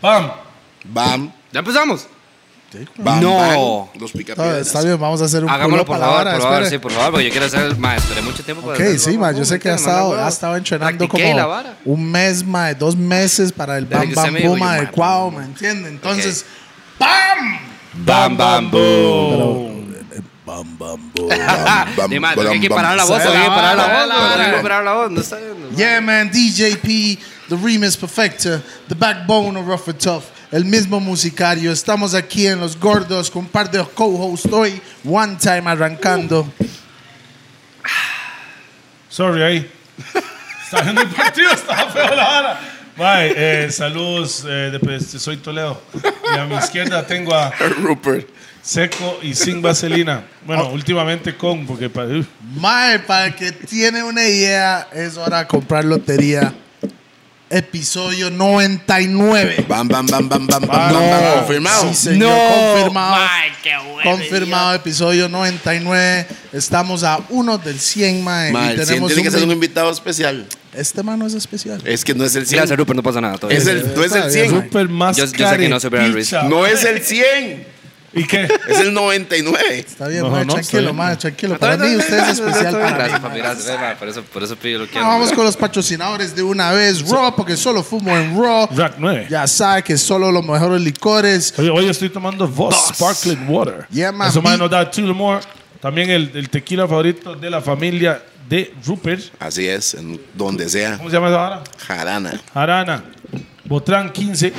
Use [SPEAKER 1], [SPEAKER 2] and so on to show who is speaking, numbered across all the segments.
[SPEAKER 1] ¡Pam!
[SPEAKER 2] Bam.
[SPEAKER 3] ¿Ya empezamos?
[SPEAKER 2] Bam,
[SPEAKER 3] No.
[SPEAKER 2] bam, los
[SPEAKER 4] No,
[SPEAKER 2] picapiedras.
[SPEAKER 4] Ah, está bien, vamos a hacer un
[SPEAKER 3] Hagámoslo,
[SPEAKER 4] pulo
[SPEAKER 3] por
[SPEAKER 4] para
[SPEAKER 3] favor,
[SPEAKER 4] la
[SPEAKER 3] por
[SPEAKER 4] vara,
[SPEAKER 3] favor, sí, pues,
[SPEAKER 4] espere.
[SPEAKER 3] por favor, porque yo quiero hacer, ma, esperé mucho tiempo para
[SPEAKER 4] Ok,
[SPEAKER 3] hacerlo,
[SPEAKER 4] sí,
[SPEAKER 3] ma,
[SPEAKER 4] ma,
[SPEAKER 3] ma,
[SPEAKER 4] yo sé que ha
[SPEAKER 3] ma,
[SPEAKER 4] estado,
[SPEAKER 3] ma,
[SPEAKER 4] ha
[SPEAKER 3] ma.
[SPEAKER 4] estado entrenando
[SPEAKER 3] Practiqué
[SPEAKER 4] como
[SPEAKER 3] la vara.
[SPEAKER 4] un mes, ma, dos meses para el
[SPEAKER 3] Desde
[SPEAKER 4] bam
[SPEAKER 3] que
[SPEAKER 4] bam
[SPEAKER 3] usted me dijo,
[SPEAKER 4] boom
[SPEAKER 3] yo, ma,
[SPEAKER 4] adecuado,
[SPEAKER 3] ma.
[SPEAKER 4] ¿me entiende? Entonces, ¡pam!
[SPEAKER 3] Bam, bam, boom.
[SPEAKER 2] Bam, bam, boom, bam, bam,
[SPEAKER 3] Ni más,
[SPEAKER 2] bam,
[SPEAKER 3] hay que
[SPEAKER 2] bam.
[SPEAKER 3] parar la voz,
[SPEAKER 4] Sabe
[SPEAKER 3] hay que
[SPEAKER 4] la
[SPEAKER 3] parar la
[SPEAKER 4] vara,
[SPEAKER 3] voz,
[SPEAKER 4] la
[SPEAKER 3] ma,
[SPEAKER 2] vara.
[SPEAKER 3] hay que parar la voz, no está viendo.
[SPEAKER 4] Yeah, man, DJP, The Remix Perfecta, The Backbone of Rough and Tough, el mismo musicario. Estamos aquí en Los Gordos con un par de co-hosts hoy, One Time arrancando.
[SPEAKER 1] Sorry ahí. Estaba viendo el partido, estaba feo la vara. Bye, eh, saludos, eh, de- pues, soy Toledo. Y a mi izquierda tengo a
[SPEAKER 2] Rupert.
[SPEAKER 1] Seco y sin vaselina. Bueno,
[SPEAKER 4] Oh.
[SPEAKER 1] últimamente con, porque pa- uh, uf.
[SPEAKER 4] Mae, para el que tiene una idea, es hora de comprar lotería. Episodio 99.
[SPEAKER 2] Bam, bam, bam, bam, bam, bam,
[SPEAKER 1] No.
[SPEAKER 2] bam, bam. Confirmado.
[SPEAKER 4] Sí, señor, confirmado.
[SPEAKER 3] Ay, qué bueno.
[SPEAKER 4] Confirmado, episodio 99. Estamos a uno del 100, mae. y
[SPEAKER 2] Ma, el 100 tiene que
[SPEAKER 4] un
[SPEAKER 2] ser Eh, un
[SPEAKER 4] vi-
[SPEAKER 2] invitado especial.
[SPEAKER 4] Este mano es especial.
[SPEAKER 2] Es que no es el 100.
[SPEAKER 3] Gracias, Rupert, no pasa nada todavía.
[SPEAKER 2] Es el, no es el
[SPEAKER 4] Está
[SPEAKER 2] 100.
[SPEAKER 4] bien,
[SPEAKER 1] Super más
[SPEAKER 3] Yo- yo sé que no se verá, Luis.
[SPEAKER 1] carepicha.
[SPEAKER 2] No es el 100.
[SPEAKER 1] ¿Y qué?
[SPEAKER 2] Es el 99.
[SPEAKER 4] Está bien,
[SPEAKER 1] No,
[SPEAKER 4] mae,
[SPEAKER 1] no, está
[SPEAKER 4] tranquilo,
[SPEAKER 1] bien.
[SPEAKER 4] mae, tranquilo. Para mí usted es especial. para mí,
[SPEAKER 3] Gracias,
[SPEAKER 4] mae.
[SPEAKER 3] papi, gracias. ve, ma, Por eso, por eso pido lo que
[SPEAKER 4] Ah, Vamos con los patrocinadores de una vez. Raw, porque solo fumo en Raw.
[SPEAKER 1] Rack 9.
[SPEAKER 4] Ya sabe que solo los mejores licores.
[SPEAKER 1] Oye, hoy estoy tomando Voss Sparkling Water.
[SPEAKER 4] Yeah, man.
[SPEAKER 1] Eso más
[SPEAKER 4] Big-
[SPEAKER 1] nos da Tullamore. También el, el tequila favorito de la familia de Rupert.
[SPEAKER 2] Así es, en donde sea.
[SPEAKER 1] ¿Cómo se llama esa vara?
[SPEAKER 2] Jarana,
[SPEAKER 1] Arana. Botrán 15.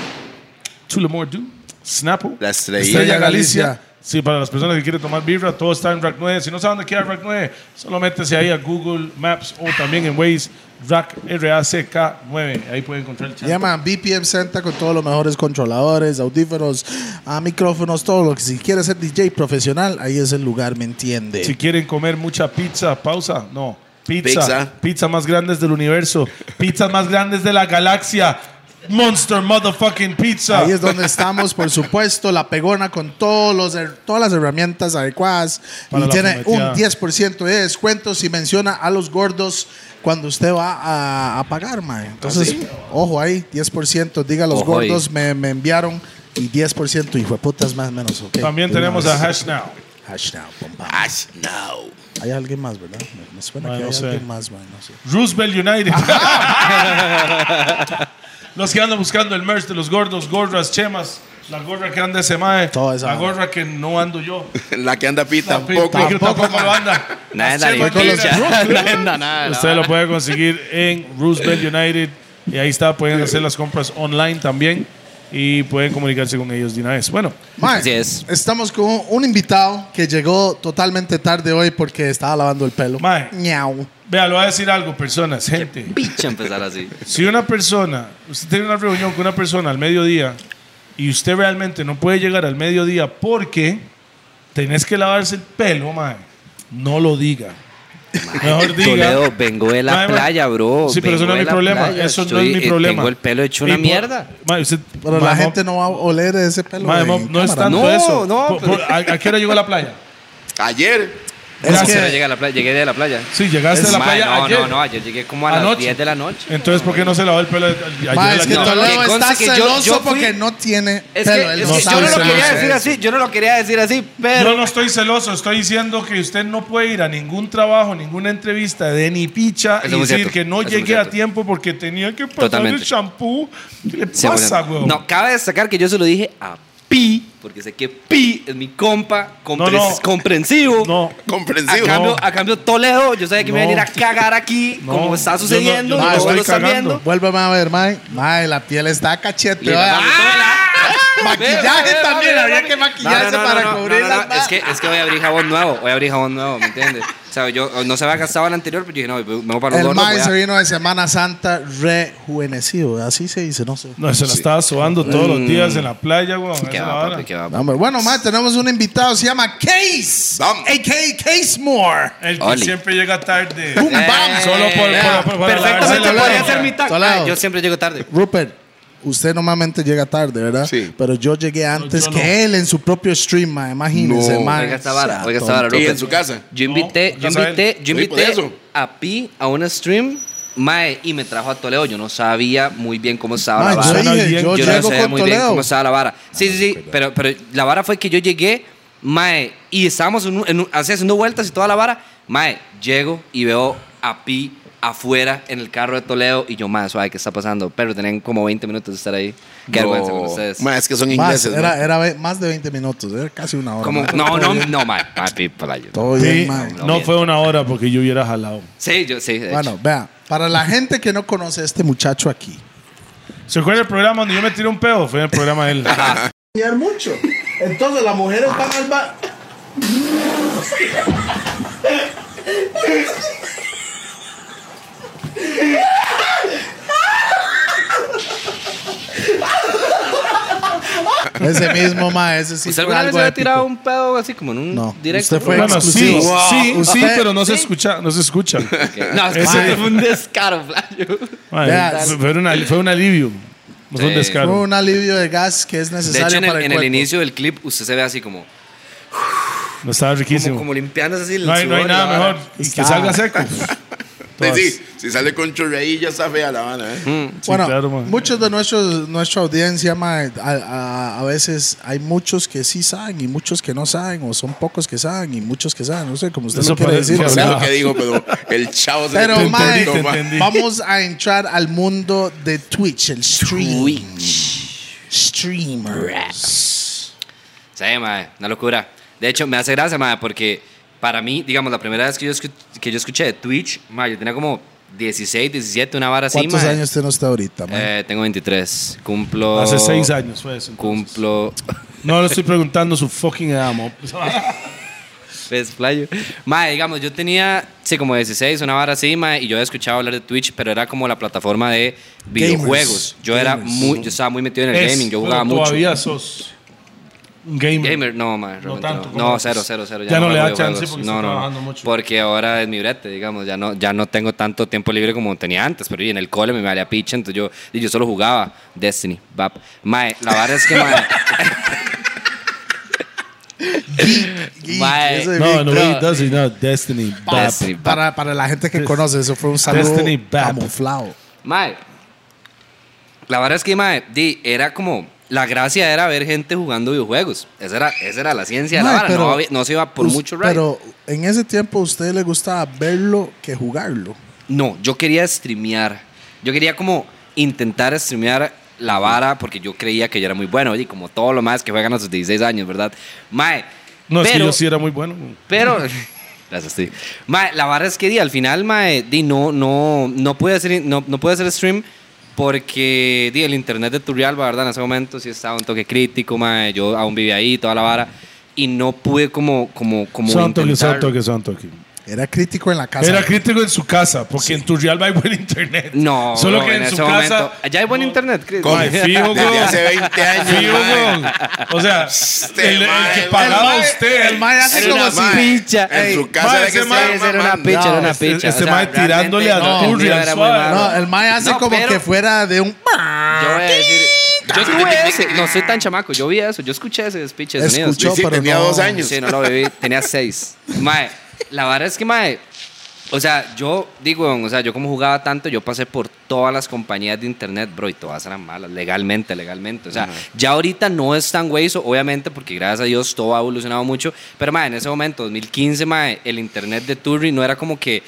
[SPEAKER 1] Tullamore Dew. Snapple.
[SPEAKER 2] la estrella.
[SPEAKER 1] Estrella Galicia. Sí, para las personas que quieren tomar birra, todo está en Rack 9. Si no saben dónde queda Rack 9, solo métese ahí a Google Maps o también en Waze, Rack RACK 9. Ahí pueden encontrar el chat.
[SPEAKER 4] Llaman BPM Center con todos los mejores controladores, audífonos, ah, micrófonos, todo lo que si quieres ser DJ profesional, ahí es el lugar, ¿me entiende?
[SPEAKER 1] Si quieren comer mucha pizza, pausa. No, pizza.
[SPEAKER 2] Pizza.
[SPEAKER 1] Pizza, más grandes del universo. Pizzas más grandes de la galaxia. Monster motherfucking pizza.
[SPEAKER 4] Ahí es donde estamos, por supuesto, la pegona con todos los, her- todas las herramientas adecuadas
[SPEAKER 1] Para
[SPEAKER 4] y
[SPEAKER 1] la
[SPEAKER 4] tiene un
[SPEAKER 1] fumeteada.
[SPEAKER 4] 10% de descuento si menciona a los gordos cuando usted va a, a pagar, mae. Entonces,
[SPEAKER 1] ¿Ah,
[SPEAKER 4] ojo ahí, 10%, diga los
[SPEAKER 3] Ojo ahí.
[SPEAKER 4] gordos, me, me enviaron y 10% hijo de putas más o menos, ok.
[SPEAKER 1] También
[SPEAKER 4] De una
[SPEAKER 1] tenemos
[SPEAKER 4] vez.
[SPEAKER 1] a Hash Now.
[SPEAKER 4] Hashtag, pum, pam.
[SPEAKER 2] Ash now.
[SPEAKER 4] Hay alguien más, ¿verdad? Me, me suena
[SPEAKER 1] Ay,
[SPEAKER 4] que
[SPEAKER 1] no
[SPEAKER 4] hay
[SPEAKER 1] sé.
[SPEAKER 4] alguien más, man. No sé.
[SPEAKER 1] Roosevelt United. los que andan buscando el merch de los gordos, gorras, chemas. La gorra que anda ese mae.
[SPEAKER 4] Todo eso,
[SPEAKER 1] La
[SPEAKER 4] mae.
[SPEAKER 1] gorra que no ando yo.
[SPEAKER 2] La que anda pita
[SPEAKER 1] La pi-
[SPEAKER 2] tampoco.
[SPEAKER 1] que tampoco lo anda.
[SPEAKER 3] Nada,
[SPEAKER 1] Las
[SPEAKER 3] nada,
[SPEAKER 1] chemas
[SPEAKER 4] con los
[SPEAKER 1] que-
[SPEAKER 3] nada, nada, nada.
[SPEAKER 1] Usted lo puede conseguir en Roosevelt United. Y ahí está, pueden hacer las compras online también. Y pueden comunicarse con ellos de una vez. Bueno,
[SPEAKER 4] Mae,
[SPEAKER 3] Así es.
[SPEAKER 4] Estamos con un invitado que llegó totalmente tarde hoy porque estaba lavando el pelo.
[SPEAKER 1] Mae.
[SPEAKER 4] Ñau.
[SPEAKER 1] vea, le voy a decir algo, personas, gente.
[SPEAKER 3] Picha empezar así.
[SPEAKER 1] Si una persona, usted tiene una reunión con una persona al mediodía y usted realmente no puede llegar al mediodía porque tenés que lavarse el pelo, mae, no lo diga. Mejor diga.
[SPEAKER 3] Toledo, vengo de la
[SPEAKER 1] Mae, mae.
[SPEAKER 3] playa, bro.
[SPEAKER 1] Sí, pero eso
[SPEAKER 3] vengo
[SPEAKER 1] no es
[SPEAKER 3] de
[SPEAKER 1] mi
[SPEAKER 3] la
[SPEAKER 1] problema.
[SPEAKER 3] playa,
[SPEAKER 1] Eso no
[SPEAKER 3] estoy-
[SPEAKER 1] es mi
[SPEAKER 3] eh,
[SPEAKER 1] problema.
[SPEAKER 3] Tengo el pelo hecho
[SPEAKER 1] Y
[SPEAKER 3] una
[SPEAKER 1] por-
[SPEAKER 3] mierda.
[SPEAKER 1] Mae, usted-
[SPEAKER 4] Pero
[SPEAKER 1] mae,
[SPEAKER 4] la
[SPEAKER 1] mo-
[SPEAKER 4] gente no va a oler ese pelo.
[SPEAKER 1] mae,
[SPEAKER 4] en
[SPEAKER 1] mo- no es
[SPEAKER 4] cámara.
[SPEAKER 1] tanto
[SPEAKER 3] No,
[SPEAKER 1] eso.
[SPEAKER 3] no,
[SPEAKER 1] Por-
[SPEAKER 3] pero-
[SPEAKER 1] por- ¿a, a qué hora llegó a la playa?
[SPEAKER 2] Ayer.
[SPEAKER 4] Es
[SPEAKER 3] Gracias.
[SPEAKER 4] que-
[SPEAKER 3] Llegué, a la playa, llegué de la playa.
[SPEAKER 1] Sí, llegaste a la
[SPEAKER 3] Mae,
[SPEAKER 1] playa
[SPEAKER 3] no,
[SPEAKER 1] ayer.
[SPEAKER 3] no, no, ayer llegué como a las
[SPEAKER 1] Anoche.
[SPEAKER 3] 10 de la noche.
[SPEAKER 1] Entonces, ¿por qué no se lavó el pelo ayer?
[SPEAKER 4] Mae,
[SPEAKER 1] en la
[SPEAKER 4] es que
[SPEAKER 3] No, no, no,
[SPEAKER 1] tarde?
[SPEAKER 4] Toledo
[SPEAKER 3] que
[SPEAKER 4] está
[SPEAKER 3] conste que yo-
[SPEAKER 4] celoso
[SPEAKER 3] yo fui-
[SPEAKER 4] porque no tiene
[SPEAKER 3] Es que,
[SPEAKER 4] pelo. Él
[SPEAKER 3] es
[SPEAKER 4] no
[SPEAKER 3] que yo no
[SPEAKER 4] sabe
[SPEAKER 3] lo
[SPEAKER 4] celoso.
[SPEAKER 3] quería decir así, yo no lo quería decir así,
[SPEAKER 1] Yo
[SPEAKER 3] pero...
[SPEAKER 1] no estoy celoso, estoy diciendo que usted no puede ir a ningún trabajo, ninguna entrevista de ni picha
[SPEAKER 3] Eso es
[SPEAKER 1] y
[SPEAKER 3] muy
[SPEAKER 1] decir
[SPEAKER 3] cierto,
[SPEAKER 1] que no
[SPEAKER 3] eso es muy
[SPEAKER 1] llegué a
[SPEAKER 3] cierto.
[SPEAKER 1] tiempo porque tenía que pasar
[SPEAKER 3] Totalmente.
[SPEAKER 1] el shampoo. ¿Qué le
[SPEAKER 3] Sí,
[SPEAKER 1] pasa,
[SPEAKER 3] bueno.
[SPEAKER 1] güey?
[SPEAKER 3] No, cabe destacar que yo se lo dije a Pi, porque sé que Pi es mi compa, compre-
[SPEAKER 1] No, no.
[SPEAKER 3] comprensivo.
[SPEAKER 1] no.
[SPEAKER 3] A
[SPEAKER 2] Comprensivo.
[SPEAKER 3] cambio, a cambio Toledo, yo sabía que me
[SPEAKER 1] No.
[SPEAKER 3] iba a venir a cagar aquí,
[SPEAKER 1] No,
[SPEAKER 3] como está
[SPEAKER 1] yo no-
[SPEAKER 3] sucediendo,
[SPEAKER 1] yo
[SPEAKER 3] y
[SPEAKER 1] no
[SPEAKER 3] todos
[SPEAKER 1] estoy
[SPEAKER 3] lo están
[SPEAKER 1] cagando.
[SPEAKER 3] viendo.
[SPEAKER 4] Vuélveme a ver, Mae. Mae, la piel está cachete.
[SPEAKER 3] Le
[SPEAKER 4] ¿verdad?
[SPEAKER 3] mandamos toda la-
[SPEAKER 4] ¡Ah! Maquillaje
[SPEAKER 3] Ve, ve,
[SPEAKER 4] también,
[SPEAKER 3] ve, ve,
[SPEAKER 4] habría
[SPEAKER 3] ve.
[SPEAKER 4] que maquillarse para cubrir las
[SPEAKER 3] Es que, es que voy a abrir jabón nuevo, voy a abrir jabón nuevo, ¿me entiendes? O sea, yo no se había gastado el anterior, pero yo dije, no, me voy para los
[SPEAKER 4] El
[SPEAKER 3] gordos. pues,
[SPEAKER 4] Mae se
[SPEAKER 3] voy
[SPEAKER 4] vino de Semana Santa rejuvenecido. Así se dice, no sé.
[SPEAKER 1] No, se la estaba sobando todos los días en la playa, güey.
[SPEAKER 3] a- Mm. ¿Qué va, papi? ¿Qué va?
[SPEAKER 4] No, hombre. Bueno, ma, tenemos un invitado, se llama Case.
[SPEAKER 2] Bam.
[SPEAKER 4] A.K. Case Moore.
[SPEAKER 1] El que
[SPEAKER 3] Oli.
[SPEAKER 1] siempre llega tarde.
[SPEAKER 4] Boom,
[SPEAKER 3] Eh,
[SPEAKER 4] bam.
[SPEAKER 1] Solo por- por- por- por lavarse
[SPEAKER 3] Perfectamente
[SPEAKER 1] la
[SPEAKER 3] podría
[SPEAKER 1] cara.
[SPEAKER 3] ser mi tag.
[SPEAKER 4] Toledo.
[SPEAKER 3] Ah, Yo siempre llego tarde.
[SPEAKER 4] Rupert, usted normalmente llega tarde, ¿verdad?
[SPEAKER 2] Sí.
[SPEAKER 4] Pero yo llegué antes
[SPEAKER 1] yo
[SPEAKER 4] que
[SPEAKER 1] no.
[SPEAKER 4] él en su propio stream, ma. Imagínese,
[SPEAKER 2] No.
[SPEAKER 4] ma.
[SPEAKER 3] Oiga esta vara,
[SPEAKER 4] Sea
[SPEAKER 3] oiga esta vara,
[SPEAKER 4] tonto.
[SPEAKER 2] Y
[SPEAKER 3] Rupert.
[SPEAKER 2] en su casa.
[SPEAKER 3] Yo invité,
[SPEAKER 1] No,
[SPEAKER 3] yo
[SPEAKER 1] casa de él.
[SPEAKER 3] invité, yo
[SPEAKER 2] Sí, por
[SPEAKER 3] invité
[SPEAKER 2] eso.
[SPEAKER 3] a Pi a un stream Mae, y me trajo a Toledo. Yo no sabía muy bien cómo estaba
[SPEAKER 4] Mae,
[SPEAKER 3] la
[SPEAKER 4] yo
[SPEAKER 3] vara.
[SPEAKER 1] Suena
[SPEAKER 4] dije,
[SPEAKER 1] bien.
[SPEAKER 4] yo,
[SPEAKER 3] Yo no
[SPEAKER 4] llego
[SPEAKER 3] sabía
[SPEAKER 4] con
[SPEAKER 3] muy bien
[SPEAKER 4] Toledo.
[SPEAKER 3] cómo estaba la vara. Sí, sí, sí. Pero, pero la vara fue que yo llegué, mae, y estábamos en un- en un- así haciendo vueltas y toda la vara. Mae, llego y veo a Pi afuera en el carro de Toledo y yo, mae, suave, ¿qué está pasando? Pero tenían como 20 minutos de estar ahí. Qué
[SPEAKER 2] No.
[SPEAKER 3] vergüenza con ustedes.
[SPEAKER 2] Ma, es que son
[SPEAKER 4] Más,
[SPEAKER 2] ingleses. ¿no?
[SPEAKER 4] era, era ve- más de 20 minutos, era casi una hora.
[SPEAKER 3] Como-
[SPEAKER 4] mae.
[SPEAKER 3] no, no, no, mae. Mae, Pi, para yo.
[SPEAKER 4] Todo
[SPEAKER 1] Sí,
[SPEAKER 4] bien, mae.
[SPEAKER 1] no fue una hora porque yo hubiera jalado.
[SPEAKER 3] Sí, yo sí. de hecho.
[SPEAKER 4] Bueno, vea, para la gente que no conoce a este muchacho aquí.
[SPEAKER 1] ¿Se acuerda el programa donde yo me tiré un pedo? Fue en el programa de él.
[SPEAKER 3] Ah,
[SPEAKER 4] mucho. Entonces las mujeres van al bar. Ese mismo mae, ese sí
[SPEAKER 3] ¿Usted
[SPEAKER 4] fue
[SPEAKER 3] alguna vez
[SPEAKER 4] pues, algo
[SPEAKER 3] se había
[SPEAKER 4] épico.
[SPEAKER 3] tirado un pedo así como en un
[SPEAKER 4] No,
[SPEAKER 3] directo?
[SPEAKER 4] usted fue
[SPEAKER 1] bueno, sí,
[SPEAKER 4] exclusivo.
[SPEAKER 1] sí,
[SPEAKER 4] Wow.
[SPEAKER 1] sí,
[SPEAKER 4] Usted-
[SPEAKER 1] pero no se
[SPEAKER 3] sí.
[SPEAKER 1] escucha, no se escucha.
[SPEAKER 3] No, es que
[SPEAKER 1] Ese-
[SPEAKER 3] mae, fue un descaro, playo.
[SPEAKER 1] Mae,
[SPEAKER 4] Vea.
[SPEAKER 1] fue, una- fue un alivio. No fue un
[SPEAKER 3] Sí.
[SPEAKER 1] descaro.
[SPEAKER 4] Fue un alivio de gas que es
[SPEAKER 3] De
[SPEAKER 4] necesario
[SPEAKER 3] hecho, en el,
[SPEAKER 4] para el,
[SPEAKER 3] en el
[SPEAKER 4] cuerpo.
[SPEAKER 3] inicio del clip, usted se ve así como,
[SPEAKER 1] No estaba
[SPEAKER 3] como,
[SPEAKER 1] riquísimo.
[SPEAKER 3] como limpiando así el
[SPEAKER 1] no, hay, no hay
[SPEAKER 3] sudor y
[SPEAKER 1] nada
[SPEAKER 3] la vara.
[SPEAKER 1] mejor. Y que Ah. salga seco.
[SPEAKER 2] Sí,
[SPEAKER 1] Todas.
[SPEAKER 2] sí, si sale con chorreí ya está fea la Habana, ¿eh?
[SPEAKER 1] Sí,
[SPEAKER 4] Bueno,
[SPEAKER 1] claro, mae.
[SPEAKER 4] muchos de nuestros, nuestra audiencia, mae, a, a- a veces hay muchos que sí saben y muchos que no saben, o son pocos que saben y muchos que saben, no sé cómo usted
[SPEAKER 1] Eso
[SPEAKER 4] lo quiere
[SPEAKER 1] parece
[SPEAKER 4] decir.
[SPEAKER 1] que
[SPEAKER 2] No
[SPEAKER 4] pero-
[SPEAKER 2] sé
[SPEAKER 1] Hola.
[SPEAKER 2] lo que digo, pero el chavo se
[SPEAKER 4] Pero,
[SPEAKER 2] le pegó
[SPEAKER 4] mae,
[SPEAKER 2] un poquito, ma.
[SPEAKER 1] entendí.
[SPEAKER 4] vamos a entrar al mundo de Twitch, el stream. Streamers.
[SPEAKER 3] Sí, mae, una locura. De hecho, me hace gracia, mae, porque para mí, digamos, la primera vez que yo, escu- que yo escuché de Twitch, mae, yo tenía como 16, 17, una vara así,
[SPEAKER 4] ¿Cuántos
[SPEAKER 3] mae.
[SPEAKER 4] años usted no está ahorita, mae?
[SPEAKER 3] Eh, tengo 23. Cumplo...
[SPEAKER 1] Hace seis años fue eso. entonces.
[SPEAKER 3] Cumplo...
[SPEAKER 1] No le estoy preguntando su fucking edad, mo.
[SPEAKER 3] ¿Ves, playo? Mae, digamos, yo tenía, sí, como 16, una vara así, mae, y yo había escuchado hablar de Twitch, pero era como la plataforma de videojuegos. yo era
[SPEAKER 4] gamers.
[SPEAKER 3] muy... Yo estaba muy metido en el
[SPEAKER 1] Es,
[SPEAKER 3] gaming, yo jugaba
[SPEAKER 1] pero
[SPEAKER 3] mucho.
[SPEAKER 1] Todavía sos un gamer.
[SPEAKER 3] Gamer, no, mae, realmente
[SPEAKER 1] tanto,
[SPEAKER 3] no.
[SPEAKER 1] ¿cómo
[SPEAKER 3] No,
[SPEAKER 1] es?
[SPEAKER 3] cero, cero, cero.
[SPEAKER 1] Ya no le
[SPEAKER 3] juego
[SPEAKER 1] da chance
[SPEAKER 3] videojuegos.
[SPEAKER 1] porque está trabajando mucho.
[SPEAKER 3] Porque ahora es mi brete, digamos. Ya no, ya no tengo tanto tiempo libre como tenía antes. Pero y en el cole me valía picha, entonces yo, y yo solo jugaba Destiny, Vap. Mae, la verdad es que, mae,
[SPEAKER 4] Geek,
[SPEAKER 3] mae,
[SPEAKER 4] ese
[SPEAKER 1] No,
[SPEAKER 4] geek.
[SPEAKER 1] no, he doesn't know Destiny. Bap.
[SPEAKER 3] Destiny, Vap.
[SPEAKER 4] Para, para la gente que conoce, eso fue un saludo
[SPEAKER 1] Destiny Bap.
[SPEAKER 4] camuflado.
[SPEAKER 3] Mae, la verdad es que, mae, di, era como... La gracia era ver gente jugando videojuegos. Esa era, esa era la ciencia de la
[SPEAKER 4] Mae,
[SPEAKER 3] vara.
[SPEAKER 4] pero-
[SPEAKER 3] no, había- no se iba por
[SPEAKER 4] us-
[SPEAKER 3] mucho ride.
[SPEAKER 4] Pero en ese tiempo a usted le gustaba verlo que jugarlo.
[SPEAKER 3] No, yo quería streamear. Yo quería como intentar streamear la vara porque yo creía que yo era muy bueno. Y como todo lo más que juegan a sus 16 años, ¿verdad? Mae.
[SPEAKER 1] No, es
[SPEAKER 3] pero,
[SPEAKER 1] que yo sí era muy bueno.
[SPEAKER 3] Pero. Gracias, tío. Mae, la vara es que di, al final, mae, di, no, no, no pude hacer, no, no pude hacer stream porque di, el internet de Turrialba, ¿verdad? En ese momento sí estaba un toque crítico, mae. Yo aún vivía ahí, toda la vara. Y no pude como, como, como
[SPEAKER 1] Son toque, son
[SPEAKER 3] intentar-
[SPEAKER 1] toque, son toque.
[SPEAKER 4] Era crítico en la casa.
[SPEAKER 1] Era crítico en su casa, porque en tu real hay buen internet.
[SPEAKER 3] No,
[SPEAKER 1] solo
[SPEAKER 3] bro,
[SPEAKER 1] que en,
[SPEAKER 3] en
[SPEAKER 1] su
[SPEAKER 3] ese
[SPEAKER 1] casa.
[SPEAKER 3] momento- Allá hay buen internet, Chris.
[SPEAKER 1] Mae, fijo,
[SPEAKER 2] Desde
[SPEAKER 1] weón.
[SPEAKER 2] hace 20 años,
[SPEAKER 1] Fijo,
[SPEAKER 2] ma.
[SPEAKER 1] weón. O sea,
[SPEAKER 3] Este
[SPEAKER 1] el, el
[SPEAKER 2] mae,
[SPEAKER 1] que
[SPEAKER 2] el
[SPEAKER 1] pagaba
[SPEAKER 4] mae-
[SPEAKER 1] usted.
[SPEAKER 4] el mae hace
[SPEAKER 2] Era
[SPEAKER 4] como
[SPEAKER 2] una
[SPEAKER 4] si-
[SPEAKER 2] ma. ¿eh?
[SPEAKER 3] picha,
[SPEAKER 2] En
[SPEAKER 3] ey.
[SPEAKER 2] su casa
[SPEAKER 1] Ma,
[SPEAKER 2] era
[SPEAKER 1] ese
[SPEAKER 2] que
[SPEAKER 1] ma-
[SPEAKER 2] estaba
[SPEAKER 1] ese
[SPEAKER 3] era una
[SPEAKER 2] mamando.
[SPEAKER 3] picha, era una
[SPEAKER 1] este-
[SPEAKER 3] picha.
[SPEAKER 1] este
[SPEAKER 3] o sea,
[SPEAKER 1] mae tirándole a
[SPEAKER 3] realmente
[SPEAKER 1] Turri,
[SPEAKER 3] no,
[SPEAKER 1] al
[SPEAKER 3] era muy
[SPEAKER 1] suave.
[SPEAKER 3] malo.
[SPEAKER 4] No, el mae hace
[SPEAKER 3] No,
[SPEAKER 4] como
[SPEAKER 3] pero
[SPEAKER 4] que fuera de un.
[SPEAKER 3] Yo voy a decir. Yo tuve ese. No soy tan chamaco. Yo vi eso. Yo escuché ese despiche de sonidos.
[SPEAKER 4] Escuchó,
[SPEAKER 2] Sí,
[SPEAKER 4] pero
[SPEAKER 2] tenía
[SPEAKER 4] no.
[SPEAKER 2] dos años.
[SPEAKER 3] Sí, no lo viví. Tenía seis. Mae, la verdad es que, mae. O sea, yo digo, o sea, yo como jugaba tanto, yo pasé por todas las compañías de internet, bro, y todas eran malas, legalmente, legalmente. O sea, ya ahorita no es tan hueso, obviamente, porque gracias a Dios todo ha evolucionado mucho. Pero, mae, en ese momento, 2015, mae, el internet de Turri no era como que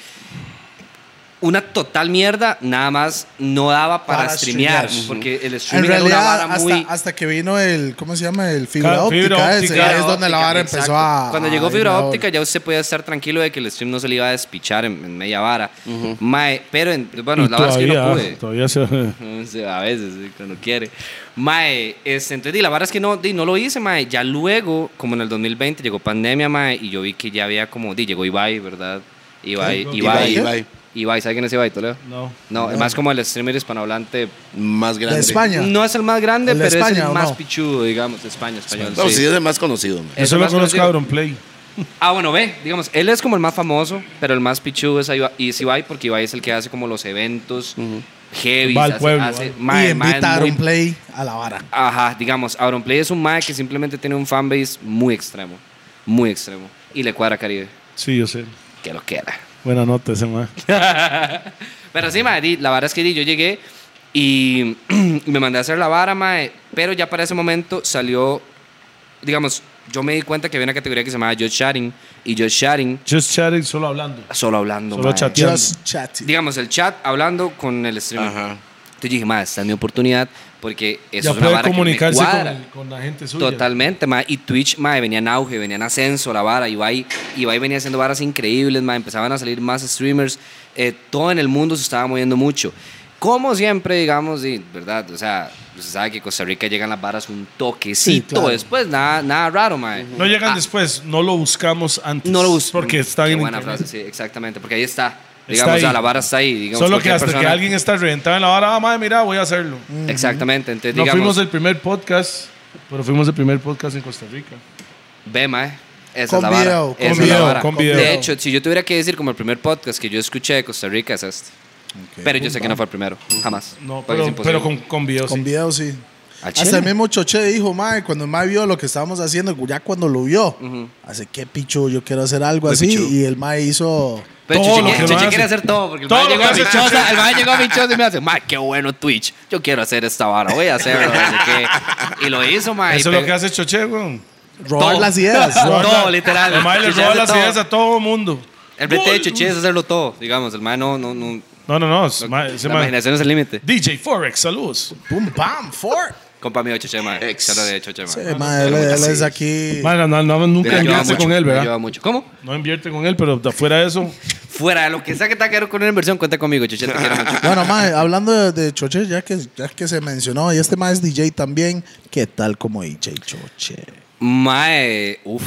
[SPEAKER 3] una total mierda, nada más no daba para,
[SPEAKER 4] Para
[SPEAKER 3] streamear,
[SPEAKER 4] streamear.
[SPEAKER 3] porque el
[SPEAKER 4] En
[SPEAKER 3] streaming era una
[SPEAKER 4] realidad,
[SPEAKER 3] vara
[SPEAKER 4] hasta,
[SPEAKER 3] muy...
[SPEAKER 4] hasta que vino el. ¿Cómo se llama? El fibra
[SPEAKER 1] Ca-
[SPEAKER 4] óptica.
[SPEAKER 1] fibra
[SPEAKER 4] ese,
[SPEAKER 1] óptica.
[SPEAKER 4] ahí
[SPEAKER 1] Fibra
[SPEAKER 4] es donde la vara
[SPEAKER 3] Exacto.
[SPEAKER 4] empezó a.
[SPEAKER 3] Cuando llegó
[SPEAKER 4] a
[SPEAKER 3] fibra
[SPEAKER 4] irme a-
[SPEAKER 3] óptica, ya usted podía estar tranquilo de que el stream no se le iba a despichar en, en media vara. Mae, pero en- bueno,
[SPEAKER 1] Y
[SPEAKER 3] la verdad es que no
[SPEAKER 1] todavía,
[SPEAKER 3] pude.
[SPEAKER 1] todavía se.
[SPEAKER 3] Sí, A veces, sí, cuando quiere. Mae, este, entonces, di, la verdad es que no, di, no lo hice, mae. Ya luego, como en el 2020, llegó pandemia, mae, y yo vi que ya había como, di, llegó Ibai, ¿verdad? Ibai,
[SPEAKER 1] ¿Qué?
[SPEAKER 3] Ibai,
[SPEAKER 2] Ibai,
[SPEAKER 3] Ibai.
[SPEAKER 2] Ibai.
[SPEAKER 3] Ibai, ¿sabe quién es Ibai, Toledo?
[SPEAKER 1] No.
[SPEAKER 3] No, es más como el streamer hispanohablante.
[SPEAKER 2] Más grande.
[SPEAKER 4] De Ah. España.
[SPEAKER 3] No es el más grande,
[SPEAKER 4] ¿El de
[SPEAKER 3] pero es
[SPEAKER 4] España
[SPEAKER 3] el
[SPEAKER 4] o
[SPEAKER 3] más
[SPEAKER 4] no?
[SPEAKER 3] pichudo, digamos, de España, español.
[SPEAKER 2] No,
[SPEAKER 3] sí.
[SPEAKER 2] sí, es el más conocido, ma.
[SPEAKER 3] Eh,
[SPEAKER 1] Yo
[SPEAKER 3] Es
[SPEAKER 1] solo
[SPEAKER 3] más
[SPEAKER 1] conozco
[SPEAKER 3] conocido.
[SPEAKER 1] a Auron Play.
[SPEAKER 3] Ah, bueno, ve, digamos, él es como el más famoso, pero el más pichudo es Ibai, y es Ibai, porque Ibai es el que hace como los eventos heavy.
[SPEAKER 1] Va al pueblo, va.
[SPEAKER 4] y invitaron play a la vara.
[SPEAKER 3] Ajá, digamos, Auron Play es un mae que simplemente tiene un fanbase muy extremo, muy extremo, y le cuadra Caribe,
[SPEAKER 1] Sí, yo sé.
[SPEAKER 3] que lo queda.
[SPEAKER 1] Buena nota ese, mae.
[SPEAKER 3] Pero sí, mae, di- la vara es que di, yo llegué y me mandé a hacer la vara, mae, pero ya para ese momento salió, digamos, yo me di cuenta que había una categoría que se llamaba Just Chatting y Just Chatting
[SPEAKER 1] Just chatting, solo hablando.
[SPEAKER 3] solo hablando,
[SPEAKER 1] Solo
[SPEAKER 3] mae.
[SPEAKER 1] chateando.
[SPEAKER 4] Just chatting.
[SPEAKER 3] Digamos, el chat hablando con el streamer.
[SPEAKER 2] Ajá.
[SPEAKER 3] Entonces dije, mae, esta es mi oportunidad porque eso
[SPEAKER 1] ya
[SPEAKER 3] es una
[SPEAKER 1] puede
[SPEAKER 3] vara
[SPEAKER 1] comunicarse
[SPEAKER 3] que me
[SPEAKER 1] con,
[SPEAKER 3] cuadra.
[SPEAKER 1] el- con la gente suya.
[SPEAKER 3] Totalmente, ma. Y Twitch, ma, venía en auge, venía en ascenso la vara. Ibai, Ibai venía haciendo varas increíbles, ma. Empezaban a salir más streamers. eh, todo en el mundo se estaba moviendo mucho. Como siempre, digamos, y, ¿verdad? O sea, pues, se sabe que Costa Rica llegan las varas un toquecito.
[SPEAKER 4] Sí, claro.
[SPEAKER 3] Después, nada, nada raro, ma.
[SPEAKER 1] No llegan
[SPEAKER 3] Ah,
[SPEAKER 1] después, no lo buscamos antes.
[SPEAKER 3] No lo busco.
[SPEAKER 1] Porque está
[SPEAKER 3] Qué
[SPEAKER 1] en
[SPEAKER 3] buena
[SPEAKER 1] internet.
[SPEAKER 3] frase, sí, exactamente. Porque ahí está. Digamos,
[SPEAKER 1] Está
[SPEAKER 3] o sea,
[SPEAKER 1] ahí.
[SPEAKER 3] la vara está ahí. Digamos,
[SPEAKER 1] Solo que
[SPEAKER 3] cualquier
[SPEAKER 1] hasta que
[SPEAKER 3] persona-
[SPEAKER 1] alguien está reventado en la vara, ah, madre, mira, voy a hacerlo.
[SPEAKER 3] Exactamente. Entonces,
[SPEAKER 1] No
[SPEAKER 3] digamos,
[SPEAKER 1] fuimos el primer podcast, pero fuimos el primer podcast en Costa Rica.
[SPEAKER 3] Ve, mae. eh, Esa
[SPEAKER 4] Con
[SPEAKER 3] es la vara.
[SPEAKER 4] video, con
[SPEAKER 3] Esa es la
[SPEAKER 1] video,
[SPEAKER 3] vara.
[SPEAKER 1] con video.
[SPEAKER 3] De hecho, si yo tuviera que decir como el primer podcast que yo escuché de Costa Rica es este. Pero yo sé que no fue el primero, jamás. Porque Pues
[SPEAKER 1] No,
[SPEAKER 3] es
[SPEAKER 1] pero,
[SPEAKER 3] imposible.
[SPEAKER 1] pero con, con videos.
[SPEAKER 4] Con
[SPEAKER 1] sí.
[SPEAKER 4] video, sí.
[SPEAKER 3] Ah,
[SPEAKER 4] Hasta
[SPEAKER 3] chile.
[SPEAKER 4] el mismo Choche dijo, mae, cuando el mae vio lo que estábamos haciendo, ya cuando lo vio, hace que pichu, yo quiero hacer algo así.
[SPEAKER 2] pichu.
[SPEAKER 4] Y el mae hizo.
[SPEAKER 3] Pero
[SPEAKER 1] Todo
[SPEAKER 3] Chuchi
[SPEAKER 1] lo que
[SPEAKER 3] quiere-
[SPEAKER 1] lo
[SPEAKER 3] Chuchi
[SPEAKER 1] hace.
[SPEAKER 3] quiere hacer todo, porque el
[SPEAKER 1] Todo
[SPEAKER 3] mae
[SPEAKER 1] lo
[SPEAKER 3] llegó
[SPEAKER 1] que
[SPEAKER 3] a mi
[SPEAKER 1] hace
[SPEAKER 3] choza, el mae llegó a mi choza y me hace, mae, qué bueno Twitch, yo quiero hacer esta vara, voy a hacerlo, no sé qué. Y lo hizo, mae.
[SPEAKER 1] Eso
[SPEAKER 3] y
[SPEAKER 1] es lo
[SPEAKER 3] pe-
[SPEAKER 1] que hace Choche, weón.
[SPEAKER 4] Robar
[SPEAKER 3] Todo.
[SPEAKER 4] las ideas.
[SPEAKER 3] Todo,
[SPEAKER 1] Robar la-
[SPEAKER 3] literal.
[SPEAKER 1] El mae le
[SPEAKER 3] Chuche
[SPEAKER 1] roba
[SPEAKER 3] hace
[SPEAKER 1] las
[SPEAKER 3] todo.
[SPEAKER 1] ideas a todo mundo.
[SPEAKER 3] El brete de Chuchi es hacerlo todo, digamos, el mae no, no, no,
[SPEAKER 1] No, no, no. ese mae- Ah, ese
[SPEAKER 3] la
[SPEAKER 1] mae-
[SPEAKER 3] imaginación es el límite.
[SPEAKER 1] DJ Forex, saludos.
[SPEAKER 4] Boom, bam, four.
[SPEAKER 3] Compa mío Chuche, mae.
[SPEAKER 2] Ex.
[SPEAKER 3] Shout out de Chuche, mae.
[SPEAKER 4] Sí, mae, él, él es aquí.
[SPEAKER 1] Mae, no, no,
[SPEAKER 3] Me
[SPEAKER 1] nunca
[SPEAKER 3] ayuda
[SPEAKER 1] invierte
[SPEAKER 3] mucho,
[SPEAKER 1] con él,
[SPEAKER 3] me
[SPEAKER 1] ¿verdad?
[SPEAKER 3] ayuda mucho. ¿Cómo?
[SPEAKER 1] No invierte con él, pero de afuera de eso,
[SPEAKER 3] Fuera de lo que sea que tenga que ver con una inversión, cuenta conmigo, Chuche, te quiero mucho.
[SPEAKER 4] Bueno, mae, hablando de, de Choche, ya que, ya que se mencionó, y este mae es DJ también, ¿qué tal como DJ Choche?
[SPEAKER 3] Mae, uff,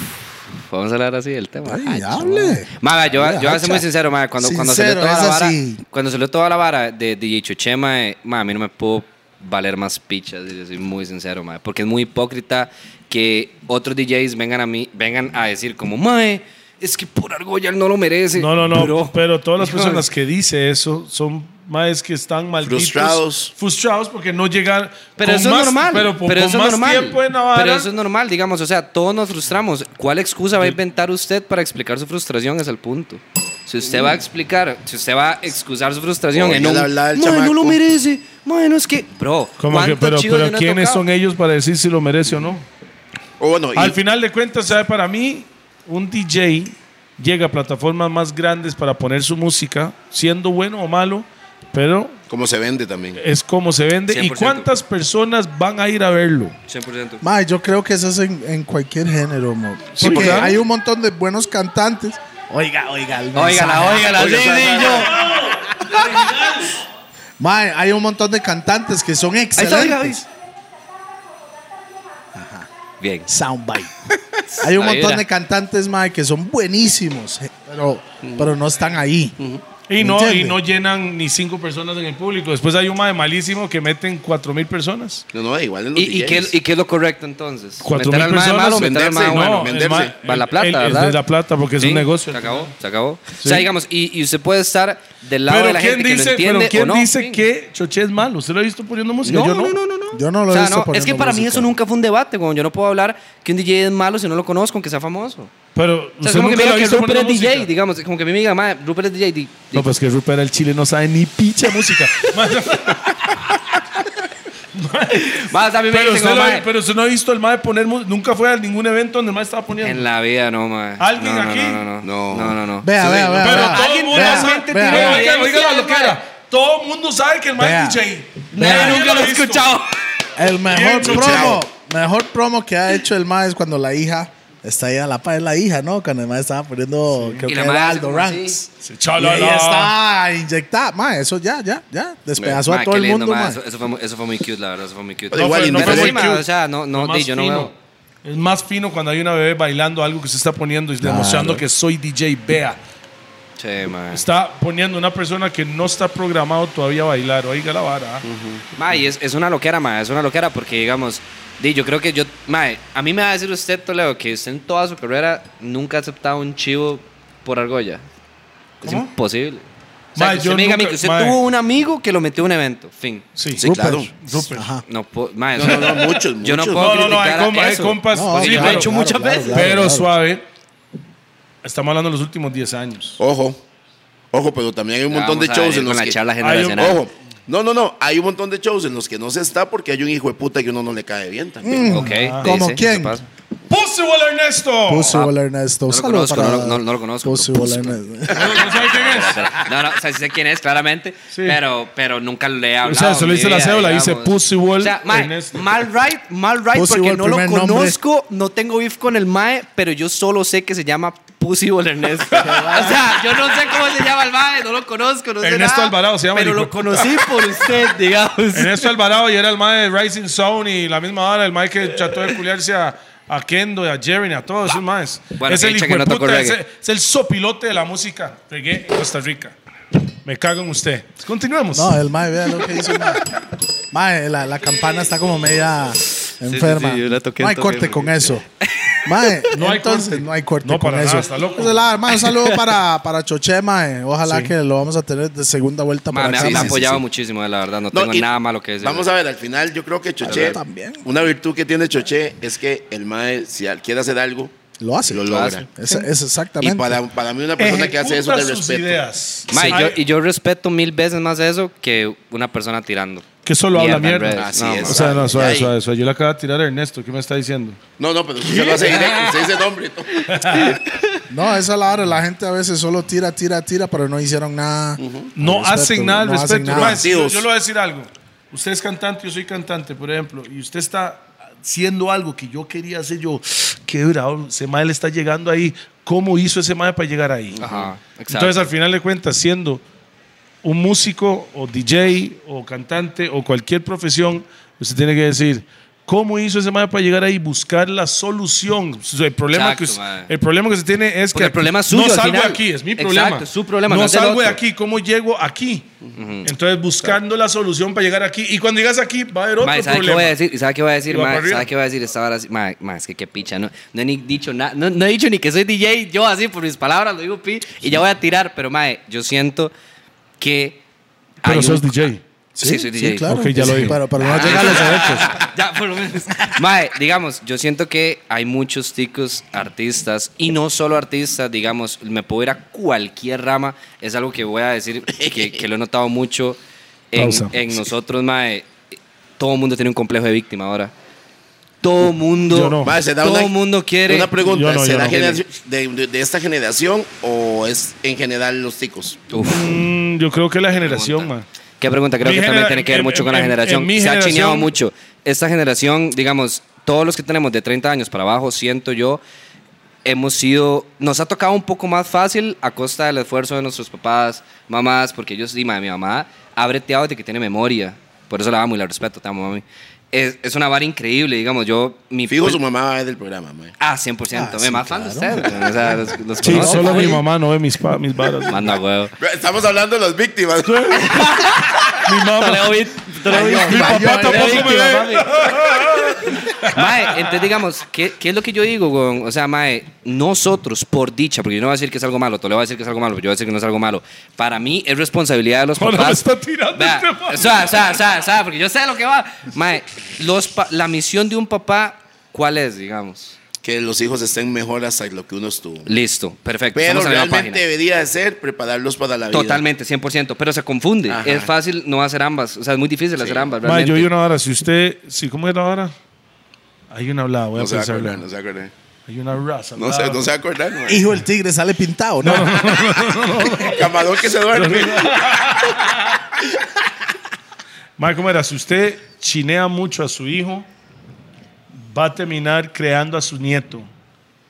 [SPEAKER 3] vamos a hablar así del tema.
[SPEAKER 4] Ay,
[SPEAKER 3] Ay,
[SPEAKER 4] hable.
[SPEAKER 3] Mae, yo, yo voy a
[SPEAKER 4] Hacha.
[SPEAKER 3] ser muy sincero, mae, cuando, cuando salió
[SPEAKER 4] Sincero,
[SPEAKER 3] toda la
[SPEAKER 4] es
[SPEAKER 3] vara,
[SPEAKER 4] así.
[SPEAKER 3] cuando salió toda la vara de DJ Choche, mae, mae, a mí no me puedo valer más pichas, y yo soy muy sincero, mae, porque es muy hipócrita que otros DJs vengan a mí, vengan a decir como, mae, es que por algo ya él no lo merece.
[SPEAKER 1] No, no, no.
[SPEAKER 3] Bro.
[SPEAKER 1] Pero todas las
[SPEAKER 3] Yo-
[SPEAKER 1] personas que dice eso son más que están malditos.
[SPEAKER 2] Frustrados.
[SPEAKER 1] Frustrados porque no llegan.
[SPEAKER 3] Pero
[SPEAKER 1] con
[SPEAKER 3] eso
[SPEAKER 1] más-
[SPEAKER 3] es normal. Pero,
[SPEAKER 1] Pero, po- con
[SPEAKER 3] eso
[SPEAKER 1] más
[SPEAKER 3] es normal.
[SPEAKER 1] tiempo en
[SPEAKER 3] pero
[SPEAKER 1] Navarra.
[SPEAKER 3] eso es normal, digamos. O sea, todos nos frustramos. ¿Cuál excusa va a inventar usted para explicar su frustración? Es el punto. Si usted va a explicar, si usted va a excusar su frustración
[SPEAKER 2] Oye,
[SPEAKER 3] en un.
[SPEAKER 2] la verdad, el
[SPEAKER 3] "Mae, no
[SPEAKER 2] chamaco".
[SPEAKER 3] lo merece. Bueno, es que. Bro,
[SPEAKER 1] Como
[SPEAKER 3] ¿cuántos
[SPEAKER 1] que, pero
[SPEAKER 3] chivos
[SPEAKER 1] pero
[SPEAKER 3] yo no he
[SPEAKER 1] ¿quiénes
[SPEAKER 3] tocado?
[SPEAKER 1] son ellos para decir si lo merece o no?
[SPEAKER 2] O bueno, y-
[SPEAKER 1] Al final de cuentas, ¿sabe? para mí, un DJ llega a plataformas más grandes para poner su música, siendo bueno o malo, pero
[SPEAKER 2] cómo se vende también.
[SPEAKER 1] es como se vende. ¿Y
[SPEAKER 3] 100%.
[SPEAKER 1] cuántas personas van a ir a verlo?
[SPEAKER 3] 100%.
[SPEAKER 4] Mae, yo creo que eso es en, en cualquier género, mo.
[SPEAKER 1] Sí,
[SPEAKER 4] Porque
[SPEAKER 1] ¿verdad?
[SPEAKER 4] hay un montón de bunos cantantes. Oiga, oiga, el
[SPEAKER 3] Óigala,
[SPEAKER 4] mensaje.
[SPEAKER 3] óigala, sí,
[SPEAKER 2] Oiga,
[SPEAKER 3] sí,
[SPEAKER 2] oiga.
[SPEAKER 3] yo.
[SPEAKER 4] Mae, hay un montón de cantantes que son
[SPEAKER 3] Ahí está, oiga,
[SPEAKER 4] excelentes.
[SPEAKER 3] Bien.
[SPEAKER 4] Soundbite. Hay un
[SPEAKER 3] La
[SPEAKER 4] montón
[SPEAKER 3] vibra.
[SPEAKER 4] de cantantes, mae, que son buenísimos, eh, pero, pero no están ahí.
[SPEAKER 1] Y no, y
[SPEAKER 4] ¿Entiende?
[SPEAKER 1] no llenan ni cinco personas en el público. Después hay un mae malísimo que meten cuatro mil personas.
[SPEAKER 2] No, no, igual en los
[SPEAKER 3] ¿Y, y qué,
[SPEAKER 2] DJs.
[SPEAKER 3] ¿Y qué es lo correcto entonces?
[SPEAKER 1] Cuatro
[SPEAKER 3] ¿Meter al
[SPEAKER 1] mil
[SPEAKER 3] mae
[SPEAKER 1] personas,
[SPEAKER 3] malo o meter al mae
[SPEAKER 2] venderse,
[SPEAKER 3] bueno?
[SPEAKER 2] no, venderse.
[SPEAKER 1] mae-
[SPEAKER 3] Va la
[SPEAKER 1] el-
[SPEAKER 3] plata,
[SPEAKER 1] el-
[SPEAKER 3] ¿verdad?
[SPEAKER 1] Es de la plata porque es
[SPEAKER 3] Sí,
[SPEAKER 1] un negocio.
[SPEAKER 3] Se acabó, se acabó. O sea, digamos, y, y usted puede estar del lado de
[SPEAKER 1] Pero
[SPEAKER 3] la
[SPEAKER 1] ¿quién
[SPEAKER 3] gente que lo
[SPEAKER 1] dice,
[SPEAKER 3] entiende
[SPEAKER 1] pero
[SPEAKER 3] o
[SPEAKER 1] ¿quién
[SPEAKER 3] no.
[SPEAKER 1] dice
[SPEAKER 3] Fin.
[SPEAKER 1] que Choche es malo? ¿Usted lo ha visto poniendo música?
[SPEAKER 3] No,
[SPEAKER 1] Yo
[SPEAKER 3] no,
[SPEAKER 1] no.
[SPEAKER 3] no, no, no.
[SPEAKER 4] Yo no lo
[SPEAKER 3] O
[SPEAKER 4] he
[SPEAKER 3] sea,
[SPEAKER 4] visto
[SPEAKER 3] Es que
[SPEAKER 4] poniendo
[SPEAKER 3] para mí
[SPEAKER 4] música.
[SPEAKER 3] eso nunca fue un debate, weón. Yo no puedo hablar que un DJ es malo si no lo conozco, aunque sea famoso. O
[SPEAKER 1] Pero usted
[SPEAKER 3] sea, es como que me
[SPEAKER 1] nunca lo
[SPEAKER 3] diga
[SPEAKER 1] ha
[SPEAKER 3] que
[SPEAKER 1] visto
[SPEAKER 3] Rupert es
[SPEAKER 1] poniendo
[SPEAKER 3] DJ,
[SPEAKER 1] música.
[SPEAKER 3] digamos. Como que a mí me diga, madre, Rupert es DJ. di- di-
[SPEAKER 1] No, pues que Rupert el Chile no sabe ni picha música. Mae,
[SPEAKER 3] Mae, o sea, a mí me
[SPEAKER 1] pero,
[SPEAKER 3] dicen,
[SPEAKER 1] usted
[SPEAKER 3] como,
[SPEAKER 1] lo ha-
[SPEAKER 3] "Mae,
[SPEAKER 1] pero usted no ha visto al mae poner música. Nunca fue a ningún evento donde el mae estaba poniendo.
[SPEAKER 3] En la vida, no, madre.
[SPEAKER 1] ¿Alguien
[SPEAKER 3] no, no,
[SPEAKER 1] aquí?
[SPEAKER 3] No, no, no.
[SPEAKER 2] No.
[SPEAKER 3] No, no, no.
[SPEAKER 4] Vea,
[SPEAKER 2] Sí,
[SPEAKER 4] vea,
[SPEAKER 2] no.
[SPEAKER 4] vea.
[SPEAKER 1] Pero
[SPEAKER 4] vea.
[SPEAKER 1] todo el mundo
[SPEAKER 4] Vea,
[SPEAKER 1] sabe.
[SPEAKER 4] vea,
[SPEAKER 1] Pero
[SPEAKER 4] vea.
[SPEAKER 1] Oiga, oiga lo que
[SPEAKER 3] Vea.
[SPEAKER 1] era. Todo el mundo sabe que el mae
[SPEAKER 4] Vea.
[SPEAKER 1] es DJ.
[SPEAKER 3] Nadie
[SPEAKER 1] Nadie
[SPEAKER 3] nunca lo
[SPEAKER 1] ha
[SPEAKER 3] he
[SPEAKER 1] visto.
[SPEAKER 3] escuchado.
[SPEAKER 4] El mejor
[SPEAKER 1] Bien,
[SPEAKER 4] promo,
[SPEAKER 2] Chuchao.
[SPEAKER 4] mejor promo que ha hecho el mae es cuando la hija está ahí a la par de la hija, ¿no? Cuando el mae estaba poniendo, creo
[SPEAKER 3] Y
[SPEAKER 4] que
[SPEAKER 3] la mae
[SPEAKER 4] era
[SPEAKER 3] hace
[SPEAKER 4] Aldo
[SPEAKER 3] como
[SPEAKER 4] Ranks.
[SPEAKER 3] así.
[SPEAKER 1] Sí,
[SPEAKER 4] Y
[SPEAKER 1] chalala.
[SPEAKER 4] ella está inyectada. Mae, eso ya, ya, ya. Despedazó a
[SPEAKER 3] Mae,
[SPEAKER 4] todo
[SPEAKER 3] qué
[SPEAKER 4] el
[SPEAKER 3] lindo,
[SPEAKER 4] mundo,
[SPEAKER 3] mae.
[SPEAKER 4] mae.
[SPEAKER 3] Eso, eso fue, mu- eso fue muy cute, la verdad. Eso fue muy cute.
[SPEAKER 2] Pero igual,
[SPEAKER 1] no
[SPEAKER 3] pero
[SPEAKER 1] fue
[SPEAKER 3] sí,
[SPEAKER 1] muy
[SPEAKER 3] mae,
[SPEAKER 1] cute.
[SPEAKER 3] o sea, no, no,
[SPEAKER 1] Lo
[SPEAKER 3] di,
[SPEAKER 1] más
[SPEAKER 3] yo no
[SPEAKER 1] fino.
[SPEAKER 3] veo.
[SPEAKER 1] Es más fino cuando hay una bebé bailando algo que se está poniendo y demostrando que soy DJ Bea.
[SPEAKER 3] Che, mae.
[SPEAKER 1] Está poniendo una persona que no está programado todavía a bailar. Oiga la vara.
[SPEAKER 3] Ma, y es, es una loquera, ma, es una loquera, porque digamos, di, yo creo que yo, ma, a mí me va a decir usted, Toledo, que usted en toda su carrera nunca ha aceptado un chivo por argolla. Es
[SPEAKER 1] ¿Cómo?
[SPEAKER 3] imposible. O sea,
[SPEAKER 1] Ma,
[SPEAKER 3] que usted
[SPEAKER 1] yo
[SPEAKER 3] me diga a mí
[SPEAKER 1] nunca-
[SPEAKER 3] que usted
[SPEAKER 1] ma.
[SPEAKER 3] tuvo un amigo que lo metió a un evento, fin.
[SPEAKER 1] Sí.
[SPEAKER 2] Sí,
[SPEAKER 4] Rupert.
[SPEAKER 2] claro.
[SPEAKER 1] Rupert.
[SPEAKER 4] Ajá.
[SPEAKER 3] No, puedo- ma,
[SPEAKER 2] No,
[SPEAKER 3] o sea,
[SPEAKER 2] no, no, muchos,
[SPEAKER 3] Yo no
[SPEAKER 2] muchos.
[SPEAKER 3] puedo
[SPEAKER 1] No, no, no, hay,
[SPEAKER 3] criticar a
[SPEAKER 1] compa- hay
[SPEAKER 3] eso.
[SPEAKER 1] compas.
[SPEAKER 4] No,
[SPEAKER 1] sí,
[SPEAKER 3] Porque yo lo he
[SPEAKER 1] claro,
[SPEAKER 3] hecho
[SPEAKER 1] claro,
[SPEAKER 3] muchas
[SPEAKER 4] claro,
[SPEAKER 3] veces.
[SPEAKER 4] claro.
[SPEAKER 1] pero suave. Estamos hablando de los últimos 10 años.
[SPEAKER 2] Ojo. Ojo, pero también hay un
[SPEAKER 3] Ya
[SPEAKER 2] montón de
[SPEAKER 3] vamos a
[SPEAKER 2] shows
[SPEAKER 3] venir
[SPEAKER 2] en los
[SPEAKER 3] con la
[SPEAKER 2] que.
[SPEAKER 3] charla
[SPEAKER 2] Hay
[SPEAKER 1] un-
[SPEAKER 3] generacional.
[SPEAKER 2] Ojo. No, no, no. Hay un montón de shows en los que no se está porque hay un hijo de puta que uno no le cae bien también.
[SPEAKER 3] Ok,
[SPEAKER 4] ¿Cómo
[SPEAKER 3] sí, sí,
[SPEAKER 4] quién?
[SPEAKER 3] eso pasa.
[SPEAKER 1] Possible Ernesto.
[SPEAKER 4] Possible Ernesto.
[SPEAKER 3] No lo
[SPEAKER 4] Saludo
[SPEAKER 3] conozco,
[SPEAKER 4] para
[SPEAKER 3] no lo- no- no lo conozco,
[SPEAKER 4] Possible
[SPEAKER 3] pero
[SPEAKER 4] Ernesto.
[SPEAKER 1] No, no sabe quién es.
[SPEAKER 3] No, no, o sea, sí sé quién es, claramente.
[SPEAKER 1] Sí.
[SPEAKER 3] Pero, pero nunca le he hablado.
[SPEAKER 1] O sea, solo
[SPEAKER 3] en mi
[SPEAKER 1] dice la
[SPEAKER 3] vida,
[SPEAKER 1] cédula, dice
[SPEAKER 3] digamos.
[SPEAKER 1] Pussywall
[SPEAKER 3] O sea, mae,
[SPEAKER 1] Ernesto.
[SPEAKER 3] mal right, mal right, porque
[SPEAKER 4] Pussywall,
[SPEAKER 3] no lo
[SPEAKER 4] primer nombre.
[SPEAKER 3] conozco, no tengo beef con el mae, pero yo solo sé que se llama Pussywall Ernesto. o sea, yo no sé cómo se llama el mae, no lo conozco, no sé
[SPEAKER 1] Ernesto
[SPEAKER 3] nada,
[SPEAKER 1] Alvarado se llama el
[SPEAKER 3] Pero
[SPEAKER 1] hijo
[SPEAKER 3] lo
[SPEAKER 1] de-
[SPEAKER 3] conocí por usted, digamos.
[SPEAKER 1] Ernesto Alvarado y era el mae de Rising Sound y la misma hora el mae que trató de culiarse a, a Kendo y a Jerry y a todos esos maes.
[SPEAKER 3] Bueno,
[SPEAKER 1] es el
[SPEAKER 3] dicha que
[SPEAKER 1] hijo de
[SPEAKER 3] no tocó
[SPEAKER 1] puta, es,
[SPEAKER 3] reggae.
[SPEAKER 1] el- es el sopilote de la música reggae en Costa Rica. Me cago en usted. Continuemos.
[SPEAKER 4] No, el mae, vea lo que hizo. el Mae, Mae, la, la campana está como media enferma.
[SPEAKER 3] sí, yo la toqué,
[SPEAKER 4] no hay
[SPEAKER 3] toqué,
[SPEAKER 4] corte
[SPEAKER 3] porque-
[SPEAKER 4] con eso. Mae,
[SPEAKER 1] No hay
[SPEAKER 4] entonces
[SPEAKER 1] corte.
[SPEAKER 4] no hay corte
[SPEAKER 1] No,
[SPEAKER 4] con
[SPEAKER 1] para nada,
[SPEAKER 4] eso.
[SPEAKER 1] está loco.
[SPEAKER 4] Entonces, la- mae, un saludo para, para Choché, mae. Ojalá que lo vamos a tener de segunda vuelta
[SPEAKER 3] Mae,
[SPEAKER 4] para
[SPEAKER 3] me, ha-
[SPEAKER 4] acá.
[SPEAKER 3] me ha
[SPEAKER 4] mae.
[SPEAKER 2] sí,
[SPEAKER 3] apoyado muchísimo, la verdad, no,
[SPEAKER 2] No,
[SPEAKER 3] tengo
[SPEAKER 2] y
[SPEAKER 3] nada malo que decir.
[SPEAKER 2] Vamos a ver, al final yo creo que Choché.
[SPEAKER 4] Yo también.
[SPEAKER 2] Una virtud que tiene Choché es que el mae, si al- quiere hacer algo,
[SPEAKER 4] Lo hace.
[SPEAKER 2] lo logra.
[SPEAKER 3] hace.
[SPEAKER 4] Es, es
[SPEAKER 2] Y
[SPEAKER 4] exactamente.
[SPEAKER 2] para, para mí, una persona que hace eso
[SPEAKER 1] Ejecuta
[SPEAKER 2] le
[SPEAKER 1] sus
[SPEAKER 2] respeto.
[SPEAKER 1] ideas.
[SPEAKER 3] Mae,
[SPEAKER 1] Ay,
[SPEAKER 3] yo- y yo respeto mil veces más eso que una persona tirando.
[SPEAKER 1] que solo habla
[SPEAKER 3] en
[SPEAKER 1] mierda.
[SPEAKER 3] redes.
[SPEAKER 2] Así
[SPEAKER 3] No,
[SPEAKER 2] es.
[SPEAKER 3] mae.
[SPEAKER 1] O sea, no, suave,
[SPEAKER 2] Ay.
[SPEAKER 1] suave, suave. Yo le acabo de tirar a Ernesto. ¿Qué me está diciendo?
[SPEAKER 2] No, no, pero usted lo hace directo, usted dice nombre. y todo.
[SPEAKER 4] No, esa es la hora. La gente a veces solo tira, tira, tira, pero no hicieron nada.
[SPEAKER 1] No
[SPEAKER 4] Respeto,
[SPEAKER 1] hacen nada al
[SPEAKER 4] no hacen
[SPEAKER 1] respecto.
[SPEAKER 4] nada.
[SPEAKER 1] Mae, yo,
[SPEAKER 2] Bandidos.
[SPEAKER 1] yo le voy a decir algo. Usted es cantante, yo soy cantante, por ejemplo, y usted está haciendo algo que yo quería hacer. Yo, qué bravo, ese mae le está llegando ahí. ¿Cómo hizo ese mae para llegar ahí?
[SPEAKER 3] Ajá, exacto.
[SPEAKER 1] Entonces, al final de cuentas, siendo un músico o DJ o cantante o cualquier profesión, usted tiene que decir, ¿cómo hizo ese mae para llegar ahí? Buscar la solución. El problema,
[SPEAKER 3] Exacto,
[SPEAKER 1] que, us-
[SPEAKER 3] mae.
[SPEAKER 1] el problema que se tiene es
[SPEAKER 3] Porque
[SPEAKER 1] que
[SPEAKER 3] el problema es suyo
[SPEAKER 1] no
[SPEAKER 3] al
[SPEAKER 1] salgo de
[SPEAKER 3] final.
[SPEAKER 1] aquí, es mi
[SPEAKER 3] Exacto,
[SPEAKER 1] problema.
[SPEAKER 3] es su problema,
[SPEAKER 1] No
[SPEAKER 3] no es del
[SPEAKER 1] salgo de
[SPEAKER 3] otro.
[SPEAKER 1] aquí, ¿cómo llego aquí? Entonces, buscando la solución para llegar aquí. Y cuando llegas aquí, va a haber otro
[SPEAKER 3] Mae, ¿sabe qué
[SPEAKER 1] problema.
[SPEAKER 3] voy a decir? ¿Sabe qué voy a decir?
[SPEAKER 1] Y va
[SPEAKER 3] mae?
[SPEAKER 1] para arriba.
[SPEAKER 3] ¿Sabe qué voy a decir? Esta vara así. Mae, mae, es que qué picha. No, no he ni dicho nada. No, no he dicho ni que soy DJ. Yo así por mis palabras lo digo pi. Y ya voy a tirar. Pero mae, yo siento que.
[SPEAKER 1] Pero
[SPEAKER 3] hay
[SPEAKER 1] sos
[SPEAKER 3] un-
[SPEAKER 1] DJ.
[SPEAKER 3] Sí, soy DJ.
[SPEAKER 4] claro.
[SPEAKER 1] Ok, ya lo
[SPEAKER 4] Sí,
[SPEAKER 1] digo.
[SPEAKER 4] Para, para no llegar a los derechos.
[SPEAKER 3] Ya, por lo menos. Mae, digamos, yo siento que hay muchos ticos artistas y no solo artistas, digamos, me puedo ir a cualquier rama. Es algo que voy a decir que, que lo he notado mucho en,
[SPEAKER 1] Pausa.
[SPEAKER 3] en nosotros, Mae. Todo el mundo tiene un complejo de víctima ahora. Todo el mundo.
[SPEAKER 1] Yo no.
[SPEAKER 2] Mae, se da
[SPEAKER 3] todo
[SPEAKER 2] una-
[SPEAKER 3] el mundo quiere.
[SPEAKER 2] Una
[SPEAKER 1] Yo
[SPEAKER 2] pregunta:
[SPEAKER 1] no, yo
[SPEAKER 2] ¿será
[SPEAKER 1] no.
[SPEAKER 2] generación- de, de- de esta generación o es en general los ticos?
[SPEAKER 3] Uf,
[SPEAKER 1] Mm, yo creo que la generación,
[SPEAKER 3] pregunta.
[SPEAKER 1] mae.
[SPEAKER 3] Qué pregunta, creo
[SPEAKER 1] Mi
[SPEAKER 3] que
[SPEAKER 1] genera-
[SPEAKER 3] también tiene que ver
[SPEAKER 1] en-
[SPEAKER 3] mucho con la
[SPEAKER 1] en- en-
[SPEAKER 3] generación.
[SPEAKER 1] en mi
[SPEAKER 3] Se ha chineado
[SPEAKER 1] generación-
[SPEAKER 3] mucho. Esta generación, digamos, todos los que tenemos de 30 años para abajo, siento yo, hemos sido, nos ha tocado un poco más fácil a costa del esfuerzo de nuestros papás, mamás, porque ellos, sí, madre, mi mamá ha breteado desde que tiene memoria. Por eso la amo y la respeto, te amo, mami. Es, es una vara increíble, digamos, yo, mi...
[SPEAKER 2] Fijo, su mamá va a ver del programa, mae.
[SPEAKER 3] Ah, 100%,
[SPEAKER 4] Ah,
[SPEAKER 3] me
[SPEAKER 4] sí,
[SPEAKER 3] más fan de
[SPEAKER 4] claro.
[SPEAKER 3] ustedes, güey. o sea, los, los
[SPEAKER 1] Sí,
[SPEAKER 3] conoce,
[SPEAKER 1] solo
[SPEAKER 3] güey.
[SPEAKER 1] mi mamá no ve mis, pa- mis varas. mae.
[SPEAKER 3] Manda huevo.
[SPEAKER 2] Estamos hablando de las víctimas.
[SPEAKER 1] mi mamá.
[SPEAKER 3] Toledo Beat, Toledo Beat.
[SPEAKER 1] Mi papá
[SPEAKER 4] Mayor,
[SPEAKER 1] tampoco
[SPEAKER 4] eh,
[SPEAKER 1] me ve.
[SPEAKER 3] Mae, entonces digamos, ¿qué, qué es lo que yo digo, weón? O sea, Mae, nosotros, por dicha, porque yo no voy a decir que es algo malo, Toledo va a decir que es algo malo, pero yo voy a decir que no es algo malo. Para mí es responsabilidad de los
[SPEAKER 1] Ahora me
[SPEAKER 3] papás.
[SPEAKER 1] está tirando
[SPEAKER 3] Vea,
[SPEAKER 1] este mae.
[SPEAKER 3] o sea, o sea, o sea, o sea, porque yo sé lo que va. Mae, los pa- la misión de un papá, ¿cuál es, digamos?
[SPEAKER 2] que los hijos estén mejor hasta lo que uno estuvo.
[SPEAKER 3] Listo, perfecto.
[SPEAKER 2] Pero
[SPEAKER 3] estamos en la misma
[SPEAKER 2] realmente
[SPEAKER 3] página.
[SPEAKER 2] debería de ser prepararlos para la vida.
[SPEAKER 3] Totalmente, 100%, pero se confunde.
[SPEAKER 2] Ajá.
[SPEAKER 3] Es fácil no hacer ambas, o sea, es muy difícil hacer ambas.
[SPEAKER 1] Ma,
[SPEAKER 3] realmente.
[SPEAKER 1] yo vi una hora. Si usted. Si, ¿Cómo era ahora? Hay una hablada, voy a
[SPEAKER 2] No se va a
[SPEAKER 1] pensarla.
[SPEAKER 2] acordar, no se va a acordar.
[SPEAKER 1] Hay una raza.
[SPEAKER 2] No se, no se va a acordar, mae.
[SPEAKER 4] Hijo el tigre sale pintado, ¿no?
[SPEAKER 2] Camarón que se duerme.
[SPEAKER 1] Ma, ¿cómo era? Si usted chinea mucho a su hijo, va a terminar creando a su nieto.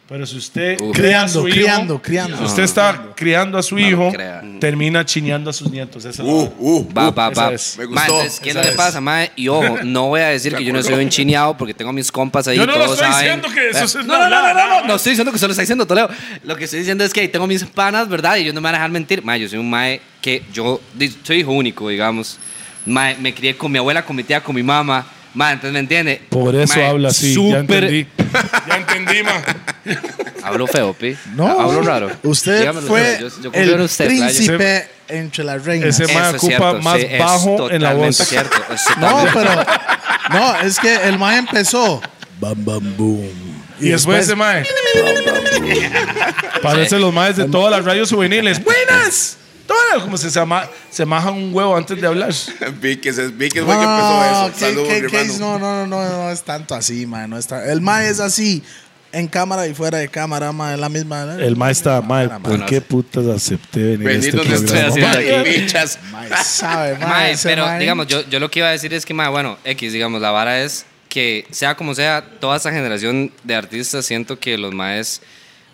[SPEAKER 1] Pero si usted
[SPEAKER 3] Uf. Ah.
[SPEAKER 1] crea a
[SPEAKER 4] Criando,
[SPEAKER 1] su hijo,
[SPEAKER 4] criando, criando.
[SPEAKER 1] si usted está criando a su
[SPEAKER 3] No lo
[SPEAKER 1] hijo,
[SPEAKER 3] crea.
[SPEAKER 1] termina chineando a sus nietos. Esa es la
[SPEAKER 2] Uh,
[SPEAKER 3] Va,
[SPEAKER 2] uh.
[SPEAKER 1] vara.
[SPEAKER 2] uh.
[SPEAKER 3] va,
[SPEAKER 1] esa
[SPEAKER 3] va.
[SPEAKER 1] es.
[SPEAKER 2] Me
[SPEAKER 3] Ma,
[SPEAKER 2] gustó.
[SPEAKER 3] entonces, ¿Qué
[SPEAKER 1] Esa
[SPEAKER 3] no le
[SPEAKER 1] es.
[SPEAKER 3] pasa, mae? Y ojo, no voy a decir que yo no soy un chineado porque tengo a mis compas ahí.
[SPEAKER 1] Yo no lo
[SPEAKER 3] todos
[SPEAKER 1] estoy
[SPEAKER 3] saben. Eh,
[SPEAKER 1] diciendo que eso es
[SPEAKER 3] no,
[SPEAKER 1] una
[SPEAKER 3] no, no, no,
[SPEAKER 1] hablada,
[SPEAKER 3] no,
[SPEAKER 1] nada
[SPEAKER 3] no,
[SPEAKER 1] más.
[SPEAKER 3] no estoy diciendo que solo está diciendo Toledo. Lo que estoy diciendo es que ahí tengo mis panas, ¿verdad? Y yo no me van a dejar mentir. Mae, yo soy un mae que yo di- soy hijo único, digamos. Mae, me crié con mi abuela, con mi tía, con mi mamá. Mae, entonces, ¿me entiende?
[SPEAKER 1] Por eso
[SPEAKER 3] Mae,
[SPEAKER 1] habla así. Ya
[SPEAKER 3] súper-
[SPEAKER 1] entendí. ya entendí, ma.
[SPEAKER 3] Hablo feo, pi.
[SPEAKER 4] No.
[SPEAKER 3] Ah, Hablo raro.
[SPEAKER 4] Usted
[SPEAKER 3] Dígamelo,
[SPEAKER 4] fue
[SPEAKER 3] yo- yo confío en
[SPEAKER 4] el
[SPEAKER 3] usted, Eh, playa.
[SPEAKER 4] príncipe entre las reinas.
[SPEAKER 1] Ese
[SPEAKER 3] Eso
[SPEAKER 1] ma
[SPEAKER 3] es
[SPEAKER 1] ocupa
[SPEAKER 3] cierto,
[SPEAKER 1] más
[SPEAKER 3] sí, es
[SPEAKER 1] bajo en la voz.
[SPEAKER 3] totalmente cierto, es
[SPEAKER 4] No,
[SPEAKER 3] totalmente-
[SPEAKER 4] pero... No, es que el mae empezó. Bam, bam, boom.
[SPEAKER 1] Y después ese mae. Parecen los maes de todas las radios juveniles. ¡Buenas! Toma, como se, se, ama- se majan un huevo antes de hablar.
[SPEAKER 2] Viques es Viques, fue que
[SPEAKER 3] Ah,
[SPEAKER 2] empezó
[SPEAKER 4] No,
[SPEAKER 2] eso.
[SPEAKER 4] ¿qué-
[SPEAKER 2] Saludos, mi
[SPEAKER 4] qué- qué
[SPEAKER 2] hermano.
[SPEAKER 4] es? no, no, no, no, no es tanto así, man. No es tan- el mae es así, en cámara y fuera de cámara, man, es la misma.
[SPEAKER 1] El maestro está mal. ¿Por qué putas acepté venir a este
[SPEAKER 2] Bendito donde estoy
[SPEAKER 1] programa?
[SPEAKER 3] programa.
[SPEAKER 2] haciendo aquí,
[SPEAKER 1] Mae,
[SPEAKER 2] bichas.
[SPEAKER 4] mae sabe, mae,
[SPEAKER 3] Mae,
[SPEAKER 4] ese
[SPEAKER 3] pero
[SPEAKER 4] mae.
[SPEAKER 3] digamos, yo, yo lo que iba a decir es que, mae, bueno, X, digamos, la vara es que, sea como sea, toda esa generación de artistas, siento que los maes,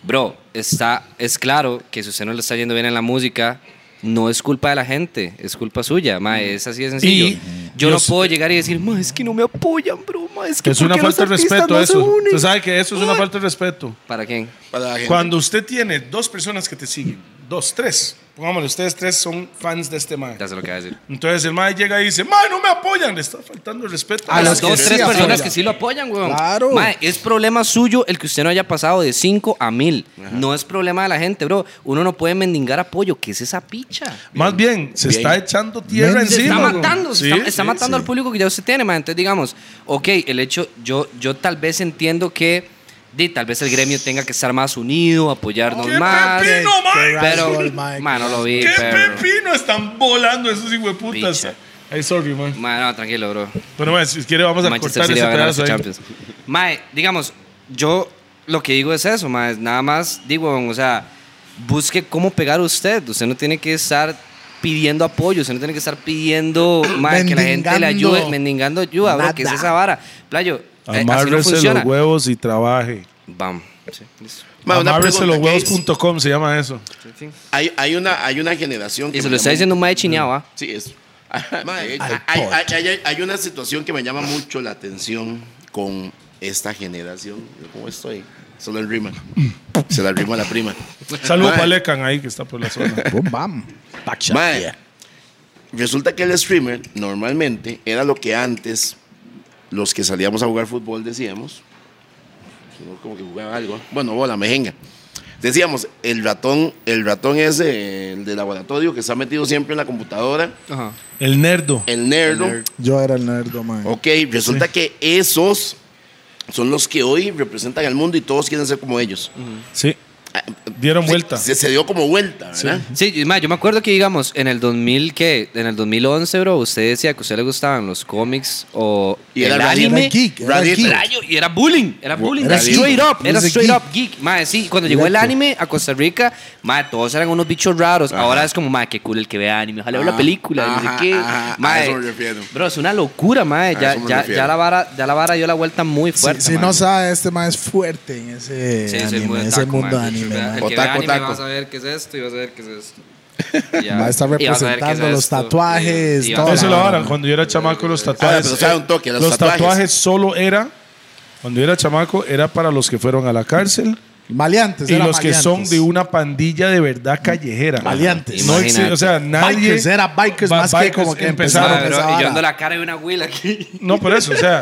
[SPEAKER 3] bro, está, es claro que si usted no le está yendo bien en la música, no es culpa de la gente, es culpa suya, mae, es así de sencillo.
[SPEAKER 1] Y-
[SPEAKER 3] yo no
[SPEAKER 1] Dios- eh,
[SPEAKER 3] puedo llegar y decir, mae, es que no me apoyan, bro, mae, es que
[SPEAKER 1] Es
[SPEAKER 3] ¿por
[SPEAKER 1] una
[SPEAKER 3] qué los
[SPEAKER 1] falta de
[SPEAKER 3] artistas
[SPEAKER 1] respeto
[SPEAKER 3] no se
[SPEAKER 1] eso.
[SPEAKER 3] unen?"
[SPEAKER 1] Usted sabe que eso es una falta de respeto.
[SPEAKER 3] ¿Para quién?
[SPEAKER 2] Para la gente.
[SPEAKER 1] Cuando usted tiene dos personas que te siguen, dos, tres, pongámosle, ustedes tres son fans de este mae.
[SPEAKER 3] Ya sé lo que iba a decir.
[SPEAKER 1] Entonces el mae llega y dice, mae, no me apoyan, le está faltando el respeto.
[SPEAKER 3] A las
[SPEAKER 4] los que
[SPEAKER 3] dos,
[SPEAKER 4] sí
[SPEAKER 3] tres
[SPEAKER 4] apoyan.
[SPEAKER 3] personas que sí lo apoyan, weón.
[SPEAKER 4] Claro.
[SPEAKER 3] Mae, es problema suyo el que usted no haya pasado de 5 a mil. No es problema de la gente, bro. Uno no puede mendigar apoyo. ¿Qué es esa picha?
[SPEAKER 1] Más bien, se
[SPEAKER 2] Bien.
[SPEAKER 1] está echando tierra
[SPEAKER 4] Men- Se
[SPEAKER 1] encima.
[SPEAKER 3] Se está
[SPEAKER 1] güey.
[SPEAKER 3] matando, se
[SPEAKER 1] Sí,
[SPEAKER 3] está, está
[SPEAKER 1] sí,
[SPEAKER 3] matando
[SPEAKER 1] sí.
[SPEAKER 3] al público que ya usted tiene, mae. Entonces, digamos, ok, el hecho, yo, yo tal vez entiendo que di, tal vez el gremio tenga que estar más unido, apoyarnos
[SPEAKER 1] ¡Qué
[SPEAKER 3] más.
[SPEAKER 1] pepino, mae!
[SPEAKER 3] Pero,
[SPEAKER 4] Mae,
[SPEAKER 3] mano, lo vi,
[SPEAKER 1] ¡Qué
[SPEAKER 3] pero.
[SPEAKER 1] pepino! Están volando esos hijueputas.
[SPEAKER 3] Picha.
[SPEAKER 1] Ay, sorry, man.
[SPEAKER 3] Mae, no, tranquilo, bro.
[SPEAKER 1] Bueno, mae, si quiere vamos a
[SPEAKER 3] Manchester
[SPEAKER 1] cortar
[SPEAKER 3] City
[SPEAKER 1] ese
[SPEAKER 3] va a ganar
[SPEAKER 1] pedazo
[SPEAKER 3] su
[SPEAKER 1] ahí.
[SPEAKER 3] Champions. Mae, digamos, yo lo que digo es eso, mae, nada más digo, o sea, busque cómo pegar usted, usted no tiene que estar pidiendo apoyo, usted no tiene que estar pidiendo mae, que la gente le
[SPEAKER 4] Mendigando.
[SPEAKER 3] ayude, mendigando ayuda, bro, que es
[SPEAKER 4] Nada.
[SPEAKER 3] esa vara. Playo, eh, así no
[SPEAKER 1] Amárrese
[SPEAKER 3] funciona.
[SPEAKER 1] los huevos y trabaje.
[SPEAKER 3] Bam. Sí, listo.
[SPEAKER 2] Ma, una
[SPEAKER 1] Amárrese los
[SPEAKER 2] pregunta, ¿qué es?
[SPEAKER 1] huevos.com se llama eso.
[SPEAKER 2] Hay, hay, una, hay una generación que.
[SPEAKER 3] Y se
[SPEAKER 2] me
[SPEAKER 3] lo está
[SPEAKER 2] llamó-
[SPEAKER 3] diciendo un mae chineado, ¿ah?
[SPEAKER 2] Sí, es. De hecho, hay, hay- hay- hay una situación que me llama mucho la atención con esta generación. Yo como estoy, solo en rima. Se la rima a la prima.
[SPEAKER 1] Saludos
[SPEAKER 2] Mae.
[SPEAKER 1] para Lecan ahí que está por la zona.
[SPEAKER 4] Bum, bam. Backshot.
[SPEAKER 2] Mae, resulta que el streamer normalmente era lo que antes los que salíamos a jugar fútbol decíamos. Uno como que jugaba algo. Bueno, bola, mejenga. Decíamos, el ratón, el ratón ese, el de laboratorio que está metido siempre en la computadora,
[SPEAKER 3] Ajá.
[SPEAKER 1] El nerdo.
[SPEAKER 2] el nerdo.
[SPEAKER 4] Yo era el nerdo, mae.
[SPEAKER 2] Ok, resulta que esos son los que hoy representan al mundo y todos quieren ser como ellos.
[SPEAKER 1] Sí.
[SPEAKER 2] Ah,
[SPEAKER 1] Dieron
[SPEAKER 2] se-
[SPEAKER 1] vuelta.
[SPEAKER 2] Se, se dio como vuelta, ¿verdad?
[SPEAKER 3] Sí, y, mae, yo me acuerdo que, digamos, en el 2000, ¿qué? En el 2011, bro, usted decía que a usted le gustaban los cómics o
[SPEAKER 2] Y
[SPEAKER 3] el
[SPEAKER 2] era radio-
[SPEAKER 3] anime.
[SPEAKER 4] Era geek, era
[SPEAKER 2] radio-
[SPEAKER 4] geek.
[SPEAKER 3] Rayo, y era bullying, era bullying.
[SPEAKER 4] Era
[SPEAKER 3] Era
[SPEAKER 4] geek.
[SPEAKER 3] straight up,
[SPEAKER 4] He
[SPEAKER 3] era
[SPEAKER 4] was a
[SPEAKER 3] straight
[SPEAKER 4] geek.
[SPEAKER 3] up geek. Mae, sí, cuando llegó el
[SPEAKER 4] Directo.
[SPEAKER 3] anime a Costa Rica, mae, todos eran unos bichos raros. Ahora es como, mae, qué cool el que ve anime, ojalá vea la
[SPEAKER 2] Ajá,
[SPEAKER 3] película, y no
[SPEAKER 2] ajá,
[SPEAKER 3] sé qué.
[SPEAKER 2] ajá, a
[SPEAKER 3] Mae,
[SPEAKER 2] eso me refiero.
[SPEAKER 3] Bro, es una locura, mae.
[SPEAKER 2] A
[SPEAKER 3] Ya,
[SPEAKER 2] eso me
[SPEAKER 3] ya,
[SPEAKER 2] refiero.
[SPEAKER 3] ya, la vara, ya la vara dio la vuelta muy
[SPEAKER 4] Si-
[SPEAKER 3] fuerte.
[SPEAKER 4] si
[SPEAKER 3] mae.
[SPEAKER 4] no sabe, este mae es fuerte en ese,
[SPEAKER 3] Sí, sí, es
[SPEAKER 4] anime,
[SPEAKER 3] muy
[SPEAKER 4] ese
[SPEAKER 3] otaku,
[SPEAKER 4] mundo
[SPEAKER 3] mae.
[SPEAKER 4] anime,
[SPEAKER 3] El
[SPEAKER 4] mae.
[SPEAKER 3] que ve
[SPEAKER 2] Otaku,
[SPEAKER 3] anime
[SPEAKER 2] otaku.
[SPEAKER 3] vas a ver qué es esto y vas a ver qué es esto. Y ya.
[SPEAKER 4] Va a estar
[SPEAKER 3] Y vas ver qué
[SPEAKER 4] representando
[SPEAKER 3] es
[SPEAKER 4] los
[SPEAKER 3] esto.
[SPEAKER 4] tatuajes,
[SPEAKER 3] Y- y vas a
[SPEAKER 4] todo.
[SPEAKER 3] ver-
[SPEAKER 1] Eso
[SPEAKER 4] Ah,
[SPEAKER 1] lo
[SPEAKER 4] no,
[SPEAKER 1] harán.
[SPEAKER 4] no.
[SPEAKER 1] Cuando yo era chamaco, los
[SPEAKER 2] Ahora,
[SPEAKER 1] tatuajes.
[SPEAKER 2] Ah, pero sabe un toque, los,
[SPEAKER 1] los
[SPEAKER 2] tatuajes.
[SPEAKER 1] tatuajes solo era. Cuando yo era chamaco, era para los que fueron a la cárcel
[SPEAKER 4] Maleantes,
[SPEAKER 1] y
[SPEAKER 4] era
[SPEAKER 1] los que son
[SPEAKER 4] maleantes.
[SPEAKER 1] de una pandilla de verdad callejera.
[SPEAKER 4] Maleantes.
[SPEAKER 1] No
[SPEAKER 3] Imagínate.
[SPEAKER 1] existe, o sea, nadie.
[SPEAKER 4] Bikers, era bikers
[SPEAKER 1] Ba-
[SPEAKER 4] más que como que
[SPEAKER 3] Mae,
[SPEAKER 1] empezaron.
[SPEAKER 4] empezaron.
[SPEAKER 3] bro,
[SPEAKER 4] esa
[SPEAKER 3] y yo
[SPEAKER 4] vara.
[SPEAKER 3] ando la cara de una huila aquí.
[SPEAKER 1] No, por eso, o sea,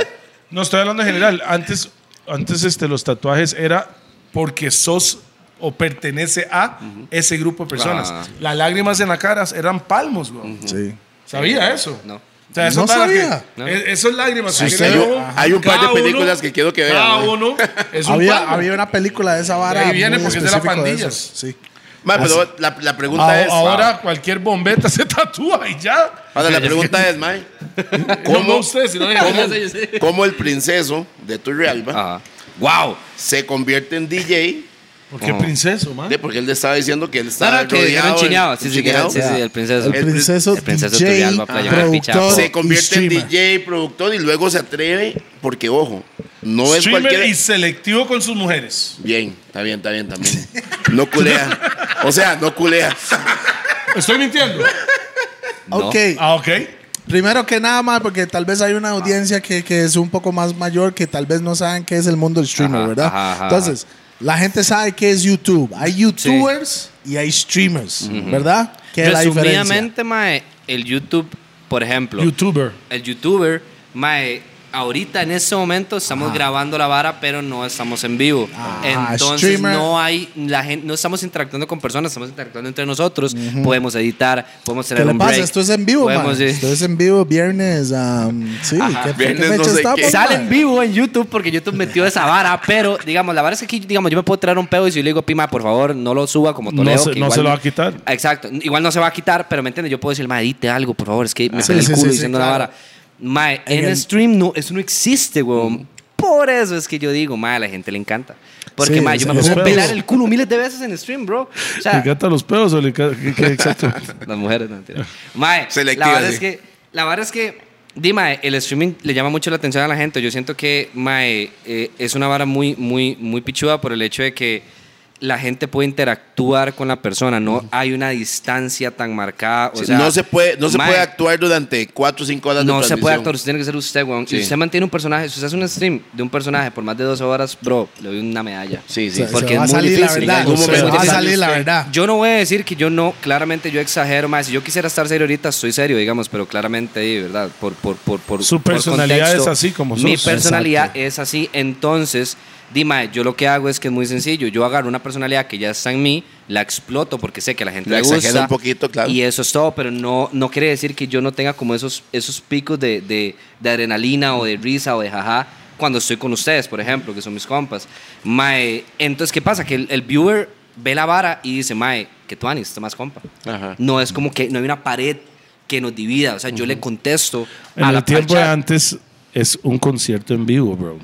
[SPEAKER 1] no estoy hablando en general. Antes, antes este, los tatuajes era porque sos o pertenece a ese grupo de personas.
[SPEAKER 3] Ah.
[SPEAKER 1] Las lágrimas en la cara eran palmos, güey.
[SPEAKER 4] Sí.
[SPEAKER 1] ¿Sabía eso?
[SPEAKER 3] No.
[SPEAKER 1] O sea, eso
[SPEAKER 4] No
[SPEAKER 1] para que-
[SPEAKER 4] sabía.
[SPEAKER 3] No.
[SPEAKER 1] e- eso es lágrimas. que
[SPEAKER 2] usted-
[SPEAKER 1] tiene
[SPEAKER 2] Hay un-
[SPEAKER 1] uno,
[SPEAKER 2] hay un par de
[SPEAKER 1] cada uno,
[SPEAKER 2] películas que quiero que ¿eh? vea,
[SPEAKER 1] Cada
[SPEAKER 2] güey.
[SPEAKER 1] uno es un
[SPEAKER 4] Había,
[SPEAKER 1] palmo.
[SPEAKER 4] había una película de esa vara.
[SPEAKER 1] Ahí viene
[SPEAKER 4] muy
[SPEAKER 1] porque es de la
[SPEAKER 4] específico
[SPEAKER 1] pandilla.
[SPEAKER 4] esos, Sí.
[SPEAKER 2] Ma, pero la, la pregunta
[SPEAKER 1] Ah,
[SPEAKER 2] es.
[SPEAKER 1] Ahora cualquier bombeta se tatúa y ya.
[SPEAKER 2] Ahora, la pregunta es, Mae,
[SPEAKER 1] ¿Cómo? No,
[SPEAKER 2] ¿cómo,
[SPEAKER 1] ustedes, sino
[SPEAKER 2] cómo, cómo el princeso de Turrialba
[SPEAKER 3] Ajá. ¡Wow!
[SPEAKER 2] se convierte en DJ?
[SPEAKER 1] ¿Por qué
[SPEAKER 3] No.
[SPEAKER 1] princeso, man?
[SPEAKER 2] de- porque él le estaba diciendo que él
[SPEAKER 3] No,
[SPEAKER 2] estaba
[SPEAKER 3] no, que dijeron
[SPEAKER 2] rodeado en-
[SPEAKER 3] chineado. Sí, sí,
[SPEAKER 2] chineado.
[SPEAKER 3] sí, sí, el princeso.
[SPEAKER 4] El
[SPEAKER 2] El
[SPEAKER 4] princeso,
[SPEAKER 3] el princeso
[SPEAKER 4] DJ,
[SPEAKER 3] Turrialba, Playa Mar, Pichapa.
[SPEAKER 4] productor
[SPEAKER 2] se convierte
[SPEAKER 4] y
[SPEAKER 2] en
[SPEAKER 4] streamer.
[SPEAKER 2] DJ, productor y luego se atreve, porque ojo, no es
[SPEAKER 1] Streamer
[SPEAKER 2] cualquier.
[SPEAKER 1] y selectivo con sus mujeres.
[SPEAKER 2] Bien, está bien, está bien también. No culea. O sea, no culea.
[SPEAKER 1] ¿Estoy mintiendo?
[SPEAKER 3] No.
[SPEAKER 4] Ok,
[SPEAKER 1] Ah, ok.
[SPEAKER 4] primero que nada más, porque tal vez hay una audiencia que, que es un poco más mayor que tal vez no saben qué es el mundo del streamer,
[SPEAKER 3] Ajá,
[SPEAKER 4] ¿verdad?
[SPEAKER 3] ajá, ajá.
[SPEAKER 4] Entonces, la gente sabe qué es YouTube. Hay YouTubers y hay streamers, ¿verdad? ¿Qué es la diferencia?
[SPEAKER 3] Resumidamente, mae, el YouTube, por ejemplo,
[SPEAKER 1] YouTuber.
[SPEAKER 3] el YouTuber, mae, ahorita en este momento estamos grabando la vara, pero no estamos en vivo. Entonces
[SPEAKER 4] Ah, streamer.
[SPEAKER 3] no hay la gente, no estamos interactuando con personas, estamos interactuando entre nosotros. Podemos editar, podemos
[SPEAKER 4] ¿Qué
[SPEAKER 3] tener
[SPEAKER 4] le
[SPEAKER 3] un
[SPEAKER 4] pasa?
[SPEAKER 3] break,
[SPEAKER 4] Esto es en vivo, man.
[SPEAKER 3] podemos-
[SPEAKER 4] Esto es en vivo, viernes. am, sí,
[SPEAKER 3] Ajá,
[SPEAKER 4] ¿qué- ¿qué,
[SPEAKER 2] viernes
[SPEAKER 4] fecha
[SPEAKER 2] no sé
[SPEAKER 4] estamos,
[SPEAKER 2] qué.
[SPEAKER 3] Sale
[SPEAKER 4] man?
[SPEAKER 3] en vivo en YouTube porque YouTube metió esa vara, pero digamos, la vara es que aquí, digamos, yo me puedo traer un pedo y si yo le digo, Pima, por favor, no lo suba como Toledo.
[SPEAKER 1] No se-
[SPEAKER 3] que
[SPEAKER 1] no
[SPEAKER 3] igual-
[SPEAKER 1] se lo va a quitar.
[SPEAKER 3] Exacto, igual no se va a quitar, pero me entiendes, yo puedo decir, ma, edite algo, por favor, es que me
[SPEAKER 4] Sí,
[SPEAKER 3] pone el
[SPEAKER 4] sí,
[SPEAKER 3] culo
[SPEAKER 4] sí, sí,
[SPEAKER 3] diciendo
[SPEAKER 4] claro.
[SPEAKER 3] la vara. Mae,
[SPEAKER 4] En
[SPEAKER 3] en,
[SPEAKER 4] el-
[SPEAKER 3] stream no, eso no existe, weón. Por eso es que yo digo, mae, a la gente le encanta. Porque,
[SPEAKER 4] Sí,
[SPEAKER 3] mae, yo
[SPEAKER 4] sí,
[SPEAKER 3] me
[SPEAKER 4] sí.
[SPEAKER 3] puedo
[SPEAKER 1] Los
[SPEAKER 3] pelar
[SPEAKER 1] pedos.
[SPEAKER 3] el culo miles de veces en stream, bro. O
[SPEAKER 1] ¿Le
[SPEAKER 3] sea,
[SPEAKER 1] encantan los pedos o le ca- qué- qué exacto?
[SPEAKER 3] Las mujeres, no mentira. Mae,
[SPEAKER 2] Selectiva,
[SPEAKER 3] la verdad
[SPEAKER 2] sí.
[SPEAKER 3] es que, la verdad es que, di, mae, el streaming le llama mucho la atención a la gente. Yo siento que, mae, eh, es una vara muy, muy, muy pichuda por el hecho de que la gente puede interactuar con la persona. No hay una distancia tan marcada. O
[SPEAKER 2] Sí,
[SPEAKER 3] sea,
[SPEAKER 2] no se puede, no se
[SPEAKER 3] mae,
[SPEAKER 2] puede actuar durante 4 o 5 horas
[SPEAKER 3] No
[SPEAKER 2] de
[SPEAKER 3] se
[SPEAKER 2] transmisión.
[SPEAKER 3] puede actuar, usted tiene que ser usted, weón. Si
[SPEAKER 2] Sí.
[SPEAKER 3] usted mantiene un personaje, si usted hace un stream de un personaje por más de dos horas, bro, le doy una medalla.
[SPEAKER 2] Sí,
[SPEAKER 4] Se-
[SPEAKER 2] sí.
[SPEAKER 4] se
[SPEAKER 3] Porque es
[SPEAKER 4] va a
[SPEAKER 3] muy
[SPEAKER 4] salir la
[SPEAKER 3] difícil,
[SPEAKER 4] verdad.
[SPEAKER 2] digamos,
[SPEAKER 4] Se
[SPEAKER 2] es muy
[SPEAKER 4] va a
[SPEAKER 2] difícil.
[SPEAKER 4] salir la verdad.
[SPEAKER 3] Yo no voy a decir que yo no, claramente yo exagero más. Si yo quisiera estar serio ahorita, estoy serio, digamos, pero claramente, de ¿verdad? Por, por, por, por,
[SPEAKER 1] Su
[SPEAKER 3] por
[SPEAKER 1] personalidad es así como
[SPEAKER 3] Mi
[SPEAKER 1] sos.
[SPEAKER 3] personalidad
[SPEAKER 4] Exacto.
[SPEAKER 3] es así. Entonces, Dima, yo lo que hago es que es muy sencillo. Yo agarro una personalidad que ya está en mí, la exploto porque sé que a la gente
[SPEAKER 2] La
[SPEAKER 3] le gusta.
[SPEAKER 2] exagero un poquito, claro.
[SPEAKER 3] Y eso es todo, pero no, no quiere decir que yo no tenga como esos, esos picos de, de, de adrenalina o de risa o de jaja cuando estoy con ustedes, por ejemplo, que son mis compas. Mae, entonces, ¿qué pasa? Que el, el viewer ve la vara y dice, Mae, que tú está más compa.
[SPEAKER 2] Ajá.
[SPEAKER 3] No es como que no hay una pared que nos divida. O sea, yo le contesto
[SPEAKER 1] En
[SPEAKER 3] a
[SPEAKER 1] el
[SPEAKER 3] la
[SPEAKER 1] tiempo de
[SPEAKER 3] parcha.
[SPEAKER 1] antes es un concierto en vivo, bro.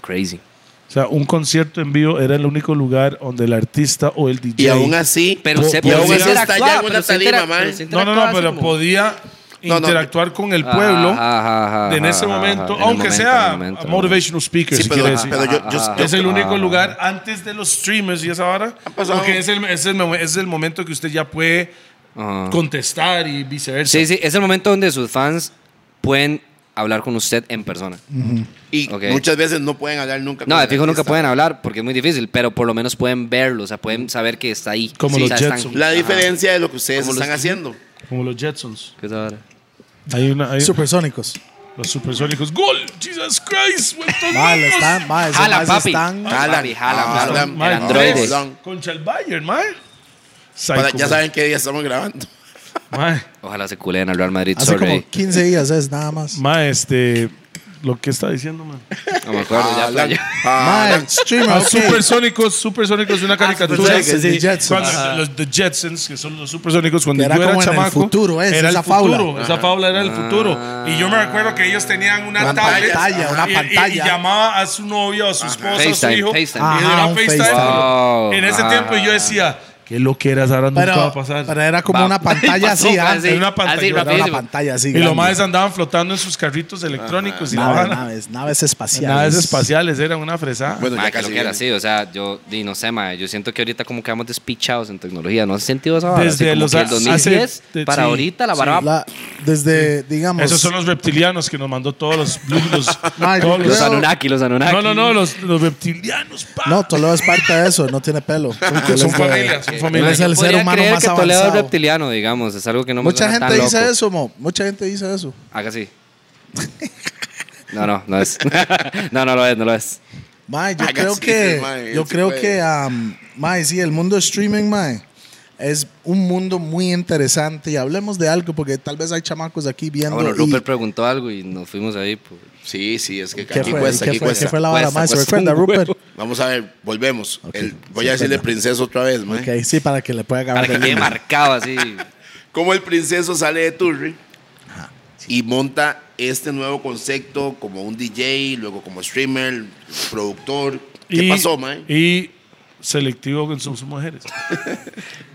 [SPEAKER 3] Crazy.
[SPEAKER 1] O sea, un concierto en vivo era el único lugar donde el artista o el DJ.
[SPEAKER 2] Y aún así,
[SPEAKER 3] Pero
[SPEAKER 1] Po-
[SPEAKER 3] se
[SPEAKER 1] y
[SPEAKER 3] pero
[SPEAKER 1] aún
[SPEAKER 3] se
[SPEAKER 1] así
[SPEAKER 2] está
[SPEAKER 3] interactuaba,
[SPEAKER 2] ya en una
[SPEAKER 3] pero se
[SPEAKER 2] tarima,
[SPEAKER 3] intera-
[SPEAKER 2] man.
[SPEAKER 3] pero se
[SPEAKER 1] no, no,
[SPEAKER 3] interactuaba
[SPEAKER 1] no,
[SPEAKER 3] así
[SPEAKER 1] pero
[SPEAKER 3] como-
[SPEAKER 1] podía
[SPEAKER 2] No, no.
[SPEAKER 1] interactuar con el pueblo
[SPEAKER 3] Ajá, ajá, ajá, ajá,
[SPEAKER 1] en ese
[SPEAKER 3] ajá,
[SPEAKER 1] momento,
[SPEAKER 3] en el
[SPEAKER 1] aunque
[SPEAKER 3] momento, en
[SPEAKER 1] sea
[SPEAKER 3] el momento, en el
[SPEAKER 1] motivational speaker,
[SPEAKER 2] sí,
[SPEAKER 1] si
[SPEAKER 2] pero,
[SPEAKER 1] quiere decir.
[SPEAKER 2] pero
[SPEAKER 3] ah,
[SPEAKER 2] yo, yo- yo-
[SPEAKER 1] es el único lugar antes de los streamers y esa hora,
[SPEAKER 2] pasado.
[SPEAKER 1] porque es el, es, el, mom- es el momento que usted ya puede
[SPEAKER 3] Ajá.
[SPEAKER 1] contestar y viceversa.
[SPEAKER 3] Sí, sí, es el momento donde sus fans pueden hablar con usted en persona.
[SPEAKER 2] y
[SPEAKER 3] Ok.
[SPEAKER 2] muchas veces no pueden hablar nunca.
[SPEAKER 3] No,
[SPEAKER 2] con
[SPEAKER 3] de
[SPEAKER 2] el
[SPEAKER 3] fijo nunca
[SPEAKER 2] artista.
[SPEAKER 3] pueden hablar porque es muy difícil, pero por lo menos pueden verlo, o sea, pueden saber que está ahí.
[SPEAKER 1] Como
[SPEAKER 3] Sí,
[SPEAKER 1] los
[SPEAKER 3] o sea, están-
[SPEAKER 1] Jetson.
[SPEAKER 2] La
[SPEAKER 3] Ajá.
[SPEAKER 2] diferencia de lo que ustedes
[SPEAKER 3] Como los-
[SPEAKER 2] están haciendo.
[SPEAKER 1] Como los Jetsons.
[SPEAKER 3] ¿Qué es ahora?
[SPEAKER 1] Hay una, hay
[SPEAKER 4] Supersónicos.
[SPEAKER 1] los supersónicos. ¡Gol! ¡Jesus Christ! ¡Vuelto
[SPEAKER 4] Mal,
[SPEAKER 1] locos!
[SPEAKER 4] están, mal. esos
[SPEAKER 3] Jala,
[SPEAKER 4] maes
[SPEAKER 3] papi.
[SPEAKER 4] están-
[SPEAKER 3] Ah,
[SPEAKER 2] Jalan,
[SPEAKER 3] papi, jalan,
[SPEAKER 2] ah,
[SPEAKER 3] claro.
[SPEAKER 2] jalan.
[SPEAKER 3] El
[SPEAKER 1] Mae,
[SPEAKER 3] androide.
[SPEAKER 1] tres
[SPEAKER 2] Perdón.
[SPEAKER 1] Contra el Bayern, mae.
[SPEAKER 2] Para-
[SPEAKER 1] Psycho,
[SPEAKER 2] ya
[SPEAKER 1] mae.
[SPEAKER 2] saben qué día estamos grabando.
[SPEAKER 1] Mae,
[SPEAKER 3] Ojalá se culen al Real Madrid,
[SPEAKER 4] Hace
[SPEAKER 3] sorry.
[SPEAKER 4] como 15 días es nada más.
[SPEAKER 1] mae, este... Lo que está diciendo, mae.
[SPEAKER 3] No me acuerdo, Ah, ya fue
[SPEAKER 2] Jalan,
[SPEAKER 3] ayer.
[SPEAKER 2] jalan.
[SPEAKER 4] Mae, streamer,
[SPEAKER 1] Ah,
[SPEAKER 4] ok.
[SPEAKER 1] Supersónicos, supersónicos, una caricatura.
[SPEAKER 4] Supersónicos, sí, Jetsons.
[SPEAKER 1] Cuando-
[SPEAKER 4] Ajá.
[SPEAKER 1] los The Jetsons, que son los supersónicos, cuando
[SPEAKER 4] Que era
[SPEAKER 1] yo era
[SPEAKER 4] como en el
[SPEAKER 1] chamaco.
[SPEAKER 4] futuro, es,
[SPEAKER 1] era
[SPEAKER 4] esa
[SPEAKER 1] el futuro,
[SPEAKER 4] fábula.
[SPEAKER 1] Esa fábula era el futuro. Y
[SPEAKER 4] Ah.
[SPEAKER 1] yo me recuerdo que ellos tenían una,
[SPEAKER 4] Una
[SPEAKER 1] tablet.
[SPEAKER 4] pantalla, una
[SPEAKER 1] y- y-
[SPEAKER 4] pantalla.
[SPEAKER 1] Y, llamaba a su novia, a su esposa, a su
[SPEAKER 3] FaceTime,
[SPEAKER 1] hijo.
[SPEAKER 3] FaceTime.
[SPEAKER 1] Y
[SPEAKER 4] Ajá,
[SPEAKER 1] era
[SPEAKER 4] un
[SPEAKER 1] FaceTime.
[SPEAKER 4] FaceTime. Ah.
[SPEAKER 3] Wow,
[SPEAKER 1] En ese
[SPEAKER 3] ajá.
[SPEAKER 1] tiempo yo decía, qué lo que eras, ahora nunca va a
[SPEAKER 4] Pero,
[SPEAKER 1] pasar.
[SPEAKER 4] pero era como
[SPEAKER 3] Va-
[SPEAKER 4] una pantalla
[SPEAKER 3] pasó,
[SPEAKER 4] así,
[SPEAKER 3] fue
[SPEAKER 4] ah,
[SPEAKER 3] así, pues,
[SPEAKER 1] Era una
[SPEAKER 3] así,
[SPEAKER 1] pantalla,
[SPEAKER 4] Era una
[SPEAKER 3] rapidísimo.
[SPEAKER 4] pantalla así.
[SPEAKER 1] y los
[SPEAKER 4] grande.
[SPEAKER 1] maes andaban flotando en sus carritos electrónicos y la
[SPEAKER 4] Naves,
[SPEAKER 1] vara.
[SPEAKER 4] naves, naves espaciales.
[SPEAKER 1] Naves espaciales, eran una fresada.
[SPEAKER 2] Bueno,
[SPEAKER 3] Ma,
[SPEAKER 2] ya
[SPEAKER 3] que lo
[SPEAKER 2] casi.
[SPEAKER 3] que era
[SPEAKER 2] viene.
[SPEAKER 3] así, o sea, yo di, no sé, ma, yo siento que ahorita como que vamos despichados en tecnología, ¿no has sentido esa vara? Así
[SPEAKER 1] Desde
[SPEAKER 3] como
[SPEAKER 1] los
[SPEAKER 3] que
[SPEAKER 1] a-
[SPEAKER 3] el 2010
[SPEAKER 1] hace- de-
[SPEAKER 3] para
[SPEAKER 1] sí,
[SPEAKER 3] ahorita la
[SPEAKER 1] sí.
[SPEAKER 3] vara va
[SPEAKER 4] La- desde, digamos.
[SPEAKER 1] Esos son los reptilianos que nos mandó todos los. los,
[SPEAKER 4] Mae, yo
[SPEAKER 1] todos los-
[SPEAKER 3] Los
[SPEAKER 4] creo-
[SPEAKER 3] Anunnaki, los Anunnaki.
[SPEAKER 1] no, no, no, los, los reptilianos. pa.
[SPEAKER 4] No, Toledo es parte de eso, no tiene pelo. Él es
[SPEAKER 1] son
[SPEAKER 4] de-
[SPEAKER 1] familias, son
[SPEAKER 4] Él
[SPEAKER 1] familias.
[SPEAKER 4] es el
[SPEAKER 3] Podría
[SPEAKER 4] ser humano
[SPEAKER 3] creer
[SPEAKER 4] más
[SPEAKER 3] que Toledo es
[SPEAKER 4] avanzado.
[SPEAKER 3] reptiliano, digamos. Es algo que no me
[SPEAKER 4] Mucha
[SPEAKER 3] suena
[SPEAKER 4] gente
[SPEAKER 3] tan
[SPEAKER 4] dice
[SPEAKER 3] loco.
[SPEAKER 4] eso, mo. Mucha gente dice eso.
[SPEAKER 3] Haga así. No, no, no es. no, no lo es, no lo es.
[SPEAKER 4] Mae, yo
[SPEAKER 2] Haga
[SPEAKER 4] creo
[SPEAKER 2] así,
[SPEAKER 4] que.
[SPEAKER 2] mae, él
[SPEAKER 4] yo
[SPEAKER 2] sí
[SPEAKER 4] creo
[SPEAKER 2] puede.
[SPEAKER 4] que. am, mae, sí, el mundo streaming, mae. Es un mundo muy interesante. Y hablemos de algo, porque tal vez hay chamacos aquí
[SPEAKER 3] Ah,
[SPEAKER 4] viendo.
[SPEAKER 3] bueno,
[SPEAKER 4] y-
[SPEAKER 3] Rupert preguntó algo y nos fuimos ahí. pues. por-
[SPEAKER 2] Sí, sí, es que aquí
[SPEAKER 4] ¿Qué fue?
[SPEAKER 2] cuesta,
[SPEAKER 4] ¿Qué
[SPEAKER 2] aquí
[SPEAKER 4] fue? ¿Qué
[SPEAKER 2] cuesta.
[SPEAKER 4] fue la vara,
[SPEAKER 3] Cuesta,
[SPEAKER 4] mae? ¿Se
[SPEAKER 3] cuesta
[SPEAKER 4] recuerda,
[SPEAKER 3] un
[SPEAKER 4] Rupert?
[SPEAKER 2] Vamos a ver, volvemos.
[SPEAKER 4] Ok,
[SPEAKER 2] El- voy
[SPEAKER 4] sí,
[SPEAKER 2] a decirle
[SPEAKER 4] perdón.
[SPEAKER 2] princesa otra vez, mae.
[SPEAKER 4] Ok, sí, para que le pueda
[SPEAKER 3] Para
[SPEAKER 4] agarrar
[SPEAKER 3] que
[SPEAKER 4] el
[SPEAKER 3] quede
[SPEAKER 4] hilo.
[SPEAKER 3] marcado así.
[SPEAKER 2] Cómo el princeso sale de Turri y monta este nuevo concepto como un DJ, luego como streamer, productor. ¿Qué
[SPEAKER 1] Y-
[SPEAKER 2] pasó, mae?
[SPEAKER 1] Y selectivo con sus mujeres.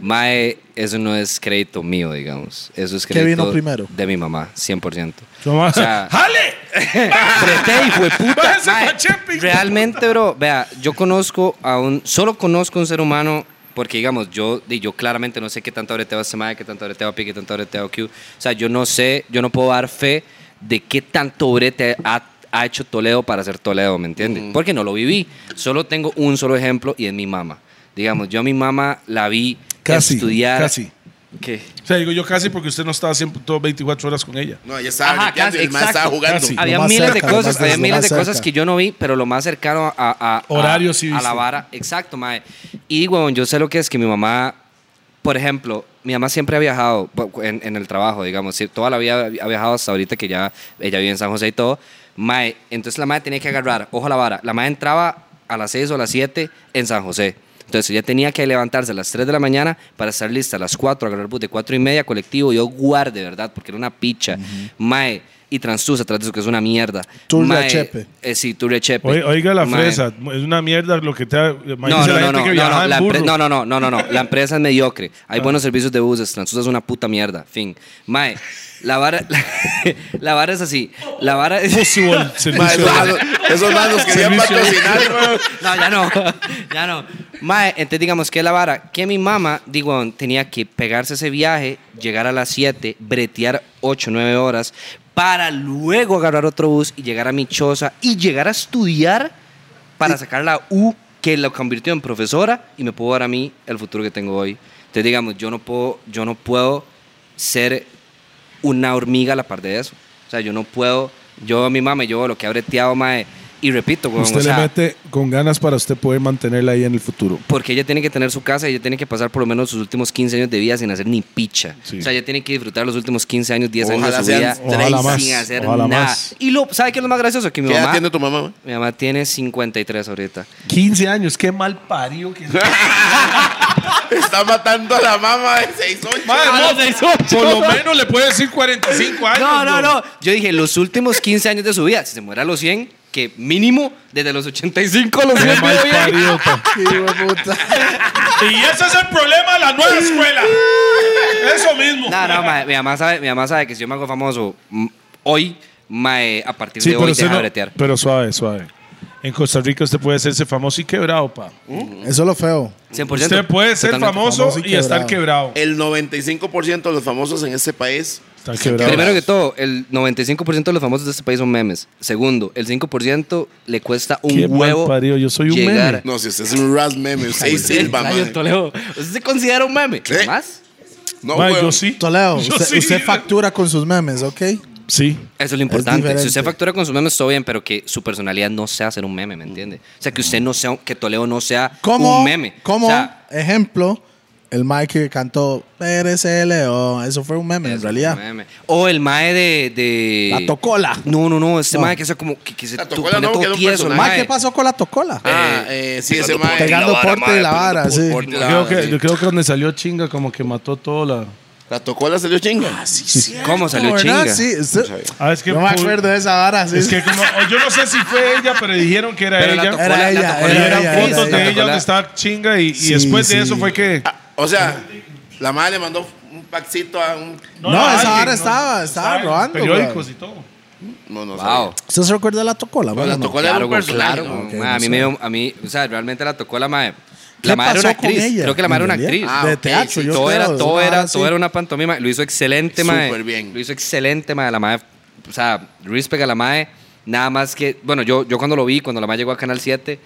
[SPEAKER 3] Mae, eso no es crédito mío, digamos. Eso es
[SPEAKER 4] ¿Qué
[SPEAKER 3] crédito
[SPEAKER 4] vino primero?
[SPEAKER 3] de mi mamá, 100%.
[SPEAKER 1] Su mamá,
[SPEAKER 3] O sea,
[SPEAKER 1] ¡Jale!
[SPEAKER 3] Apreté, hijo de puta.
[SPEAKER 1] Bájese
[SPEAKER 3] Mae,
[SPEAKER 1] pa' Chepe, hijo de
[SPEAKER 3] Realmente, bro, vea, yo conozco a un. Solo conozco a un ser humano. Porque, digamos, yo, di- yo claramente no sé qué tanto abreteo este mae, qué tanto abreteo a Pi, qué tanto abreteo a Q. O sea, yo no sé, yo no puedo dar fe de qué tanto brete ha, ha hecho Toledo para ser Toledo, ¿me entiendes? Porque no lo viví. Solo tengo un solo ejemplo y es mi mamá. Digamos, yo a mi mamá la vi
[SPEAKER 1] Casi,
[SPEAKER 3] estudiar
[SPEAKER 1] casi.
[SPEAKER 3] ¿Qué?
[SPEAKER 1] O sea, digo yo casi porque usted no estaba siempre todo 24 horas con ella.
[SPEAKER 2] No, ella estaba
[SPEAKER 3] Ajá,
[SPEAKER 2] limpiando y
[SPEAKER 3] casi,
[SPEAKER 2] el man estaba
[SPEAKER 3] exacto,
[SPEAKER 2] jugando.
[SPEAKER 1] casi.
[SPEAKER 3] Había
[SPEAKER 5] más
[SPEAKER 3] miles
[SPEAKER 5] cerca,
[SPEAKER 3] de
[SPEAKER 5] lo
[SPEAKER 3] cosas,
[SPEAKER 5] más de-
[SPEAKER 3] había
[SPEAKER 5] lo
[SPEAKER 3] miles
[SPEAKER 5] más
[SPEAKER 3] de
[SPEAKER 5] cerca.
[SPEAKER 3] cosas que yo no vi, pero lo más cercano a, a, a-
[SPEAKER 1] Horario sí
[SPEAKER 3] a
[SPEAKER 1] viste.
[SPEAKER 3] la vara. Exacto, mae. Y, huevón, yo sé lo que es que mi mamá, por ejemplo, mi mamá siempre ha viajado bu- en, en el trabajo, digamos, sí, toda la vida ha viajado hasta ahorita que ya ella vive en San José y todo. Mae, entonces la madre tenía que agarrar, ojo a la vara, la madre entraba a las 6 o a las 7 en San José. Entonces ella tenía que levantarse a las 3 de la mañana para estar lista a las 4, agarrar el bus de 4 y media colectivo, yo guarde, ¿verdad? Porque era una picha. Mae, y Transusa, atrás de eso que es una mierda.
[SPEAKER 5] Turre
[SPEAKER 3] Mae,
[SPEAKER 5] Chepe.
[SPEAKER 3] eh, sí, Turre Chepe.
[SPEAKER 1] Oiga, oiga la
[SPEAKER 3] Mae.
[SPEAKER 1] fresa, es una mierda lo que te ha...
[SPEAKER 3] No,
[SPEAKER 1] imagínese
[SPEAKER 3] no, no,
[SPEAKER 1] la gente
[SPEAKER 3] no,
[SPEAKER 1] que
[SPEAKER 3] no,
[SPEAKER 1] viajaba
[SPEAKER 3] no,
[SPEAKER 1] en
[SPEAKER 3] la
[SPEAKER 1] burro. Ah.
[SPEAKER 3] empre- no, no, no, no, no, no, la empresa es mediocre. Hay buenos servicios de buses, Transusa es una puta mierda. Fin. Mae, la vara, la, vara es así. La vara es.
[SPEAKER 1] Possible
[SPEAKER 2] Ma,
[SPEAKER 1] servicio.
[SPEAKER 2] esos manos- Esos manos querían
[SPEAKER 1] Servicio.
[SPEAKER 2] patrocinar, weón.
[SPEAKER 3] No, ya no, ya no. Mae, entonces digamos que la vara, que mi mamá, digo, tenía que pegarse ese viaje, llegar a las 7, bretear 8, 9 horas, para luego agarrar otro bus y llegar a mi choza y llegar a estudiar para sacar la U que la convirtió en profesora y me pudo dar a mí el futuro que tengo hoy. Entonces digamos, yo no puedo, yo no puedo ser una hormiga a la par de eso. O sea, yo no puedo, yo a mi mamá, yo lo que ha breteado, mae, y repito, weón,
[SPEAKER 5] Usted
[SPEAKER 3] o sea,
[SPEAKER 5] le mete con ganas para usted poder mantenerla ahí en el futuro.
[SPEAKER 3] porque ella tiene que tener su casa y ella tiene que pasar por lo menos sus últimos 15 años de vida sin hacer ni picha.
[SPEAKER 5] Sí.
[SPEAKER 3] O sea, ella tiene que disfrutar los últimos 15 años, 10 años
[SPEAKER 2] Ojalá
[SPEAKER 3] de su
[SPEAKER 2] sean
[SPEAKER 3] vida
[SPEAKER 5] ojalá
[SPEAKER 3] sin
[SPEAKER 5] más,
[SPEAKER 3] hacer
[SPEAKER 5] ojalá
[SPEAKER 3] nada.
[SPEAKER 5] más.
[SPEAKER 3] Y lo, ¿sabe qué es lo más gracioso? Que mi
[SPEAKER 2] ¿Qué edad
[SPEAKER 3] mamá,
[SPEAKER 2] tiene tu mamá? ma?
[SPEAKER 3] mi mamá tiene 53 ahorita.
[SPEAKER 1] 15 años, qué mal parió que...
[SPEAKER 2] Está matando a la mamá de 6
[SPEAKER 1] Madre, no,
[SPEAKER 3] Ah, no, seis, ocho.
[SPEAKER 1] por lo menos le puede decir 45 años.
[SPEAKER 3] No, no,
[SPEAKER 1] bro.
[SPEAKER 3] no. Yo dije, los últimos 15 años de su vida, si se muere a los 100, que mínimo desde los 85 a los 100
[SPEAKER 1] Qué mal
[SPEAKER 3] vive bien.
[SPEAKER 1] parido, pa. Y ese es el problema de la nueva escuela. Eso mismo.
[SPEAKER 3] No, no, mae, mi, mamá sabe, mi mamá sabe que si yo me hago famoso mm, hoy, mae, a partir
[SPEAKER 5] Sí,
[SPEAKER 3] de hoy
[SPEAKER 5] pero, usted
[SPEAKER 3] deja de
[SPEAKER 5] no-
[SPEAKER 3] bretear.
[SPEAKER 5] pero suave, suave.
[SPEAKER 1] En Costa Rica usted puede hacerse famoso y quebrado, pa.
[SPEAKER 5] Eso es lo feo.
[SPEAKER 3] 100%.
[SPEAKER 1] Usted puede ser
[SPEAKER 3] Totalmente.
[SPEAKER 1] famoso,
[SPEAKER 5] Famoso y
[SPEAKER 1] y, estar quebrado.
[SPEAKER 3] Eh,
[SPEAKER 2] El 95% de los famosos en este país
[SPEAKER 5] Está quebrado.
[SPEAKER 3] Primero que todo, el 95% de los famosos de este país son memes. Segundo, el 5% le cuesta un
[SPEAKER 5] Qué mal
[SPEAKER 3] huevo.
[SPEAKER 5] parido, yo soy un
[SPEAKER 3] llegar.
[SPEAKER 5] meme.
[SPEAKER 2] No, si usted es un ras meme, usted es Silva,
[SPEAKER 3] Ay,
[SPEAKER 2] man.
[SPEAKER 3] don Toledo, ¿Usted se considera un meme?
[SPEAKER 2] Sí.
[SPEAKER 3] ¿Más?
[SPEAKER 2] No,
[SPEAKER 1] Ma,
[SPEAKER 2] weón.
[SPEAKER 1] yo sí.
[SPEAKER 4] Toledo,
[SPEAKER 1] Yo
[SPEAKER 4] usted,
[SPEAKER 1] sí.
[SPEAKER 4] usted factura con sus memes, ¿ok?
[SPEAKER 5] Sí.
[SPEAKER 3] Eso es lo importante.
[SPEAKER 4] diferente.
[SPEAKER 3] si usted factura con sus memes, todo bien, pero que su personalidad no sea ser un meme, ¿me entiende? O sea, que usted no sea, que Toledo no sea
[SPEAKER 4] Como,
[SPEAKER 3] un meme.
[SPEAKER 4] como
[SPEAKER 3] O sea,
[SPEAKER 4] ejemplo, el Mike que cantó Pérez León. Eso fue un meme, en
[SPEAKER 3] es
[SPEAKER 4] realidad.
[SPEAKER 3] un meme. O el mae de. de-
[SPEAKER 4] La tocola.
[SPEAKER 3] No, no, no. Este
[SPEAKER 4] No.
[SPEAKER 3] mae que sea como. Que, que se
[SPEAKER 2] La
[SPEAKER 3] to-
[SPEAKER 2] tocola
[SPEAKER 3] pone
[SPEAKER 2] no, que era
[SPEAKER 3] todo
[SPEAKER 2] un
[SPEAKER 3] tieso. el
[SPEAKER 2] personaje.
[SPEAKER 4] Mike,
[SPEAKER 3] mae.
[SPEAKER 4] ¿qué pasó con la tocola?
[SPEAKER 2] Ah, eh, sí, ese mae.
[SPEAKER 4] Pegando porte y la vara, sí.
[SPEAKER 2] Porte y la
[SPEAKER 5] Creo
[SPEAKER 2] vara,
[SPEAKER 5] que,
[SPEAKER 2] sí.
[SPEAKER 5] Yo creo que donde salió chinga como que mató todo la...
[SPEAKER 2] La tocó, la salió chinga.
[SPEAKER 3] ¿Cómo salió
[SPEAKER 4] ¿Verdad?
[SPEAKER 3] chinga?
[SPEAKER 4] Sí, usted-
[SPEAKER 1] Ah, es que
[SPEAKER 4] no me
[SPEAKER 1] pu-
[SPEAKER 4] acuerdo de esa vara. sí.
[SPEAKER 1] Es que como, o yo no sé si fue ella, pero dijeron que era
[SPEAKER 3] Pero la
[SPEAKER 1] ella.
[SPEAKER 3] tocola,
[SPEAKER 4] Era
[SPEAKER 3] la
[SPEAKER 4] ella,
[SPEAKER 3] tocola
[SPEAKER 4] era
[SPEAKER 1] y
[SPEAKER 3] era
[SPEAKER 1] eran
[SPEAKER 4] ella,
[SPEAKER 3] actriz,
[SPEAKER 1] fotos
[SPEAKER 3] la
[SPEAKER 1] de ella
[SPEAKER 3] tocola-
[SPEAKER 1] donde estaba chinga y, y
[SPEAKER 4] Sí,
[SPEAKER 1] después de
[SPEAKER 4] sí.
[SPEAKER 1] eso fue que...
[SPEAKER 2] Ah, O sea, la madre le mandó un paxito a un.
[SPEAKER 4] No,
[SPEAKER 1] a
[SPEAKER 4] esa
[SPEAKER 1] alguien,
[SPEAKER 4] vara estaba- estaba
[SPEAKER 1] en
[SPEAKER 4] robando,
[SPEAKER 1] Periódicos y todo.
[SPEAKER 2] No, no
[SPEAKER 3] Wow.
[SPEAKER 4] ¿Usted se recuerda de la tocola?
[SPEAKER 2] sabía.
[SPEAKER 4] Bueno,
[SPEAKER 2] La
[SPEAKER 4] no.
[SPEAKER 2] tocó, la era
[SPEAKER 3] Claro,
[SPEAKER 2] un
[SPEAKER 3] güey,
[SPEAKER 2] personaje,
[SPEAKER 3] claro.
[SPEAKER 2] ¿no?
[SPEAKER 3] güey.
[SPEAKER 4] Ok,
[SPEAKER 3] Ma, a
[SPEAKER 4] no
[SPEAKER 3] mí
[SPEAKER 4] sé.
[SPEAKER 3] me dio, a mí, o sea, realmente la tocó la madre. La
[SPEAKER 4] ¿Qué
[SPEAKER 3] madre era una
[SPEAKER 4] pasó con
[SPEAKER 3] actriz.
[SPEAKER 4] ella,
[SPEAKER 3] Creo que la
[SPEAKER 4] en
[SPEAKER 3] madre era una actriz.
[SPEAKER 4] realidad?
[SPEAKER 2] Ah,
[SPEAKER 4] de
[SPEAKER 2] ok,
[SPEAKER 4] teatro,
[SPEAKER 2] sí,
[SPEAKER 4] yo
[SPEAKER 3] todo
[SPEAKER 4] creo,
[SPEAKER 3] era,
[SPEAKER 4] es
[SPEAKER 3] todo
[SPEAKER 4] una
[SPEAKER 3] era,
[SPEAKER 4] vara
[SPEAKER 3] todo
[SPEAKER 4] así.
[SPEAKER 3] era una pantomima. Lo hizo excelente, mae.
[SPEAKER 2] Súper bien.
[SPEAKER 3] Lo hizo excelente, mae. La mae, o sea, respect a la mae. Nada más que, bueno, yo, yo cuando lo vi, cuando la mae llegó a Canal 7,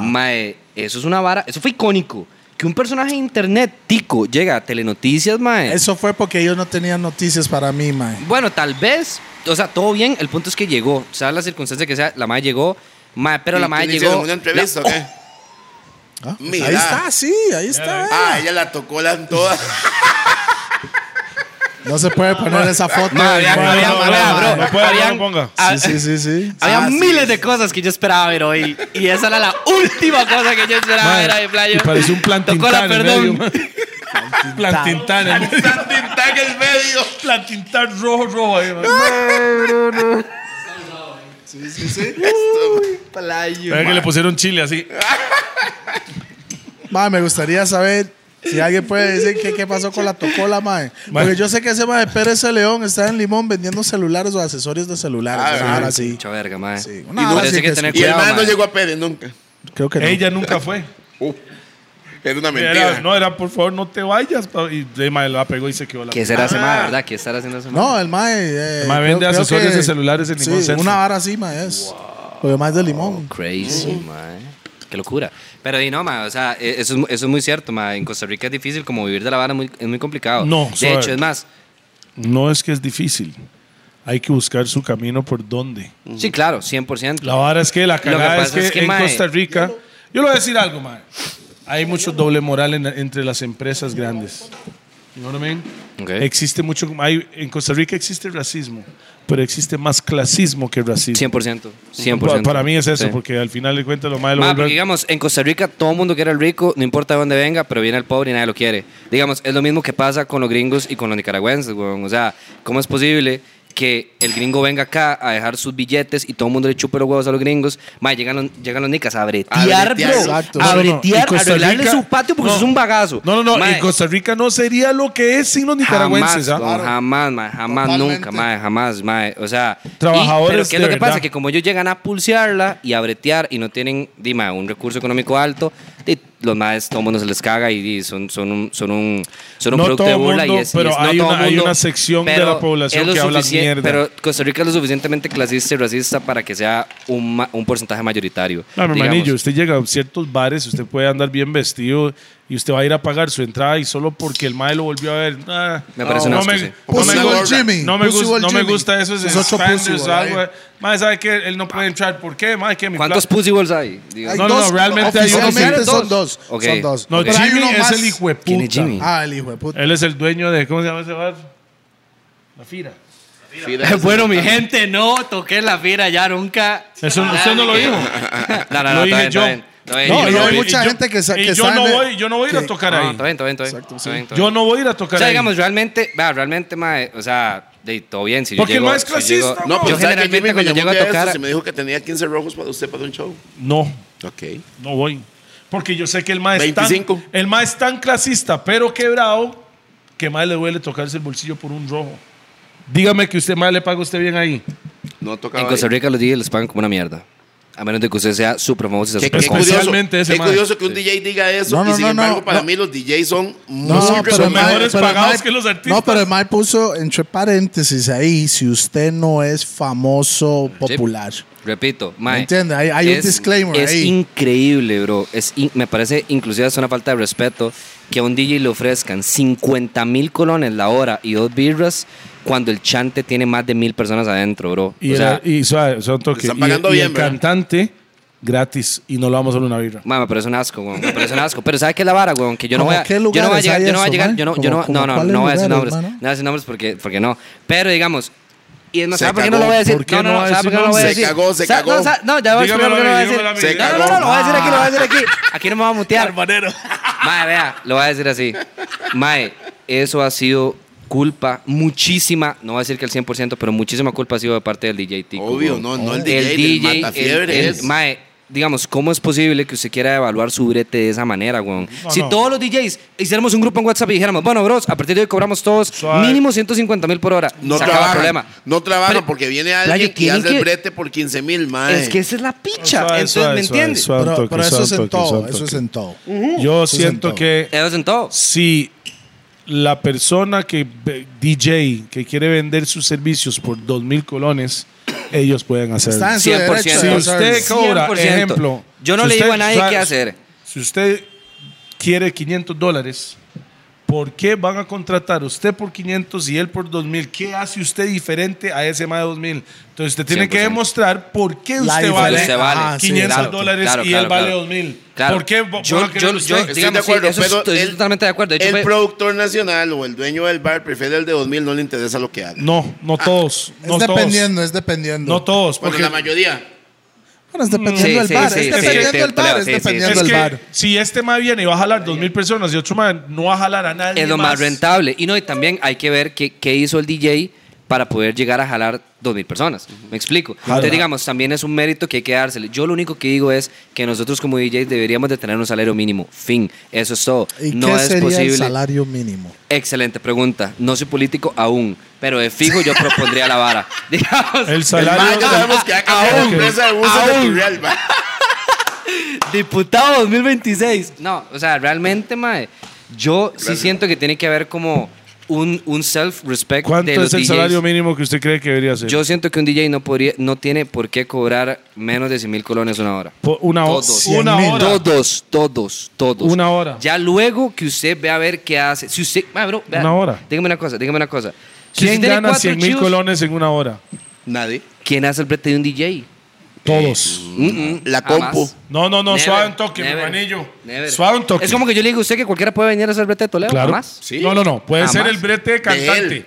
[SPEAKER 3] mae, eso es una vara, eso fue icónico. Que un personaje de internet, tico, llega a Telenoticias, mae.
[SPEAKER 4] Eso fue porque ellos no tenían noticias para mí, mae.
[SPEAKER 3] Bueno, tal vez, o sea, todo bien, el punto es que llegó, o sea, la circunstancia que sea, la mae llegó, mae, pero
[SPEAKER 2] ¿Y
[SPEAKER 3] la
[SPEAKER 2] qué
[SPEAKER 3] mae
[SPEAKER 2] le hicieron,
[SPEAKER 3] llegó...
[SPEAKER 2] ¿Una entrevista
[SPEAKER 3] la-
[SPEAKER 2] o qué?
[SPEAKER 4] Ah,
[SPEAKER 2] Mira.
[SPEAKER 4] Ahí está, sí, ahí está.
[SPEAKER 2] Ah, ella la tocó la toda.
[SPEAKER 4] No se puede poner esa foto.
[SPEAKER 3] No, había-
[SPEAKER 4] Bueno,
[SPEAKER 3] había-
[SPEAKER 4] bueno,
[SPEAKER 3] había, bro.
[SPEAKER 4] bueno.
[SPEAKER 1] No puede, no
[SPEAKER 3] habían-
[SPEAKER 1] lo ponga.
[SPEAKER 3] ah,
[SPEAKER 4] Sí, sí, sí, sí.
[SPEAKER 3] Había
[SPEAKER 2] Ah, sí.
[SPEAKER 3] miles de cosas que yo esperaba ver hoy. Y esa era la última cosa que yo esperaba
[SPEAKER 5] Madre,
[SPEAKER 3] ver ahí, Playo.
[SPEAKER 5] y pareció un plantín
[SPEAKER 3] Tocó la
[SPEAKER 5] tan en medio,
[SPEAKER 3] perdón.
[SPEAKER 5] man.
[SPEAKER 1] Plantintán. el-
[SPEAKER 2] Está en el medio.
[SPEAKER 1] Plantintán rojo, rojo ahí, man.
[SPEAKER 2] Esto,
[SPEAKER 1] Vea que le pusieron chile así.
[SPEAKER 4] Mae, me gustaría saber si alguien puede decir qué, qué pasó con la tocola, mae. Porque yo sé que ese mae Pérez de León está en Limón vendiendo celulares o accesorios de celulares.
[SPEAKER 2] Ah,
[SPEAKER 4] Ahora sí.
[SPEAKER 3] Mucha verga, madre.
[SPEAKER 4] Sí.
[SPEAKER 3] Y
[SPEAKER 4] Una
[SPEAKER 3] no,
[SPEAKER 4] hora
[SPEAKER 3] pero
[SPEAKER 4] sí
[SPEAKER 3] sí
[SPEAKER 4] que
[SPEAKER 3] que tener
[SPEAKER 2] Y el
[SPEAKER 3] cuidado,
[SPEAKER 2] man no
[SPEAKER 3] madre.
[SPEAKER 2] llegó a Pérez nunca.
[SPEAKER 4] Creo que no.
[SPEAKER 1] Ella nunca fue.
[SPEAKER 2] Uh, era una mentira.
[SPEAKER 1] Era, no, era por favor, no te vayas. pa- Y de madre la pegó y se quedó la.
[SPEAKER 3] ¿Qué será ese madre, verdad? ¿Qué estará haciendo ese madre?
[SPEAKER 4] No, el mae. eh,
[SPEAKER 5] El mae vende
[SPEAKER 4] creo- creo
[SPEAKER 5] accesorios de celulares en Limón
[SPEAKER 4] sí,
[SPEAKER 5] Centro.
[SPEAKER 4] Una vara así, mae, es. Porque mae es de Limón.
[SPEAKER 3] Crazy, madre. qué locura. Pero y no, ma, o sea, eh, eso es, mu- eso es muy cierto, ma. En Costa Rica es difícil, como vivir de la vara muy- es muy complicado.
[SPEAKER 1] No,
[SPEAKER 3] De
[SPEAKER 1] suave.
[SPEAKER 3] hecho, es más,
[SPEAKER 1] No es que es difícil. Hay que buscar su camino por dónde.
[SPEAKER 3] sí, claro, 100%.
[SPEAKER 1] La vara es que la cagada es,
[SPEAKER 3] pasa
[SPEAKER 1] que
[SPEAKER 3] es que,
[SPEAKER 1] en
[SPEAKER 3] mae,
[SPEAKER 1] Costa Rica. Yo le voy a decir algo, mae. Hay mucho doble moral en- entre las empresas grandes. You know what I mean?
[SPEAKER 3] Ok.
[SPEAKER 1] Existe mucho. Hay, en Costa Rica existe racismo, pero existe más clasismo que racismo.
[SPEAKER 3] 100%.
[SPEAKER 1] Pa-
[SPEAKER 3] 100%.
[SPEAKER 1] Para mí es eso,
[SPEAKER 3] Sí.
[SPEAKER 1] porque al final de cuentas lo malo lo
[SPEAKER 3] Ma,
[SPEAKER 1] vuelve-
[SPEAKER 3] porque digamos, en Costa Rica todo el mundo quiere al rico, no importa de dónde venga, pero viene el pobre y nadie lo quiere. Digamos, es lo mismo que pasa con los gringos y con los nicaragüenses, weón. O sea, ¿cómo es posible que el gringo venga acá a dejar sus billetes y todo el mundo le chupe los huevos a los gringos? Ma, llegan los, llegan los nicas a bretear,
[SPEAKER 2] A bretear,
[SPEAKER 3] bro.
[SPEAKER 2] exacto.
[SPEAKER 3] A
[SPEAKER 1] No, no, no. Y
[SPEAKER 3] bretear, a
[SPEAKER 1] Costa
[SPEAKER 3] arreglarle
[SPEAKER 1] Rica-
[SPEAKER 3] su patio porque
[SPEAKER 1] no.
[SPEAKER 3] es un bagazo.
[SPEAKER 1] No, no, no.
[SPEAKER 3] Ma,
[SPEAKER 1] y Costa Rica no sería lo que es sin los nicaragüenses.
[SPEAKER 3] Jamás,
[SPEAKER 1] ¿ah?
[SPEAKER 3] weón, jamás, mae, jamás,
[SPEAKER 4] Totalmente.
[SPEAKER 3] nunca, mae, jamás, mae. O sea, y-
[SPEAKER 1] Trabajadores
[SPEAKER 3] pero ¿qué es
[SPEAKER 1] de
[SPEAKER 3] lo que pasa?
[SPEAKER 1] verdad.
[SPEAKER 3] Que como ellos llegan a pulsearla y a bretear y no tienen, dime, un recurso económico alto, di, los maes, todo mundo se les caga y, di, son, son un, son un, son un
[SPEAKER 1] No
[SPEAKER 3] producto
[SPEAKER 1] todo
[SPEAKER 3] de burla. y
[SPEAKER 1] mundo,
[SPEAKER 3] es, y
[SPEAKER 1] pero
[SPEAKER 3] es- no
[SPEAKER 1] hay
[SPEAKER 3] todo
[SPEAKER 1] una- hay
[SPEAKER 3] mundo,
[SPEAKER 1] una sección de
[SPEAKER 3] pero
[SPEAKER 1] la población
[SPEAKER 3] es lo
[SPEAKER 1] que habla
[SPEAKER 3] suficien-
[SPEAKER 1] mierda.
[SPEAKER 3] Pero Costa Rica es lo suficientemente clasista y racista para que sea un, ma- un porcentaje mayoritario.
[SPEAKER 1] No, mi
[SPEAKER 3] digamos.
[SPEAKER 1] hermanillo, usted llega a ciertos bares, usted puede andar bien vestido y usted va a ir a pagar su entrada y solo porque el mae lo volvió a ver. ah,
[SPEAKER 3] Me parece un
[SPEAKER 1] no
[SPEAKER 3] asco,
[SPEAKER 1] me,
[SPEAKER 3] sí.
[SPEAKER 1] no me
[SPEAKER 4] Pussy
[SPEAKER 1] gu-
[SPEAKER 4] Wall Jimmy.
[SPEAKER 1] no me
[SPEAKER 4] Pussy
[SPEAKER 1] gus-
[SPEAKER 4] Wall
[SPEAKER 1] no me
[SPEAKER 4] Jimmy.
[SPEAKER 1] gusta eso, es,
[SPEAKER 4] Es otro
[SPEAKER 1] Spanglish
[SPEAKER 4] pussy
[SPEAKER 1] o
[SPEAKER 4] wall,
[SPEAKER 1] algo. eh.
[SPEAKER 4] ahí.
[SPEAKER 1] Mae, ¿sabe qué? Él no puede entrar. ¿Por qué? Mae, que mi
[SPEAKER 3] Ah. ¿Cuántos
[SPEAKER 1] pla-
[SPEAKER 3] pussy balls hay? Digamos.
[SPEAKER 1] No, no, no, realmente hay uno
[SPEAKER 4] oficialmente
[SPEAKER 1] que-
[SPEAKER 4] son dos.
[SPEAKER 3] Ok.
[SPEAKER 4] Son dos.
[SPEAKER 1] No,
[SPEAKER 4] Pero hay
[SPEAKER 1] Jimmy
[SPEAKER 4] uno
[SPEAKER 1] es
[SPEAKER 4] más.
[SPEAKER 1] el hijo de Eh,
[SPEAKER 3] ¿Quién es
[SPEAKER 1] puta.
[SPEAKER 3] Jimmy?
[SPEAKER 4] Ah, el hijo de puta.
[SPEAKER 1] Él es el dueño de, ¿cómo se llama ese bar? La Fira.
[SPEAKER 3] Bueno, mi gente, no toqué la fira ya nunca.
[SPEAKER 1] Eso no- usted no lo dijo.
[SPEAKER 3] No, no, no, está
[SPEAKER 1] Lo dije
[SPEAKER 3] bien,
[SPEAKER 1] yo.
[SPEAKER 3] está bien. Está bien,
[SPEAKER 4] No,
[SPEAKER 3] yo
[SPEAKER 4] y
[SPEAKER 3] lo
[SPEAKER 4] hay
[SPEAKER 3] vi.
[SPEAKER 1] yo-
[SPEAKER 4] mucha
[SPEAKER 1] y yo-
[SPEAKER 4] gente que sa-
[SPEAKER 1] y
[SPEAKER 4] que
[SPEAKER 1] yo no
[SPEAKER 4] sabe
[SPEAKER 1] voy, yo no voy a ir a
[SPEAKER 4] que-
[SPEAKER 1] tocar
[SPEAKER 3] No,
[SPEAKER 1] ahí.
[SPEAKER 3] está bien, está bien, está bien. Está bien, está bien.
[SPEAKER 1] Yo no voy a ir a tocar
[SPEAKER 3] O sea,
[SPEAKER 1] ahí.
[SPEAKER 3] digamos, realmente, va, realmente, mae, o sea, de, todo bien. Si yo
[SPEAKER 1] Porque el
[SPEAKER 3] llego,
[SPEAKER 1] mae es
[SPEAKER 3] si
[SPEAKER 1] clasista,
[SPEAKER 3] llego-
[SPEAKER 1] weón.
[SPEAKER 2] No, pero
[SPEAKER 3] yo
[SPEAKER 2] ¿sabe que Jimmy
[SPEAKER 3] generalmente
[SPEAKER 2] me
[SPEAKER 3] cuando
[SPEAKER 2] llamó
[SPEAKER 3] llego
[SPEAKER 2] un
[SPEAKER 3] a
[SPEAKER 2] día de estos
[SPEAKER 3] tocar.
[SPEAKER 2] y me dijo que tenía 15 rojos para usted para un show?
[SPEAKER 1] No,
[SPEAKER 2] Ok.
[SPEAKER 1] no voy. Porque yo sé que el mae es tan,
[SPEAKER 2] 25.
[SPEAKER 1] el mae es tan clasista, pero quebrado, que más le duele tocarse el bolsillo por un rojo. Dígame que usted más le paga usted bien ahí.
[SPEAKER 2] No tocaba
[SPEAKER 3] En Costa
[SPEAKER 2] ahí.
[SPEAKER 3] Rica los DJs les pagan como una mierda. A menos de que usted sea súper famoso y sea
[SPEAKER 2] Qué,
[SPEAKER 3] súper
[SPEAKER 2] qué
[SPEAKER 3] conocido.
[SPEAKER 2] curioso,
[SPEAKER 1] Especialmente ese
[SPEAKER 2] qué
[SPEAKER 1] man.
[SPEAKER 2] curioso que un DJ diga eso
[SPEAKER 4] No, no,
[SPEAKER 2] y sin
[SPEAKER 4] no, no,
[SPEAKER 2] embargo para
[SPEAKER 4] no.
[SPEAKER 2] mí los DJs son
[SPEAKER 4] No,
[SPEAKER 2] muy
[SPEAKER 4] pero el
[SPEAKER 1] son
[SPEAKER 4] mae-
[SPEAKER 1] mejores
[SPEAKER 4] pero el
[SPEAKER 1] pagados
[SPEAKER 4] mae-
[SPEAKER 1] que los artistas.
[SPEAKER 4] No, pero el Mae puso entre paréntesis ahí, si usted no es famoso popular.
[SPEAKER 3] Repito, mae.
[SPEAKER 4] entiende? Hay- hay un disclaimer
[SPEAKER 3] es
[SPEAKER 4] ahí.
[SPEAKER 3] increíble, bro. Es in- me parece inclusive es una falta de respeto que a un DJ le ofrezcan 50 mil colones la hora y dos birras cuando el chante tiene más de mil personas adentro, bro.
[SPEAKER 1] Y,
[SPEAKER 3] o
[SPEAKER 1] el-
[SPEAKER 3] sea,
[SPEAKER 1] y suave, son toque.
[SPEAKER 2] Están
[SPEAKER 1] Y-
[SPEAKER 2] pagando
[SPEAKER 1] y
[SPEAKER 2] bien,
[SPEAKER 1] el
[SPEAKER 2] ¿verdad?
[SPEAKER 1] cantante gratis y no lo vamos a dar una birra.
[SPEAKER 3] mae, me parece un asco, weón. Me parece un asco. Pero ¿sabes qué es la vara, weón? Que yo no
[SPEAKER 4] ¿Cómo
[SPEAKER 3] voy a,
[SPEAKER 4] qué
[SPEAKER 3] yo no voy a
[SPEAKER 4] lugares
[SPEAKER 3] llegar,
[SPEAKER 4] hay
[SPEAKER 3] yo no voy a
[SPEAKER 4] eso,
[SPEAKER 3] llegar,
[SPEAKER 4] mae?
[SPEAKER 3] yo no, yo
[SPEAKER 4] ¿Cómo-
[SPEAKER 3] no-
[SPEAKER 4] cómo
[SPEAKER 3] no, no,
[SPEAKER 4] cuáles
[SPEAKER 3] no voy a decir nombres.
[SPEAKER 4] lugares,
[SPEAKER 3] No
[SPEAKER 4] mano?
[SPEAKER 3] voy a decir nombres porque, porque no. Pero digamos, y es más,
[SPEAKER 2] Se
[SPEAKER 3] ¿sabes por qué no lo
[SPEAKER 2] cagó.
[SPEAKER 3] voy a decir?
[SPEAKER 1] ¿Por qué no va
[SPEAKER 3] ¿sabes
[SPEAKER 1] a
[SPEAKER 3] por
[SPEAKER 1] decir
[SPEAKER 3] qué no lo voy a
[SPEAKER 2] nombres? Se
[SPEAKER 3] decir?
[SPEAKER 2] cagó, se
[SPEAKER 3] ¿Sabes- no,
[SPEAKER 2] cagó.
[SPEAKER 3] sa- No, ya voy a explicar
[SPEAKER 1] Dígamelo
[SPEAKER 3] por qué no lo
[SPEAKER 1] a
[SPEAKER 3] voy a
[SPEAKER 1] mí,
[SPEAKER 3] decir.
[SPEAKER 1] dígamelo a mí.
[SPEAKER 2] Se
[SPEAKER 3] No, no, no,
[SPEAKER 2] cagó.
[SPEAKER 3] lo voy a decir aquí, lo voy a decir aquí. Aquí no me va a mutear. Mae, vea, lo voy a decir así. Mae, eso ha sido culpa muchísima, no voy a decir que el 100%, pero muchísima culpa ha sido de parte del DJ Tico.
[SPEAKER 2] Obvio,
[SPEAKER 3] weón.
[SPEAKER 2] no, no el
[SPEAKER 3] El
[SPEAKER 2] DJ,
[SPEAKER 3] DJ,
[SPEAKER 2] el
[SPEAKER 3] el-
[SPEAKER 2] matafiebre
[SPEAKER 3] el-
[SPEAKER 2] es-
[SPEAKER 3] mae, digamos, ¿cómo es posible que usted quiera evaluar su brete de esa manera, weón?
[SPEAKER 1] No,
[SPEAKER 3] si
[SPEAKER 1] no.
[SPEAKER 3] todos los DJs hiciéramos un grupo en WhatsApp y dijéramos, bueno, bros, a partir de hoy cobramos todos
[SPEAKER 1] Suave.
[SPEAKER 3] mínimo 150 mil por hora,
[SPEAKER 2] No
[SPEAKER 3] se acaba el
[SPEAKER 2] trabajan,
[SPEAKER 3] problema.
[SPEAKER 2] no trabajan
[SPEAKER 3] Pero-
[SPEAKER 2] porque viene
[SPEAKER 3] Playo,
[SPEAKER 2] alguien que
[SPEAKER 3] tienen
[SPEAKER 2] hace el
[SPEAKER 3] que-
[SPEAKER 2] brete por 15 mil, mae.
[SPEAKER 3] Es que esa es la picha,
[SPEAKER 1] Suave,
[SPEAKER 3] entonces,
[SPEAKER 1] suave,
[SPEAKER 3] ¿me
[SPEAKER 1] suave,
[SPEAKER 3] entiendes?
[SPEAKER 1] suave.
[SPEAKER 4] Pero,
[SPEAKER 1] Santo,
[SPEAKER 4] pero
[SPEAKER 1] que
[SPEAKER 4] eso es en
[SPEAKER 1] santo,
[SPEAKER 4] todo,
[SPEAKER 1] que
[SPEAKER 4] eso es
[SPEAKER 1] santo.
[SPEAKER 4] en todo. Eso
[SPEAKER 1] Yo
[SPEAKER 4] es
[SPEAKER 1] siento
[SPEAKER 4] en todo.
[SPEAKER 1] que
[SPEAKER 3] Eso es en todo.
[SPEAKER 1] si la persona que ve- DJ que quiere vender sus servicios por dos mil colones, ellos pueden hacerlo.
[SPEAKER 4] Está en su
[SPEAKER 3] 100%.
[SPEAKER 4] derecho.
[SPEAKER 1] Si
[SPEAKER 4] de
[SPEAKER 1] usted
[SPEAKER 4] hacerlo.
[SPEAKER 1] cobra,
[SPEAKER 3] 100%.
[SPEAKER 1] ejemplo.
[SPEAKER 3] Yo no
[SPEAKER 1] si
[SPEAKER 3] le
[SPEAKER 1] usted-
[SPEAKER 3] digo a nadie
[SPEAKER 1] o sea,
[SPEAKER 3] qué hacer.
[SPEAKER 1] Si usted quiere 500 dólares, ¿por qué van a contratar usted por 500 y él por 2000? ¿Qué hace usted diferente a ese más de 2000? Entonces usted tiene que
[SPEAKER 3] 100%.
[SPEAKER 1] demostrar por qué
[SPEAKER 4] La
[SPEAKER 1] usted
[SPEAKER 4] diferencia.
[SPEAKER 1] vale,
[SPEAKER 4] Usted vale. Ah, sí,
[SPEAKER 1] 500
[SPEAKER 4] claro,
[SPEAKER 1] dólares
[SPEAKER 3] claro,
[SPEAKER 1] y
[SPEAKER 3] claro,
[SPEAKER 1] él vale
[SPEAKER 3] claro.
[SPEAKER 1] 2000.
[SPEAKER 3] Claro.
[SPEAKER 1] ¿Por qué va-
[SPEAKER 3] Yo-
[SPEAKER 1] van a querer
[SPEAKER 3] yo-
[SPEAKER 1] usted?
[SPEAKER 3] yo-
[SPEAKER 2] Estoy
[SPEAKER 3] digamos,
[SPEAKER 2] de acuerdo,
[SPEAKER 3] sí, eso es-
[SPEAKER 2] pero
[SPEAKER 3] estoy
[SPEAKER 2] el-
[SPEAKER 3] totalmente de acuerdo. De hecho,
[SPEAKER 2] el
[SPEAKER 3] fue-
[SPEAKER 2] productor nacional o el dueño del bar prefiere el de 2000, no le interesa lo que haga.
[SPEAKER 1] No, no todos.
[SPEAKER 4] Ah, Es
[SPEAKER 1] no todos.
[SPEAKER 4] dependiendo, es dependiendo.
[SPEAKER 1] No todos.
[SPEAKER 2] Bueno,
[SPEAKER 1] Porque
[SPEAKER 2] la mayoría.
[SPEAKER 4] Bueno, es
[SPEAKER 3] Sí,
[SPEAKER 4] dependiendo del
[SPEAKER 3] sí,
[SPEAKER 4] bar,
[SPEAKER 3] sí,
[SPEAKER 4] es
[SPEAKER 3] sí,
[SPEAKER 4] dependiendo
[SPEAKER 3] sí,
[SPEAKER 4] del
[SPEAKER 3] te-
[SPEAKER 4] bar,
[SPEAKER 3] te-
[SPEAKER 4] es
[SPEAKER 3] sí, sí,
[SPEAKER 4] dependiendo
[SPEAKER 1] es
[SPEAKER 4] del
[SPEAKER 1] que
[SPEAKER 4] bar.
[SPEAKER 1] si este más viene y va a jalar dos mil personas y otro más no va a jalar a nadie.
[SPEAKER 3] es lo más rentable. Y no, y también hay que ver qué, qué hizo el DJ para poder llegar a jalar 2.000 personas. Me explico. Entonces, digamos, también es un mérito que hay que dársele. Yo lo único que digo es que nosotros como DJs deberíamos de tener un salario mínimo. Fin. Eso es todo.
[SPEAKER 4] ¿Y
[SPEAKER 3] no
[SPEAKER 4] qué
[SPEAKER 3] es
[SPEAKER 4] sería
[SPEAKER 3] posible.
[SPEAKER 4] el salario mínimo?
[SPEAKER 3] Excelente pregunta. No soy político aún, pero de fijo yo propondría la vara. Digamos, Ah,
[SPEAKER 1] El
[SPEAKER 2] El mae,
[SPEAKER 1] salario.
[SPEAKER 2] ya sabemos que va a cambiar la
[SPEAKER 1] aún,
[SPEAKER 2] empresa de buses de
[SPEAKER 3] aún. Mm,
[SPEAKER 2] Turrialba.
[SPEAKER 3] Diputado 2026. No, o sea, realmente, mae, yo sí siento que tiene que haber como un, un self-respect
[SPEAKER 1] ¿Cuánto
[SPEAKER 3] de los
[SPEAKER 1] es el
[SPEAKER 3] DJs.
[SPEAKER 1] salario mínimo que usted cree que debería ser?
[SPEAKER 3] Yo siento que un DJ no, podría, no tiene por qué cobrar menos de 100 mil colones una hora.
[SPEAKER 1] Por una, ho-
[SPEAKER 3] Todos.
[SPEAKER 1] una
[SPEAKER 4] Cien mil.
[SPEAKER 1] hora.
[SPEAKER 3] Todos, todos, todos.
[SPEAKER 1] Una hora.
[SPEAKER 3] Ya luego que usted ve a ver qué hace. Si usted. ma, bro, vea,
[SPEAKER 1] Una hora.
[SPEAKER 3] Dígame una cosa, dígame una cosa. Si
[SPEAKER 1] ¿Quién
[SPEAKER 3] usted tiene
[SPEAKER 1] gana
[SPEAKER 3] cuatro
[SPEAKER 1] 100 mil
[SPEAKER 3] chivos,
[SPEAKER 1] colones en una hora?
[SPEAKER 2] Nadie.
[SPEAKER 3] ¿Quién hace el brete de un DJ?
[SPEAKER 1] Todos.
[SPEAKER 3] Mm-mm,
[SPEAKER 2] La
[SPEAKER 3] jamás.
[SPEAKER 2] compu.
[SPEAKER 1] No, no, no,
[SPEAKER 3] Never,
[SPEAKER 1] suave un toque, mi
[SPEAKER 3] never,
[SPEAKER 1] hermanillo.
[SPEAKER 3] never.
[SPEAKER 1] Suave un toque.
[SPEAKER 3] Es como que yo le digo a usted que cualquiera puede venir a hacer el brete de Toledo.
[SPEAKER 1] Claro.
[SPEAKER 3] Jamás.
[SPEAKER 2] Sí.
[SPEAKER 1] No, no, no. Puede
[SPEAKER 3] Jamás.
[SPEAKER 1] ser el brete de cantante.
[SPEAKER 2] él.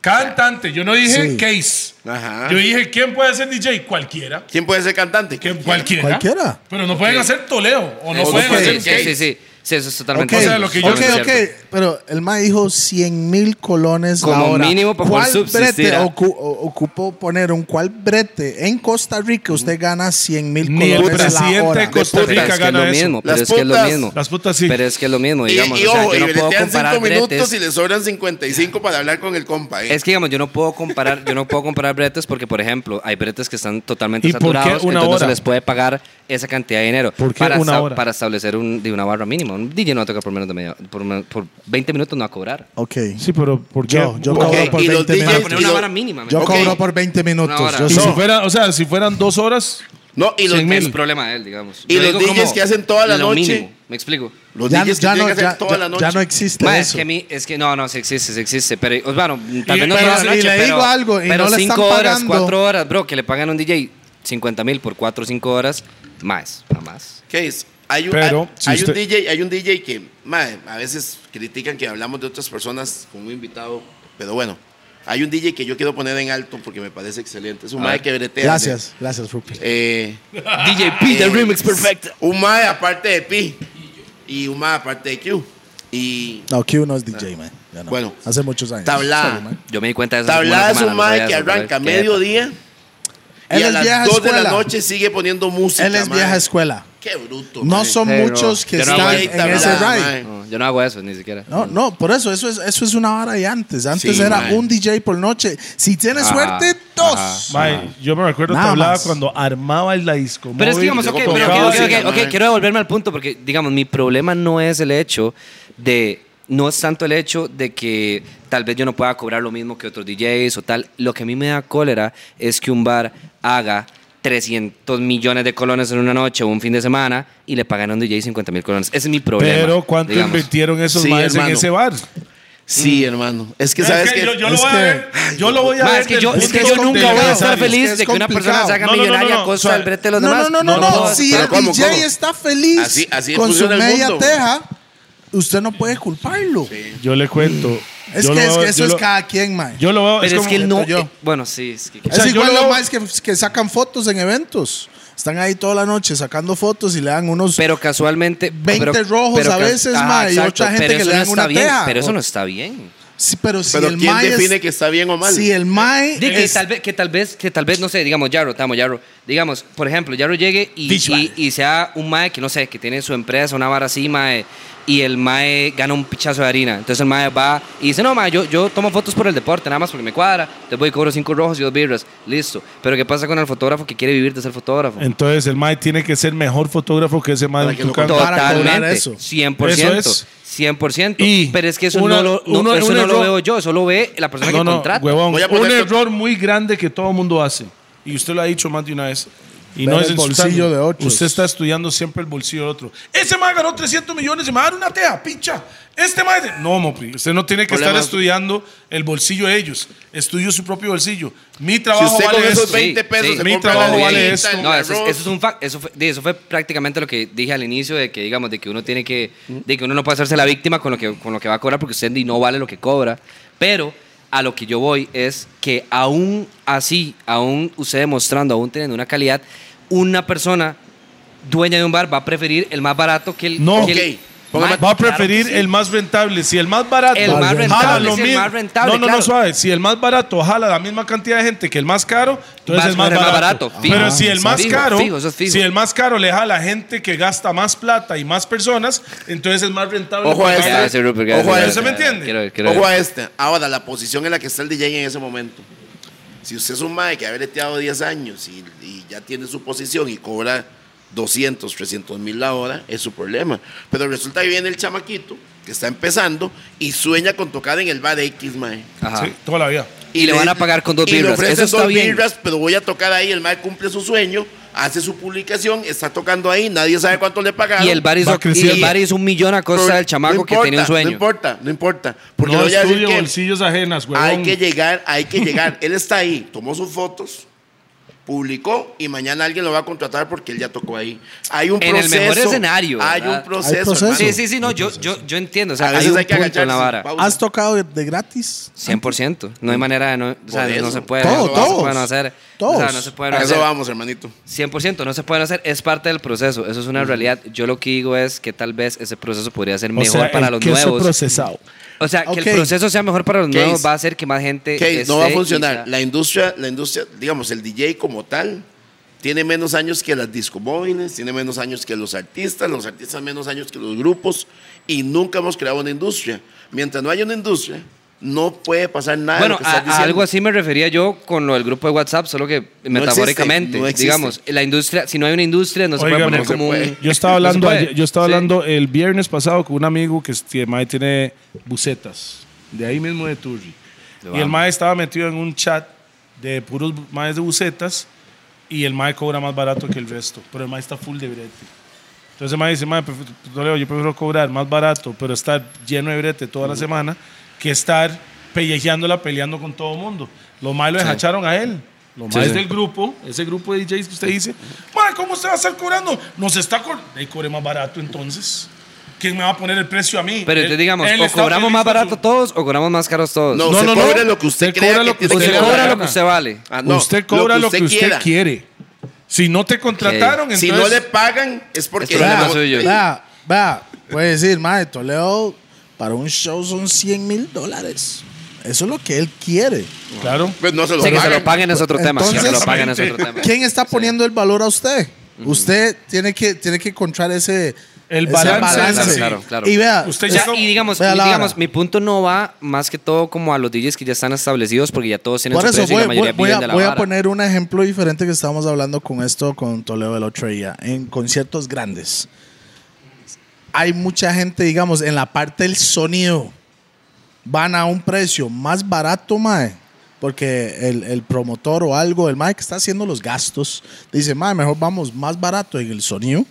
[SPEAKER 1] Cantante. Yo no dije
[SPEAKER 4] Sí.
[SPEAKER 1] case.
[SPEAKER 2] Ajá.
[SPEAKER 1] Yo dije, ¿quién puede ser DJ? Cualquiera.
[SPEAKER 2] ¿Quién puede ser cantante?
[SPEAKER 1] Que- cualquiera.
[SPEAKER 4] Cualquiera.
[SPEAKER 1] Pero no pueden hacer toleo. O no
[SPEAKER 3] Eso
[SPEAKER 1] pueden
[SPEAKER 3] sí,
[SPEAKER 1] hacer
[SPEAKER 3] Eh, sí,
[SPEAKER 1] case.
[SPEAKER 3] sí, sí. Sí, eso es totalmente
[SPEAKER 1] O sea,
[SPEAKER 3] cierto.
[SPEAKER 1] lo que yo-
[SPEAKER 4] ok,
[SPEAKER 1] Totalmente
[SPEAKER 4] ok, pero el ma dijo 100 mil colones la
[SPEAKER 3] Como
[SPEAKER 4] hora.
[SPEAKER 3] mínimo
[SPEAKER 2] pues,
[SPEAKER 3] para poder
[SPEAKER 4] ¿Cuál
[SPEAKER 3] subsistir,
[SPEAKER 4] brete
[SPEAKER 3] ah?
[SPEAKER 4] ocu- o- ocupó poner un cuál brete en Costa Rica usted gana 100 mil
[SPEAKER 1] Ni el
[SPEAKER 4] colones la
[SPEAKER 1] presidente de
[SPEAKER 4] hora?
[SPEAKER 1] Costa
[SPEAKER 3] Pero
[SPEAKER 1] Rica
[SPEAKER 3] es que es
[SPEAKER 1] gana
[SPEAKER 3] lo
[SPEAKER 1] eso.
[SPEAKER 3] mismo, pero
[SPEAKER 2] Las
[SPEAKER 3] es que es lo
[SPEAKER 2] putas-
[SPEAKER 3] mismo.
[SPEAKER 1] Las putas sí.
[SPEAKER 3] Pero es que es lo mismo,
[SPEAKER 2] Y,
[SPEAKER 3] digamos.
[SPEAKER 2] y
[SPEAKER 3] o sea,
[SPEAKER 2] ojo,
[SPEAKER 3] yo
[SPEAKER 2] y
[SPEAKER 3] no puedo
[SPEAKER 2] bretean
[SPEAKER 3] comparar
[SPEAKER 2] cinco minutos
[SPEAKER 3] bretes.
[SPEAKER 2] y le sobran 55 para hablar con el compa. ¿eh?
[SPEAKER 3] Es que digamos, yo no puedo comparar, yo no puedo comparar bretes porque, por ejemplo, hay bretes que están totalmente
[SPEAKER 1] ¿Y por qué
[SPEAKER 3] saturados,
[SPEAKER 1] una
[SPEAKER 3] entonces no se
[SPEAKER 1] hora?
[SPEAKER 3] les puede pagar esa cantidad de dinero.
[SPEAKER 1] ¿Por qué
[SPEAKER 3] para,
[SPEAKER 1] una
[SPEAKER 3] esta-
[SPEAKER 1] hora?
[SPEAKER 3] para establecer un, de una barra mínima. Un DJ no va a tocar por menos de media, por, men- por 20 minutos no va a cobrar.
[SPEAKER 4] Ok.
[SPEAKER 1] Sí, pero ¿por qué?
[SPEAKER 4] Yo, yo
[SPEAKER 1] Ok.
[SPEAKER 2] Ok,
[SPEAKER 4] cobro por
[SPEAKER 2] y los
[SPEAKER 4] 20
[SPEAKER 2] DJs
[SPEAKER 3] Para
[SPEAKER 2] Yes,
[SPEAKER 4] minutos.
[SPEAKER 3] poner
[SPEAKER 2] y
[SPEAKER 3] una
[SPEAKER 2] lo-
[SPEAKER 3] barra mínima.
[SPEAKER 4] Yo
[SPEAKER 3] man.
[SPEAKER 2] Ok.
[SPEAKER 4] cobro por 20
[SPEAKER 3] Una
[SPEAKER 4] minutos.
[SPEAKER 3] hora.
[SPEAKER 4] Yo
[SPEAKER 1] Y
[SPEAKER 4] sé.
[SPEAKER 1] si fuera, o sea, si fueran dos horas,
[SPEAKER 2] no, y los,
[SPEAKER 1] Cien mil.
[SPEAKER 3] Es problema de él, digamos.
[SPEAKER 2] Y
[SPEAKER 3] Yo
[SPEAKER 2] los
[SPEAKER 3] digo
[SPEAKER 2] DJs
[SPEAKER 3] como
[SPEAKER 2] que hacen toda la
[SPEAKER 3] lo
[SPEAKER 2] noche.
[SPEAKER 3] mínimo, Me explico.
[SPEAKER 2] los DJs
[SPEAKER 4] ya,
[SPEAKER 2] que
[SPEAKER 4] ya
[SPEAKER 2] tienen
[SPEAKER 4] no,
[SPEAKER 2] que hacer
[SPEAKER 4] ya-
[SPEAKER 2] toda
[SPEAKER 4] ya-
[SPEAKER 2] la noche.
[SPEAKER 4] ya no existe
[SPEAKER 3] Ma, es
[SPEAKER 4] eso.
[SPEAKER 3] que a mí, es que no, no, sí existe, sí existe. Pero, pues, bueno, tal
[SPEAKER 1] Y-
[SPEAKER 3] vez no
[SPEAKER 1] pero
[SPEAKER 3] toda
[SPEAKER 1] si
[SPEAKER 3] la noche,
[SPEAKER 4] le
[SPEAKER 3] pero,
[SPEAKER 4] digo algo y
[SPEAKER 3] pero
[SPEAKER 4] no le
[SPEAKER 3] cinco
[SPEAKER 4] están
[SPEAKER 3] horas,
[SPEAKER 4] pagando.
[SPEAKER 3] cuatro horas, bro, que le pagan a un DJ 50 mil por cuatro o cinco horas, más, nada más.
[SPEAKER 2] ¿Qué es? Hay un,
[SPEAKER 1] Pero,
[SPEAKER 2] hay,
[SPEAKER 1] si
[SPEAKER 2] hay
[SPEAKER 1] usted-
[SPEAKER 2] un DJ, hay un DJ que mae, a veces critican que hablamos de otras personas con un invitado, pero bueno, hay un DJ que yo quiero poner en alto porque me parece excelente. Es un
[SPEAKER 3] A
[SPEAKER 2] mae
[SPEAKER 3] ver.
[SPEAKER 2] que bretea.
[SPEAKER 4] Gracias, gracias, Rupi.
[SPEAKER 2] Eh,
[SPEAKER 3] DJ P,
[SPEAKER 2] eh,
[SPEAKER 3] the remix perfecto.
[SPEAKER 2] Un mae aparte de Pi y un mae aparte de Q. Y
[SPEAKER 4] No, Q no es DJ, man. Ya no.
[SPEAKER 2] Bueno.
[SPEAKER 4] hace muchos años.
[SPEAKER 2] Tablada.
[SPEAKER 3] Yo me di cuenta de eso. hace como una
[SPEAKER 2] Tablada es
[SPEAKER 3] semana,
[SPEAKER 2] un
[SPEAKER 3] no
[SPEAKER 2] mae
[SPEAKER 3] sabía
[SPEAKER 2] que
[SPEAKER 3] eso, pues. pero
[SPEAKER 2] arranca a
[SPEAKER 3] qué
[SPEAKER 2] mediodía y
[SPEAKER 4] Él
[SPEAKER 2] a
[SPEAKER 4] es
[SPEAKER 2] las
[SPEAKER 4] vieja
[SPEAKER 2] 2 de la
[SPEAKER 4] escuela.
[SPEAKER 2] noche sigue poniendo música.
[SPEAKER 4] Él es
[SPEAKER 2] mae.
[SPEAKER 4] vieja escuela.
[SPEAKER 2] Qué bruto.
[SPEAKER 4] No
[SPEAKER 2] mae.
[SPEAKER 4] son
[SPEAKER 3] Pero-
[SPEAKER 4] muchos que
[SPEAKER 3] Yo no
[SPEAKER 4] están
[SPEAKER 3] hago
[SPEAKER 4] en
[SPEAKER 2] tablada,
[SPEAKER 4] ese
[SPEAKER 2] mae.
[SPEAKER 4] ride.
[SPEAKER 3] No, yo no hago eso ni siquiera.
[SPEAKER 4] No, no, por eso, eso es, eso es una hora de antes. Antes
[SPEAKER 2] Sí,
[SPEAKER 4] era
[SPEAKER 2] mae.
[SPEAKER 4] un DJ por noche. Si tienes
[SPEAKER 3] Ajá,
[SPEAKER 4] suerte, dos.
[SPEAKER 1] mae, yo me recuerdo
[SPEAKER 4] Nada
[SPEAKER 1] tablada
[SPEAKER 4] más.
[SPEAKER 1] cuando armaba la disco.
[SPEAKER 3] Pero es que
[SPEAKER 1] móvil,
[SPEAKER 3] digamos, ok,
[SPEAKER 2] luego
[SPEAKER 3] pero ok,
[SPEAKER 1] tocaba
[SPEAKER 3] ok,
[SPEAKER 1] así.
[SPEAKER 3] ok,
[SPEAKER 2] la
[SPEAKER 3] ok,
[SPEAKER 2] madre.
[SPEAKER 3] quiero devolverme al punto porque, digamos, mi problema no es el hecho de, no es tanto el hecho de que tal vez yo no pueda cobrar lo mismo que otros DJs o tal. Lo que a mí me da cólera es que un bar haga 300 millones de colones en una noche o un fin de semana y le pagan a un DJ 50 mil colones. Ese es mi problema.
[SPEAKER 1] Pero ¿cuánto
[SPEAKER 3] digamos.
[SPEAKER 1] invirtieron esos
[SPEAKER 2] Sí,
[SPEAKER 1] maes en
[SPEAKER 2] hermano.
[SPEAKER 1] ese bar?
[SPEAKER 2] Sí, hermano. Es que sabes que.
[SPEAKER 1] yo, yo lo
[SPEAKER 4] es
[SPEAKER 1] voy a
[SPEAKER 4] que-
[SPEAKER 1] ver. Yo lo voy a
[SPEAKER 3] Ma,
[SPEAKER 1] ver.
[SPEAKER 3] es que
[SPEAKER 1] del
[SPEAKER 3] yo, es
[SPEAKER 1] punto
[SPEAKER 3] que
[SPEAKER 1] de
[SPEAKER 3] yo
[SPEAKER 1] vista
[SPEAKER 3] nunca voy a estar
[SPEAKER 4] complicado.
[SPEAKER 3] feliz
[SPEAKER 4] Es
[SPEAKER 3] de que una persona
[SPEAKER 4] complicado.
[SPEAKER 3] se haga
[SPEAKER 1] No, no, no,
[SPEAKER 3] millonaria
[SPEAKER 1] no,
[SPEAKER 3] a
[SPEAKER 1] no,
[SPEAKER 3] costa
[SPEAKER 1] o sea,
[SPEAKER 3] del brete de los
[SPEAKER 4] No,
[SPEAKER 3] demás.
[SPEAKER 4] no, no, no,
[SPEAKER 3] puedo
[SPEAKER 4] no.
[SPEAKER 3] hacer-
[SPEAKER 4] Si
[SPEAKER 2] pero
[SPEAKER 4] el
[SPEAKER 2] ¿cómo,
[SPEAKER 4] DJ
[SPEAKER 2] cómo?
[SPEAKER 4] está feliz
[SPEAKER 2] Así- así
[SPEAKER 4] con su
[SPEAKER 2] funciona el
[SPEAKER 4] media
[SPEAKER 2] mundo.
[SPEAKER 4] teja, usted no puede culparlo.
[SPEAKER 1] Yo le cuento.
[SPEAKER 4] Es,
[SPEAKER 1] yo
[SPEAKER 4] que,
[SPEAKER 1] lo
[SPEAKER 4] es
[SPEAKER 1] veo-
[SPEAKER 4] que eso
[SPEAKER 1] yo
[SPEAKER 4] es
[SPEAKER 1] lo-
[SPEAKER 4] cada quien, man.
[SPEAKER 1] Yo lo veo.
[SPEAKER 3] Pero es
[SPEAKER 1] como-
[SPEAKER 3] que no.
[SPEAKER 4] yo.
[SPEAKER 3] eh, bueno, sí, es que.
[SPEAKER 4] es
[SPEAKER 1] sea, yo
[SPEAKER 4] igual
[SPEAKER 1] lo-
[SPEAKER 4] los más que, que sacan fotos en eventos. Están ahí toda la noche sacando fotos y le dan unos
[SPEAKER 3] Pero casualmente.
[SPEAKER 4] 20
[SPEAKER 3] pero-
[SPEAKER 4] rojos a
[SPEAKER 3] ca-
[SPEAKER 4] veces,
[SPEAKER 3] Ajá,
[SPEAKER 4] ma, y
[SPEAKER 3] exacto,
[SPEAKER 4] otra gente
[SPEAKER 3] pero
[SPEAKER 4] que
[SPEAKER 3] eso
[SPEAKER 4] le dan
[SPEAKER 3] no
[SPEAKER 4] una
[SPEAKER 3] está bien,
[SPEAKER 4] teja.
[SPEAKER 3] Pero eso
[SPEAKER 4] O-
[SPEAKER 3] no está bien.
[SPEAKER 4] Sí, pero si
[SPEAKER 2] Pero
[SPEAKER 4] el
[SPEAKER 2] ¿quién
[SPEAKER 4] mae es-
[SPEAKER 2] define que está bien o mal?
[SPEAKER 4] Si el mae
[SPEAKER 3] Di que,
[SPEAKER 4] es-
[SPEAKER 3] tal vez, que tal vez, que tal vez, no sé, digamos, Yarro, estamos Yarro. Digamos, por ejemplo, Yarro llegue y, y, y sea un mae que no sé, que tiene su empresa, una vara así, mae, y el mae gana un pichazo de harina. Entonces el mae va y dice, no, mae, yo, yo tomo fotos por el deporte, nada más porque me cuadra. Te voy y cobro cinco rojos y dos birras. Listo. Pero ¿qué pasa con el fotógrafo que quiere vivir de ser fotógrafo?
[SPEAKER 1] Entonces el mae tiene que ser mejor fotógrafo que ese mae
[SPEAKER 2] Para
[SPEAKER 1] de
[SPEAKER 2] que lo
[SPEAKER 1] Tucán.
[SPEAKER 4] para cobrar
[SPEAKER 3] Totalmente,
[SPEAKER 4] eso.
[SPEAKER 3] 100%.
[SPEAKER 1] Eso es.
[SPEAKER 3] 100%.
[SPEAKER 1] Y
[SPEAKER 3] pero es que eso,
[SPEAKER 1] una-
[SPEAKER 3] no, lo, no,
[SPEAKER 1] uno-
[SPEAKER 3] eso
[SPEAKER 1] un
[SPEAKER 3] no lo
[SPEAKER 1] error-
[SPEAKER 3] veo yo, eso lo ve la persona
[SPEAKER 1] No,
[SPEAKER 3] que
[SPEAKER 1] no,
[SPEAKER 3] contrata.
[SPEAKER 1] huevón.
[SPEAKER 2] Voy a
[SPEAKER 1] Un
[SPEAKER 2] poner-
[SPEAKER 1] error muy grande que todo mundo hace. Y usted lo ha dicho más de una vez. Y
[SPEAKER 4] Ver
[SPEAKER 1] no es
[SPEAKER 4] el
[SPEAKER 1] insultando.
[SPEAKER 4] bolsillo de otros.
[SPEAKER 1] Usted está estudiando siempre el bolsillo de otro. Ese mae ganó 300 millones y me va a dar una tea, pincha. Este mae. de- No, Mopi. Usted no tiene que estar
[SPEAKER 2] Problemas.
[SPEAKER 1] estudiando el bolsillo de ellos. Estudio su propio bolsillo. Mi trabajo
[SPEAKER 2] usted
[SPEAKER 1] vale
[SPEAKER 2] con esos
[SPEAKER 1] esto.
[SPEAKER 2] 20 pesos se
[SPEAKER 1] Mi
[SPEAKER 2] compra
[SPEAKER 1] trabajo
[SPEAKER 2] la
[SPEAKER 1] vale
[SPEAKER 2] bebida,
[SPEAKER 1] esto.
[SPEAKER 2] el
[SPEAKER 3] No, eso, es-
[SPEAKER 2] arroz.
[SPEAKER 3] eso es un fact. Eso fue, de- eso fue prácticamente lo que dije al inicio de que, digamos, de que uno tiene que, de que uno no puede hacerse la víctima con lo que, con lo que va a cobrar porque usted ni no vale lo que cobra. Pero a lo que yo voy es que aún así, aún usted demostrando, aún teniendo una calidad, una persona dueña de un bar va a preferir el más barato que el...
[SPEAKER 1] No.
[SPEAKER 3] que el-
[SPEAKER 2] Ok. Póngame-
[SPEAKER 3] Ma-
[SPEAKER 1] Va a
[SPEAKER 3] claro que
[SPEAKER 1] preferir
[SPEAKER 3] sí.
[SPEAKER 1] el más rentable. Si el más barato.
[SPEAKER 3] El
[SPEAKER 4] más rentable,
[SPEAKER 1] jala lo
[SPEAKER 3] es el
[SPEAKER 1] mismo.
[SPEAKER 3] más rentable,
[SPEAKER 1] No, no,
[SPEAKER 3] claro.
[SPEAKER 1] no, suave. Si el más barato jala la misma cantidad de gente que el más caro, entonces
[SPEAKER 3] Va a
[SPEAKER 1] el más
[SPEAKER 3] ser el más
[SPEAKER 1] barato.
[SPEAKER 3] barato, fijo.
[SPEAKER 1] Pero si el más
[SPEAKER 3] Fijo,
[SPEAKER 1] caro.
[SPEAKER 3] fijo, eso es fijo.
[SPEAKER 1] Si el más caro le jala gente que gasta más plata y más personas, entonces es más rentable.
[SPEAKER 2] Ojo a
[SPEAKER 1] porque
[SPEAKER 2] esta.
[SPEAKER 1] gasta-
[SPEAKER 3] Ya, sí, Rupert, ya,
[SPEAKER 2] Ojo
[SPEAKER 3] ya,
[SPEAKER 2] a
[SPEAKER 3] ya,
[SPEAKER 2] eso,
[SPEAKER 3] ya,
[SPEAKER 1] ¿me
[SPEAKER 3] ya,
[SPEAKER 1] entiende?
[SPEAKER 3] quiero ver, quiero
[SPEAKER 2] Ojo
[SPEAKER 3] ver.
[SPEAKER 2] a este. Ahora, la posición en la que está el DJ en ese momento. Si usted es un mae que ha breteado 10 años y, y ya tiene su posición y cobra 200, 300 mil la hora, es su problema. Pero resulta que viene el chamaquito, que que está empezando y sueña con tocar en el bar X, mae.
[SPEAKER 3] Ajá.
[SPEAKER 1] Sí, toda la vida.
[SPEAKER 3] Y le van a pagar con dos
[SPEAKER 2] Y le
[SPEAKER 3] birras.
[SPEAKER 2] ofrecen
[SPEAKER 3] Eso está
[SPEAKER 2] dos
[SPEAKER 3] bien.
[SPEAKER 2] birras, pero voy a tocar ahí. El mae cumple su sueño, hace su publicación, está tocando ahí, nadie sabe cuánto le pagaron.
[SPEAKER 3] Y el bar hizo,
[SPEAKER 1] Va
[SPEAKER 3] y
[SPEAKER 1] creciendo.
[SPEAKER 3] el bar hizo un millón a
[SPEAKER 2] Pero
[SPEAKER 3] costa del chamaco
[SPEAKER 2] no
[SPEAKER 3] que tenía un
[SPEAKER 2] importa,
[SPEAKER 3] sueño.
[SPEAKER 2] No importa, no importa. Porque
[SPEAKER 1] no
[SPEAKER 2] le voy a decir
[SPEAKER 1] estudio
[SPEAKER 2] que
[SPEAKER 1] bolsillos ajenas, huevón.
[SPEAKER 2] hay que llegar, hay que llegar. él está ahí, tomó sus fotos, publicó y mañana alguien lo va a contratar porque él ya tocó ahí. Hay un
[SPEAKER 3] En el
[SPEAKER 2] proceso.
[SPEAKER 3] mejor escenario,
[SPEAKER 2] Hay
[SPEAKER 3] ¿verdad?
[SPEAKER 2] un proceso.
[SPEAKER 4] Hay proceso.
[SPEAKER 2] hermano.
[SPEAKER 3] sí, sí, sí, no, yo, yo, yo entiendo. O sea,
[SPEAKER 2] A
[SPEAKER 3] hay
[SPEAKER 2] veces
[SPEAKER 3] un
[SPEAKER 2] hay que
[SPEAKER 3] punto en la
[SPEAKER 2] agacharse,
[SPEAKER 3] vara.
[SPEAKER 2] pausa.
[SPEAKER 4] ¿Has tocado de- de gratis?
[SPEAKER 3] 100%. No hay manera de no. O sea,
[SPEAKER 2] Por eso.
[SPEAKER 3] no se puede.
[SPEAKER 4] Todo,
[SPEAKER 3] no, se
[SPEAKER 4] todos.
[SPEAKER 3] puede no hacer.
[SPEAKER 4] Todos.
[SPEAKER 3] O sea, no se puede no
[SPEAKER 2] A eso
[SPEAKER 3] hacer.
[SPEAKER 2] vamos, hermanito.
[SPEAKER 3] 100%, no se pueden hacer, es parte del proceso, eso es una realidad. Yo lo que digo es que tal vez ese proceso podría ser mejor para los nuevos.
[SPEAKER 5] procesado.
[SPEAKER 3] O sea, que
[SPEAKER 4] Ok.
[SPEAKER 3] el proceso sea mejor para los
[SPEAKER 2] Case.
[SPEAKER 3] nuevos va a hacer que más gente
[SPEAKER 2] Que
[SPEAKER 3] esté
[SPEAKER 2] no va a
[SPEAKER 3] y
[SPEAKER 2] funcionar.
[SPEAKER 3] sea-
[SPEAKER 2] La industria, la industria, digamos, el DJ como tal, tiene menos años que las discomóviles, tiene menos años que los artistas, los artistas menos años que los grupos, y nunca hemos creado una industria. Mientras no haya una industria, no puede pasar nada de
[SPEAKER 3] Bueno,
[SPEAKER 2] lo que
[SPEAKER 3] a-
[SPEAKER 2] estás
[SPEAKER 3] a
[SPEAKER 2] diciendo.
[SPEAKER 3] algo así me refería yo con lo del grupo de WhatsApp, solo que metafóricamente,
[SPEAKER 2] no existe.
[SPEAKER 3] digamos, la industria, si no hay una industria, no se
[SPEAKER 1] Oiga,
[SPEAKER 3] puede poner
[SPEAKER 1] no se
[SPEAKER 3] como
[SPEAKER 2] puede.
[SPEAKER 3] un...
[SPEAKER 5] Yo estaba
[SPEAKER 3] no se
[SPEAKER 5] hablando,
[SPEAKER 3] puede.
[SPEAKER 5] ayer- yo estaba
[SPEAKER 3] Sí.
[SPEAKER 5] hablando el viernes pasado con un amigo que es- que el mae tiene bucetas, de ahí mismo de Turri.
[SPEAKER 1] Y el mae estaba metido en un chat de puros maes de bucetas y el mae cobra más barato que el resto, pero el mae está full de brete. Entonces el mae dice, mae, prefi- no le digo, yo prefiero cobrar más barato, pero estar lleno de brete toda la semana que estar pellejeándola, peleando con todo el mundo. Los maes lo deshacharon a él. Los
[SPEAKER 3] Sí,
[SPEAKER 1] maes
[SPEAKER 3] sí.
[SPEAKER 1] del grupo, ese grupo de DJs que usted dice, mae, ¿cómo usted va a estar cobrando? Nos está cobrando. Ahí cobre más barato entonces. ¿Quién me va a poner el precio a mí?
[SPEAKER 3] Pero
[SPEAKER 1] Él-
[SPEAKER 3] entonces digamos,
[SPEAKER 1] él
[SPEAKER 3] o
[SPEAKER 1] está-
[SPEAKER 3] cobramos
[SPEAKER 1] él
[SPEAKER 3] más
[SPEAKER 1] está
[SPEAKER 3] barato
[SPEAKER 1] su-
[SPEAKER 3] todos o cobramos más caros todos.
[SPEAKER 2] No,
[SPEAKER 5] No,
[SPEAKER 2] se
[SPEAKER 5] no, no.
[SPEAKER 2] cobra lo que usted,
[SPEAKER 5] Usted
[SPEAKER 2] crea
[SPEAKER 5] cobra
[SPEAKER 2] que
[SPEAKER 5] lo que
[SPEAKER 2] tiene
[SPEAKER 3] usted
[SPEAKER 5] usted
[SPEAKER 2] cobrar.
[SPEAKER 3] cobra
[SPEAKER 5] gana.
[SPEAKER 3] lo que usted vale.
[SPEAKER 2] Ah, no,
[SPEAKER 5] usted cobra lo que, usted,
[SPEAKER 2] quiera.
[SPEAKER 5] quiere.
[SPEAKER 1] Si no te contrataron, entonces...
[SPEAKER 2] Si no le pagan, es porque...
[SPEAKER 3] Es problema
[SPEAKER 4] Vea,
[SPEAKER 3] suyo.
[SPEAKER 4] Vea, vea. Puede decir, mae, Toledo, para un show son 100 mil dólares. Eso es lo que él quiere.
[SPEAKER 1] Claro.
[SPEAKER 2] Pues no se lo
[SPEAKER 3] Sí, que se
[SPEAKER 2] pagan.
[SPEAKER 3] lo paguen es otro tema. Que se lo
[SPEAKER 4] Entonces,
[SPEAKER 3] paguen es otro tema.
[SPEAKER 4] ¿Quién está poniendo el valor a usted? Usted tiene que, tiene que encontrar ese,
[SPEAKER 1] El
[SPEAKER 4] ese
[SPEAKER 1] balance,
[SPEAKER 3] Claro,
[SPEAKER 1] sí.
[SPEAKER 3] claro, claro.
[SPEAKER 4] Y vea,
[SPEAKER 1] Usted
[SPEAKER 3] O sea,
[SPEAKER 1] llega-
[SPEAKER 3] y digamos,
[SPEAKER 4] Vea
[SPEAKER 3] y
[SPEAKER 4] la
[SPEAKER 3] digamos
[SPEAKER 4] vara.
[SPEAKER 3] mi punto no va más que todo como a los DJs que ya están establecidos porque ya todos tienen
[SPEAKER 4] por
[SPEAKER 3] su
[SPEAKER 4] eso
[SPEAKER 3] precio y
[SPEAKER 4] voy,
[SPEAKER 3] la mayoría
[SPEAKER 4] voy- voy
[SPEAKER 3] viven
[SPEAKER 4] a,
[SPEAKER 3] de la
[SPEAKER 4] voy a
[SPEAKER 3] vara.
[SPEAKER 4] poner un ejemplo diferente que estábamos hablando con esto con Toledo el otro día. En conciertos grandes. Hay mucha gente, digamos, en la parte del sonido. Van a un precio más barato, mae. Porque el, el promotor o algo, el mae que está haciendo los gastos, dice, mae, mejor vamos más barato en el sonido.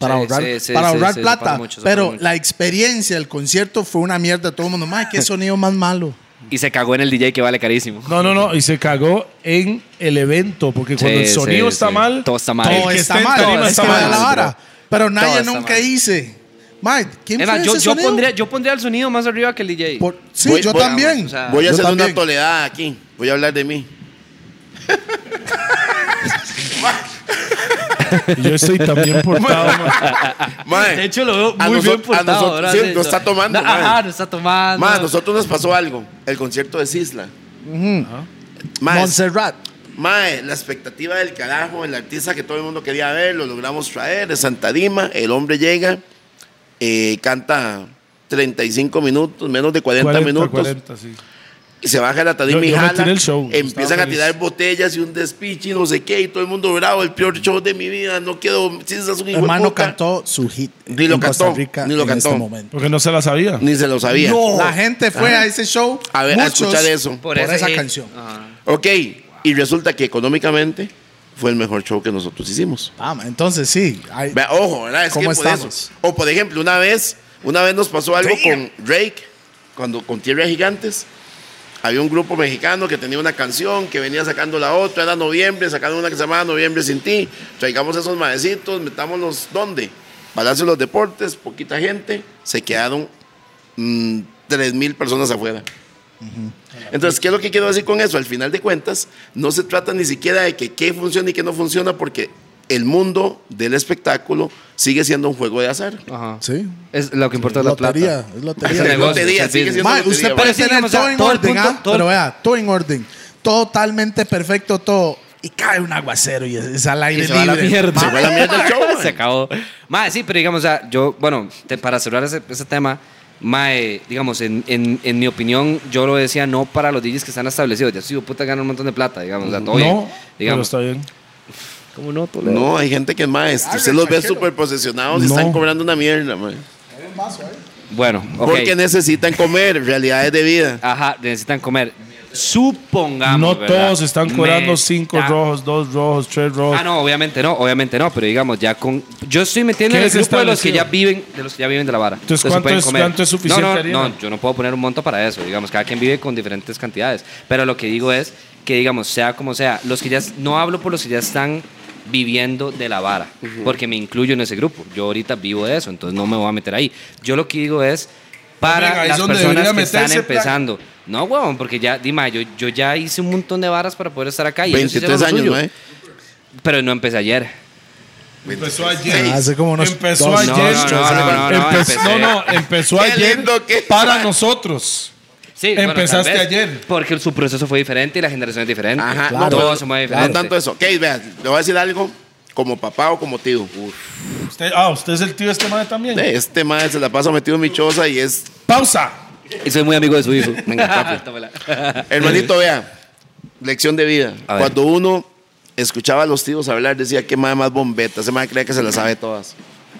[SPEAKER 4] Para
[SPEAKER 3] Sí,
[SPEAKER 4] ahorrar,
[SPEAKER 3] sí, sí,
[SPEAKER 4] para
[SPEAKER 3] sí,
[SPEAKER 4] ahorrar
[SPEAKER 3] sí, se
[SPEAKER 4] plata.
[SPEAKER 3] para mucho, se para
[SPEAKER 4] Pero
[SPEAKER 3] mucho.
[SPEAKER 4] la experiencia, el concierto fue una mierda. Todo el mundo, mae, qué sonido más malo.
[SPEAKER 3] Y se cagó en el DJ que vale carísimo.
[SPEAKER 5] No, no, no, y se cagó en el evento, porque cuando
[SPEAKER 3] Sí,
[SPEAKER 5] el sonido
[SPEAKER 3] sí,
[SPEAKER 5] está
[SPEAKER 3] sí.
[SPEAKER 5] mal,
[SPEAKER 3] Todo está mal.
[SPEAKER 1] el
[SPEAKER 4] todo
[SPEAKER 1] que
[SPEAKER 4] está
[SPEAKER 1] esté en
[SPEAKER 4] mal.
[SPEAKER 1] tarima
[SPEAKER 4] es
[SPEAKER 1] está
[SPEAKER 4] que
[SPEAKER 1] mal.
[SPEAKER 4] vea la vara. Pero nadie
[SPEAKER 3] está
[SPEAKER 4] nunca
[SPEAKER 3] mal.
[SPEAKER 4] dice. Mike, ¿quién
[SPEAKER 3] Es más,
[SPEAKER 4] fue
[SPEAKER 3] yo,
[SPEAKER 4] ese
[SPEAKER 3] yo
[SPEAKER 4] sonido?
[SPEAKER 3] pondría, yo pondría el sonido más arriba que el DJ.
[SPEAKER 4] Por- sí,
[SPEAKER 2] Voy-
[SPEAKER 4] yo
[SPEAKER 2] voy-
[SPEAKER 4] también.
[SPEAKER 3] o sea,
[SPEAKER 2] Voy a
[SPEAKER 4] Yo
[SPEAKER 2] hacer una
[SPEAKER 4] también.
[SPEAKER 2] toledada aquí. Voy a hablar de mí.
[SPEAKER 5] Y yo estoy también portado. ma.
[SPEAKER 2] Mae,
[SPEAKER 3] de hecho, lo veo
[SPEAKER 2] a
[SPEAKER 3] muy
[SPEAKER 2] noso-
[SPEAKER 3] bien portado.
[SPEAKER 2] a noso-
[SPEAKER 3] ahora,
[SPEAKER 2] sí,
[SPEAKER 3] de hecho.
[SPEAKER 2] nos está tomando.
[SPEAKER 3] No,
[SPEAKER 2] mae.
[SPEAKER 3] Ajá, nos está tomando.
[SPEAKER 2] Mae, a nosotros nos pasó algo. El concierto de Sisla. Mae,
[SPEAKER 4] Montserrat.
[SPEAKER 2] Mae, la expectativa del carajo, el artista que todo el mundo quería ver, lo logramos traer, de Santa Dima, el hombre llega, eh, canta 35 minutos, menos de 40,
[SPEAKER 1] 40
[SPEAKER 2] minutos,
[SPEAKER 1] 40, sí.
[SPEAKER 2] y se baja la
[SPEAKER 5] Yo-
[SPEAKER 2] tarima y
[SPEAKER 5] yo me
[SPEAKER 2] jala,
[SPEAKER 5] tiré el show,
[SPEAKER 2] empiezan
[SPEAKER 5] estaba
[SPEAKER 2] a tirar
[SPEAKER 5] feliz.
[SPEAKER 2] botellas y un despiche y no sé qué, y todo el mundo bravo, el peor show de mi vida, no quiero, si es un hijo de
[SPEAKER 4] Hermano
[SPEAKER 2] puta.
[SPEAKER 4] cantó su hit
[SPEAKER 2] Ni lo
[SPEAKER 4] en Costa
[SPEAKER 2] cantó,
[SPEAKER 4] Rica
[SPEAKER 2] ni lo
[SPEAKER 4] en
[SPEAKER 2] cantó.
[SPEAKER 4] este momento.
[SPEAKER 1] Porque no se la sabía.
[SPEAKER 2] Ni se lo sabía.
[SPEAKER 4] La gente fue a ese show
[SPEAKER 2] A ver, a
[SPEAKER 4] muchos,
[SPEAKER 2] escuchar eso.
[SPEAKER 4] por esa canción.
[SPEAKER 2] Ok, y resulta que económicamente fue el mejor show que nosotros hicimos.
[SPEAKER 4] Ah, entonces sí. hay-
[SPEAKER 2] Vea, ojo, ¿verdad? Es
[SPEAKER 4] ¿Cómo
[SPEAKER 2] que por
[SPEAKER 4] estamos?
[SPEAKER 2] eso. O por ejemplo, una vez, una vez nos pasó algo con Drake, cuando con Tierra de Gigantes. Había un grupo mexicano que tenía una canción, que venía sacando la otra, era noviembre, sacando una que se llamaba Noviembre sin ti. Traigamos esos maecitos, metámonos ¿dónde? Palacio de los Deportes, poquita gente, se quedaron mm, tres mil personas afuera. Entonces, ¿qué es lo que quiero decir con eso? Al final de cuentas, no se trata ni siquiera de que qué funciona y qué no funciona, porque el mundo del espectáculo sigue siendo un juego de azar.
[SPEAKER 3] Ajá.
[SPEAKER 4] sí.
[SPEAKER 3] Es lo que importa es la
[SPEAKER 4] Lotería,
[SPEAKER 3] plata.
[SPEAKER 4] es
[SPEAKER 3] Es
[SPEAKER 4] lotería.
[SPEAKER 3] el
[SPEAKER 2] Es
[SPEAKER 3] negocio, es
[SPEAKER 2] lotería,
[SPEAKER 3] el
[SPEAKER 2] sigue
[SPEAKER 3] business.
[SPEAKER 2] siendo
[SPEAKER 4] Mae,
[SPEAKER 2] lotería,
[SPEAKER 4] usted
[SPEAKER 2] mae.
[SPEAKER 4] puede
[SPEAKER 3] Pero sí,
[SPEAKER 4] tener
[SPEAKER 3] digamos, o sea,
[SPEAKER 4] todo en
[SPEAKER 3] todo el
[SPEAKER 4] orden,
[SPEAKER 3] punto-
[SPEAKER 4] ¿ah?
[SPEAKER 3] todo el-
[SPEAKER 4] pero vea, todo en orden, totalmente perfecto todo. Y cae un aguacero y es, es al aire
[SPEAKER 3] Y se va a
[SPEAKER 4] libre.
[SPEAKER 3] la mierda.
[SPEAKER 2] Se fue a la mierda el show, mae.
[SPEAKER 3] Se acabó. Mae, sí, pero digamos, o sea, yo, bueno, te- para cerrar ese, ese tema, mae, digamos, en, en, en mi opinión, yo lo decía no para los DJs que están establecidos. Ya sí, puta, ganan un montón de plata, digamos. O sea, todo bien,
[SPEAKER 1] No, pero
[SPEAKER 3] digamos.
[SPEAKER 1] está bien.
[SPEAKER 3] ¿Cómo no, Toledo?
[SPEAKER 2] No, hay gente que es maestra. Usted los ve súper posesionados y
[SPEAKER 1] No.
[SPEAKER 2] están cobrando una mierda, mae.
[SPEAKER 3] Bueno, ok.
[SPEAKER 2] Porque necesitan comer, realidades de vida.
[SPEAKER 3] Ajá, necesitan comer. Supongamos.
[SPEAKER 1] no
[SPEAKER 3] ¿verdad?
[SPEAKER 1] todos están cobrando
[SPEAKER 3] Me-
[SPEAKER 1] cinco
[SPEAKER 3] Ah,
[SPEAKER 1] rojos, dos rojos, tres rojos.
[SPEAKER 3] Ah, no, obviamente no, obviamente no, pero digamos, ya con. Yo estoy metiendo
[SPEAKER 1] ¿Qué
[SPEAKER 3] en el
[SPEAKER 1] es
[SPEAKER 3] grupo de los que ya
[SPEAKER 1] establecido?
[SPEAKER 3] viven, de los que ya viven de la vara.
[SPEAKER 1] Entonces,
[SPEAKER 3] Los que
[SPEAKER 1] ¿cuánto
[SPEAKER 3] pueden
[SPEAKER 1] es-
[SPEAKER 3] comer.
[SPEAKER 1] cuánto es suficiente
[SPEAKER 3] No, no,
[SPEAKER 1] harina?
[SPEAKER 3] no, yo no puedo poner un monto para eso, digamos, cada quien vive con diferentes cantidades. Pero lo que digo es que, digamos, sea como sea, los que ya. No hablo por los que ya están viviendo de la vara, porque me incluyo en ese grupo. Yo ahorita vivo de eso, entonces no me voy a meter ahí. Yo lo que digo es para
[SPEAKER 1] Venga, ahí es
[SPEAKER 3] las
[SPEAKER 1] donde
[SPEAKER 3] personas que
[SPEAKER 1] debería
[SPEAKER 3] están
[SPEAKER 1] meterse, plan.
[SPEAKER 3] empezando. No, huevón, porque ya, Dima, yo, yo ya hice un montón de varas para poder estar acá. Ah, Y ellos hicieron
[SPEAKER 2] 23
[SPEAKER 3] lo
[SPEAKER 2] años,
[SPEAKER 3] suyo.
[SPEAKER 2] ¿no? eh?
[SPEAKER 3] Pero no empecé ayer.
[SPEAKER 1] Empezó
[SPEAKER 3] Ah,
[SPEAKER 1] ayer.
[SPEAKER 4] Hace como unos
[SPEAKER 1] empezó
[SPEAKER 4] dos,
[SPEAKER 1] ayer.
[SPEAKER 3] no, no, no, no, no,
[SPEAKER 1] Empezó-
[SPEAKER 3] empecé.
[SPEAKER 1] no, no, empezó
[SPEAKER 2] Qué
[SPEAKER 1] ayer
[SPEAKER 2] lindo que-
[SPEAKER 1] para nosotros.
[SPEAKER 3] Sí, bueno,
[SPEAKER 1] Empezaste
[SPEAKER 3] tal vez,
[SPEAKER 1] ayer.
[SPEAKER 3] Porque su proceso fue diferente y la generación es diferente.
[SPEAKER 2] Ajá,
[SPEAKER 4] Claro.
[SPEAKER 3] Todo
[SPEAKER 2] pero
[SPEAKER 3] se mueve
[SPEAKER 2] no
[SPEAKER 3] diferente.
[SPEAKER 2] tanto eso. Ok, vea, le voy a decir algo como papá o como tío.
[SPEAKER 1] Usted, ah, usted es el tío de este madre también.
[SPEAKER 2] Eh, Este madre se la pasa metido en mi choza y es.
[SPEAKER 1] Pausa.
[SPEAKER 3] Y soy muy amigo de su hijo.
[SPEAKER 2] Venga, papi.
[SPEAKER 3] Tómala.
[SPEAKER 2] Hermanito, vea, lección de vida.
[SPEAKER 3] A ver.
[SPEAKER 2] Cuando uno escuchaba a los tíos hablar, decía que madre más bombeta. Ese madre cree que se la sabe todas.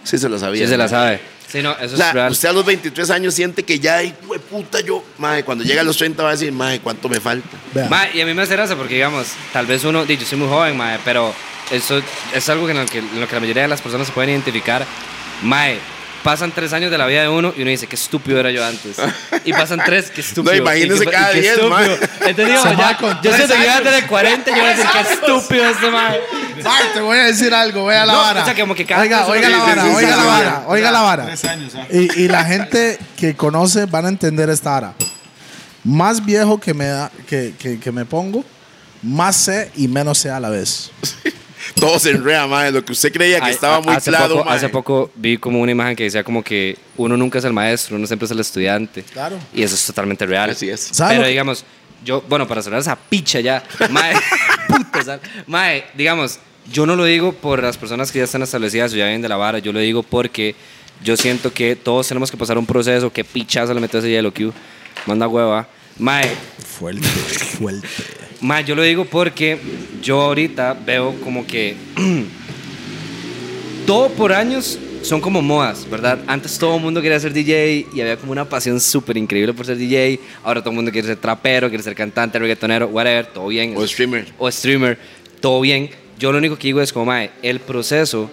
[SPEAKER 2] Sí, se la sabía.
[SPEAKER 3] Sí, se la sabe. Sí, no, eso
[SPEAKER 2] O sea,
[SPEAKER 3] es real.
[SPEAKER 2] usted a los 23 años siente que ya, ay, hue puta, yo, madre, cuando llega a los 30 va a decir, madre, ¿cuánto me falta?
[SPEAKER 4] Vea,
[SPEAKER 3] Ma, y a mí me hace gracia porque, digamos, tal vez uno, di, yo soy muy joven, mae, pero eso es algo en lo, que, en lo que la mayoría de las personas se pueden identificar. Mae, pasan tres años de la vida de uno y uno dice, qué estúpido era yo antes. Y pasan tres, qué estúpido.
[SPEAKER 2] No, imagínese
[SPEAKER 3] Y qué- y
[SPEAKER 2] cada
[SPEAKER 3] qué
[SPEAKER 2] diez,
[SPEAKER 3] estúpido.
[SPEAKER 2] mae.
[SPEAKER 3] Entonces, digamos,
[SPEAKER 4] Se va
[SPEAKER 3] ya-
[SPEAKER 4] con
[SPEAKER 3] yo
[SPEAKER 4] tres
[SPEAKER 3] siento que yo voy a
[SPEAKER 4] años.
[SPEAKER 3] tener 40 y yo voy a decir, qué estúpido este mae.
[SPEAKER 4] Mar, te voy a decir algo, vea la
[SPEAKER 3] No,
[SPEAKER 4] vara.
[SPEAKER 3] o sea, como que cada
[SPEAKER 4] oiga,
[SPEAKER 3] persona
[SPEAKER 4] oiga la
[SPEAKER 3] dice,
[SPEAKER 4] vara,
[SPEAKER 2] sí, sí,
[SPEAKER 4] oiga
[SPEAKER 2] sí,
[SPEAKER 4] la
[SPEAKER 2] sí,
[SPEAKER 4] vara, oiga la vara.
[SPEAKER 1] Tres años, ah.
[SPEAKER 4] Y, y la gente que conoce van a entender esta vara. Más viejo que me, da- que, que- que me pongo, más sé y menos sé a la vez.
[SPEAKER 2] Todo se enrea, madre. Lo que usted creía que
[SPEAKER 3] Ay,
[SPEAKER 2] estaba
[SPEAKER 3] a-
[SPEAKER 2] muy
[SPEAKER 3] hace
[SPEAKER 2] claro,
[SPEAKER 3] poco,
[SPEAKER 2] mae.
[SPEAKER 3] hace poco vi como una imagen que decía como que uno nunca es el maestro, uno siempre es el estudiante.
[SPEAKER 4] Claro.
[SPEAKER 3] Y eso es totalmente real.
[SPEAKER 2] Así es.
[SPEAKER 4] ¿Sabe lo
[SPEAKER 3] Pero
[SPEAKER 4] que-
[SPEAKER 3] digamos, yo, bueno, para cerrar esa picha ya, mae, puta, sal- mae, digamos, yo no lo digo por las personas que ya están establecidas o ya vienen de la vara, yo lo digo porque yo siento que todos tenemos que pasar un proceso, que pichazo le metes a ese hielo, Q, manda hueva. Mae,
[SPEAKER 4] Fuerte, fuerte.
[SPEAKER 3] Ma, yo lo digo porque yo ahorita veo como que todo por años son como modas, ¿verdad? Antes todo el mundo quería ser DJ y había como una pasión súper increíble por ser DJ. Ahora todo el mundo quiere ser trapero, quiere ser cantante, reggaetonero, whatever, todo bien.
[SPEAKER 2] O streamer.
[SPEAKER 3] O streamer, todo bien. Yo lo único que digo es como, mae, el proceso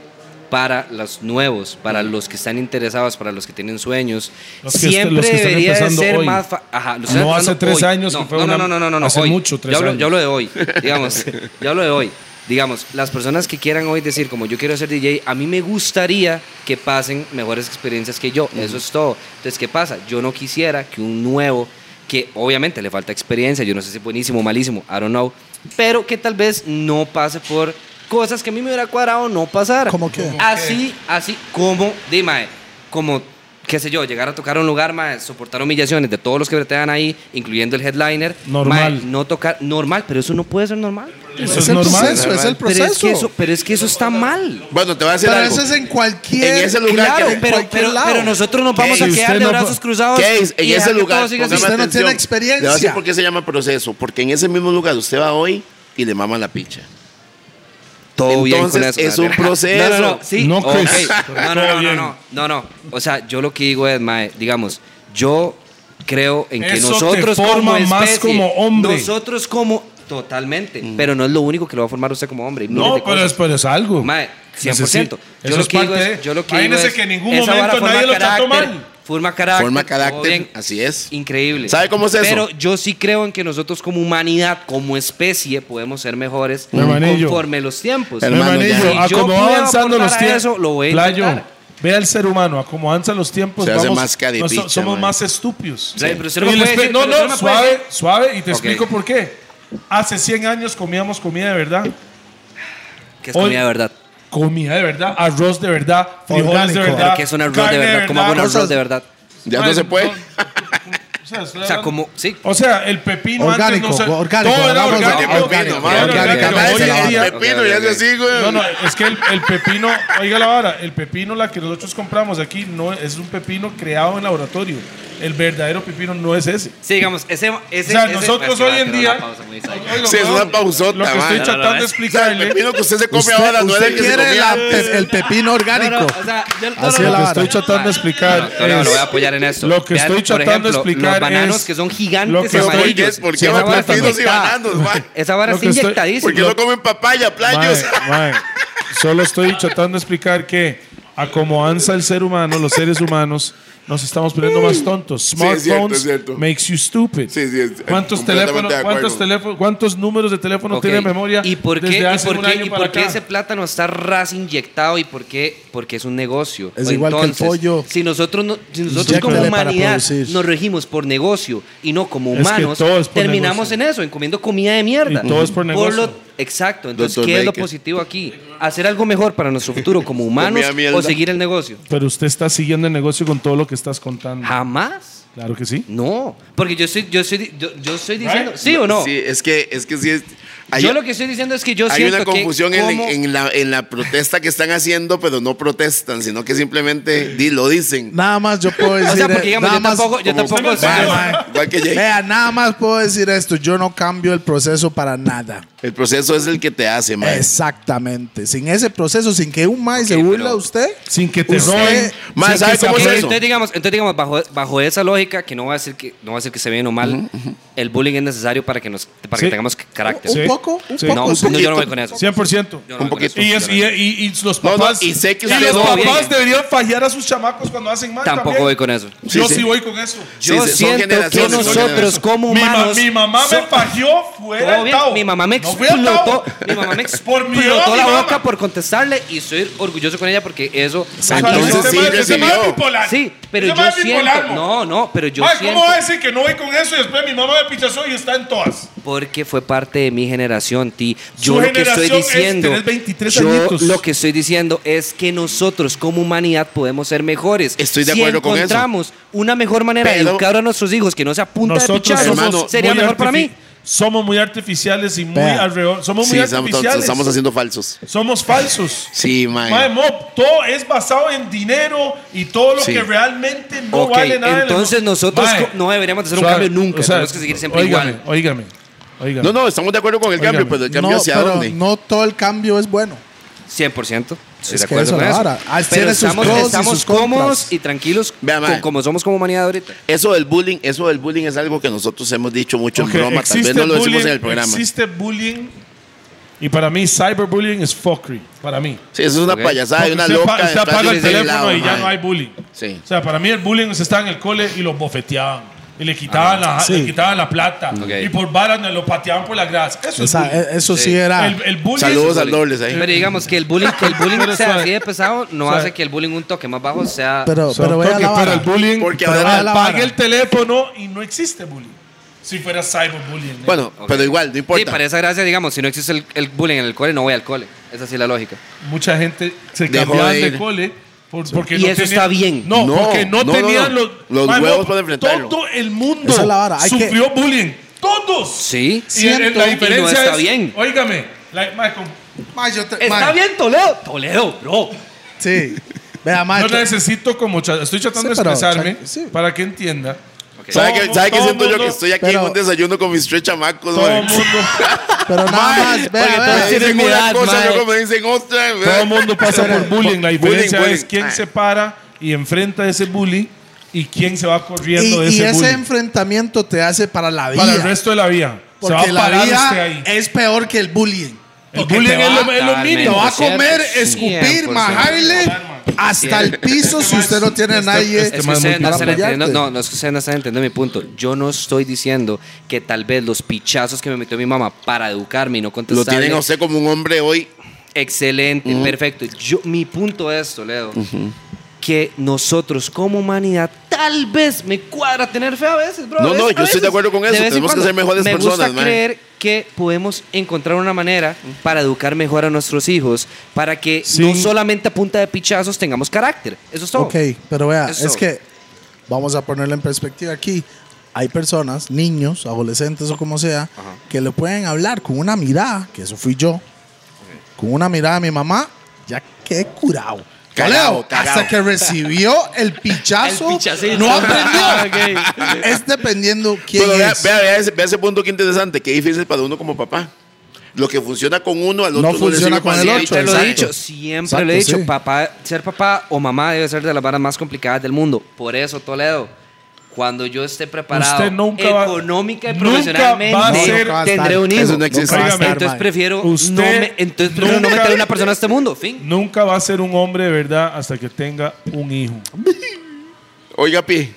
[SPEAKER 3] para los nuevos, para los que están interesados, para los que tienen sueños,
[SPEAKER 1] Los que est-
[SPEAKER 3] siempre
[SPEAKER 1] los que están
[SPEAKER 3] debería de
[SPEAKER 1] empezando
[SPEAKER 3] ser
[SPEAKER 1] hoy.
[SPEAKER 3] más... fa- Ajá, los que están
[SPEAKER 1] No hace
[SPEAKER 3] empezando
[SPEAKER 1] tres
[SPEAKER 3] hoy.
[SPEAKER 1] años,
[SPEAKER 3] no,
[SPEAKER 1] que fue
[SPEAKER 3] no,
[SPEAKER 1] una-
[SPEAKER 3] no, no, no, no, no,
[SPEAKER 1] hace
[SPEAKER 3] hoy.
[SPEAKER 1] mucho, tres
[SPEAKER 3] yo hablo,
[SPEAKER 1] años.
[SPEAKER 3] Yo hablo de hoy, digamos, yo hablo de hoy. Digamos, las personas que quieran hoy decir, como yo quiero ser DJ, a mí me gustaría que pasen mejores experiencias que yo, eso es todo. Entonces, ¿qué pasa? Yo no quisiera que un nuevo, que obviamente le falta experiencia, yo no sé si es buenísimo o malísimo, I don't know, pero que tal vez no pase por cosas que a mí me hubiera cuadrado no pasar.
[SPEAKER 4] ¿Cómo qué?
[SPEAKER 3] Así, así como, dime, como, qué sé yo, llegar a tocar un lugar, mae, soportar humillaciones de todos los que bretean ahí, incluyendo el headliner.
[SPEAKER 1] Normal.
[SPEAKER 3] mae, no tocar, normal, pero eso no puede ser normal.
[SPEAKER 1] Eso
[SPEAKER 4] Es,
[SPEAKER 1] es
[SPEAKER 4] el
[SPEAKER 1] normal.
[SPEAKER 4] proceso, es el
[SPEAKER 3] Pero
[SPEAKER 4] proceso.
[SPEAKER 3] es que eso, pero es que eso está mal.
[SPEAKER 2] Bueno, te voy a decir
[SPEAKER 4] Pero
[SPEAKER 2] algo.
[SPEAKER 4] eso es en cualquier...
[SPEAKER 2] En ese lugar
[SPEAKER 3] Claro,
[SPEAKER 2] que-
[SPEAKER 3] pero,
[SPEAKER 4] cualquier
[SPEAKER 3] pero,
[SPEAKER 4] lado.
[SPEAKER 3] pero nosotros nos vamos
[SPEAKER 2] Case,
[SPEAKER 3] a quedar
[SPEAKER 1] usted
[SPEAKER 3] de
[SPEAKER 1] no
[SPEAKER 3] brazos
[SPEAKER 1] po-
[SPEAKER 3] cruzados.
[SPEAKER 2] Case, en
[SPEAKER 3] y
[SPEAKER 2] ese
[SPEAKER 3] dejar que
[SPEAKER 2] lugar,
[SPEAKER 3] todo siga así.
[SPEAKER 2] póngame
[SPEAKER 4] Usted no tiene
[SPEAKER 2] Le voy a decir
[SPEAKER 4] experiencia.
[SPEAKER 2] por qué se llama proceso. Porque en ese mismo lugar usted va hoy y le maman la picha.
[SPEAKER 3] Todo bien con
[SPEAKER 2] Entonces,
[SPEAKER 3] eso,
[SPEAKER 2] es un
[SPEAKER 3] madre.
[SPEAKER 2] proceso.
[SPEAKER 3] No, no, no. Sí.
[SPEAKER 1] No, pues.
[SPEAKER 3] ok.
[SPEAKER 1] Chris.
[SPEAKER 3] No, no, no, no, no, no, no. O sea, yo lo que digo es, mae, digamos, yo creo en que
[SPEAKER 1] Eso te
[SPEAKER 3] nosotros como
[SPEAKER 1] forma
[SPEAKER 3] especie,
[SPEAKER 1] más como hombre. Mm.
[SPEAKER 3] Nosotros como totalmente, pero no es lo único que lo va a formar usted como hombre. hay miles
[SPEAKER 1] No,
[SPEAKER 3] de
[SPEAKER 1] pero
[SPEAKER 3] cosas.
[SPEAKER 1] es, pero es algo.
[SPEAKER 3] Mae, 100%.
[SPEAKER 1] Necesito.
[SPEAKER 3] Yo
[SPEAKER 1] Eso
[SPEAKER 3] lo
[SPEAKER 1] es
[SPEAKER 3] que digo
[SPEAKER 1] parte
[SPEAKER 3] es,
[SPEAKER 1] de-
[SPEAKER 3] yo lo que digo
[SPEAKER 1] Imagínese
[SPEAKER 3] es,
[SPEAKER 1] que en ningún
[SPEAKER 3] esa vara
[SPEAKER 1] momento
[SPEAKER 3] forma
[SPEAKER 1] nadie lo trató
[SPEAKER 3] carácter,
[SPEAKER 1] mal.
[SPEAKER 3] Forma carácter.
[SPEAKER 2] Forma
[SPEAKER 3] todo
[SPEAKER 2] carácter,
[SPEAKER 3] bien.
[SPEAKER 2] así es.
[SPEAKER 3] Increíble.
[SPEAKER 2] ¿Sabe cómo es eso?
[SPEAKER 3] Pero yo sí creo en que nosotros como humanidad, como especie, podemos ser mejores
[SPEAKER 1] Hermanillo.
[SPEAKER 3] conforme los tiempos.
[SPEAKER 2] Hermano,
[SPEAKER 1] Hermanillo,
[SPEAKER 2] ya.
[SPEAKER 1] a
[SPEAKER 3] Si yo
[SPEAKER 1] como
[SPEAKER 3] puedo
[SPEAKER 1] va avanzando
[SPEAKER 3] aportar
[SPEAKER 1] los
[SPEAKER 3] a
[SPEAKER 1] tiempos.
[SPEAKER 3] eso, lo voy a
[SPEAKER 1] Playo,
[SPEAKER 3] intentar.
[SPEAKER 1] ve al ser humano, a como avanzan los tiempos,
[SPEAKER 2] Se hace
[SPEAKER 1] vamos-
[SPEAKER 2] más caripicha,
[SPEAKER 1] no, so- somos
[SPEAKER 2] man.
[SPEAKER 1] más estúpidos.
[SPEAKER 3] O sea, pero usted no
[SPEAKER 1] Y
[SPEAKER 3] me
[SPEAKER 1] les
[SPEAKER 3] puede
[SPEAKER 1] pe-
[SPEAKER 3] decir-
[SPEAKER 1] no,
[SPEAKER 3] pero usted
[SPEAKER 1] no,
[SPEAKER 3] no me puede
[SPEAKER 1] suave,
[SPEAKER 3] decir-
[SPEAKER 1] suave, y te
[SPEAKER 3] Ok.
[SPEAKER 1] explico por qué. Hace 100 años comíamos comida de verdad,
[SPEAKER 3] Que es comida
[SPEAKER 1] Hoy-
[SPEAKER 3] de verdad.
[SPEAKER 1] comida de verdad, arroz de verdad, frijoles
[SPEAKER 4] Orgánico.
[SPEAKER 1] de
[SPEAKER 4] Pero
[SPEAKER 1] verdad.
[SPEAKER 3] Pero que es un arroz de
[SPEAKER 1] carne
[SPEAKER 3] verdad. Como hago un
[SPEAKER 1] cosas-
[SPEAKER 3] arroz de verdad.
[SPEAKER 2] Ya
[SPEAKER 1] Mae,
[SPEAKER 2] no se puede.
[SPEAKER 1] O sea, estoy
[SPEAKER 3] O sea,
[SPEAKER 1] hablando-
[SPEAKER 3] como, sí.
[SPEAKER 1] O sea, el pepino
[SPEAKER 4] Orgánico,
[SPEAKER 1] antes no se-
[SPEAKER 4] orgánico,
[SPEAKER 1] todo era
[SPEAKER 4] hablamos de
[SPEAKER 1] orgánico,
[SPEAKER 4] orgánico,
[SPEAKER 1] todo era
[SPEAKER 4] orgánico,
[SPEAKER 1] orgánico.
[SPEAKER 4] orgánico,
[SPEAKER 1] Hoy en
[SPEAKER 4] orgánico.
[SPEAKER 1] día-
[SPEAKER 3] día-
[SPEAKER 2] Pepino, ya
[SPEAKER 3] Ok,
[SPEAKER 2] se
[SPEAKER 3] ok,
[SPEAKER 2] así, güey.
[SPEAKER 1] No, no, es que el, el pepino, oiga la vara, el pepino, la que nosotros compramos aquí, no es un pepino creado en laboratorio. El verdadero pepino no es ese.
[SPEAKER 3] Sí, digamos, ese. ese
[SPEAKER 1] O sea,
[SPEAKER 3] ese-
[SPEAKER 1] nosotros
[SPEAKER 3] es que va a
[SPEAKER 1] hoy en
[SPEAKER 3] tener
[SPEAKER 1] día-
[SPEAKER 3] una pausa muy sádica.
[SPEAKER 1] Oiga,
[SPEAKER 2] Sí, es
[SPEAKER 1] weón,
[SPEAKER 2] una pausota,
[SPEAKER 1] Lo que
[SPEAKER 2] man. No,
[SPEAKER 1] estoy
[SPEAKER 2] no,
[SPEAKER 1] tratando de
[SPEAKER 2] O sea, el
[SPEAKER 1] explicarle.
[SPEAKER 2] pepino que usted se come
[SPEAKER 4] Usted,
[SPEAKER 2] ahora no es
[SPEAKER 4] usted
[SPEAKER 2] el que se
[SPEAKER 4] quiere
[SPEAKER 2] comió
[SPEAKER 4] la
[SPEAKER 2] antes.
[SPEAKER 4] pe- el pepino orgánico.
[SPEAKER 3] No, no, o sea, yo- no,
[SPEAKER 4] Así
[SPEAKER 3] no,
[SPEAKER 4] es la
[SPEAKER 3] no,
[SPEAKER 4] vara.
[SPEAKER 1] Estoy tratando de explicar
[SPEAKER 3] No, no, no,
[SPEAKER 1] es-
[SPEAKER 3] lo voy a apoyar en esto.
[SPEAKER 1] lo que estoy
[SPEAKER 3] por
[SPEAKER 1] tratando de explicar
[SPEAKER 3] Los bananos
[SPEAKER 1] es-
[SPEAKER 3] que son
[SPEAKER 1] lo
[SPEAKER 3] gigantes
[SPEAKER 1] que
[SPEAKER 2] Pero
[SPEAKER 1] estoy-
[SPEAKER 2] ¿Por qué?
[SPEAKER 3] amarillos.
[SPEAKER 2] ¿Por
[SPEAKER 3] Sí,
[SPEAKER 2] qué
[SPEAKER 3] esa
[SPEAKER 2] los
[SPEAKER 3] vara está
[SPEAKER 2] pepinos y
[SPEAKER 3] conectada.
[SPEAKER 2] bananos, man?
[SPEAKER 3] Esa vara
[SPEAKER 1] Lo
[SPEAKER 3] está
[SPEAKER 1] que estoy-
[SPEAKER 2] ¿Por
[SPEAKER 3] inyectadísima.
[SPEAKER 2] qué no comen papaya, playos?
[SPEAKER 1] Mae, mae, Solo estoy tratando de explicar que a como avanza el ser humano, los seres humanos, nos estamos poniendo más tontos.
[SPEAKER 2] es cierto,
[SPEAKER 1] Smartphones
[SPEAKER 2] es cierto.
[SPEAKER 1] makes you stupid.
[SPEAKER 2] Sí, sí, es-
[SPEAKER 1] ¿Cuántos,
[SPEAKER 2] completamente
[SPEAKER 1] teléfonos,
[SPEAKER 2] de acuerdo.
[SPEAKER 1] cuántos, teléfonos- cuántos números de teléfono
[SPEAKER 3] Ok,
[SPEAKER 1] tiene memoria
[SPEAKER 3] ¿Y por qué,
[SPEAKER 1] desde
[SPEAKER 3] y
[SPEAKER 1] hace
[SPEAKER 3] por
[SPEAKER 1] un
[SPEAKER 3] qué-
[SPEAKER 1] año
[SPEAKER 3] y
[SPEAKER 1] para
[SPEAKER 3] por qué
[SPEAKER 1] acá?
[SPEAKER 3] ese plátano está ras inyectado y por qué? Porque es un negocio.
[SPEAKER 4] Es igual que el pollo.
[SPEAKER 3] Si nosotros, no- si nosotros
[SPEAKER 4] Inyéctale
[SPEAKER 3] como
[SPEAKER 4] para
[SPEAKER 3] humanidad
[SPEAKER 4] producir.
[SPEAKER 3] nos regimos por negocio y no como
[SPEAKER 1] Es que
[SPEAKER 3] humanos,
[SPEAKER 1] todo es por
[SPEAKER 3] terminamos
[SPEAKER 1] negocio.
[SPEAKER 3] en eso, en comiendo comida de mierda.
[SPEAKER 1] Y todo es por negocio.
[SPEAKER 3] lo- exacto. Entonces,
[SPEAKER 2] Doctor
[SPEAKER 3] ¿qué es lo
[SPEAKER 2] Baker.
[SPEAKER 3] positivo aquí? ¿Hacer algo mejor para nuestro futuro como humanos
[SPEAKER 2] Comida de mierda.
[SPEAKER 3] o seguir el negocio?
[SPEAKER 1] Pero usted está siguiendo el negocio con todo lo que estás contando.
[SPEAKER 3] Jamás.
[SPEAKER 1] Claro que sí.
[SPEAKER 3] No. Porque yo estoy, yo estoy, yo, yo estoy diciendo,
[SPEAKER 1] Right?
[SPEAKER 3] ¿sí o no?
[SPEAKER 2] Sí, es que, es que sí es... Hay,
[SPEAKER 3] yo lo que estoy diciendo es que yo
[SPEAKER 2] hay
[SPEAKER 3] siento
[SPEAKER 2] una confusión
[SPEAKER 3] que
[SPEAKER 2] en,
[SPEAKER 3] como-
[SPEAKER 2] en la, en la protesta que están haciendo, pero no protestan, sino que simplemente di- lo dicen.
[SPEAKER 4] Nada más yo puedo decir.
[SPEAKER 3] O sea, porque
[SPEAKER 4] eh,
[SPEAKER 3] digamos,
[SPEAKER 4] nada
[SPEAKER 3] yo
[SPEAKER 4] más-
[SPEAKER 3] tampoco, yo
[SPEAKER 2] como-
[SPEAKER 3] tampoco
[SPEAKER 1] usted
[SPEAKER 3] soy-
[SPEAKER 1] no
[SPEAKER 4] Mae, mae.
[SPEAKER 2] Igual que Jay.
[SPEAKER 4] Vea, nada más puedo decir esto. Yo no cambio el proceso para nada.
[SPEAKER 2] El proceso es el que te hace, man.
[SPEAKER 4] Exactamente. Sin ese proceso, sin que un mae se
[SPEAKER 3] Ok,
[SPEAKER 4] burla
[SPEAKER 3] pero-
[SPEAKER 4] a usted.
[SPEAKER 1] Sin que te
[SPEAKER 4] Usted-
[SPEAKER 1] roben.
[SPEAKER 2] Mae,
[SPEAKER 1] sin
[SPEAKER 2] ¿sabe
[SPEAKER 1] que se
[SPEAKER 2] cómo es
[SPEAKER 3] Ok,
[SPEAKER 1] apoderen.
[SPEAKER 2] eso?
[SPEAKER 3] entonces digamos, entonces digamos bajo, bajo esa lógica que no va a ser que no va a ser que se bien o mal, el bullying es necesario para que nos para
[SPEAKER 1] Sí.
[SPEAKER 3] que tengamos carácter.
[SPEAKER 1] Sí.
[SPEAKER 4] Un poco, un
[SPEAKER 1] Sí.
[SPEAKER 4] poco.
[SPEAKER 3] No,
[SPEAKER 4] un
[SPEAKER 3] no, yo
[SPEAKER 4] poquito.
[SPEAKER 3] no voy con eso.
[SPEAKER 1] 100%.
[SPEAKER 3] Yo no
[SPEAKER 2] Un
[SPEAKER 3] voy con eso.
[SPEAKER 1] Y, es- y- y- y los
[SPEAKER 2] No, no,
[SPEAKER 1] papás,
[SPEAKER 2] y sé que
[SPEAKER 1] y
[SPEAKER 2] ustedes
[SPEAKER 1] los
[SPEAKER 3] no-
[SPEAKER 1] papás
[SPEAKER 3] bien.
[SPEAKER 1] deberían fallar a sus chamacos cuando hacen mal.
[SPEAKER 3] Tampoco
[SPEAKER 1] también.
[SPEAKER 3] voy con eso.
[SPEAKER 1] Yo
[SPEAKER 2] Sí,
[SPEAKER 1] sí,
[SPEAKER 2] sí.
[SPEAKER 1] voy con eso.
[SPEAKER 2] Sí,
[SPEAKER 3] Yo
[SPEAKER 2] sí, son
[SPEAKER 3] siento que
[SPEAKER 2] generaciones, son
[SPEAKER 3] nosotros
[SPEAKER 2] generaciones.
[SPEAKER 3] como
[SPEAKER 1] Mi, ma-
[SPEAKER 3] humanos
[SPEAKER 1] mi mamá me
[SPEAKER 3] so-
[SPEAKER 1] fajió fuera
[SPEAKER 3] Todo
[SPEAKER 1] del
[SPEAKER 3] bien,
[SPEAKER 1] tao.
[SPEAKER 3] mi mamá me
[SPEAKER 1] No fui al
[SPEAKER 3] explotó,
[SPEAKER 1] tao.
[SPEAKER 3] mi mamá me
[SPEAKER 1] Por mi
[SPEAKER 3] explotó
[SPEAKER 1] mamá,
[SPEAKER 3] la
[SPEAKER 1] mi
[SPEAKER 3] boca
[SPEAKER 1] mamá.
[SPEAKER 3] por contestarle y soy orgulloso con ella porque eso
[SPEAKER 1] O sea,
[SPEAKER 2] Entonces
[SPEAKER 1] ese
[SPEAKER 2] sí
[SPEAKER 1] ma- ese ma es
[SPEAKER 2] recibió.
[SPEAKER 1] bipolar.
[SPEAKER 3] Sí, pero
[SPEAKER 1] Ese
[SPEAKER 3] yo
[SPEAKER 1] ma es bipolar,
[SPEAKER 3] siento, no, no, pero yo
[SPEAKER 1] Ay,
[SPEAKER 3] siento
[SPEAKER 1] ¿cómo va a decir que no voy con eso y después mi mamá me pichazó y está en todas?
[SPEAKER 3] Porque fue parte de mi generación, ti.
[SPEAKER 1] Su
[SPEAKER 3] Yo lo que estoy
[SPEAKER 1] generación es
[SPEAKER 3] diciendo.
[SPEAKER 1] tener 23
[SPEAKER 3] yo
[SPEAKER 1] añitos.
[SPEAKER 3] lo que estoy diciendo es que nosotros como humanidad podemos ser mejores.
[SPEAKER 2] Estoy de
[SPEAKER 3] Si
[SPEAKER 2] acuerdo con eso.
[SPEAKER 3] encontramos una mejor manera de
[SPEAKER 2] Pero-
[SPEAKER 3] educar a nuestros hijos que no sea punta de
[SPEAKER 1] Nosotros
[SPEAKER 3] pichazos,
[SPEAKER 2] hermano,
[SPEAKER 3] sería
[SPEAKER 1] muy
[SPEAKER 3] mejor para mí.
[SPEAKER 1] artifi- Somos muy artificiales y muy
[SPEAKER 4] Vea.
[SPEAKER 1] alrededor. Somos
[SPEAKER 2] Sí,
[SPEAKER 1] muy
[SPEAKER 2] estamos,
[SPEAKER 1] artificiales.
[SPEAKER 2] estamos haciendo falsos.
[SPEAKER 1] Somos falsos.
[SPEAKER 2] Sí, man.
[SPEAKER 1] Mae, mo, todo es basado en dinero y todo lo
[SPEAKER 2] Sí.
[SPEAKER 1] que realmente no
[SPEAKER 3] Ok,
[SPEAKER 1] vale nada. en el
[SPEAKER 3] entonces
[SPEAKER 1] mundo.
[SPEAKER 3] nosotros
[SPEAKER 1] Mae,
[SPEAKER 3] co- no deberíamos hacer un
[SPEAKER 1] suave,
[SPEAKER 3] cambio nunca,
[SPEAKER 1] o sea,
[SPEAKER 3] tenemos que seguir siempre
[SPEAKER 1] óigame,
[SPEAKER 3] igual.
[SPEAKER 1] Óigame, óigame.
[SPEAKER 2] No, no, estamos de acuerdo con el cambio,
[SPEAKER 1] Óigame,
[SPEAKER 2] pero el cambio
[SPEAKER 4] no,
[SPEAKER 2] hacia
[SPEAKER 4] pero
[SPEAKER 2] dónde.
[SPEAKER 4] no todo el cambio es bueno.
[SPEAKER 3] 100%. Estoy
[SPEAKER 4] Es
[SPEAKER 3] de
[SPEAKER 4] que
[SPEAKER 3] acuerdo
[SPEAKER 4] eso
[SPEAKER 3] con
[SPEAKER 4] es la
[SPEAKER 3] eso.
[SPEAKER 4] vara. Ah,
[SPEAKER 3] Pero
[SPEAKER 4] tiene sus
[SPEAKER 3] estamos,
[SPEAKER 4] pros y
[SPEAKER 3] estamos
[SPEAKER 4] sus contras.
[SPEAKER 3] cómodos y tranquilos
[SPEAKER 2] Vea,
[SPEAKER 3] con-
[SPEAKER 2] mae.
[SPEAKER 3] como somos como humanidad ahorita.
[SPEAKER 2] Eso del bullying, eso del bullying es algo que nosotros hemos dicho mucho
[SPEAKER 1] Ok,
[SPEAKER 2] en broma, tal vez
[SPEAKER 1] existe
[SPEAKER 2] no lo decimos
[SPEAKER 1] bullying,
[SPEAKER 2] en el programa.
[SPEAKER 1] Existe bullying y para mí cyberbullying es fuckery, para mí.
[SPEAKER 2] Sí, eso es una
[SPEAKER 3] Ok.
[SPEAKER 2] payasada y
[SPEAKER 1] Porque
[SPEAKER 2] una
[SPEAKER 1] usted
[SPEAKER 2] loca.
[SPEAKER 1] pa- usted
[SPEAKER 2] detrás de
[SPEAKER 1] apaga el
[SPEAKER 2] un teclado,
[SPEAKER 1] teléfono y ya
[SPEAKER 2] mae.
[SPEAKER 1] no hay bullying.
[SPEAKER 2] Sí.
[SPEAKER 1] O sea, para mí el bullying se estaba en el cole y los bofeteaban. Y le quitaban,
[SPEAKER 2] Ah,
[SPEAKER 1] la,
[SPEAKER 4] sí.
[SPEAKER 1] le quitaban la plata.
[SPEAKER 3] Ok.
[SPEAKER 1] Y por balas lo pateaban por la grasa. Eso
[SPEAKER 4] Esa-
[SPEAKER 1] es bullying.
[SPEAKER 4] e- eso sí,
[SPEAKER 3] Sí.
[SPEAKER 4] era.
[SPEAKER 1] El, el bullying
[SPEAKER 2] Saludos al dobles ahí.
[SPEAKER 3] Pero digamos que el bullying, que el bullying
[SPEAKER 1] Pero
[SPEAKER 3] sea
[SPEAKER 1] suave.
[SPEAKER 3] así de pesado no
[SPEAKER 1] Suave.
[SPEAKER 3] hace que el bullying un toque más bajo sea
[SPEAKER 4] pero
[SPEAKER 1] Son
[SPEAKER 4] pero vea
[SPEAKER 1] toques,
[SPEAKER 4] la
[SPEAKER 1] pero
[SPEAKER 4] vara.
[SPEAKER 1] el bullying.
[SPEAKER 2] Porque
[SPEAKER 1] pero
[SPEAKER 4] ahora-
[SPEAKER 1] apague el teléfono y no existe bullying. Si fuera cyberbullying. ¿eh?
[SPEAKER 2] Bueno,
[SPEAKER 3] Ok.
[SPEAKER 2] pero igual, no
[SPEAKER 3] Sí,
[SPEAKER 2] importa.
[SPEAKER 3] para esa gracia, digamos, si no existe el, el bullying en el cole, no voy al cole. Esa sí es la lógica.
[SPEAKER 1] mucha gente se
[SPEAKER 2] Dejó
[SPEAKER 1] cambiaba
[SPEAKER 2] de
[SPEAKER 1] de,
[SPEAKER 2] ir.
[SPEAKER 1] cole. por- porque
[SPEAKER 3] Y
[SPEAKER 1] no
[SPEAKER 3] eso está bien.
[SPEAKER 1] No,
[SPEAKER 2] No,
[SPEAKER 1] porque no,
[SPEAKER 2] no, no,
[SPEAKER 1] tenían
[SPEAKER 2] no.
[SPEAKER 1] los,
[SPEAKER 2] Los
[SPEAKER 1] Mae,
[SPEAKER 2] huevos
[SPEAKER 1] no,
[SPEAKER 2] para enfrentarlo.
[SPEAKER 1] Todo el mundo
[SPEAKER 4] Esa es la vara, hay que-
[SPEAKER 1] sufrió bullying. Todos.
[SPEAKER 3] Sí.
[SPEAKER 1] Y el- el-
[SPEAKER 4] Siento-
[SPEAKER 1] la
[SPEAKER 4] y no
[SPEAKER 1] diferencia
[SPEAKER 3] está
[SPEAKER 1] es.
[SPEAKER 3] bien.
[SPEAKER 1] Óigame. la- mae, con-
[SPEAKER 4] Ma, yo te-
[SPEAKER 3] Está
[SPEAKER 4] ma,
[SPEAKER 3] bien, Toledo. Toledo, bro.
[SPEAKER 4] Sí. Vea, ma,
[SPEAKER 1] yo
[SPEAKER 4] que-
[SPEAKER 1] necesito como. cha- Estoy tratando
[SPEAKER 4] Sí,
[SPEAKER 1] de
[SPEAKER 4] pero,
[SPEAKER 1] expresarme
[SPEAKER 4] cha- sí.
[SPEAKER 1] para que entienda.
[SPEAKER 2] ¿Sabe
[SPEAKER 1] Todo
[SPEAKER 2] qué
[SPEAKER 1] mu-
[SPEAKER 2] sabe qué
[SPEAKER 1] todo
[SPEAKER 2] siento yo
[SPEAKER 1] mundo-
[SPEAKER 2] que estoy aquí en
[SPEAKER 4] pero-
[SPEAKER 2] un desayuno con mis tres chamacos?
[SPEAKER 1] Todo
[SPEAKER 2] mae?
[SPEAKER 1] el mundo.
[SPEAKER 4] pero nada más, vea,
[SPEAKER 2] Porque
[SPEAKER 4] vea.
[SPEAKER 2] todos dicen
[SPEAKER 3] tienen
[SPEAKER 2] una
[SPEAKER 3] edad,
[SPEAKER 2] cosa,
[SPEAKER 3] mae.
[SPEAKER 2] luego me dicen otra.
[SPEAKER 1] Todo
[SPEAKER 2] ¿verdad?
[SPEAKER 1] el mundo pasa por bullying. La
[SPEAKER 2] Bullying,
[SPEAKER 1] diferencia es
[SPEAKER 2] bullying.
[SPEAKER 1] quién
[SPEAKER 2] Ah.
[SPEAKER 1] se para y enfrenta ese bullying y quién se va corriendo
[SPEAKER 4] Y,
[SPEAKER 1] de
[SPEAKER 4] y
[SPEAKER 1] ese
[SPEAKER 4] ese
[SPEAKER 1] bullying.
[SPEAKER 4] enfrentamiento te hace para la vida.
[SPEAKER 1] Para el resto de la vida. Se va
[SPEAKER 4] porque
[SPEAKER 1] a
[SPEAKER 4] la
[SPEAKER 1] parar usted
[SPEAKER 4] vida
[SPEAKER 1] ahí.
[SPEAKER 4] es peor que el bullying.
[SPEAKER 1] El
[SPEAKER 4] Porque
[SPEAKER 1] bullying
[SPEAKER 4] te
[SPEAKER 1] es
[SPEAKER 4] va-
[SPEAKER 1] lo, es lo
[SPEAKER 3] Totalmente.
[SPEAKER 4] Te
[SPEAKER 1] mínimo.
[SPEAKER 4] va a comer,
[SPEAKER 3] 100%.
[SPEAKER 4] escupir, majarle hasta el piso si usted no tiene a nadie.
[SPEAKER 1] Este
[SPEAKER 3] Es que
[SPEAKER 1] man es
[SPEAKER 3] ustedes
[SPEAKER 1] muy
[SPEAKER 3] no
[SPEAKER 1] para
[SPEAKER 3] están entendiendo,
[SPEAKER 4] apoyarte.
[SPEAKER 3] no, no es que ustedes no están entendiendo mi punto. Yo no estoy diciendo que tal vez los pichazos que me metió mi mamá para educarme y no
[SPEAKER 2] Lo
[SPEAKER 3] contestarle.
[SPEAKER 2] tienen a usted como un hombre hoy.
[SPEAKER 3] Excelente, perfecto. Yo, mi punto es, Toledo, que nosotros como humanidad tal vez me cuadra tener fe a veces, bro. a
[SPEAKER 2] No,
[SPEAKER 3] veces-
[SPEAKER 2] no,
[SPEAKER 3] a
[SPEAKER 2] yo estoy de
[SPEAKER 3] veces,
[SPEAKER 2] acuerdo con eso.
[SPEAKER 3] de vez en
[SPEAKER 2] Tenemos que
[SPEAKER 3] cuando.
[SPEAKER 2] ser mejores
[SPEAKER 3] me
[SPEAKER 2] personas,
[SPEAKER 3] gusta
[SPEAKER 2] man.
[SPEAKER 3] creer que podemos encontrar una manera para educar mejor a nuestros hijos, para que no
[SPEAKER 1] Sí.
[SPEAKER 3] solamente a punta de pichazos tengamos carácter. Eso es todo.
[SPEAKER 4] Ok, pero vea,
[SPEAKER 3] Eso.
[SPEAKER 4] es que vamos a ponerlo en perspectiva aquí. Hay personas, niños, adolescentes o como sea, que le pueden hablar con una mirada, que eso fui yo, con una mirada de mi mamá, ya quedé curado.
[SPEAKER 2] Cagao,
[SPEAKER 4] Toledo,
[SPEAKER 2] cagao.
[SPEAKER 4] Hasta que recibió el pichazo,
[SPEAKER 3] El pichacito.
[SPEAKER 4] no aprendió. es dependiendo quién
[SPEAKER 2] Pero vea,
[SPEAKER 4] es.
[SPEAKER 2] vea- vea ese, vea ese punto que interesante, que difícil para uno como papá. Lo que funciona con uno, al
[SPEAKER 4] No
[SPEAKER 2] otro le
[SPEAKER 4] funciona
[SPEAKER 2] sirve
[SPEAKER 4] con
[SPEAKER 2] para
[SPEAKER 4] el
[SPEAKER 2] nada.
[SPEAKER 4] otro,
[SPEAKER 3] Siempre lo he
[SPEAKER 4] exacto.
[SPEAKER 3] dicho, siempre
[SPEAKER 4] Exacto,
[SPEAKER 3] lo he dicho.
[SPEAKER 4] sí.
[SPEAKER 3] Papá, ser papá o mamá debe ser de las varas más complicadas del mundo. Por eso, Toledo, cuando yo esté preparado
[SPEAKER 1] Usted nunca va-
[SPEAKER 3] económica y
[SPEAKER 1] nunca va a
[SPEAKER 3] profesionalmente,
[SPEAKER 1] ser-
[SPEAKER 3] tendré un hijo.
[SPEAKER 2] Eso no existe.
[SPEAKER 4] existe.
[SPEAKER 3] entonces prefiero
[SPEAKER 1] Usted
[SPEAKER 3] no me- entonces prefiero no
[SPEAKER 1] nunca-
[SPEAKER 3] meter a una persona a este mundo. Fin.
[SPEAKER 1] Nunca va a ser un hombre de verdad hasta que tenga un hijo.
[SPEAKER 2] Oiga, Pi.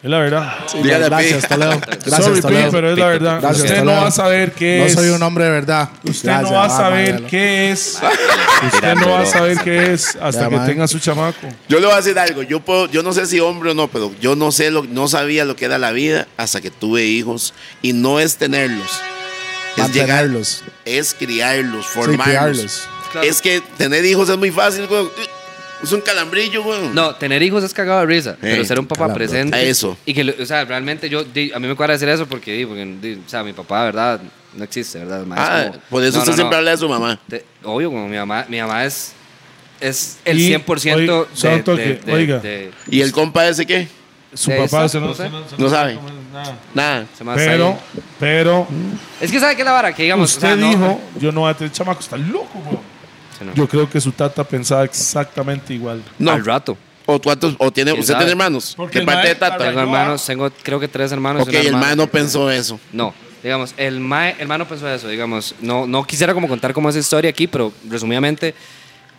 [SPEAKER 1] Es la verdad.
[SPEAKER 2] dígale a Pi.
[SPEAKER 4] Gracias, Toledo. Gracias,
[SPEAKER 1] Sorry, Pi,
[SPEAKER 4] Toledo.
[SPEAKER 1] pero es la verdad.
[SPEAKER 4] Gracias,
[SPEAKER 1] usted
[SPEAKER 4] Toledo.
[SPEAKER 1] no va a saber qué
[SPEAKER 4] no
[SPEAKER 1] es.
[SPEAKER 4] soy un hombre de verdad. Ah,
[SPEAKER 1] Usted no va a saber qué es. Usted no va a saber qué es hasta
[SPEAKER 4] Ya,
[SPEAKER 1] que
[SPEAKER 4] man.
[SPEAKER 1] tenga su chamaco.
[SPEAKER 2] Yo le voy a decir algo. Yo, puedo, yo no sé si hombre o no, pero yo no, sé lo, no sabía lo que era la vida hasta que tuve hijos. Y no es tenerlos. Es llegar,
[SPEAKER 4] Mantenerlos.
[SPEAKER 2] es criarlos,
[SPEAKER 4] Sí,
[SPEAKER 2] formarlos.
[SPEAKER 4] criarlos.
[SPEAKER 3] Claro.
[SPEAKER 2] Es que tener hijos es muy fácil, güey. Es un calambrillo, güey.
[SPEAKER 3] No, tener hijos es cagado de risa, pero ser un papá
[SPEAKER 4] calabro.
[SPEAKER 3] presente.
[SPEAKER 2] Eso.
[SPEAKER 3] Y que, lo- o sea, realmente yo, di- a mí me cuadra decir eso porque, di, porque, di, o sea, mi papá, ¿verdad? No existe, ¿verdad? Ma? Es
[SPEAKER 2] Ah,
[SPEAKER 3] como-
[SPEAKER 2] por eso
[SPEAKER 3] No,
[SPEAKER 2] usted
[SPEAKER 3] no, no.
[SPEAKER 2] siempre habla de su mamá.
[SPEAKER 3] Te- obvio, como mi mamá, mi mamá es, es el
[SPEAKER 1] Y,
[SPEAKER 3] 100%
[SPEAKER 1] oiga, solo
[SPEAKER 3] de-
[SPEAKER 1] un toque,
[SPEAKER 3] de, de-
[SPEAKER 1] oiga.
[SPEAKER 3] de-
[SPEAKER 2] ¿Y el compa ese qué?
[SPEAKER 3] Sí,
[SPEAKER 1] Su papá
[SPEAKER 3] exacto,
[SPEAKER 1] se
[SPEAKER 3] no
[SPEAKER 1] no,
[SPEAKER 3] sé.
[SPEAKER 1] se no- se
[SPEAKER 2] No
[SPEAKER 1] no
[SPEAKER 2] sabe.
[SPEAKER 1] come nada.
[SPEAKER 2] Nada.
[SPEAKER 3] se llama
[SPEAKER 1] Pero,
[SPEAKER 3] Zayn.
[SPEAKER 1] pero,
[SPEAKER 3] Es que sabe que la vara que digamos. o
[SPEAKER 1] usted
[SPEAKER 3] sea, no-
[SPEAKER 1] dijo, yo no voy a tener chamaco. Está loco, bro.
[SPEAKER 3] Sí, no.
[SPEAKER 1] Yo creo que su tata pensaba exactamente igual.
[SPEAKER 2] No.
[SPEAKER 3] Al rato.
[SPEAKER 2] ¿O, cuántos, o tiene,
[SPEAKER 3] ¿Quién
[SPEAKER 2] usted
[SPEAKER 3] sabe?
[SPEAKER 2] tiene hermanos?
[SPEAKER 1] Porque
[SPEAKER 2] de
[SPEAKER 1] el
[SPEAKER 2] parte de
[SPEAKER 1] maestro-
[SPEAKER 2] Tata.
[SPEAKER 3] Tengo
[SPEAKER 1] Ay, no,
[SPEAKER 3] hermanos, tengo creo que tres hermanos. y
[SPEAKER 2] Ok,
[SPEAKER 3] una
[SPEAKER 2] el
[SPEAKER 3] hermana.
[SPEAKER 2] mano pensó eso.
[SPEAKER 3] No, digamos, el mae, el mae no pensó eso, digamos. No, no quisiera como contar como esa historia aquí, pero resumidamente,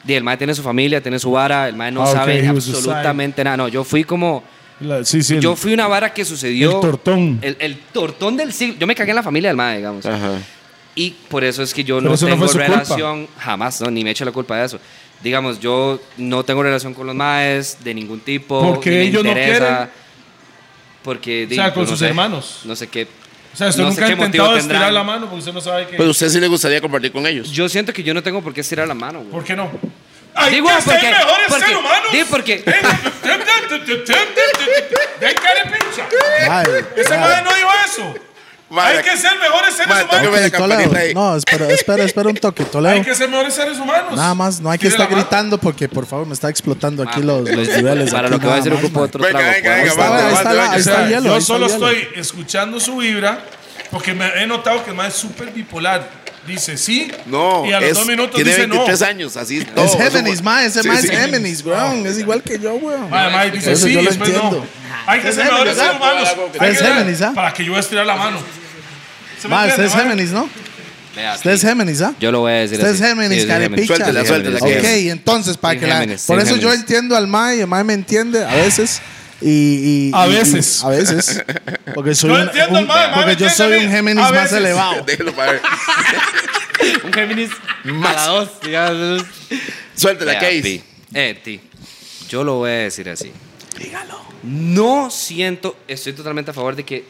[SPEAKER 3] di, el mae tiene su familia, tiene su vara, el mae no
[SPEAKER 1] Ah, ok,
[SPEAKER 3] sabe
[SPEAKER 1] he was a
[SPEAKER 3] absolutamente nada. No, yo fui como...
[SPEAKER 1] La- sí, sí. el-
[SPEAKER 3] Yo fui una vara que sucedió...
[SPEAKER 1] El tortón.
[SPEAKER 3] El, el tortón del siglo. Yo me cagué en la familia del mae, digamos.
[SPEAKER 2] Ajá.
[SPEAKER 3] Y por eso es que yo
[SPEAKER 1] Pero
[SPEAKER 3] no
[SPEAKER 1] eso no
[SPEAKER 3] tengo
[SPEAKER 1] fue su culpa.
[SPEAKER 3] relación, jamás, no, ni me echo la culpa de eso. Digamos, yo no tengo relación con los maes de ningún tipo.
[SPEAKER 1] Porque
[SPEAKER 3] ni me
[SPEAKER 1] ellos no
[SPEAKER 3] interesa,
[SPEAKER 1] quieren.
[SPEAKER 3] Porque,
[SPEAKER 1] O sea,
[SPEAKER 3] di,
[SPEAKER 1] con
[SPEAKER 3] no
[SPEAKER 1] sus
[SPEAKER 3] sé,
[SPEAKER 1] hermanos.
[SPEAKER 3] No sé qué.
[SPEAKER 1] o sea, usted
[SPEAKER 3] no sé
[SPEAKER 1] nunca ha
[SPEAKER 3] qué motivo
[SPEAKER 1] intentado estirar
[SPEAKER 3] tendrán.
[SPEAKER 1] la mano porque usted no sabe qué.
[SPEAKER 2] Pero usted sí le gustaría compartir con ellos.
[SPEAKER 3] Yo siento que yo no tengo por qué estirar la mano, güey.
[SPEAKER 1] ¿Por qué no? Hay
[SPEAKER 3] Digo,
[SPEAKER 1] que
[SPEAKER 3] porque-
[SPEAKER 1] ser mejores
[SPEAKER 3] porque-
[SPEAKER 1] seres humanos.
[SPEAKER 3] di, porque-
[SPEAKER 1] Den cara de pincha.
[SPEAKER 4] Madre,
[SPEAKER 1] Ese
[SPEAKER 4] madre.
[SPEAKER 1] madre no dijo eso.
[SPEAKER 2] Madre,
[SPEAKER 1] Hay que ser mejores seres
[SPEAKER 2] madre,
[SPEAKER 1] humanos.
[SPEAKER 2] Tóqueme la
[SPEAKER 4] Ok, Toledo.
[SPEAKER 2] campanita ahí.
[SPEAKER 4] No, espera, espera, espera un toque,
[SPEAKER 1] Hay
[SPEAKER 4] Toledo.
[SPEAKER 1] que ser mejores seres humanos.
[SPEAKER 4] Nada más, no hay que
[SPEAKER 1] Tire la
[SPEAKER 4] estar
[SPEAKER 1] mano.
[SPEAKER 4] gritando porque, por favor, me está explotando aquí los, los
[SPEAKER 3] Para
[SPEAKER 4] niveles.
[SPEAKER 3] Para
[SPEAKER 4] aquí
[SPEAKER 3] lo que voy a
[SPEAKER 4] nada
[SPEAKER 3] decir
[SPEAKER 4] más,
[SPEAKER 3] ocupo
[SPEAKER 4] man.
[SPEAKER 3] otro
[SPEAKER 2] Venga,
[SPEAKER 3] trago. pues. por
[SPEAKER 2] venga,
[SPEAKER 4] Ahí
[SPEAKER 2] venga,
[SPEAKER 3] favor.
[SPEAKER 4] está,
[SPEAKER 2] aguanta,
[SPEAKER 4] ahí está, la-
[SPEAKER 2] aguanta,
[SPEAKER 4] ahí
[SPEAKER 1] O sea,
[SPEAKER 4] está el hielo.
[SPEAKER 1] yo
[SPEAKER 4] ahí está el
[SPEAKER 1] solo
[SPEAKER 4] hielo.
[SPEAKER 1] estoy escuchando su vibra porque me he notado que el madre es súper bipolar. Dice sí
[SPEAKER 2] No,
[SPEAKER 1] y a los
[SPEAKER 2] es-
[SPEAKER 1] dos minutos
[SPEAKER 2] tiene
[SPEAKER 1] dice no.
[SPEAKER 2] 23 años, así todo.
[SPEAKER 4] Es Géminis, ma, ese
[SPEAKER 2] Sí,
[SPEAKER 4] ma es
[SPEAKER 2] sí.
[SPEAKER 4] Géminis, weón. Es igual que yo, weón.
[SPEAKER 1] Madre, madre, dice
[SPEAKER 4] Eso
[SPEAKER 1] sí
[SPEAKER 4] yo
[SPEAKER 1] y
[SPEAKER 4] lo
[SPEAKER 1] después no.
[SPEAKER 4] entiendo.
[SPEAKER 1] Hay que
[SPEAKER 4] Es
[SPEAKER 1] ser mejores
[SPEAKER 4] Géminis,
[SPEAKER 1] seres
[SPEAKER 4] ¿ah?
[SPEAKER 1] humanos.
[SPEAKER 4] Es
[SPEAKER 1] Hay que-
[SPEAKER 4] Géminis, ¿ah?
[SPEAKER 1] Para que yo voy a estirar la mano. ¿Se me
[SPEAKER 4] Ma, usted
[SPEAKER 1] entiende,
[SPEAKER 4] es
[SPEAKER 1] madre?
[SPEAKER 4] Géminis, ¿no?
[SPEAKER 3] Vea,
[SPEAKER 4] Usted es
[SPEAKER 3] sí.
[SPEAKER 4] Géminis, ¿ah?
[SPEAKER 3] Yo lo voy a decir
[SPEAKER 4] Usted
[SPEAKER 3] así.
[SPEAKER 4] es Géminis,
[SPEAKER 3] Sí, yo soy Géminis.
[SPEAKER 4] carepicha.
[SPEAKER 2] Suéltela,
[SPEAKER 3] Sí, soy
[SPEAKER 2] suéltela,
[SPEAKER 3] Géminis.
[SPEAKER 4] Ok,
[SPEAKER 2] que-
[SPEAKER 4] entonces, para
[SPEAKER 3] Sí,
[SPEAKER 4] que la.
[SPEAKER 3] Géminis,
[SPEAKER 4] Por
[SPEAKER 3] sí,
[SPEAKER 4] eso yo
[SPEAKER 3] Géminis.
[SPEAKER 4] entiendo al ma y el ma me entiende a veces. Y, y-
[SPEAKER 1] A
[SPEAKER 4] y- y-
[SPEAKER 1] veces.
[SPEAKER 4] a veces. Porque soy
[SPEAKER 1] Yo
[SPEAKER 4] un,
[SPEAKER 1] entiendo al
[SPEAKER 4] un-
[SPEAKER 1] ma, el ma me
[SPEAKER 4] porque yo
[SPEAKER 1] entiende a
[SPEAKER 4] soy
[SPEAKER 1] mí.
[SPEAKER 4] un Géminis más
[SPEAKER 1] A veces.
[SPEAKER 4] elevado.
[SPEAKER 2] Déjelo para ver.
[SPEAKER 3] Un Géminis
[SPEAKER 2] Más.
[SPEAKER 3] a la dos. digamos.
[SPEAKER 2] Suéltela,
[SPEAKER 3] Vea,
[SPEAKER 2] Case.
[SPEAKER 3] Pi. Eh, ti. Yo lo voy a decir así. No siento, estoy totalmente a favor de que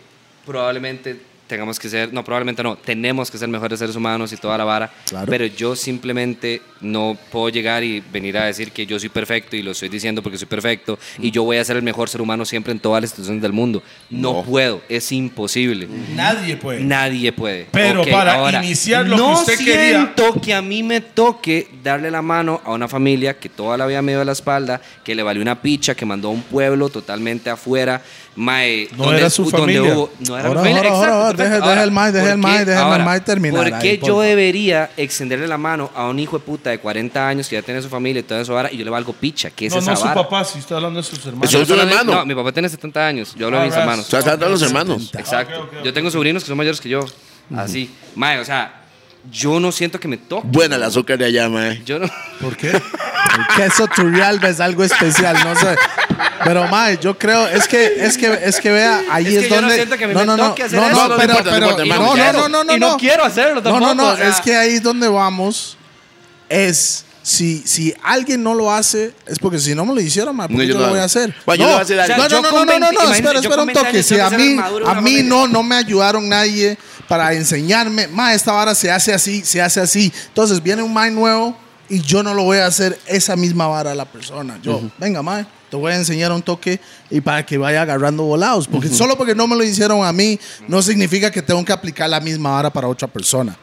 [SPEAKER 3] probablemente tengamos que ser, no, probablemente no, tenemos que ser mejores seres humanos y toda la vara,
[SPEAKER 4] Claro.
[SPEAKER 3] pero yo simplemente no puedo llegar y venir a decir que yo soy perfecto y lo estoy diciendo porque soy perfecto y yo voy a ser el mejor ser humano siempre en todas las instituciones del mundo. No,
[SPEAKER 2] No.
[SPEAKER 3] puedo, es imposible.
[SPEAKER 1] Nadie puede.
[SPEAKER 3] Nadie pues. puede.
[SPEAKER 1] Pero
[SPEAKER 3] Ok,
[SPEAKER 1] para
[SPEAKER 3] ahora,
[SPEAKER 1] iniciar lo que
[SPEAKER 3] no
[SPEAKER 1] usted quería-
[SPEAKER 3] siento que a mí me toque darle la mano a una familia que toda la vida me dio la espalda, que le valió una picha, que mandó a un pueblo totalmente afuera. mae,
[SPEAKER 1] No era su familia.
[SPEAKER 3] no era mi
[SPEAKER 4] Ahora,
[SPEAKER 3] familia,
[SPEAKER 4] ahora,
[SPEAKER 3] exacto,
[SPEAKER 4] ahora,
[SPEAKER 3] perfecto.
[SPEAKER 4] deje- deje el mae, deje
[SPEAKER 3] ¿por
[SPEAKER 4] el
[SPEAKER 3] qué-
[SPEAKER 4] mae, deje el
[SPEAKER 3] ahora,
[SPEAKER 4] mae terminar
[SPEAKER 3] ¿Por
[SPEAKER 4] ahí,
[SPEAKER 3] qué
[SPEAKER 4] por
[SPEAKER 3] yo
[SPEAKER 4] favor?
[SPEAKER 3] debería extenderle la mano a un hijo de puta de 40 años que ya tiene su familia y toda esa vara y yo le valgo picha? ¿Qué es
[SPEAKER 1] No,
[SPEAKER 3] esa
[SPEAKER 1] no su
[SPEAKER 3] vara?
[SPEAKER 1] papá, si está hablando de sus hermanos.
[SPEAKER 2] Eso-
[SPEAKER 3] Yo
[SPEAKER 2] es un
[SPEAKER 3] solo-
[SPEAKER 2] hermano.
[SPEAKER 3] No, mi papá tiene 70 años. Yo hablo de mis
[SPEAKER 1] Ah,
[SPEAKER 3] hermanos.
[SPEAKER 1] right.
[SPEAKER 2] Suéltala a los hermanos.
[SPEAKER 3] Exacto.
[SPEAKER 1] Ah, ok, ok,
[SPEAKER 3] Yo tengo sobrinos que son mayores que yo. Así. Mae, o sea, yo no siento que me toque.
[SPEAKER 2] Buena el azúcar de allá, mae.
[SPEAKER 3] Yo no.
[SPEAKER 4] ¿Por qué? El queso Turrialba es algo especial, no sé. Pero mae, yo creo, es que, es que, es que vea, ahí
[SPEAKER 3] Es
[SPEAKER 4] es,
[SPEAKER 3] que yo no
[SPEAKER 4] donde.
[SPEAKER 3] siento que me
[SPEAKER 4] no, no, no,
[SPEAKER 3] toque hacer
[SPEAKER 4] no,
[SPEAKER 3] eso.
[SPEAKER 4] no,
[SPEAKER 3] No, no
[SPEAKER 4] pero,
[SPEAKER 2] importa, no
[SPEAKER 4] pero-
[SPEAKER 2] importa, hermano.
[SPEAKER 4] no, no,
[SPEAKER 3] quiero.
[SPEAKER 4] no, no, no.
[SPEAKER 3] Y no quiero hacerlo
[SPEAKER 4] No,
[SPEAKER 3] tampoco.
[SPEAKER 4] no, no,
[SPEAKER 3] o sea,
[SPEAKER 4] es que ahí es donde vamos es si, si alguien no lo hace, es porque si no me lo hicieron, ma, ¿por
[SPEAKER 2] No,
[SPEAKER 4] qué
[SPEAKER 2] yo
[SPEAKER 4] yo,
[SPEAKER 2] no
[SPEAKER 4] lo voy
[SPEAKER 2] hago.
[SPEAKER 4] a hacer.
[SPEAKER 2] Ma, yo
[SPEAKER 4] no,
[SPEAKER 2] no voy a hacer
[SPEAKER 4] no,
[SPEAKER 2] algo.
[SPEAKER 4] no,
[SPEAKER 3] O sea, yo
[SPEAKER 4] no,
[SPEAKER 3] con
[SPEAKER 4] no, no, no,
[SPEAKER 3] 20,
[SPEAKER 4] no,
[SPEAKER 3] imagínate,
[SPEAKER 4] espera,
[SPEAKER 3] yo
[SPEAKER 4] espera
[SPEAKER 3] con
[SPEAKER 4] un
[SPEAKER 3] 20
[SPEAKER 4] toque.
[SPEAKER 3] años
[SPEAKER 4] Si
[SPEAKER 3] tengo
[SPEAKER 4] a
[SPEAKER 3] que ser
[SPEAKER 4] mí,
[SPEAKER 3] maduro,
[SPEAKER 4] a
[SPEAKER 3] no
[SPEAKER 4] mí
[SPEAKER 3] mames.
[SPEAKER 4] no, no me ayudaron nadie para enseñarme, ma, esta vara se hace así, se hace así. Entonces viene un ma nuevo y yo no lo voy a hacer esa misma vara a la persona. Yo, venga, ma, te voy a enseñar un toque y para que vaya agarrando volados. Porque solo porque no me lo hicieron a mí, no significa que tengo que aplicar la misma vara para otra persona.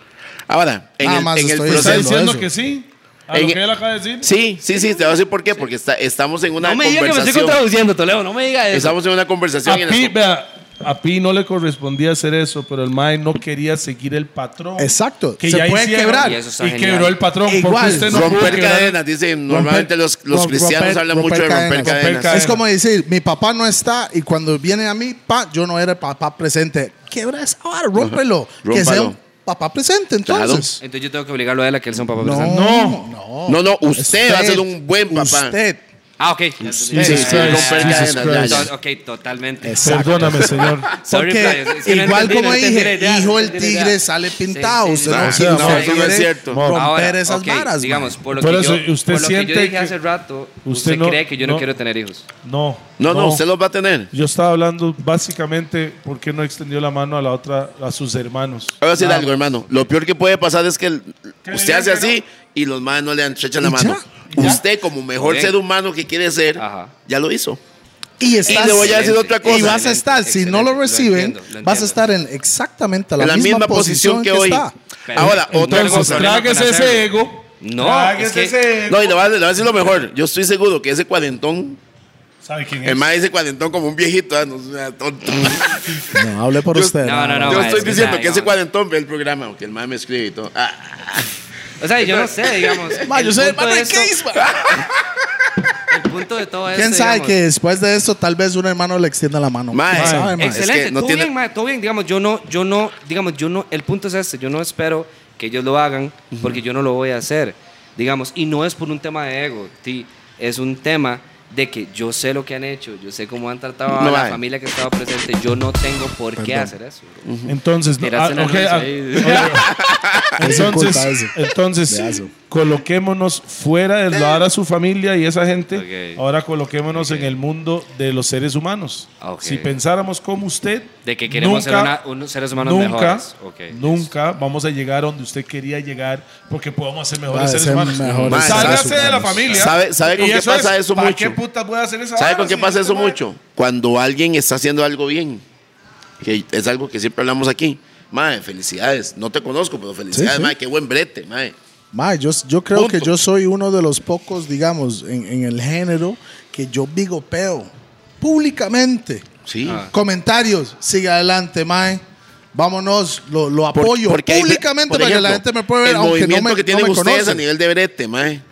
[SPEAKER 2] Ahora, en
[SPEAKER 4] Nada
[SPEAKER 2] el,
[SPEAKER 4] más
[SPEAKER 2] en el
[SPEAKER 4] estoy
[SPEAKER 1] Está
[SPEAKER 2] proceso.
[SPEAKER 3] ¿eh?
[SPEAKER 4] diciendo
[SPEAKER 1] diciendo
[SPEAKER 4] eso.
[SPEAKER 1] que sí. ¿A lo
[SPEAKER 2] En-
[SPEAKER 1] que él acaba de decir?
[SPEAKER 2] Sí, sí, sí, te voy a decir por qué, porque está- estamos en una
[SPEAKER 3] No me diga que me estoy
[SPEAKER 2] conversación.
[SPEAKER 3] contraduciendo, Toledo. No me diga eso.
[SPEAKER 2] estamos en una conversación.
[SPEAKER 1] A
[SPEAKER 2] en
[SPEAKER 1] Pi,
[SPEAKER 2] las-
[SPEAKER 1] vea, a Pi no le correspondía hacer eso, pero el Mae no quería seguir el patrón.
[SPEAKER 4] Exacto.
[SPEAKER 1] Que
[SPEAKER 4] Se
[SPEAKER 1] ya
[SPEAKER 4] puede
[SPEAKER 1] hicieron
[SPEAKER 4] quebrar.
[SPEAKER 1] Y,
[SPEAKER 3] Y eso está genial.
[SPEAKER 1] quebró el patrón. ¿Por qué
[SPEAKER 4] Igual.
[SPEAKER 1] usted no pudo
[SPEAKER 2] romper
[SPEAKER 1] quebrar?
[SPEAKER 2] cadenas, dicen. Normalmente los, los
[SPEAKER 4] romper-
[SPEAKER 2] cristianos
[SPEAKER 4] romper-
[SPEAKER 2] hablan mucho de romper cadenas.
[SPEAKER 1] cadenas.
[SPEAKER 4] Es como decir, mi papá no está y cuando viene a mí, pa, yo no era el papá presente. Quebra esa vara, rómpelo. Que sea
[SPEAKER 2] Rómpalo.
[SPEAKER 4] un papá presente,
[SPEAKER 2] Claro.
[SPEAKER 4] entonces.
[SPEAKER 3] Entonces yo tengo que obligarlo a él a que él sea un papá
[SPEAKER 4] No,
[SPEAKER 3] presente.
[SPEAKER 1] No.
[SPEAKER 4] no.
[SPEAKER 2] No, no, usted va a ser un buen papá.
[SPEAKER 4] Usted.
[SPEAKER 3] Ah, ok.
[SPEAKER 2] Sí, sí, sí,
[SPEAKER 1] Jesus Christ,
[SPEAKER 2] romper
[SPEAKER 1] Jesus
[SPEAKER 2] cadenas, ya,
[SPEAKER 1] Christ.
[SPEAKER 2] ya.
[SPEAKER 3] To- Ok, totalmente.
[SPEAKER 4] Exacto.
[SPEAKER 1] Perdóname, señor.
[SPEAKER 3] Sorry,
[SPEAKER 4] Porque
[SPEAKER 3] Flavio, es que no
[SPEAKER 4] igual
[SPEAKER 3] entendí,
[SPEAKER 4] como
[SPEAKER 3] no entendí la
[SPEAKER 4] dije,
[SPEAKER 3] idea,
[SPEAKER 4] hijo
[SPEAKER 3] no
[SPEAKER 4] del
[SPEAKER 3] entendí la
[SPEAKER 4] tigre
[SPEAKER 3] idea.
[SPEAKER 4] sale
[SPEAKER 3] Sí, sí,
[SPEAKER 4] pintado.
[SPEAKER 3] sí, sí.
[SPEAKER 4] usted no,
[SPEAKER 2] Ah,
[SPEAKER 4] sí,
[SPEAKER 2] no,
[SPEAKER 4] no
[SPEAKER 2] eso no
[SPEAKER 4] quiere
[SPEAKER 2] es cierto.
[SPEAKER 4] Romper
[SPEAKER 3] Ahora,
[SPEAKER 4] esas
[SPEAKER 3] ok,
[SPEAKER 4] varas.
[SPEAKER 3] Digamos, por lo
[SPEAKER 1] Por
[SPEAKER 3] que
[SPEAKER 1] eso,
[SPEAKER 3] yo,
[SPEAKER 1] usted
[SPEAKER 3] por lo que
[SPEAKER 1] siente
[SPEAKER 3] yo dije
[SPEAKER 1] que-
[SPEAKER 3] hace rato, usted,
[SPEAKER 1] usted no-
[SPEAKER 3] cree que yo no,
[SPEAKER 1] no.
[SPEAKER 3] quiero tener hijos.
[SPEAKER 1] No.
[SPEAKER 2] No, no, usted los va a tener.
[SPEAKER 1] Yo estaba hablando básicamente por qué no extendió la mano a la otra, a sus hermanos.
[SPEAKER 2] Voy a decir algo, hermano. Lo peor que puede pasar es que el-
[SPEAKER 1] Que le
[SPEAKER 2] usted
[SPEAKER 1] digan
[SPEAKER 2] hace
[SPEAKER 1] que
[SPEAKER 2] así y los más no le han echan la
[SPEAKER 4] Y
[SPEAKER 2] mano.
[SPEAKER 4] ya, ya.
[SPEAKER 2] Usted, como mejor
[SPEAKER 3] Bien.
[SPEAKER 2] ser humano que quiere ser,
[SPEAKER 3] Ajá.
[SPEAKER 2] ya lo hizo.
[SPEAKER 4] Y, estás,
[SPEAKER 2] le voy a decir otra cosa.
[SPEAKER 4] y vas a estar, si no lo
[SPEAKER 3] Excelente,
[SPEAKER 4] reciben,
[SPEAKER 3] entiendo, lo
[SPEAKER 4] vas
[SPEAKER 3] entiendo.
[SPEAKER 4] a estar en exactamente la,
[SPEAKER 2] en la misma posición que, hoy.
[SPEAKER 4] está.
[SPEAKER 3] Pero-
[SPEAKER 2] Ahora, otra
[SPEAKER 3] Entonces,
[SPEAKER 2] cosa.
[SPEAKER 3] problema con
[SPEAKER 1] Tráguese ese
[SPEAKER 3] hacerlo.
[SPEAKER 1] ego.
[SPEAKER 3] No,
[SPEAKER 1] Tráguese
[SPEAKER 3] es que-
[SPEAKER 1] ese ego.
[SPEAKER 2] No, y le voy, a, le voy a decir lo mejor. Yo estoy seguro que ese cuarentón,
[SPEAKER 1] ¿Sabe quién es?
[SPEAKER 2] el más dice cuarentón como un viejito, ah, no sea tonto.
[SPEAKER 4] No, hable por
[SPEAKER 2] Yo-
[SPEAKER 4] usted.
[SPEAKER 3] No, no, no.
[SPEAKER 2] Yo
[SPEAKER 3] ma,
[SPEAKER 2] estoy
[SPEAKER 3] es que
[SPEAKER 2] diciendo
[SPEAKER 3] nada,
[SPEAKER 2] que ese
[SPEAKER 3] digamos.
[SPEAKER 2] cuarentón ve el programa, que el más me escribe y todo. Ah,
[SPEAKER 3] O sea, yo no sé, digamos.
[SPEAKER 4] Ma,
[SPEAKER 3] el
[SPEAKER 4] yo soy
[SPEAKER 3] punto
[SPEAKER 4] hermano de
[SPEAKER 3] esto-
[SPEAKER 4] Keys, ma.
[SPEAKER 3] El punto de todo esto.
[SPEAKER 4] ¿Quién sabe
[SPEAKER 3] digamos,
[SPEAKER 4] que después de esto tal vez un hermano le extienda la mano?
[SPEAKER 2] Mae,
[SPEAKER 4] ¿Quién sabe, mae?
[SPEAKER 2] es que
[SPEAKER 3] Excelente,
[SPEAKER 2] no
[SPEAKER 3] todo
[SPEAKER 2] tiene-
[SPEAKER 3] bien, mae, todo bien. Digamos, yo no, yo no, digamos, yo no, el punto es este, yo no espero que ellos lo hagan porque yo no lo voy a hacer, digamos, y no es por un tema de ego, ti, es un tema de que yo sé lo que han hecho, yo sé cómo han tratado a
[SPEAKER 2] No,
[SPEAKER 3] la
[SPEAKER 2] mae.
[SPEAKER 3] familia que estaba presente, yo no tengo por qué
[SPEAKER 4] Perdón.
[SPEAKER 3] hacer eso. bro.
[SPEAKER 1] Entonces, no,
[SPEAKER 3] Tiraste
[SPEAKER 1] ah,
[SPEAKER 3] la
[SPEAKER 1] ok,
[SPEAKER 3] nariz
[SPEAKER 1] ah,
[SPEAKER 3] ahí.
[SPEAKER 4] Es un
[SPEAKER 1] entonces,
[SPEAKER 4] culpa ese.
[SPEAKER 1] entonces
[SPEAKER 4] Pedazo.
[SPEAKER 1] coloquémonos fuera de la a su familia y esa gente.
[SPEAKER 3] Ok.
[SPEAKER 1] Ahora coloquémonos en el mundo de los seres humanos.
[SPEAKER 3] Ok.
[SPEAKER 1] Si pensáramos como usted,
[SPEAKER 3] De que queremos ser
[SPEAKER 1] nunca-
[SPEAKER 3] una- unos seres humanos
[SPEAKER 1] nunca,
[SPEAKER 3] mejores. Ok, listo.
[SPEAKER 1] nunca vamos a llegar donde usted quería llegar porque podamos ser mejores
[SPEAKER 4] Para
[SPEAKER 1] seres
[SPEAKER 4] ser
[SPEAKER 1] humanos.
[SPEAKER 4] mejores
[SPEAKER 1] Mae,
[SPEAKER 2] seres
[SPEAKER 1] Sálgase de la
[SPEAKER 4] humanos.
[SPEAKER 1] familia.
[SPEAKER 2] ¿Sabe- sabe con
[SPEAKER 1] Y
[SPEAKER 2] qué pasa eso
[SPEAKER 1] ¿para
[SPEAKER 2] mucho?
[SPEAKER 1] qué putas voy a hacer esa
[SPEAKER 2] ¿Sabe
[SPEAKER 1] vara
[SPEAKER 2] con qué
[SPEAKER 1] si
[SPEAKER 2] pasa
[SPEAKER 1] este
[SPEAKER 2] eso
[SPEAKER 1] mae-
[SPEAKER 2] mucho? Cuando alguien está haciendo algo bien, que es algo que siempre hablamos aquí. Mae, felicidades. No te conozco, pero felicidades,
[SPEAKER 4] Sí, sí.
[SPEAKER 2] mae, qué buen brete, mae.
[SPEAKER 4] Mae, yo, yo creo
[SPEAKER 2] Punto.
[SPEAKER 4] que yo soy uno de los pocos, digamos, en, en el género que yo bigopeo públicamente.
[SPEAKER 2] Sí.
[SPEAKER 3] Ah.
[SPEAKER 4] Comentarios, sigue adelante, Mae. Vámonos, lo, lo
[SPEAKER 2] Por-
[SPEAKER 4] apoyo
[SPEAKER 2] porque hay-
[SPEAKER 4] públicamente
[SPEAKER 2] por
[SPEAKER 4] para que
[SPEAKER 2] ejemplo,
[SPEAKER 4] la gente me pueda ver,
[SPEAKER 2] El
[SPEAKER 4] aunque
[SPEAKER 2] movimiento
[SPEAKER 4] no me,
[SPEAKER 2] que
[SPEAKER 4] no
[SPEAKER 2] tienen
[SPEAKER 4] me
[SPEAKER 2] ustedes a
[SPEAKER 4] conocen.
[SPEAKER 2] nivel de brete, mae.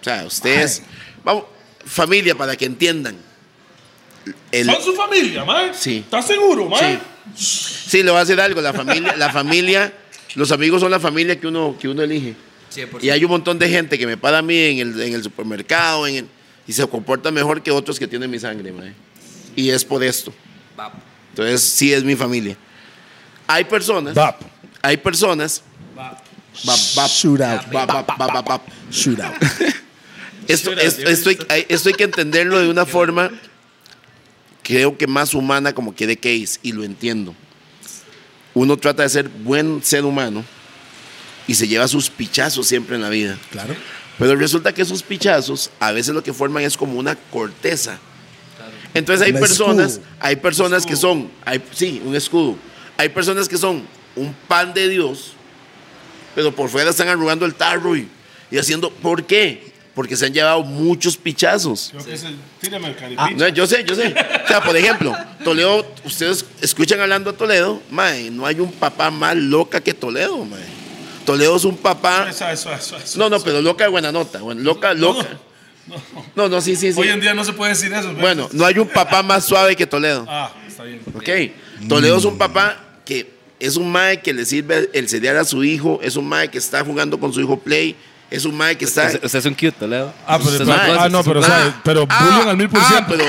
[SPEAKER 2] O sea, ustedes. Vamos, familia, para que entiendan. El,
[SPEAKER 1] Son su familia, mae.
[SPEAKER 2] Sí.
[SPEAKER 1] ¿Estás seguro, mae?
[SPEAKER 2] sí, le voy a decir algo. La familia, la familia, los amigos son la familia que uno, que uno elige.
[SPEAKER 3] 100%.
[SPEAKER 2] Y hay un montón de gente que me para a mí en el, en el supermercado en el- y se comporta mejor que otros que tienen mi sangre, mae. Y es por esto.
[SPEAKER 3] Va.
[SPEAKER 2] Entonces, sí es mi familia. Hay personas,
[SPEAKER 1] Bap.
[SPEAKER 2] hay personas. Bap, bap,
[SPEAKER 4] Shoot out.
[SPEAKER 2] bap, bap, bap, bap, bap.
[SPEAKER 4] Shoot out.
[SPEAKER 2] Esto, es- esto hay- hay, esto hay que entenderlo de una forma, creo que más humana como quiere Case, y lo entiendo. Uno trata de ser buen ser humano y se lleva sus pichazos siempre en la vida.
[SPEAKER 4] Claro.
[SPEAKER 2] Pero resulta que esos pichazos a veces lo que forman es como una corteza. Entonces hay
[SPEAKER 4] Un
[SPEAKER 2] personas,
[SPEAKER 4] escudo.
[SPEAKER 2] hay personas que son, hay, sí, un escudo. Hay personas que son un pan de Dios, pero por fuera están arrugando el tarro y, y haciendo, ¿por qué? Porque se han llevado muchos pichazos.
[SPEAKER 1] Creo que es el- tírame el caripito.
[SPEAKER 2] Ah, No, yo sé, yo sé. O sea, por ejemplo, Toledo, ustedes escuchan hablando a Toledo, mae, no hay un papá más loca que Toledo, mae. Toledo es un papá
[SPEAKER 1] Eso, eso, eso, eso.
[SPEAKER 2] no, no, pero loca de buena nota. bueno, loca, loca. No, no, sí, pues, sí, sí.
[SPEAKER 1] Hoy en día no se puede decir eso. ¿ves?
[SPEAKER 2] Bueno, no hay un papá más suave que Toledo.
[SPEAKER 1] Ah, está bien.
[SPEAKER 2] Ok. Toledo es un papá que es un mae que le sirve el cereal a su hijo. Es un mae que está jugando con su hijo Play. Es un mae que está.
[SPEAKER 3] Usted, usted es un cute, Toledo.
[SPEAKER 1] Ah, pero-
[SPEAKER 3] Usted es
[SPEAKER 1] pero-
[SPEAKER 3] una cosa,
[SPEAKER 1] ah,
[SPEAKER 3] usted
[SPEAKER 1] no,
[SPEAKER 3] es
[SPEAKER 1] pero-
[SPEAKER 3] una-
[SPEAKER 1] o sea, pero bullying al mil por ciento.
[SPEAKER 2] Ah, pero.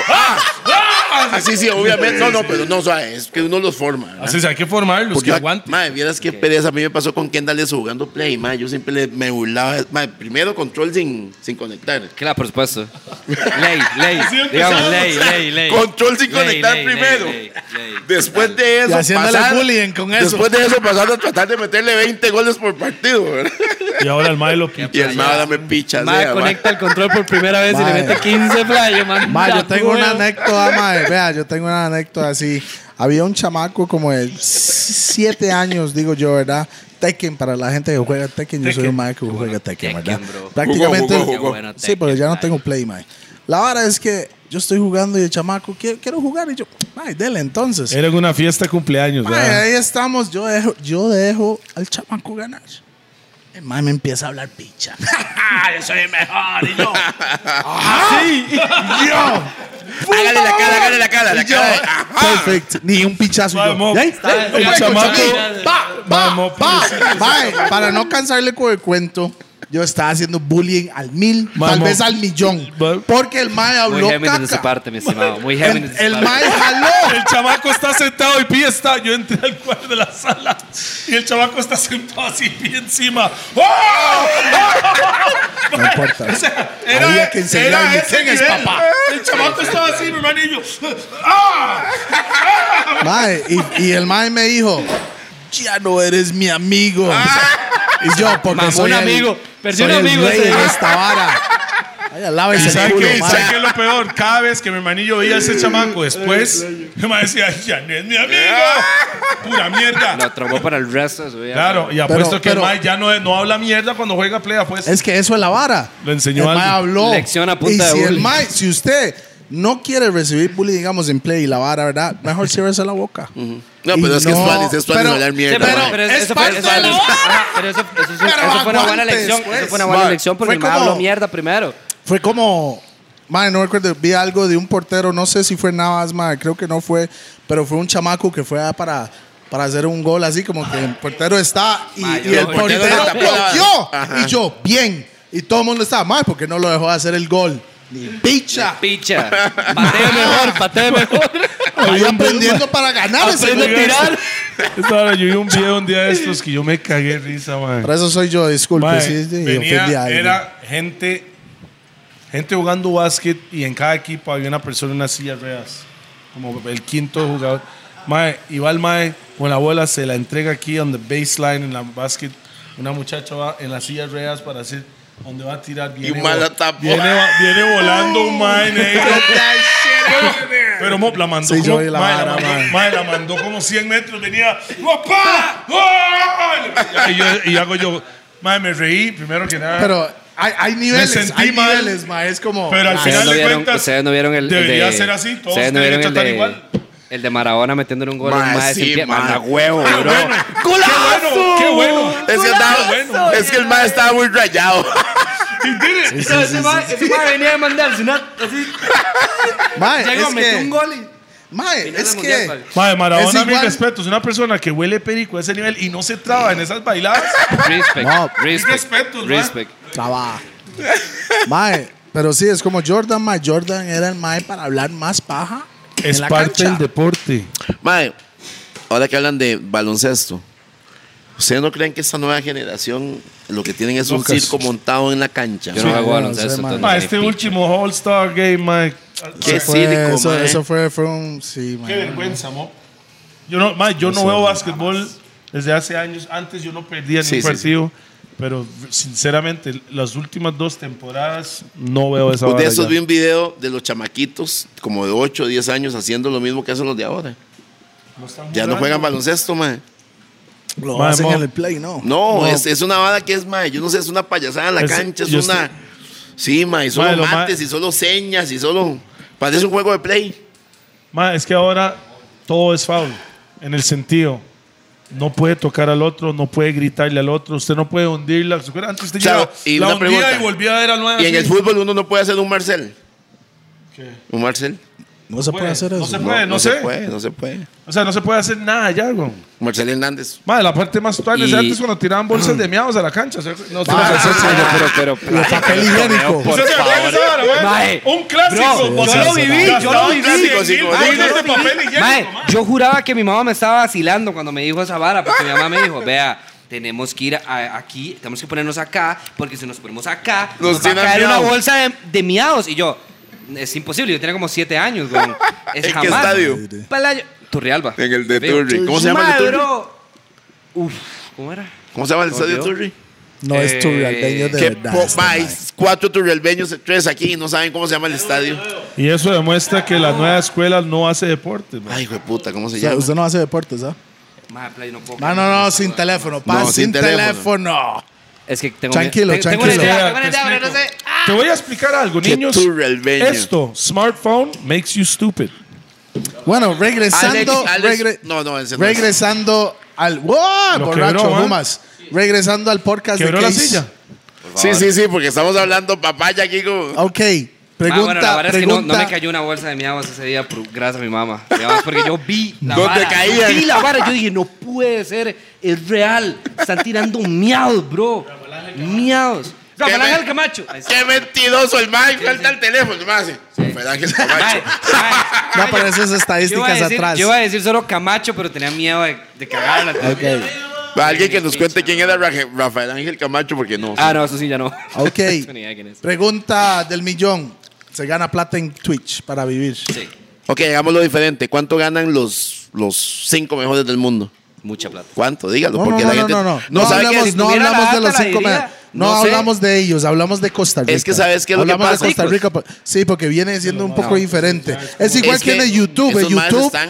[SPEAKER 2] Ah, ah, sí, sí, obviamente. No, no, pero no, o sea, es que uno los forma. ¿verdad?
[SPEAKER 1] Así es, hay que formarlos,
[SPEAKER 2] Porque
[SPEAKER 1] que
[SPEAKER 2] yo-
[SPEAKER 1] aguanten.
[SPEAKER 2] Madre, vieras qué pereza. A mí me pasó con Kendall eso jugando play, madre. Yo siempre le- me burlaba. Madre, primero control sin, sin conectar.
[SPEAKER 3] Claro, por supuesto. Ley, ley.
[SPEAKER 1] empezamos.
[SPEAKER 3] Digamos, ley, ley, ley.
[SPEAKER 2] Control sin
[SPEAKER 3] Ley,
[SPEAKER 2] conectar
[SPEAKER 3] ley,
[SPEAKER 2] primero.
[SPEAKER 3] ley, ley, ley.
[SPEAKER 2] Después de
[SPEAKER 4] Y
[SPEAKER 2] eso.
[SPEAKER 4] haciéndole
[SPEAKER 2] pasar-
[SPEAKER 4] bullying con eso.
[SPEAKER 2] Después de eso pasaron a tratar de meterle 20 goles por partido, ¿verdad?
[SPEAKER 1] Y ahora el mae lo
[SPEAKER 2] Y el Mada me picha.
[SPEAKER 3] Mae,
[SPEAKER 2] sea,
[SPEAKER 3] conecta el control por primera
[SPEAKER 2] Pues,
[SPEAKER 3] vez y
[SPEAKER 4] Mae.
[SPEAKER 3] le mete 15 flyers, man.
[SPEAKER 4] Ma, yo
[SPEAKER 3] Ya,
[SPEAKER 4] tengo
[SPEAKER 3] huevo.
[SPEAKER 4] una anécdota, mae. Vea, yo tengo una anécdota así. Había un chamaco como de siete años, digo yo, ¿verdad? Tekken para la gente que juega Tekken. Yo soy un mae que juega Tekken,
[SPEAKER 3] Tekken,
[SPEAKER 4] ¿verdad?
[SPEAKER 3] bro.
[SPEAKER 4] Prácticamente.
[SPEAKER 2] Jugó, jugó, jugó.
[SPEAKER 3] bueno,
[SPEAKER 4] Sí, pero ya no
[SPEAKER 3] Tekken,
[SPEAKER 4] tengo play, mae. La vara es que yo estoy jugando y el chamaco, quiero, quiero jugar. Y yo, mae, dele entonces.
[SPEAKER 1] Era una fiesta de cumpleaños,
[SPEAKER 4] Mae,
[SPEAKER 1] ¿verdad?
[SPEAKER 4] ahí estamos. Yo dejo, yo dejo al chamaco ganar. El mae me empieza a hablar picha. yo soy el mejor. Y yo,
[SPEAKER 2] Hágale la cara, hágale la cara, la cara. de- Ah,
[SPEAKER 4] perfecto. Ni un pichazo. y yo,
[SPEAKER 1] Vamos.
[SPEAKER 4] ¿y ahí?
[SPEAKER 1] El
[SPEAKER 4] Mae,
[SPEAKER 1] chamaco-
[SPEAKER 4] chamaco, pa, pa,
[SPEAKER 1] Vamos,
[SPEAKER 4] pa. Mae, para no cansarle con el cuento, yo estaba haciendo bullying al mil, tal
[SPEAKER 1] Vamos.
[SPEAKER 4] vez al millón.
[SPEAKER 1] Va-
[SPEAKER 4] Porque el mae
[SPEAKER 3] Muy
[SPEAKER 4] habló
[SPEAKER 3] Géminis de su
[SPEAKER 4] caca.
[SPEAKER 3] parte, mi estimado. Muy Géminis
[SPEAKER 4] El,
[SPEAKER 3] de su
[SPEAKER 4] el
[SPEAKER 3] parte.
[SPEAKER 4] mae jaló.
[SPEAKER 1] El chamaco está sentado y pie está. Yo entré al cuarto de la sala y el chamaco está sentado así, pie encima. ¡Oh!
[SPEAKER 4] No importa.
[SPEAKER 1] O sea, era,
[SPEAKER 4] Había que enseñarle
[SPEAKER 1] era ese
[SPEAKER 4] quién es
[SPEAKER 1] nivel.
[SPEAKER 4] papá.
[SPEAKER 1] El chamaco estaba así, mi hermanillo. ¡Ah!
[SPEAKER 4] Mae, y, y el mae me dijo, ya no eres mi amigo.
[SPEAKER 1] Ah.
[SPEAKER 4] Y yo, porque
[SPEAKER 5] Mamón
[SPEAKER 4] soy el-
[SPEAKER 5] amigo. Perdí
[SPEAKER 4] soy
[SPEAKER 5] un amigo
[SPEAKER 4] El rey
[SPEAKER 5] ese.
[SPEAKER 4] de esta vara. Vaya,
[SPEAKER 1] ¿Y
[SPEAKER 4] lávese el
[SPEAKER 1] sabe
[SPEAKER 4] culo,
[SPEAKER 1] qué?
[SPEAKER 4] mae.
[SPEAKER 1] ¿Sabe qué es lo peor? Cada vez que mi hermanillo veía a ese chamaco después, mi mamá decía, ya no es mi amigo. Pura mierda.
[SPEAKER 3] Lo tromó para el resto de su vida.
[SPEAKER 1] Claro, y
[SPEAKER 4] Pero-
[SPEAKER 1] apuesto que
[SPEAKER 4] pero-
[SPEAKER 1] el Mike ya no, no habla mierda cuando juega play, apuesto.
[SPEAKER 4] Es que eso es la vara.
[SPEAKER 1] Lo enseñó
[SPEAKER 4] El mae
[SPEAKER 1] alguien.
[SPEAKER 4] habló.
[SPEAKER 3] Lección a punta
[SPEAKER 4] y
[SPEAKER 3] de
[SPEAKER 4] si el
[SPEAKER 3] bullying.
[SPEAKER 4] mae, si usted no quiere recibir bullying, digamos, en play y la vara, ¿verdad? Mejor ciérrese la boca.
[SPEAKER 2] No,
[SPEAKER 4] Y
[SPEAKER 2] pero es que es
[SPEAKER 4] no-
[SPEAKER 2] Spanish, es Spanish
[SPEAKER 4] pero-
[SPEAKER 2] hablar
[SPEAKER 3] Sí,
[SPEAKER 2] mierda.
[SPEAKER 3] pero,
[SPEAKER 2] mae.
[SPEAKER 3] pero
[SPEAKER 4] Es
[SPEAKER 3] eso fue,
[SPEAKER 4] parte
[SPEAKER 3] eso,
[SPEAKER 4] de la
[SPEAKER 3] eso-
[SPEAKER 4] hora.
[SPEAKER 3] ajá, pero eso, eso- eso-
[SPEAKER 4] Pero
[SPEAKER 3] eso fue una buena
[SPEAKER 4] aguantes,
[SPEAKER 3] lección.
[SPEAKER 4] pues.
[SPEAKER 3] Eso fue una buena
[SPEAKER 4] Mae,
[SPEAKER 3] lección
[SPEAKER 4] fue
[SPEAKER 3] porque me
[SPEAKER 4] como-
[SPEAKER 3] habló mierda primero.
[SPEAKER 4] Fue como, madre, no recuerdo, vi algo de un portero, no sé si fue Navas, madre, creo que no fue, pero fue un chamaco que fue a para, para hacer un gol así, como que el portero está y,
[SPEAKER 3] Mae,
[SPEAKER 4] y
[SPEAKER 3] yo-
[SPEAKER 4] el
[SPEAKER 3] el portero
[SPEAKER 4] portero
[SPEAKER 2] le tapó la-
[SPEAKER 4] bloqueó.
[SPEAKER 2] Ajá.
[SPEAKER 4] Y yo, bien. Y todo el mundo estaba mal porque no lo dejó hacer el gol. Ni picha.
[SPEAKER 3] Picha. Patee mejor, patee mejor.
[SPEAKER 4] Ahí aprendiendo para ganar ese
[SPEAKER 3] Aprende a
[SPEAKER 4] gol.
[SPEAKER 3] tirar.
[SPEAKER 1] Ahora, yo vi un video un día de estos que yo me cagué de risa, man.
[SPEAKER 4] Para eso soy yo, disculpe.
[SPEAKER 1] Mae,
[SPEAKER 4] sí, sí,
[SPEAKER 1] venía-
[SPEAKER 4] ofendí a alguien.
[SPEAKER 1] era gente, gente jugando básquet y en cada equipo había una persona en una silla de ruedas, como el quinto jugador. Mae, y va el Mae con la bola, se la entrega aquí on the baseline en la básquet. Una muchacha va en la silla de ruedas para hacer donde va a tirar. Viene,
[SPEAKER 2] un mae la
[SPEAKER 1] vo-
[SPEAKER 2] tapó.
[SPEAKER 1] Viene, va- viene volando un Mae negro. Pero mo, la mandó.
[SPEAKER 4] Sí, yo
[SPEAKER 1] como,
[SPEAKER 4] vi la
[SPEAKER 1] mae,
[SPEAKER 4] vara,
[SPEAKER 1] mandó-
[SPEAKER 4] mae.
[SPEAKER 1] mae, la mandó como 100 metros. Venía, ¡Papá! ¡Gol! Y, yo, y hago yo, mae, me reí primero que nada. Pero,
[SPEAKER 4] Pero hay, hay niveles,
[SPEAKER 1] Me sentí
[SPEAKER 4] hay
[SPEAKER 1] mal.
[SPEAKER 4] niveles, ma. Es como.
[SPEAKER 1] al
[SPEAKER 4] Mae,
[SPEAKER 1] final
[SPEAKER 3] Ustedes no
[SPEAKER 1] de
[SPEAKER 3] vieron-
[SPEAKER 1] cuentas,
[SPEAKER 3] ustedes no vieron el, el
[SPEAKER 1] debería
[SPEAKER 3] de,
[SPEAKER 1] ser así. Todos
[SPEAKER 3] ustedes no vieron
[SPEAKER 1] tienen que
[SPEAKER 3] el
[SPEAKER 1] tratar
[SPEAKER 3] de,
[SPEAKER 1] igual.
[SPEAKER 3] el de Maradona metiéndole un gol
[SPEAKER 2] Mae,
[SPEAKER 3] a un mae
[SPEAKER 2] sí,
[SPEAKER 3] sin pie.
[SPEAKER 2] mae.
[SPEAKER 3] Manda huevo,
[SPEAKER 1] Ah,
[SPEAKER 3] bro.
[SPEAKER 1] bueno, "Ah, ¡Qué bueno! ¡Qué bueno!
[SPEAKER 2] Es que, andaba-
[SPEAKER 1] bueno.
[SPEAKER 2] es que el mae estaba muy rayado.
[SPEAKER 3] Ese mae- ese mae venía a mandarse una así.
[SPEAKER 4] mae,
[SPEAKER 3] Llegó,
[SPEAKER 4] es
[SPEAKER 3] metió
[SPEAKER 4] que.
[SPEAKER 3] un gol y
[SPEAKER 4] mae,
[SPEAKER 3] Final
[SPEAKER 4] es
[SPEAKER 3] del Mundial,
[SPEAKER 4] que.
[SPEAKER 3] vale.
[SPEAKER 1] Mae,
[SPEAKER 4] Es
[SPEAKER 1] Maradona, mi
[SPEAKER 4] igual.
[SPEAKER 1] respeto, es una persona que huele perico a ese nivel y no se traba en esas bailadas.
[SPEAKER 3] Respect.
[SPEAKER 4] No,
[SPEAKER 1] respetos,
[SPEAKER 3] respect.
[SPEAKER 1] man.
[SPEAKER 3] Respect.
[SPEAKER 4] Trabaja. mae, pero sí, es como Jordan, mae. Jordan era el mae para hablar más paja. en la cancha.
[SPEAKER 1] deporte.
[SPEAKER 2] Mae, ahora que hablan de baloncesto, ¿ustedes no creen que esta nueva generación lo que tienen es un
[SPEAKER 1] Locas.
[SPEAKER 2] circo montado en la cancha?
[SPEAKER 3] Yo no hago
[SPEAKER 4] no,
[SPEAKER 3] baloncesto.
[SPEAKER 4] sé, mae.
[SPEAKER 3] entonces,
[SPEAKER 1] Mae,
[SPEAKER 3] ni
[SPEAKER 1] este
[SPEAKER 3] picha.
[SPEAKER 1] último All-Star Game, mae.
[SPEAKER 2] Qué
[SPEAKER 4] Fue-
[SPEAKER 2] cínico,
[SPEAKER 4] eso,
[SPEAKER 2] mae.
[SPEAKER 4] eso fue, fue un. Sí, mae.
[SPEAKER 1] Qué vergüenza, mo. Yo no, ma, yo no veo básquetbol desde hace años. Antes yo no perdía
[SPEAKER 2] Sí,
[SPEAKER 1] ni un
[SPEAKER 2] sí,
[SPEAKER 1] partido. Pero sinceramente, las últimas dos temporadas no veo esa
[SPEAKER 2] Pues de
[SPEAKER 1] vara
[SPEAKER 2] esos
[SPEAKER 1] ya.
[SPEAKER 2] vi un video de los chamaquitos, como de 8 o 10 años, haciendo lo mismo que hacen los de ahora.
[SPEAKER 1] No están
[SPEAKER 2] Ya no
[SPEAKER 1] jugando.
[SPEAKER 2] juegan baloncesto, mae.
[SPEAKER 4] Lo
[SPEAKER 1] Mae,
[SPEAKER 4] hacen
[SPEAKER 1] mo.
[SPEAKER 4] en el play, ¿no?
[SPEAKER 2] No, Es, es una bada que es, mae. Yo no sé, es una payasada en la
[SPEAKER 1] Es-
[SPEAKER 2] cancha, es
[SPEAKER 1] yo
[SPEAKER 2] una.
[SPEAKER 1] estoy-
[SPEAKER 2] Sí, mae, y solo
[SPEAKER 1] Mae, lo ma-
[SPEAKER 2] mates, y solo señas, y solo. Parece un juego de play.
[SPEAKER 1] Ma, es que ahora todo es foul. En el sentido, no puede tocar al otro, no puede gritarle al otro, usted no puede hundirla. ¿Se acuerda? Antes usted
[SPEAKER 2] Chao,
[SPEAKER 1] llegaba,
[SPEAKER 2] y
[SPEAKER 1] la
[SPEAKER 2] una
[SPEAKER 1] hundía
[SPEAKER 2] pregunta.
[SPEAKER 1] y volvía a ver al nueve
[SPEAKER 2] Y en el
[SPEAKER 1] así.
[SPEAKER 2] fútbol uno no puede hacer un Marcel.
[SPEAKER 1] ¿Qué?
[SPEAKER 2] ¿Un Marcel?
[SPEAKER 4] No se puede
[SPEAKER 1] Puede,
[SPEAKER 4] hacer
[SPEAKER 1] no
[SPEAKER 4] eso.
[SPEAKER 1] se puede. no
[SPEAKER 2] se
[SPEAKER 1] sé.
[SPEAKER 2] puede, no se puede.
[SPEAKER 1] O sea, no se puede hacer nada ya, güey.
[SPEAKER 2] Marcel Hernández.
[SPEAKER 1] Ma, la parte más actual es
[SPEAKER 3] Y-
[SPEAKER 1] antes cuando tiraban bolsas de miados a la cancha. Ah, o sea,
[SPEAKER 3] No,
[SPEAKER 1] no,
[SPEAKER 3] no, no, no, no, pero, pero,
[SPEAKER 4] Lo papel higiénico.
[SPEAKER 1] ¿Usted se acuerda de esa vara, güey?
[SPEAKER 3] Mae.
[SPEAKER 1] Un clásico.
[SPEAKER 3] Bro,
[SPEAKER 1] Vos
[SPEAKER 4] yo lo
[SPEAKER 1] sabés,
[SPEAKER 4] viví,
[SPEAKER 1] gastaban
[SPEAKER 3] yo lo viví.
[SPEAKER 1] casi
[SPEAKER 2] Clásico, sí,
[SPEAKER 1] 100,000
[SPEAKER 2] como
[SPEAKER 1] bolsas
[SPEAKER 2] digo.
[SPEAKER 1] de este papel higiénico,
[SPEAKER 3] Mae,
[SPEAKER 1] mae.
[SPEAKER 3] yo juraba que mi mamá me estaba vacilando cuando me dijo esa vara, porque mi mamá me dijo, vea, tenemos que ir a- aquí, tenemos que ponernos acá, porque si nos ponemos acá,
[SPEAKER 2] Nos
[SPEAKER 3] nos, va a
[SPEAKER 2] tiran
[SPEAKER 3] caer
[SPEAKER 2] miados.
[SPEAKER 3] una bolsa de, de miados. Y yo, es imposible, yo tenía como siete años, güey. Es
[SPEAKER 2] ¿En qué
[SPEAKER 3] jamás.
[SPEAKER 2] estadio?
[SPEAKER 3] Pelayo- Turrialba.
[SPEAKER 2] En el de
[SPEAKER 3] Fijo.
[SPEAKER 2] Turri. ¿Cómo se llama el de
[SPEAKER 3] Mae,
[SPEAKER 2] Turri?
[SPEAKER 3] bro. Uf, ¿cómo era?
[SPEAKER 2] ¿Cómo se llama el
[SPEAKER 3] Se
[SPEAKER 2] estadio
[SPEAKER 3] olvidó.
[SPEAKER 2] Turri?
[SPEAKER 4] No es tu
[SPEAKER 3] Eh,
[SPEAKER 4] realdeño de
[SPEAKER 2] Que
[SPEAKER 4] verdad.
[SPEAKER 2] po-
[SPEAKER 4] este,
[SPEAKER 2] ma, hay
[SPEAKER 4] mae.
[SPEAKER 2] cuatro turrialbeños, tres aquí y no saben cómo se llama el estadio.
[SPEAKER 1] Y eso demuestra que la nueva escuela no hace deporte. mae.
[SPEAKER 2] Ay, hijo de puta, ¿cómo se
[SPEAKER 4] O sea,
[SPEAKER 2] llama?
[SPEAKER 4] usted no hace deportes, ¿ah?
[SPEAKER 3] Mae, Play, no puedo creer.
[SPEAKER 4] No, no, no, sin teléfono. Pa,
[SPEAKER 2] No,
[SPEAKER 4] sin,
[SPEAKER 2] sin
[SPEAKER 4] teléfono.
[SPEAKER 2] teléfono.
[SPEAKER 3] Es que tengo
[SPEAKER 4] Tranquilo,
[SPEAKER 3] que- te- Tengo
[SPEAKER 4] tranquilo.
[SPEAKER 3] una idea,
[SPEAKER 1] Vea,
[SPEAKER 3] tengo una
[SPEAKER 1] te
[SPEAKER 3] idea, pero no sé.
[SPEAKER 1] explico. Te voy a explicar algo,
[SPEAKER 2] Qué
[SPEAKER 1] niños.
[SPEAKER 2] turralbeño.
[SPEAKER 1] Esto, smartphone makes you stupid.
[SPEAKER 4] Bueno, regresando.
[SPEAKER 2] Alex, Alex-
[SPEAKER 4] regre-
[SPEAKER 2] no, no, ese no es.
[SPEAKER 4] regresando al. ¡Wow!
[SPEAKER 1] Lo
[SPEAKER 4] Borracho,
[SPEAKER 1] quebró, ¿eh?
[SPEAKER 4] Jumas. Regresando al podcast
[SPEAKER 1] Quebró
[SPEAKER 4] de
[SPEAKER 1] la
[SPEAKER 4] Case.
[SPEAKER 1] silla.
[SPEAKER 2] Sí, sí, sí, porque estamos hablando papaya aquí como...
[SPEAKER 4] Ok.
[SPEAKER 3] Ah,
[SPEAKER 4] Pregunta,
[SPEAKER 3] bueno, la verdad
[SPEAKER 4] pregunta.
[SPEAKER 3] es que no, no me cayó una bolsa de miados ese día, por- gracias a mi mamá. Digamos, Porque yo vi la
[SPEAKER 2] ¿Dónde
[SPEAKER 3] vara.
[SPEAKER 2] caían?
[SPEAKER 3] Yo vi la vara. Yo dije, no puede ser, es real. Están tirando miados, bro. Miados. Rafael Ángel Camacho. Ahí está.
[SPEAKER 2] ¡Qué mentiroso el Mike! Falta el teléfono, más. Rafael Ángel
[SPEAKER 3] Mae,
[SPEAKER 2] Camacho.
[SPEAKER 3] mae.
[SPEAKER 4] No aparecen esas
[SPEAKER 3] Yo iba a
[SPEAKER 4] estadísticas
[SPEAKER 3] decir-
[SPEAKER 4] atrás.
[SPEAKER 3] Yo iba a decir solo Camacho, pero tenía miedo de, de cagarla.
[SPEAKER 4] Ok.
[SPEAKER 2] Va, Alguien que nos cuente quién era Raje- Rafael Ángel Camacho, porque no.
[SPEAKER 3] Ah, no, eso sí ya no.
[SPEAKER 4] Ok.
[SPEAKER 3] No tengo ni idea de quién es.
[SPEAKER 4] Pregunta del millón. Se gana plata en Twitch para vivir.
[SPEAKER 3] Sí,
[SPEAKER 2] Ok, hagámoslo diferente. ¿Cuánto ganan los, los cinco mejores del mundo?
[SPEAKER 3] mucha plata.
[SPEAKER 2] ¿Cuánto? Dígalo,
[SPEAKER 4] No, no,
[SPEAKER 2] porque
[SPEAKER 4] no,
[SPEAKER 2] la
[SPEAKER 4] no,
[SPEAKER 2] gente...
[SPEAKER 4] no, no. No
[SPEAKER 2] ¿sabe qué?
[SPEAKER 4] hablamos,
[SPEAKER 3] Si
[SPEAKER 4] no
[SPEAKER 3] tuviera la
[SPEAKER 4] hablamos
[SPEAKER 3] data,
[SPEAKER 4] de los
[SPEAKER 3] la
[SPEAKER 4] cinco.
[SPEAKER 3] diría.
[SPEAKER 4] ma- No,
[SPEAKER 3] No sé.
[SPEAKER 4] hablamos de ellos, hablamos de Costa Rica.
[SPEAKER 2] Es que ¿sabes qué es lo que
[SPEAKER 4] hablamos
[SPEAKER 2] pasa?
[SPEAKER 4] de Costa Rica. po- Sí, porque viene siendo un poco diferente. Es igual
[SPEAKER 2] Es
[SPEAKER 4] que, en
[SPEAKER 2] que
[SPEAKER 4] el YouTube. En
[SPEAKER 2] esos maes
[SPEAKER 4] YouTube,
[SPEAKER 2] están-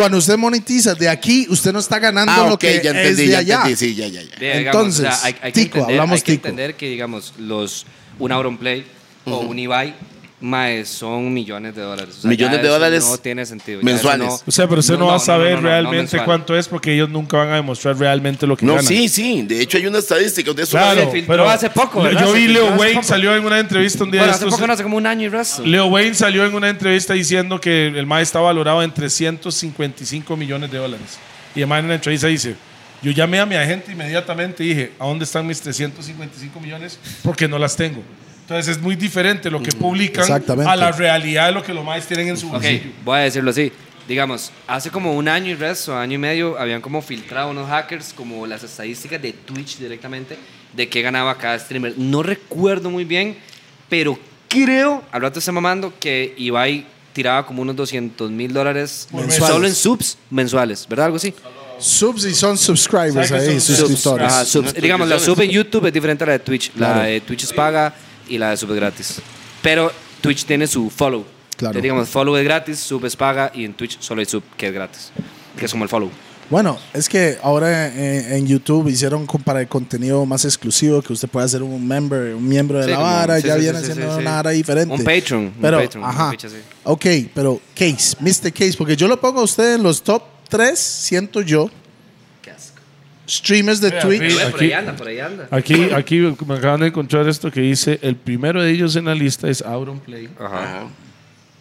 [SPEAKER 4] cuando usted monetiza, de aquí usted no está ganando
[SPEAKER 2] Ah,
[SPEAKER 4] lo
[SPEAKER 2] ok,
[SPEAKER 4] que
[SPEAKER 2] ya entendí,
[SPEAKER 4] es de
[SPEAKER 2] ya
[SPEAKER 4] allá.
[SPEAKER 2] entendí. Sí, ya, ya, ya.
[SPEAKER 3] Vea,
[SPEAKER 4] Entonces,
[SPEAKER 3] digamos, o sea, hay, hay que
[SPEAKER 4] tico,
[SPEAKER 3] entender,
[SPEAKER 4] hablamos
[SPEAKER 3] hay que
[SPEAKER 4] tico.
[SPEAKER 3] entender que, digamos, los, un Auron Play o un Ibai, mae, son millones de dólares. O sea,
[SPEAKER 2] Millones
[SPEAKER 3] ya
[SPEAKER 2] de
[SPEAKER 3] eso
[SPEAKER 2] dólares
[SPEAKER 3] No tiene sentido. ya
[SPEAKER 2] mensuales.
[SPEAKER 3] eso
[SPEAKER 1] O sea, pero usted no, va a saber
[SPEAKER 3] no, no, no,
[SPEAKER 1] realmente
[SPEAKER 3] mensual.
[SPEAKER 1] cuánto es porque ellos nunca van a demostrar realmente lo que
[SPEAKER 2] No,
[SPEAKER 1] ganan.
[SPEAKER 2] sí, sí. De hecho, hay una estadística de eso.
[SPEAKER 1] claro.
[SPEAKER 3] se filtró
[SPEAKER 1] pero
[SPEAKER 3] hace poco,
[SPEAKER 1] yo-
[SPEAKER 3] ¿verdad? Se
[SPEAKER 1] Yo vi
[SPEAKER 3] filtró
[SPEAKER 1] Leo
[SPEAKER 3] hace
[SPEAKER 1] Wayne
[SPEAKER 3] poco.
[SPEAKER 1] salió en una entrevista un día. de
[SPEAKER 3] Bueno, hace
[SPEAKER 1] estos-
[SPEAKER 3] poco, no hace como un año y resto.
[SPEAKER 1] Leo Wayne salió en una entrevista diciendo que el MAE está valorado en 355 millones de dólares. Y el MAE en la entrevista dice, yo llamé a mi agente inmediatamente y dije, ¿a dónde están mis 355 millones? Porque no las tengo. Entonces es muy diferente lo que publican
[SPEAKER 4] Exactamente.
[SPEAKER 1] a la realidad de lo que los MAES tienen en su
[SPEAKER 3] Ok,
[SPEAKER 1] bolsillo.
[SPEAKER 3] voy a decirlo así. Digamos, hace como un año y resto, año y medio, habían como filtrado unos hackers como las estadísticas de Twitch directamente de qué ganaba cada streamer. No recuerdo muy bien, pero creo, al rato está mamando, que Ibai tiraba como unos 200 mil dólares
[SPEAKER 4] Mensuales.
[SPEAKER 3] solo en subs mensuales, ¿verdad? Algo así.
[SPEAKER 4] Subs y son subscribers
[SPEAKER 1] ¿Sabe que
[SPEAKER 4] ahí,
[SPEAKER 1] son
[SPEAKER 4] suscriptores.
[SPEAKER 3] Ajá, subs. Digamos, la sub en YouTube es diferente a la de Twitch. La de Twitch es paga y la de sub es gratis. Pero Twitch tiene su follow.
[SPEAKER 4] Claro.
[SPEAKER 3] Entonces, digamos, follow es gratis, sub es paga y en Twitch solo hay sub que es gratis. Que es como el follow.
[SPEAKER 4] Bueno, es que ahora eh, en YouTube hicieron con- para el contenido más exclusivo que usted puede hacer un member, un miembro de
[SPEAKER 3] Sí,
[SPEAKER 4] la
[SPEAKER 3] como-
[SPEAKER 4] vara,
[SPEAKER 3] sí,
[SPEAKER 4] ya
[SPEAKER 3] sí,
[SPEAKER 4] viene
[SPEAKER 3] sí, sí,
[SPEAKER 4] siendo
[SPEAKER 3] sí,
[SPEAKER 4] una
[SPEAKER 3] sí.
[SPEAKER 4] vara diferente.
[SPEAKER 3] Un Patreon, un
[SPEAKER 4] pero,
[SPEAKER 3] Patreon, una
[SPEAKER 4] ajá.
[SPEAKER 3] ficha así.
[SPEAKER 4] Ok, pero Case, Mr. Case, porque yo lo pongo a usted en los top 3, siento yo,
[SPEAKER 3] Qué asco.
[SPEAKER 4] streamers de Twitch.
[SPEAKER 1] Aquí-
[SPEAKER 3] por ahí anda, por ahí anda.
[SPEAKER 1] Aquí, aquí me acaban de encontrar esto que dice, el primero de ellos en la lista es Auron Play.
[SPEAKER 3] Ajá.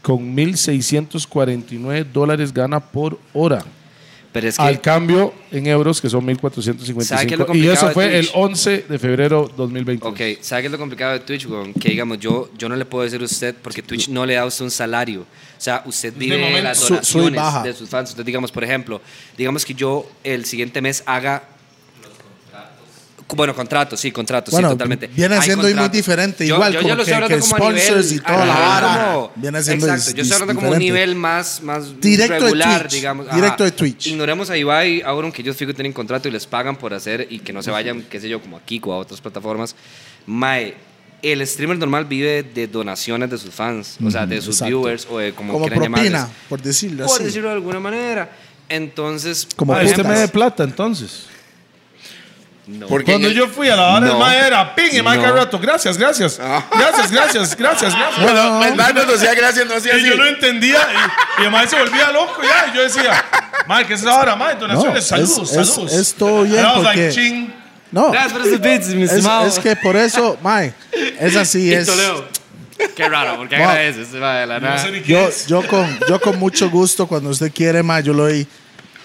[SPEAKER 1] Con 1.649 dólares gana por hora.
[SPEAKER 3] Pero es
[SPEAKER 1] al
[SPEAKER 3] que.
[SPEAKER 1] cambio en euros, que son 1.455.
[SPEAKER 3] ¿Sabe qué es lo
[SPEAKER 1] y
[SPEAKER 3] complicado
[SPEAKER 1] eso
[SPEAKER 3] de
[SPEAKER 1] fue el
[SPEAKER 3] Twitch?
[SPEAKER 1] 11 de febrero 2020.
[SPEAKER 4] Ah,
[SPEAKER 3] Ok, ¿sabes qué es lo complicado de Twitch, weón? Que digamos, yo, yo no le puedo decir a usted porque Twitch no le da a usted un salario. O sea, usted vive de
[SPEAKER 1] momento.
[SPEAKER 3] las
[SPEAKER 4] Su- sube y
[SPEAKER 3] donaciones
[SPEAKER 4] baja.
[SPEAKER 3] de sus fans. Entonces, digamos, por ejemplo, digamos que yo el siguiente mes haga. Bueno, contratos, sí, contratos,
[SPEAKER 4] Bueno,
[SPEAKER 3] sí, totalmente.
[SPEAKER 4] viene
[SPEAKER 3] Hay
[SPEAKER 4] siendo ahí muy
[SPEAKER 3] contratos.
[SPEAKER 4] diferente,
[SPEAKER 3] Yo-
[SPEAKER 4] igual,
[SPEAKER 3] yo, ya
[SPEAKER 4] como
[SPEAKER 3] lo estoy
[SPEAKER 4] que-
[SPEAKER 3] hablando
[SPEAKER 4] que
[SPEAKER 3] como a
[SPEAKER 4] sponsors
[SPEAKER 3] nivel-
[SPEAKER 4] y toda la
[SPEAKER 3] a nivel
[SPEAKER 4] vara.
[SPEAKER 3] como-
[SPEAKER 4] Viene siendo
[SPEAKER 3] Exacto,
[SPEAKER 4] dis-
[SPEAKER 3] yo estoy hablando como un
[SPEAKER 4] diferente.
[SPEAKER 3] nivel más, más
[SPEAKER 4] Directo de
[SPEAKER 3] regular,
[SPEAKER 4] Twitch,
[SPEAKER 3] digamos.
[SPEAKER 4] directo de Twitch.
[SPEAKER 3] Ignoremos a Ibai, ahora que ellos fijo tienen contrato y les pagan por hacer y que no se vayan, qué sé yo, como a Kiko, a otras plataformas. Mae, el streamer normal vive de donaciones de sus fans, o sea, de sus
[SPEAKER 4] exacto.
[SPEAKER 3] viewers o de como,
[SPEAKER 4] Como
[SPEAKER 3] quieran
[SPEAKER 4] propina,
[SPEAKER 3] llamarles.
[SPEAKER 4] por decirlo
[SPEAKER 3] Por
[SPEAKER 4] así.
[SPEAKER 3] decirlo de alguna manera. Entonces,
[SPEAKER 4] Como
[SPEAKER 3] por
[SPEAKER 4] putas.
[SPEAKER 1] usted
[SPEAKER 3] ejemplo,
[SPEAKER 1] me dé plata entonces.
[SPEAKER 3] no.
[SPEAKER 2] Porque
[SPEAKER 1] Cuando
[SPEAKER 2] en el-
[SPEAKER 1] yo fui a la hora
[SPEAKER 3] No.
[SPEAKER 1] del mae era ping y mae
[SPEAKER 3] No. Ah.
[SPEAKER 1] cada rato. Gracias, gracias. Gracias, gracias, gracias, gracias.
[SPEAKER 2] Bueno, el Mike no hacía gracia, no hacía
[SPEAKER 1] y
[SPEAKER 2] así.
[SPEAKER 1] yo no entendía y, y el mae se volvía loco ya. Y yo decía, mae, ¿qué es esa hora, mae? Donaciones,
[SPEAKER 4] No, es-
[SPEAKER 1] saludos,
[SPEAKER 4] es-
[SPEAKER 1] saludos.
[SPEAKER 4] es todo bien,
[SPEAKER 1] And I was like,
[SPEAKER 4] porque-
[SPEAKER 1] ching.
[SPEAKER 4] No,
[SPEAKER 3] Gracias por esos bits, mi
[SPEAKER 4] es,
[SPEAKER 3] estimado.
[SPEAKER 4] es que por eso, mae, es así,
[SPEAKER 3] Y
[SPEAKER 4] es.
[SPEAKER 3] Toledo. Qué raro, porque
[SPEAKER 4] Wow.
[SPEAKER 3] agradeces, mae, de la
[SPEAKER 1] No
[SPEAKER 3] nada.
[SPEAKER 1] sé ni qué
[SPEAKER 4] Ah, Yo,
[SPEAKER 1] es.
[SPEAKER 4] yo, con, yo con mucho gusto, cuando usted quiere, ma, yo lo doy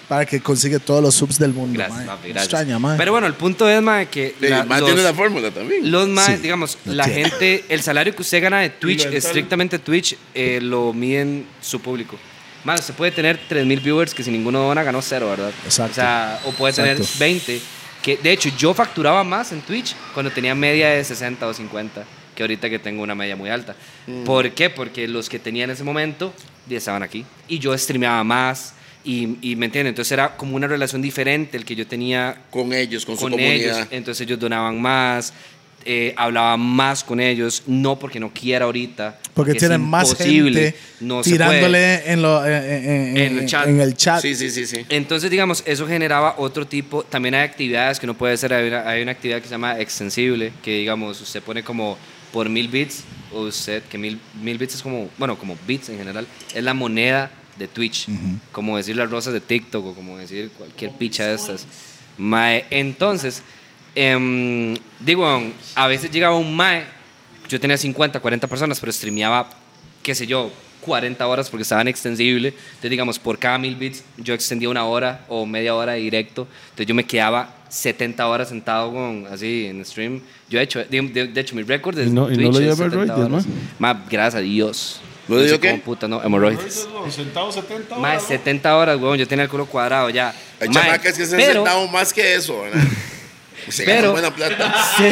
[SPEAKER 4] para que consiga todos los subs del mundo.
[SPEAKER 3] Gracias,
[SPEAKER 4] ma.
[SPEAKER 3] papi, gracias.
[SPEAKER 4] Extraña, ma.
[SPEAKER 3] Pero bueno, el punto es, mae, que
[SPEAKER 2] Sí,
[SPEAKER 3] la-
[SPEAKER 2] Mike
[SPEAKER 3] los,
[SPEAKER 2] tiene la fórmula también.
[SPEAKER 3] los mae,
[SPEAKER 4] Sí,
[SPEAKER 3] digamos,
[SPEAKER 4] lo
[SPEAKER 3] la
[SPEAKER 4] tiene.
[SPEAKER 3] gente, el salario que usted gana de Twitch,
[SPEAKER 1] dental.
[SPEAKER 3] estrictamente Twitch, eh, lo miden su público. Mae, usted puede tener 3.000 viewers que si ninguno dona ganó cero, ¿verdad?
[SPEAKER 4] Exacto.
[SPEAKER 3] O sea, o puede tener
[SPEAKER 4] Exacto.
[SPEAKER 3] 20. Que, de hecho, yo facturaba más en Twitch cuando tenía media de 60 o 50, que ahorita que tengo una media muy alta. ¿Por qué? Porque los que tenía en ese momento ya estaban aquí. Y yo streameaba más. Y, y, me entienden, entonces era como una relación diferente el que yo tenía
[SPEAKER 2] Con ellos, con, su
[SPEAKER 3] con
[SPEAKER 2] comunidad.
[SPEAKER 3] ellos. Entonces ellos donaban más. eh, hablaba más con ellos, no porque no quiera ahorita.
[SPEAKER 4] Porque
[SPEAKER 3] es
[SPEAKER 4] tienen más
[SPEAKER 3] imposible,
[SPEAKER 4] gente
[SPEAKER 3] no se puede.
[SPEAKER 4] tirándole en, lo- en-
[SPEAKER 3] En
[SPEAKER 4] en-
[SPEAKER 3] el
[SPEAKER 4] en-
[SPEAKER 3] chat.
[SPEAKER 4] en el chat.
[SPEAKER 2] Sí, sí, sí, sí.
[SPEAKER 3] Entonces, digamos, eso generaba otro tipo. También hay actividades que no puede ser. Hay una, hay una actividad que se llama extensible, que digamos, usted pone como por mil bits, o usted, que mil, mil bits es como, bueno, como bits en general, es la moneda de Twitch. Como decir las rosas de TikTok o como decir cualquier picha de estas. Mae, entonces, em, digo, a veces llegaba un Mae, yo tenía 50, 40 personas, pero streameaba qué sé yo, 40 horas porque estaban extensible. Entonces, digamos, por cada mil bits yo extendía una hora o media hora de directo. Entonces yo me quedaba 70 horas sentado con, así en stream. Yo he hecho, de, de- de hecho, mi récord de
[SPEAKER 5] Y no- y no lo
[SPEAKER 3] Twitch es
[SPEAKER 5] lleva
[SPEAKER 3] 70
[SPEAKER 5] hemorroides,
[SPEAKER 3] horas. Ma, gracias a Dios.
[SPEAKER 2] ¿Lo
[SPEAKER 3] No sé
[SPEAKER 2] dio qué?
[SPEAKER 3] cómo puta, no, hemorroides.
[SPEAKER 1] Sentado 70
[SPEAKER 3] Más 70 horas, weón. Yo tenía el culo cuadrado ya.
[SPEAKER 2] Hay
[SPEAKER 3] Ma,
[SPEAKER 2] chamacas que se han
[SPEAKER 3] pero-
[SPEAKER 2] sentado más que eso, ¿verdad? Se ganan
[SPEAKER 3] Pero-
[SPEAKER 2] buena plata.
[SPEAKER 3] Sí.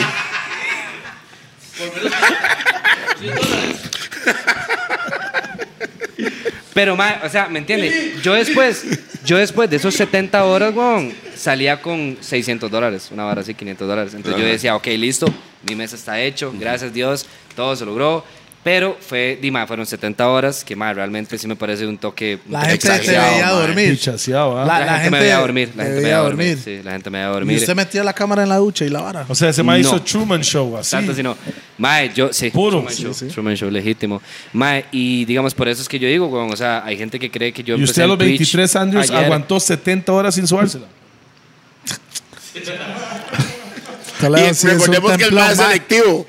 [SPEAKER 3] Pero, ma, o sea, ¿me entiendes? Yo después, yo después de esos 70 horas, weón, salía con 600 dólares, una barra así, 500 dólares. Entonces yo decía, ok, listo, mi mesa está hecho, gracias Dios, todo se logró. Pero fue, Dima, fueron 70 horas, que, ma, realmente sí me parece un toque... un
[SPEAKER 4] La
[SPEAKER 3] toque
[SPEAKER 4] gente te
[SPEAKER 2] Exagerado,
[SPEAKER 4] veía
[SPEAKER 2] mae.
[SPEAKER 4] dormir.
[SPEAKER 1] Pichaseado, ¿ah?
[SPEAKER 4] La-
[SPEAKER 3] La, gente me veía dormir, la gente
[SPEAKER 4] te
[SPEAKER 3] me
[SPEAKER 4] veía
[SPEAKER 3] veía dormir.
[SPEAKER 4] dormir.
[SPEAKER 3] Sí, la gente me veía
[SPEAKER 4] Y
[SPEAKER 3] dormir.
[SPEAKER 4] usted metía la cámara en la ducha y la vara.
[SPEAKER 1] O sea, ese mae hizo
[SPEAKER 3] No.
[SPEAKER 1] Truman Show así.
[SPEAKER 3] Tanto sino, mae, yo sí.
[SPEAKER 1] Puro.
[SPEAKER 3] Truman
[SPEAKER 1] Sí,
[SPEAKER 3] Show,
[SPEAKER 1] sí.
[SPEAKER 3] Truman Show legítimo. Mae, y digamos, por eso es que yo digo, weón, o sea, hay gente que cree que yo
[SPEAKER 1] Y
[SPEAKER 3] empecé
[SPEAKER 1] usted a
[SPEAKER 3] en
[SPEAKER 1] los
[SPEAKER 3] Twitch
[SPEAKER 1] 23 años
[SPEAKER 3] ayer.
[SPEAKER 1] aguantó 70 horas sin suársela.
[SPEAKER 4] Toledo
[SPEAKER 2] Y
[SPEAKER 4] sí es un
[SPEAKER 2] recordemos que el
[SPEAKER 4] templón,
[SPEAKER 2] más
[SPEAKER 4] mae.
[SPEAKER 2] selectivo.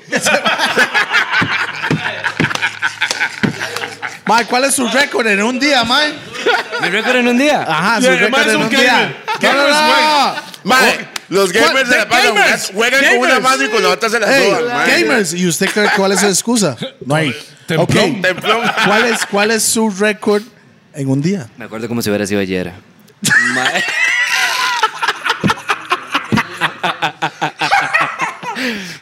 [SPEAKER 4] Mae, ¿cuál es su récord en un día, mae?
[SPEAKER 3] ¿Me recuerdo en un día?
[SPEAKER 4] Ajá, su
[SPEAKER 1] Yeah, mae,
[SPEAKER 4] récord
[SPEAKER 1] es
[SPEAKER 4] en
[SPEAKER 1] un
[SPEAKER 4] un
[SPEAKER 1] gamer.
[SPEAKER 4] día. No, no,
[SPEAKER 1] Gamer es
[SPEAKER 4] no.
[SPEAKER 2] Madre, los gamers se la pasan jugando- juegan con una mano y con la otra se la
[SPEAKER 4] Hey,
[SPEAKER 2] sudan. mae.
[SPEAKER 4] gamers, ¿y usted cree cuál es su excusa? No hay. Ok.
[SPEAKER 1] Templón.
[SPEAKER 2] Templón.
[SPEAKER 4] ¿Cuál es, ¿Cuál es su récord en un día?
[SPEAKER 3] Me acuerdo como si hubiera sido ayer. Mae.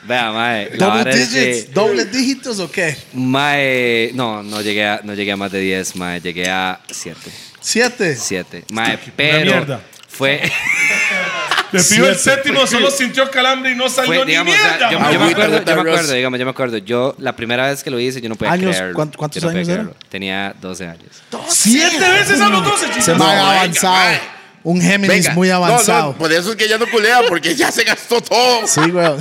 [SPEAKER 3] Vea, mae. la
[SPEAKER 4] ¿Double
[SPEAKER 3] vara es que-
[SPEAKER 4] digits? ¿Doble dígitos o qué?
[SPEAKER 3] Mae, no, no llegué, a, no llegué a más de 10, mae, llegué a 7.
[SPEAKER 4] ¿Siete?
[SPEAKER 3] 7. Mae, pero
[SPEAKER 1] mierda.
[SPEAKER 3] fue
[SPEAKER 1] Le pido
[SPEAKER 4] Siete.
[SPEAKER 1] el séptimo, solo sintió calambre y no
[SPEAKER 3] Pues Fue,
[SPEAKER 1] salió ni
[SPEAKER 3] digamos, o sea,
[SPEAKER 1] mierda.
[SPEAKER 3] yo,
[SPEAKER 1] mae.
[SPEAKER 3] yo me
[SPEAKER 2] Agüita,
[SPEAKER 3] acuerdo, yo me
[SPEAKER 2] guitarras.
[SPEAKER 3] acuerdo, digamos, yo me acuerdo. Yo, la primera vez que lo hice, yo no podía
[SPEAKER 4] ¿Años?
[SPEAKER 3] creerlo.
[SPEAKER 4] ¿Cuánto- cuántos
[SPEAKER 3] Yo no podía
[SPEAKER 4] años era?
[SPEAKER 3] creerlo. Tenía 12 años.
[SPEAKER 1] Siete veces a los 12,
[SPEAKER 4] Se
[SPEAKER 1] chicos.
[SPEAKER 4] me
[SPEAKER 2] No, venga,
[SPEAKER 4] avanzado.
[SPEAKER 2] mae.
[SPEAKER 4] Un Géminis
[SPEAKER 2] Venga.
[SPEAKER 4] muy
[SPEAKER 2] No, no,
[SPEAKER 4] avanzado.
[SPEAKER 2] por eso es que ya no culea, porque ya se gastó todo.
[SPEAKER 4] Sí, weón.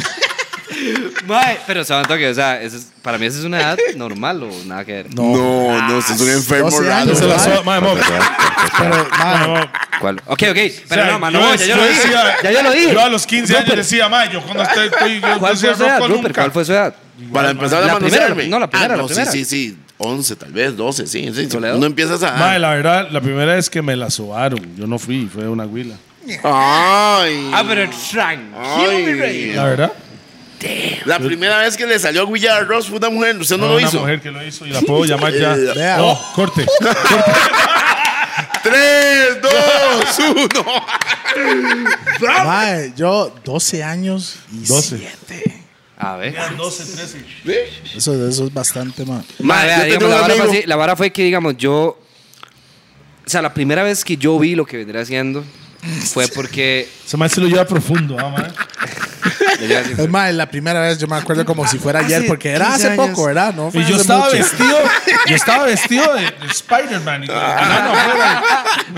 [SPEAKER 3] Mae, pero o sea, un toque, o sea, eso es- para mí eso es una edad normal o nada que ver.
[SPEAKER 2] No, no, usted es un enfermo
[SPEAKER 4] 12
[SPEAKER 2] raro.
[SPEAKER 4] años se la
[SPEAKER 2] mae.
[SPEAKER 4] suda.
[SPEAKER 1] Mae, mo-
[SPEAKER 4] Pero, mae,
[SPEAKER 1] mo-
[SPEAKER 3] ¿Cuál? Ok, ok. Pero
[SPEAKER 1] O sea,
[SPEAKER 3] no, mano, ya yo lo dije.
[SPEAKER 1] decía-
[SPEAKER 3] ya yo lo dije.
[SPEAKER 1] Yo a los 15 años
[SPEAKER 3] Rupert,
[SPEAKER 1] decía, mae, yo cuando estoy, estoy yo
[SPEAKER 3] ¿Cuál
[SPEAKER 1] decía,
[SPEAKER 3] fue su
[SPEAKER 1] no,
[SPEAKER 3] edad,
[SPEAKER 1] pues,
[SPEAKER 3] Rupert?
[SPEAKER 1] nunca.
[SPEAKER 3] ¿Cuál fue su edad?
[SPEAKER 2] Para empezar a
[SPEAKER 3] La primera,
[SPEAKER 2] manosearme.
[SPEAKER 3] no, la primera,
[SPEAKER 2] Ah, no,
[SPEAKER 3] la primera.
[SPEAKER 2] Sí, sí, sí. 11, tal vez, 12, sí. sí, sí.
[SPEAKER 3] Toledo.
[SPEAKER 2] Uno empieza a...
[SPEAKER 1] Mae, la verdad, la primera vez que me la sobaron, yo no fui, fue una huila.
[SPEAKER 2] Ay.
[SPEAKER 3] Ah, pero tranquilo, mi rey.
[SPEAKER 2] Ay.
[SPEAKER 1] La verdad.
[SPEAKER 2] La primera vez que le salió a Guilla Ross fue una mujer, usted no lo
[SPEAKER 1] una
[SPEAKER 2] hizo.
[SPEAKER 1] mujer que lo hizo y la puedo llamar ya.
[SPEAKER 4] Vea.
[SPEAKER 1] No, corte.
[SPEAKER 2] Tres, dos, uno.
[SPEAKER 4] mae, yo 12 años y
[SPEAKER 1] 12.
[SPEAKER 4] 7.
[SPEAKER 3] A ver.
[SPEAKER 1] 12, 13.
[SPEAKER 4] Eso, eso es bastante, mae.
[SPEAKER 3] Mae, vea,
[SPEAKER 2] yo tengo
[SPEAKER 3] digamos,
[SPEAKER 2] un
[SPEAKER 3] la, vara fue
[SPEAKER 2] amigo.
[SPEAKER 3] así, la vara fue que, digamos, yo. O sea, la primera vez que yo vi lo que vendría haciendo fue porque.
[SPEAKER 1] Ese mae se lo lleva profundo, ah, mae.
[SPEAKER 4] Es más, la primera vez yo me acuerdo como si fuera ayer,
[SPEAKER 3] Hace
[SPEAKER 4] porque era
[SPEAKER 3] 15
[SPEAKER 4] hace
[SPEAKER 3] años.
[SPEAKER 4] poco, ¿verdad? No fue
[SPEAKER 1] Y yo
[SPEAKER 4] hace
[SPEAKER 1] estaba
[SPEAKER 4] mucho.
[SPEAKER 1] vestido, yo estaba vestido de, de Spider-Man. y-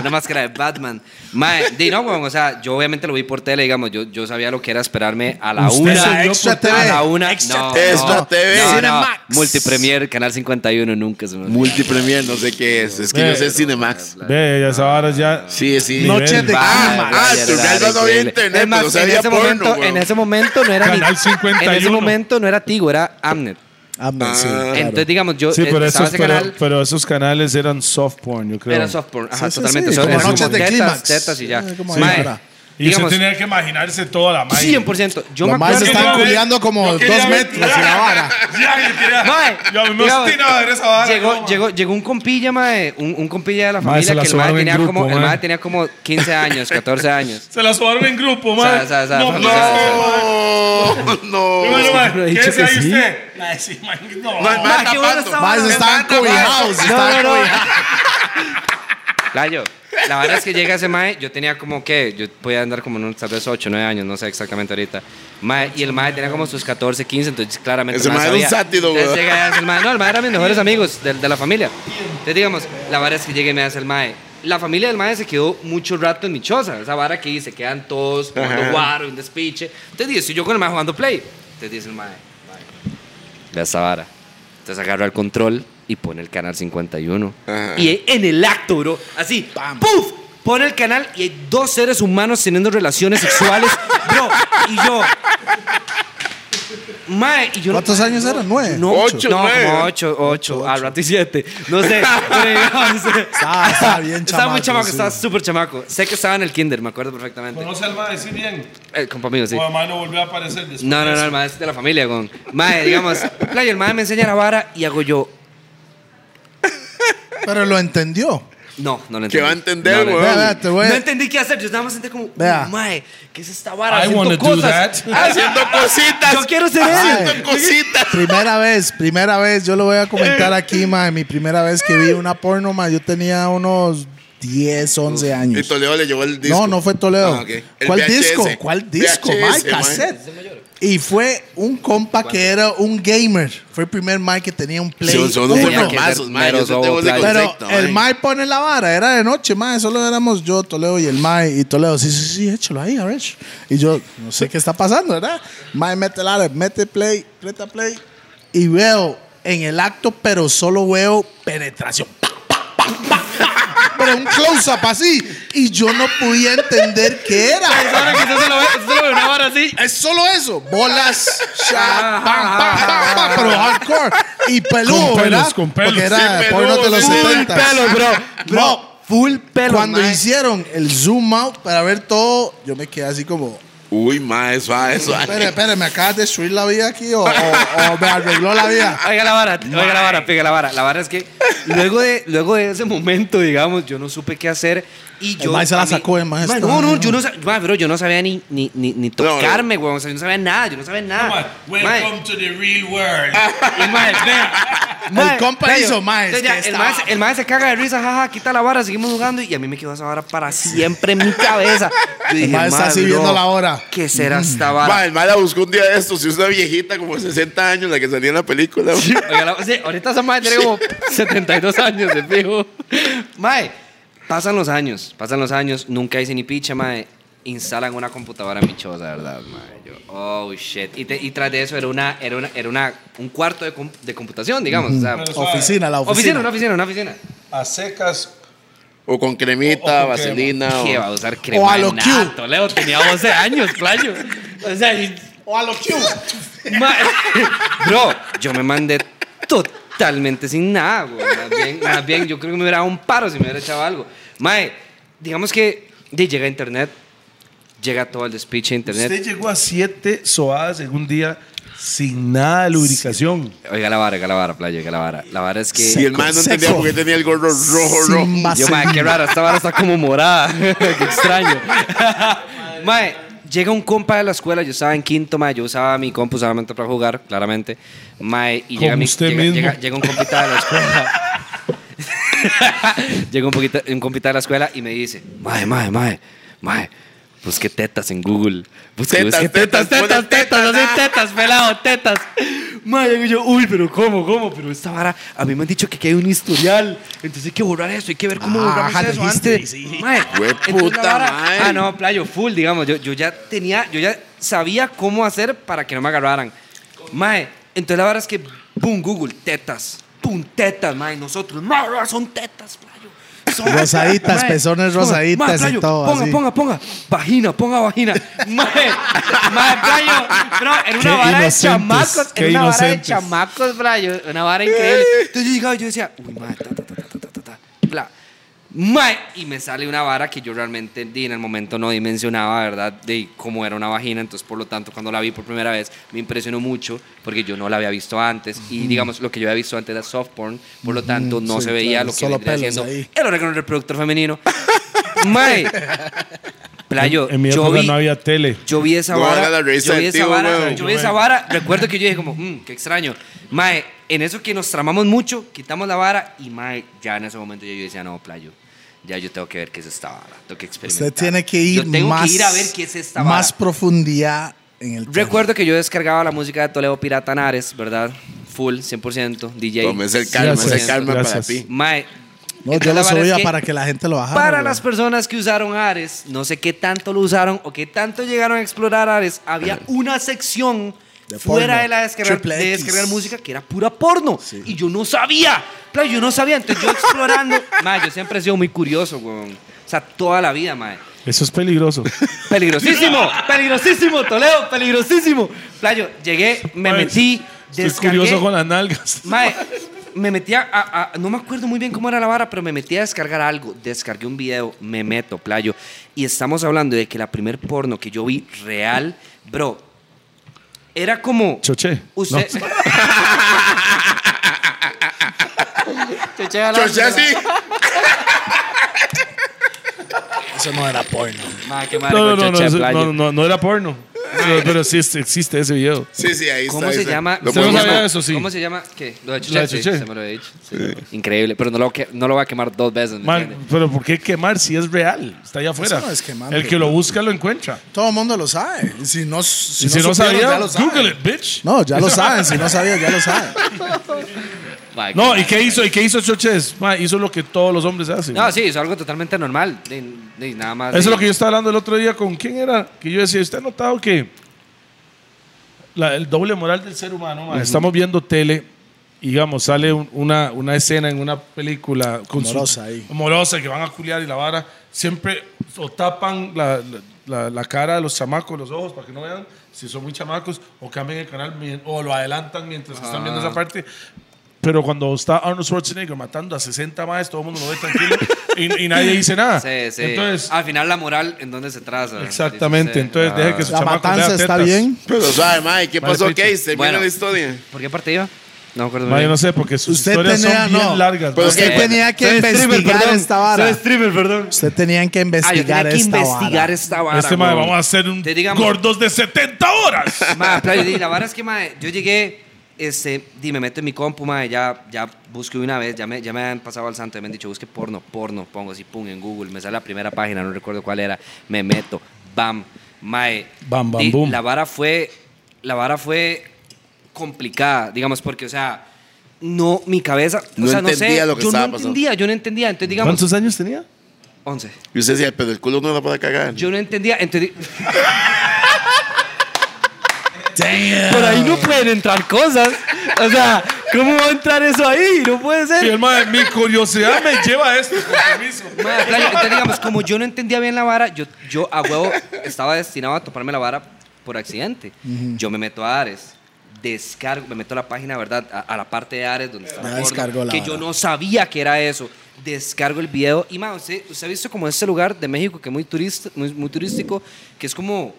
[SPEAKER 3] Una máscara de Batman. Mae, di no, weón. O sea, yo obviamente lo vi por tele, digamos. Yo, yo sabía lo que era esperarme a la
[SPEAKER 1] Usted
[SPEAKER 3] una.
[SPEAKER 1] se vio
[SPEAKER 4] Extra
[SPEAKER 1] por-
[SPEAKER 4] TV.
[SPEAKER 3] A la una.
[SPEAKER 4] Extra
[SPEAKER 3] no,
[SPEAKER 2] TV.
[SPEAKER 3] no,
[SPEAKER 2] Extra TV.
[SPEAKER 3] no, no.
[SPEAKER 4] Cinemax.
[SPEAKER 3] Multipremier, Canal 51, nunca se me olvida.
[SPEAKER 2] Multipremier, no sé qué es. Es que yo
[SPEAKER 3] Eh,
[SPEAKER 2] sé Cinemax.
[SPEAKER 1] Ve, ya esa vara ya.
[SPEAKER 2] Sí, sí.
[SPEAKER 1] No,
[SPEAKER 4] Noche de
[SPEAKER 3] Ah,
[SPEAKER 4] cama.
[SPEAKER 2] ah,
[SPEAKER 3] ya,
[SPEAKER 2] tu
[SPEAKER 3] ya,
[SPEAKER 2] realidad no
[SPEAKER 3] increíble.
[SPEAKER 2] había internet,
[SPEAKER 3] Es más,
[SPEAKER 2] pero
[SPEAKER 3] en
[SPEAKER 2] sabía
[SPEAKER 3] ese
[SPEAKER 2] porno,
[SPEAKER 3] momento,
[SPEAKER 2] weón.
[SPEAKER 3] en ese momento no era ni-
[SPEAKER 1] Canal 51.
[SPEAKER 3] En ese momento no era Tigo, era Amnet.
[SPEAKER 4] Ah, man, sí, claro.
[SPEAKER 3] Entonces, digamos, yo
[SPEAKER 1] Sí,
[SPEAKER 3] eh,
[SPEAKER 1] pero
[SPEAKER 3] estaba
[SPEAKER 1] esos,
[SPEAKER 3] ese
[SPEAKER 1] pero-
[SPEAKER 3] canal.
[SPEAKER 1] pero esos canales eran soft porn, yo creo.
[SPEAKER 3] Era soft porn, ajá,
[SPEAKER 4] Sí, sí,
[SPEAKER 3] totalmente.
[SPEAKER 4] sí,
[SPEAKER 3] Eso
[SPEAKER 4] como
[SPEAKER 3] era
[SPEAKER 4] noches
[SPEAKER 3] como
[SPEAKER 4] de
[SPEAKER 3] tetas,
[SPEAKER 4] clímax.
[SPEAKER 3] tetas y ya.
[SPEAKER 4] Sí, como
[SPEAKER 3] Mae,
[SPEAKER 4] ahora.
[SPEAKER 1] Y
[SPEAKER 3] digamos,
[SPEAKER 1] usted tenía que imaginarse toda la mae.
[SPEAKER 3] 100%. Yo
[SPEAKER 4] Los
[SPEAKER 3] me
[SPEAKER 4] maes
[SPEAKER 3] acuerdo.
[SPEAKER 1] Yo
[SPEAKER 4] están
[SPEAKER 1] quería ver-
[SPEAKER 4] culeando como
[SPEAKER 1] yo
[SPEAKER 4] dos
[SPEAKER 1] quería ver-
[SPEAKER 4] metros y la vara.
[SPEAKER 1] Ya, yo quería.
[SPEAKER 3] Mae,
[SPEAKER 1] yo me
[SPEAKER 3] digamos,
[SPEAKER 1] obstinaba a ver esa vara.
[SPEAKER 3] Llegó,
[SPEAKER 1] no,
[SPEAKER 3] llegó, llegó un compilla, mae, un, un compilla de la
[SPEAKER 1] Mae,
[SPEAKER 3] familia
[SPEAKER 1] se la
[SPEAKER 3] que el mae,
[SPEAKER 1] sudaron en
[SPEAKER 3] tenía
[SPEAKER 1] grupo,
[SPEAKER 3] como, el
[SPEAKER 1] mae.
[SPEAKER 3] mae tenía como 15 años, 14 años.
[SPEAKER 1] Se la subaron en grupo,
[SPEAKER 3] O sea,
[SPEAKER 1] mae.
[SPEAKER 3] o sea, o sea,
[SPEAKER 1] No,
[SPEAKER 3] o
[SPEAKER 1] no.
[SPEAKER 3] sea,
[SPEAKER 2] No,
[SPEAKER 1] Y bueno,
[SPEAKER 2] no.
[SPEAKER 1] mae,
[SPEAKER 5] Siempre he
[SPEAKER 1] ¿qué
[SPEAKER 5] dicho
[SPEAKER 1] dice
[SPEAKER 5] que
[SPEAKER 1] ahí
[SPEAKER 5] sí.
[SPEAKER 1] usted? Mae, sí, mae, no.
[SPEAKER 2] No, el mae
[SPEAKER 3] Mae, qué bueno
[SPEAKER 2] tapando.
[SPEAKER 3] estaba-
[SPEAKER 4] Más
[SPEAKER 3] Me
[SPEAKER 4] están
[SPEAKER 3] encanta, mae.
[SPEAKER 4] cobijados.
[SPEAKER 3] No, no,
[SPEAKER 4] están
[SPEAKER 3] no.
[SPEAKER 4] cobijados.
[SPEAKER 3] Layo, La verdad es que llega ese mae, yo tenía como que, yo podía andar como en unos, tal vez 8, 9 años, no sé exactamente ahorita. Mae, y el mae tenía como sus 14, 15, entonces claramente.
[SPEAKER 2] Ese
[SPEAKER 3] el
[SPEAKER 2] mae era un
[SPEAKER 3] sabía.
[SPEAKER 2] sátiro,
[SPEAKER 3] Entonces
[SPEAKER 2] weón.
[SPEAKER 3] llega y hace el mae, no, el mae era mis mejores amigos de, de la familia. Entonces digamos, la vara es que llega y me hace el mae. La familia del mae se quedó mucho rato en mi choza, esa vara que se quedan todos jugando guaro, un despiche. Entonces dice, yo con el mae jugando play. Entonces dice el mae, mae, vea esa vara. Entonces agarra el control y pone el canal 51.
[SPEAKER 2] Ajá.
[SPEAKER 3] Y en el acto, bro, así, ¡puf! Pone el canal y hay dos seres humanos teniendo relaciones sexuales, bro. Y yo. Mae, y yo
[SPEAKER 4] ¿Cuántos años eran? ¿Nueve?
[SPEAKER 3] No,
[SPEAKER 2] Ocho,
[SPEAKER 3] no,
[SPEAKER 2] nueve.
[SPEAKER 3] como ocho, ocho, al rato y siete. No sé. pero digamos,
[SPEAKER 4] Estaba- estaba bien
[SPEAKER 3] Estaba muy
[SPEAKER 4] chamaco,
[SPEAKER 3] chamaco,
[SPEAKER 4] sí.
[SPEAKER 3] estaba súper chamaco. Sé que estaba en el kinder, me acuerdo perfectamente.
[SPEAKER 1] ¿Conoce al mae? Sí, bien.
[SPEAKER 3] Eh, compa mío, sí.
[SPEAKER 1] O el mae no volvió a aparecer después.
[SPEAKER 3] No, no,
[SPEAKER 1] de
[SPEAKER 3] no,
[SPEAKER 1] eso.
[SPEAKER 3] el maestro de la familia, con. Mae, digamos, play, el mae me enseña la vara y hago yo.
[SPEAKER 4] Pero lo entendió.
[SPEAKER 2] Oh.
[SPEAKER 3] No, no lo entendí.
[SPEAKER 2] ¿Qué va a entender,
[SPEAKER 3] No lo
[SPEAKER 2] weón?
[SPEAKER 4] Vea, vea, te voy
[SPEAKER 3] No
[SPEAKER 4] a-
[SPEAKER 3] entendí qué hacer. Yo nada más sentí como,
[SPEAKER 4] Vea.
[SPEAKER 3] "Uy, mae, ¿qué es esta vara?
[SPEAKER 1] I wanna
[SPEAKER 3] Haciendo
[SPEAKER 1] do
[SPEAKER 3] cosas.
[SPEAKER 1] that.
[SPEAKER 2] Haciendo cositas.
[SPEAKER 3] Yo quiero ser él.
[SPEAKER 2] Haciendo cositas.
[SPEAKER 4] Primera vez, primera vez, yo lo voy a comentar aquí, ma, mi primera vez que vi una porno, ma, yo tenía unos 10, 11
[SPEAKER 2] Y
[SPEAKER 4] años.
[SPEAKER 2] Toledo le llevó el disco.
[SPEAKER 4] No, no fue Toledo.
[SPEAKER 2] Ah, ok. El
[SPEAKER 4] ¿Cuál
[SPEAKER 2] VHS.
[SPEAKER 4] disco? ¿Cuál disco?
[SPEAKER 2] VHS,
[SPEAKER 4] Mae,
[SPEAKER 2] mae.
[SPEAKER 4] cassette. Y fue un compa que era un gamer. Fue el primer Mike que tenía un play.
[SPEAKER 2] Son, son unos
[SPEAKER 4] uno.
[SPEAKER 3] Tenía que
[SPEAKER 2] formazos,
[SPEAKER 3] ser
[SPEAKER 2] mae. Yo
[SPEAKER 3] meros
[SPEAKER 2] tengo
[SPEAKER 3] robots,
[SPEAKER 2] ese
[SPEAKER 3] claro.
[SPEAKER 4] Pero
[SPEAKER 2] concepto,
[SPEAKER 4] el
[SPEAKER 2] mae.
[SPEAKER 4] Mae pone la vara, era de noche, Mae, solo éramos yo, Toledo y el Mae, y Toledo, sí, sí, sí, échalo ahí, a ver. Y yo, no sé qué está pasando, ¿verdad? Mae mete el área, mete play, aprieta play, y veo en el acto, pero solo veo penetración. Pa, pa, pa, pa, pa. Pero un close-up así, y yo no podía entender qué era.
[SPEAKER 3] Ahora que usted se lo ve, usted se lo ve una vara así.
[SPEAKER 4] Es solo eso, bolas, shot, pam, pam, pam, pam, pero hardcore. Y peludo,
[SPEAKER 1] Con pelos,
[SPEAKER 4] ¿verdad?
[SPEAKER 1] con pelos.
[SPEAKER 4] Porque era
[SPEAKER 2] Sí,
[SPEAKER 4] porno de
[SPEAKER 2] peludo,
[SPEAKER 4] los
[SPEAKER 2] sí. Full
[SPEAKER 4] 70.
[SPEAKER 3] pelo, bro. Bro,
[SPEAKER 4] No,
[SPEAKER 3] full pelo.
[SPEAKER 4] Cuando
[SPEAKER 3] mae.
[SPEAKER 4] hicieron el zoom out para ver todo, yo me quedé así como,
[SPEAKER 2] Uy, mae, suave, suave.
[SPEAKER 4] espere, espere, me acabas de destruir la vida aquí o, o- o me arregló la vida.
[SPEAKER 3] Oiga la vara, oiga la vara, pega la vara. La vara es que luego de, luego de ese momento, digamos, yo no supe qué hacer. Y
[SPEAKER 4] El
[SPEAKER 3] yo.
[SPEAKER 4] mae se la
[SPEAKER 3] a mí-
[SPEAKER 4] sacó, el mae
[SPEAKER 3] Mae,
[SPEAKER 4] está-
[SPEAKER 3] No, no, yo no, sab- mae, bro, yo no sabía ni, ni, ni, ni
[SPEAKER 2] no.
[SPEAKER 3] tocarme, weón. O sea, yo no sabía nada, yo no sabía
[SPEAKER 1] Mae,
[SPEAKER 3] nada. Mae.
[SPEAKER 1] Welcome to the real world.
[SPEAKER 3] Y mae,
[SPEAKER 4] El compa
[SPEAKER 3] claro,
[SPEAKER 4] hizo, mae, es
[SPEAKER 3] entonces ya,
[SPEAKER 4] que
[SPEAKER 3] el
[SPEAKER 4] estaba-
[SPEAKER 3] mae se- El mae se caga de risa, jaja, quita la vara, seguimos jugando. Y a mí me quedó esa vara para siempre en mi cabeza. Yo dije,
[SPEAKER 4] mae está así
[SPEAKER 3] bro,
[SPEAKER 4] viendo la hora. Mm.
[SPEAKER 3] ¿Qué será esta
[SPEAKER 2] Mae,
[SPEAKER 3] vara?
[SPEAKER 2] el mae la buscó un día de estos. Y es una viejita como de 60 años la que salía en la película. mae.
[SPEAKER 3] Oiga, la- sí, ahorita esa madre tiene como 72 años de fijo. Mae, pasan los años, pasan los años, nunca hice ni picha, mae. Instalan una computadora en mi choza, ¿verdad, mae? Yo, oh, shit. Y, te- y tras de eso era, una, era, una, era una, un cuarto de, com- de computación, digamos. o sea,
[SPEAKER 1] Pero suave.
[SPEAKER 4] Oficina, la
[SPEAKER 3] oficina,
[SPEAKER 4] oficina.
[SPEAKER 3] una oficina, una oficina.
[SPEAKER 1] A secas.
[SPEAKER 2] O con cremita,
[SPEAKER 1] O- o con
[SPEAKER 2] vaselina.
[SPEAKER 3] ¿Qué
[SPEAKER 2] o-
[SPEAKER 3] va a usar crema?
[SPEAKER 4] a
[SPEAKER 3] de
[SPEAKER 4] lo
[SPEAKER 3] nada,
[SPEAKER 4] Q.
[SPEAKER 3] Toledo tenía 12 años, playo. O sea, y-
[SPEAKER 4] O a lo Q.
[SPEAKER 3] ma- bro, yo me mandé totalmente sin nada, güey. Más bien, más bien, yo creo que me hubiera dado un paro si me hubiera echado algo. Mae, digamos que de, llega internet, llega todo el despiche de internet.
[SPEAKER 1] Usted llegó a siete soadas en un día sin nada de lubricación.
[SPEAKER 3] Oiga la vara, oiga la vara, playa, oiga la vara. La vara es que...
[SPEAKER 2] Y el mae no
[SPEAKER 4] Seco.
[SPEAKER 2] entendía por qué tenía el gorro rojo,
[SPEAKER 4] Sin
[SPEAKER 2] rojo.
[SPEAKER 4] más-
[SPEAKER 3] Yo, mae, qué raro, esta vara está como morada. qué extraño. mae, llega un compa de la escuela, yo estaba en quinto, mae, yo usaba mi compu solamente para jugar, claramente. Mae, y llega,
[SPEAKER 1] Como
[SPEAKER 3] mi,
[SPEAKER 1] usted
[SPEAKER 3] llega,
[SPEAKER 1] mismo.
[SPEAKER 3] llega- llega un compita de la escuela. llega un, poquito, un compita de la escuela y me dice, mae, mae, mae, mae. Busque tetas en Google. Pues Busque,
[SPEAKER 2] Tetas,
[SPEAKER 3] busque
[SPEAKER 2] tetas,
[SPEAKER 3] tetas,
[SPEAKER 2] pone
[SPEAKER 3] tetas, tetas, así tetas, pelado, tetas. Madre, digo yo, uy, pero ¿cómo, cómo? Pero esta vara, a mí me han dicho que aquí hay un historial. Entonces hay que borrar eso, hay que ver cómo
[SPEAKER 4] Ah,
[SPEAKER 3] borramos
[SPEAKER 4] ajá,
[SPEAKER 3] eso
[SPEAKER 4] dijiste,
[SPEAKER 3] antes.
[SPEAKER 4] sí.
[SPEAKER 3] Mae,
[SPEAKER 2] Güey,
[SPEAKER 3] entonces
[SPEAKER 2] puta
[SPEAKER 3] la vara-
[SPEAKER 2] madre.
[SPEAKER 3] Ah, no, playo, full, digamos. Yo, yo ya tenía, yo ya sabía cómo hacer para que no me agarraran. Mae, entonces la vara es que, boom, Google, tetas. Pum, tetas, mae, nosotros. Mae, son tetas, playo. Son-
[SPEAKER 4] Rosaditas,
[SPEAKER 3] Mae,
[SPEAKER 4] pezones
[SPEAKER 3] ponga,
[SPEAKER 4] rosaditas
[SPEAKER 3] mae,
[SPEAKER 4] y
[SPEAKER 3] playo,
[SPEAKER 4] todo,
[SPEAKER 3] Ponga,
[SPEAKER 4] así.
[SPEAKER 3] ponga, ponga. Vagina, ponga vagina. Mae, mae, playo. Bro, era
[SPEAKER 1] Qué
[SPEAKER 3] una vara de
[SPEAKER 1] inocentes,
[SPEAKER 3] chamacos.
[SPEAKER 1] qué
[SPEAKER 3] Era una vara de
[SPEAKER 1] inocentes.
[SPEAKER 3] chamacos, playo. Una vara increíble. Entonces yo llegaba y yo decía, uy, mae, ta, ta, ta, ta, ta, ta, ta, bla. Mae, y me sale una vara que yo realmente di, en el momento no dimensionaba, ¿verdad? De cómo era una vagina. Entonces, por lo tanto, cuando la vi por primera vez, me impresionó mucho porque yo no la había visto antes. Y digamos, lo que yo había visto antes era soft porn. Por lo tanto, no
[SPEAKER 4] sí,
[SPEAKER 3] se veía
[SPEAKER 4] claro,
[SPEAKER 3] lo que
[SPEAKER 4] solo
[SPEAKER 3] vendría
[SPEAKER 4] pelos
[SPEAKER 3] siendo
[SPEAKER 4] ahí.
[SPEAKER 3] el órgano reproductor femenino. Mae, playo,
[SPEAKER 1] en mi
[SPEAKER 3] yo
[SPEAKER 1] época
[SPEAKER 3] vi,
[SPEAKER 1] no había tele.
[SPEAKER 3] yo vi esa
[SPEAKER 2] No,
[SPEAKER 3] vara.
[SPEAKER 2] era la revista
[SPEAKER 3] yo vi
[SPEAKER 2] del
[SPEAKER 3] esa
[SPEAKER 2] tío,
[SPEAKER 3] vara.
[SPEAKER 2] weón.
[SPEAKER 3] Yo vi esa vara. Recuerdo que yo dije como, mmm, qué extraño. Mae, en eso que nos tramamos mucho, quitamos la vara y mae, ya en ese momento ya yo decía, no, playo. ya yo tengo que ver qué es esta vara, tengo que experimentar.
[SPEAKER 4] Usted tiene que ir
[SPEAKER 3] Yo tengo
[SPEAKER 4] más.
[SPEAKER 3] que ir a ver qué es esta vara.
[SPEAKER 4] Más profundidad en el tema.
[SPEAKER 3] Recuerdo que yo descargaba la música de Toledo Pirata Nares, ¿verdad? Full, 100%, DJ.
[SPEAKER 2] Tómese el calma,
[SPEAKER 1] Gracias,
[SPEAKER 2] ese calma
[SPEAKER 1] gracias.
[SPEAKER 2] para ti.
[SPEAKER 3] Mae,
[SPEAKER 4] No, yo
[SPEAKER 3] la
[SPEAKER 4] lo
[SPEAKER 3] vara es
[SPEAKER 4] subía
[SPEAKER 3] que
[SPEAKER 4] para que la gente lo bajara.
[SPEAKER 3] Para
[SPEAKER 4] güey.
[SPEAKER 3] las personas que usaron Ares, no sé qué tanto lo usaron o qué tanto llegaron a explorar Ares, había una sección
[SPEAKER 4] De
[SPEAKER 3] fuera
[SPEAKER 4] porno.
[SPEAKER 3] de la descarga,
[SPEAKER 4] Triple
[SPEAKER 3] de
[SPEAKER 4] X.
[SPEAKER 3] descargar música que era pura porno. Y yo no sabía. Claro, yo no sabía. Entonces yo explorando. mae, yo siempre he sido muy curioso, weón. O sea, toda la vida, mae.
[SPEAKER 1] Eso es peligroso.
[SPEAKER 3] Peligrosísimo, peligrosísimo, Toledo, peligrosísimo. Playo, llegué, me
[SPEAKER 1] Mae,
[SPEAKER 3] metí,
[SPEAKER 1] Estoy
[SPEAKER 3] descargué.
[SPEAKER 1] curioso con las nalgas.
[SPEAKER 3] Mae, me metí a, a- a- No me acuerdo muy bien cómo era la vara, pero me metí a descargar algo. Descargué un video, me meto, playo. Y estamos hablando de que la primer porno que yo vi real, bro, era como.
[SPEAKER 1] Choché.
[SPEAKER 3] Usted. Choché galán,
[SPEAKER 2] Yo ya sí.
[SPEAKER 4] Eso no era porno.
[SPEAKER 3] Mae, qué
[SPEAKER 1] No,
[SPEAKER 3] madre con
[SPEAKER 1] no, no, no,
[SPEAKER 3] choché, Ah.
[SPEAKER 1] eso-
[SPEAKER 3] playo.
[SPEAKER 1] no, no, no era porno. Pero, pero sí es- existe ese video.
[SPEAKER 2] Sí, sí, ahí está.
[SPEAKER 3] ¿Cómo
[SPEAKER 2] ahí
[SPEAKER 3] se
[SPEAKER 2] está.
[SPEAKER 3] llama?
[SPEAKER 2] Lo
[SPEAKER 1] Usted no
[SPEAKER 2] podemos-
[SPEAKER 1] sabía eso, sí.
[SPEAKER 3] ¿Cómo se llama? ¿Qué? Lo de
[SPEAKER 1] Lo de
[SPEAKER 3] Chuché. sí,
[SPEAKER 1] Chuché.
[SPEAKER 3] se me lo he dicho. sí. Increíble, pero no lo, que- no lo voy a quemar dos veces. ¿me
[SPEAKER 1] Man,
[SPEAKER 3] entiende?
[SPEAKER 1] pero ¿por qué quemar si es real? Está allá afuera.
[SPEAKER 4] no es quemar,
[SPEAKER 1] El que lo busca lo encuentra.
[SPEAKER 4] Todo el mundo lo sabe. Y Si no, si
[SPEAKER 1] Y si no,
[SPEAKER 4] no supieron,
[SPEAKER 1] sabía,
[SPEAKER 4] ya lo saben.
[SPEAKER 1] Google it, bitch.
[SPEAKER 4] No, ya lo saben. Si no sabía, ya lo saben.
[SPEAKER 3] Mae,
[SPEAKER 1] No, ¿y qué hizo? ¿Y qué hizo Choches? Ma, hizo lo que todos los hombres hacen.
[SPEAKER 3] No, sí, es algo totalmente normal. Ni- ni nada más.
[SPEAKER 1] Eso es
[SPEAKER 3] ni-
[SPEAKER 1] lo que yo estaba hablando el otro día con quién era. Que yo decía, ¿usted ha notado que la- el doble moral del ser humano? ma? Estamos viendo tele y, digamos, sale un- una, una escena en una película con su-
[SPEAKER 4] Amorosa ahí.
[SPEAKER 1] amorosa, que van a culiar y la vara. Siempre o tapan la, la- la cara de los chamacos, los ojos, para que no vean si son muy chamacos, o cambian el canal mien- o lo adelantan mientras que están viendo
[SPEAKER 3] Ah.
[SPEAKER 1] esa parte. Pero cuando está Arnold Schwarzenegger matando a 60 más, todo el mundo lo ve tranquilo y, y nadie dice nada.
[SPEAKER 3] Sí, sí.
[SPEAKER 1] Entonces,
[SPEAKER 3] Al final la moral, ¿en dónde se
[SPEAKER 2] Ah,
[SPEAKER 3] traza?
[SPEAKER 1] Exactamente,
[SPEAKER 3] Dice usted.
[SPEAKER 1] entonces deje que su
[SPEAKER 4] La
[SPEAKER 1] chamaco
[SPEAKER 4] matanza
[SPEAKER 1] vea
[SPEAKER 4] está
[SPEAKER 1] tetas.
[SPEAKER 4] bien.
[SPEAKER 2] Pero sabe, Mike, ¿qué
[SPEAKER 1] Vale,
[SPEAKER 2] pasó,
[SPEAKER 1] picha.
[SPEAKER 2] Case? Termina
[SPEAKER 3] Bueno.
[SPEAKER 2] la historia.
[SPEAKER 3] Ah. ¿Por qué parte iba? No me acuerdo
[SPEAKER 1] Ma, yo
[SPEAKER 3] bien.
[SPEAKER 1] no sé, porque sus
[SPEAKER 4] Usted
[SPEAKER 1] historias
[SPEAKER 4] tenía-
[SPEAKER 1] son bien
[SPEAKER 4] no.
[SPEAKER 1] largas.
[SPEAKER 2] Pero
[SPEAKER 1] ma.
[SPEAKER 2] Pues es que-
[SPEAKER 4] Usted tenía que
[SPEAKER 3] Soy streamer,
[SPEAKER 4] investigar
[SPEAKER 3] perdón.
[SPEAKER 4] esta vara.
[SPEAKER 3] Soy streamer, perdón.
[SPEAKER 4] Usted tenía que
[SPEAKER 3] Ah, yo tenía
[SPEAKER 4] investigar
[SPEAKER 3] que
[SPEAKER 4] esta
[SPEAKER 3] investigar
[SPEAKER 4] vara.
[SPEAKER 3] esta vara.
[SPEAKER 1] este ma,
[SPEAKER 3] weón.
[SPEAKER 1] vamos a hacer un
[SPEAKER 3] Te digamos-
[SPEAKER 1] gordos de 70 horas.
[SPEAKER 3] Ma, playo, di, la vara es que ma, yo llegué, este, di, me meto en mi compu, ma, ya, ya busqué una vez, ya me, ya me han pasado al santo, me han dicho, busque porno, porno, pongo así, pum, en Google, me sale la primera página, no recuerdo cuál era, me meto, bam, mae.
[SPEAKER 1] Bam, bam,
[SPEAKER 3] di,
[SPEAKER 1] boom.
[SPEAKER 3] La vara fue, la vara fue complicada, digamos, porque, o sea, no, mi cabeza,
[SPEAKER 2] No
[SPEAKER 3] o sea, no
[SPEAKER 2] entendía
[SPEAKER 3] sé,
[SPEAKER 2] lo que
[SPEAKER 3] yo no
[SPEAKER 2] estaba pasando.
[SPEAKER 3] entendía, yo no entendía, entonces, digamos,
[SPEAKER 1] años tenía?
[SPEAKER 3] 11.
[SPEAKER 2] Y usted decía, pero el culo no la puede cagar.
[SPEAKER 3] Yo no entendía, entendí. Por ahí no pueden entrar cosas. O sea, ¿cómo va a entrar eso ahí? No puede
[SPEAKER 1] Y el
[SPEAKER 3] ser.
[SPEAKER 1] ma, mi curiosidad me lleva a esto, con permiso.
[SPEAKER 3] Madre, claro, entonces, digamos, como yo no entendía bien la vara, yo, yo a huevo estaba destinado a toparme la vara por accidente. Yo me meto a Ares, descargo, me meto a la página, ¿verdad? A, a la parte de Ares donde está
[SPEAKER 4] Ya
[SPEAKER 3] el porno,
[SPEAKER 4] descargó Ah, la
[SPEAKER 3] que
[SPEAKER 4] vara.
[SPEAKER 3] yo no sabía que era eso. Descargo el video y, más, usted, usted ha visto como este lugar de México que es muy, turista, muy, muy turístico, que es como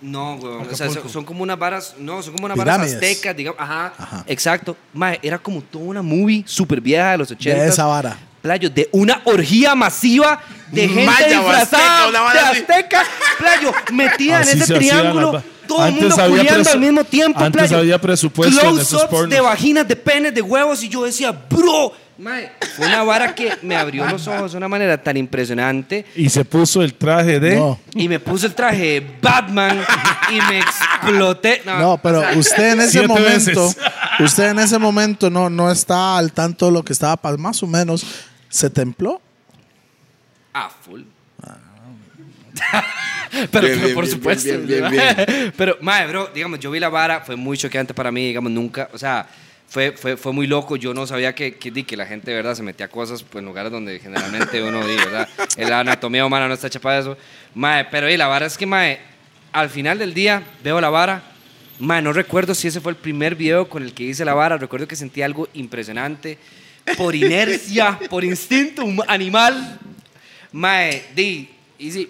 [SPEAKER 3] No, güey. O sea, son, son como unas varas. No, son como unas varas
[SPEAKER 4] Pirámides.
[SPEAKER 3] aztecas, digamos. Ajá,
[SPEAKER 4] Ajá.
[SPEAKER 3] Exacto. Mae, era como toda una movie súper vieja de los 80.
[SPEAKER 4] De esa vara.
[SPEAKER 3] Playo, de una orgía masiva de gente
[SPEAKER 2] Maya o
[SPEAKER 3] disfrazada
[SPEAKER 2] azteca, una vara
[SPEAKER 3] de
[SPEAKER 2] así.
[SPEAKER 3] azteca. Playo, metida
[SPEAKER 1] Así
[SPEAKER 3] en ese
[SPEAKER 1] se hacían
[SPEAKER 3] triángulo.
[SPEAKER 1] las va-
[SPEAKER 3] todo el
[SPEAKER 1] Antes
[SPEAKER 3] mundo
[SPEAKER 1] había
[SPEAKER 3] culiando
[SPEAKER 1] presu-
[SPEAKER 3] al mismo tiempo,
[SPEAKER 1] antes
[SPEAKER 3] playo.
[SPEAKER 1] había presupuesto en esos
[SPEAKER 3] Close-ups de
[SPEAKER 1] pornos.
[SPEAKER 3] vaginas, de penes, de huevos. Y yo decía, bro, mae, fue una vara que me abrió los ojos de una manera tan impresionante.
[SPEAKER 1] Y se puso el traje de...
[SPEAKER 4] No,
[SPEAKER 3] Y me puse el traje de Batman y me exploté. No,
[SPEAKER 4] no, pero usted en ese
[SPEAKER 1] Siete
[SPEAKER 4] momento,
[SPEAKER 1] veces.
[SPEAKER 4] usted en ese momento no, no está al tanto de lo que estaba pasando. Más o menos, se templó.
[SPEAKER 3] Ah, full. pero,
[SPEAKER 2] Bien,
[SPEAKER 3] pero
[SPEAKER 2] bien,
[SPEAKER 3] por
[SPEAKER 2] bien,
[SPEAKER 3] supuesto.
[SPEAKER 2] bien, bien, bien,
[SPEAKER 3] Pero, madre, bro, digamos, yo vi la vara, fue muy choqueante para mí, digamos, nunca, o sea, fue, fue, fue muy loco. Yo no sabía que, que, di, que la gente, de verdad, se metía a cosas pues, en lugares donde generalmente uno, di, ¿verdad? La anatomía humana no está chapada de eso. Madre, pero y la vara es que, madre, al final del día veo la vara, Man, no recuerdo si ese fue el primer video con el que hice la vara. Recuerdo que sentí algo impresionante. Por inercia, por instinto hum- animal. Mae, di, hice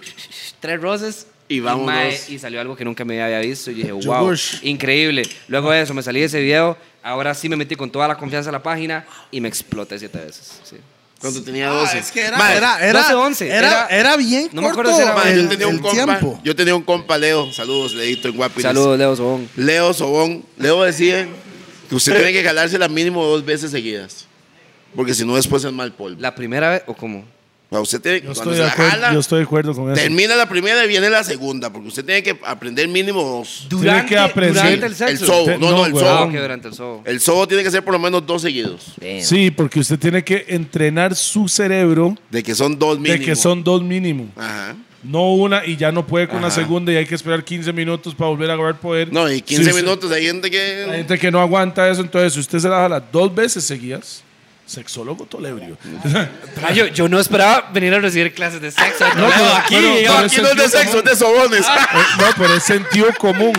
[SPEAKER 3] tres roces.
[SPEAKER 2] Y vámonos.
[SPEAKER 3] mae, y salió algo que nunca me había visto. Y dije, wow,
[SPEAKER 4] Yogush.
[SPEAKER 3] increíble. Luego de eso me salí de ese video. Ahora sí me metí con toda la confianza a la página y me exploté siete veces. sí.
[SPEAKER 2] Cuando tenía 12.
[SPEAKER 4] Mae,
[SPEAKER 2] Mae,
[SPEAKER 4] Ah, era, era,
[SPEAKER 3] 12, 11,
[SPEAKER 4] era,
[SPEAKER 3] era-
[SPEAKER 4] era bien
[SPEAKER 3] no me
[SPEAKER 4] corto
[SPEAKER 3] acuerdo si era-
[SPEAKER 2] mae,
[SPEAKER 4] el,
[SPEAKER 2] yo tenía un
[SPEAKER 4] el
[SPEAKER 2] compa.
[SPEAKER 4] tiempo.
[SPEAKER 2] Yo tenía un compa, Leo. Saludos, Leito, en Guapiris.
[SPEAKER 3] Saludos, Leo Sobón.
[SPEAKER 2] Leo Sobón. Leo decía que usted tiene que jalársela mínimo dos veces seguidas. Porque si no, después es mal polvo.
[SPEAKER 3] ¿La primera vez o cómo?
[SPEAKER 2] sea, usted tiene
[SPEAKER 1] Yo
[SPEAKER 2] cuando
[SPEAKER 1] estoy,
[SPEAKER 2] se
[SPEAKER 1] de
[SPEAKER 2] la
[SPEAKER 1] acuerdo,
[SPEAKER 2] jala,
[SPEAKER 1] yo estoy de acuerdo con eso.
[SPEAKER 2] termina la primera y viene la segunda, porque usted tiene que aprender mínimo dos.
[SPEAKER 1] Tiene que aprender.
[SPEAKER 3] durante el
[SPEAKER 2] El
[SPEAKER 3] sexo.
[SPEAKER 2] sobo,
[SPEAKER 1] Te-
[SPEAKER 2] no,
[SPEAKER 1] no,
[SPEAKER 2] no, el
[SPEAKER 1] weón.
[SPEAKER 3] Ah,
[SPEAKER 2] sobo.
[SPEAKER 3] ok, durante el sobo.
[SPEAKER 2] El sobo tiene que ser por lo menos dos seguidos.
[SPEAKER 3] Damn.
[SPEAKER 1] Sí, porque usted tiene que entrenar su cerebro
[SPEAKER 2] De que son dos mínimo.
[SPEAKER 1] de que son dos mínimo.
[SPEAKER 2] Ajá.
[SPEAKER 1] No una y ya no puede con la
[SPEAKER 2] Ajá.
[SPEAKER 1] segunda y hay que esperar 15 minutos para volver a agarrar poder.
[SPEAKER 2] No, y 15
[SPEAKER 1] Sí, sí.
[SPEAKER 2] minutos, hay gente que...
[SPEAKER 1] Hay gente que no aguanta eso, entonces si usted se la jala dos veces seguidas, sexólogo tolebrio.
[SPEAKER 3] Ah, yo, yo no esperaba venir a recibir clases de sexo. No,
[SPEAKER 1] pero-
[SPEAKER 3] aquí,
[SPEAKER 1] pero-
[SPEAKER 3] yo
[SPEAKER 2] No,
[SPEAKER 1] pero
[SPEAKER 3] aquí.
[SPEAKER 2] aquí no es de sexo, es de sobones.
[SPEAKER 1] Eh, no, pero es sentido común.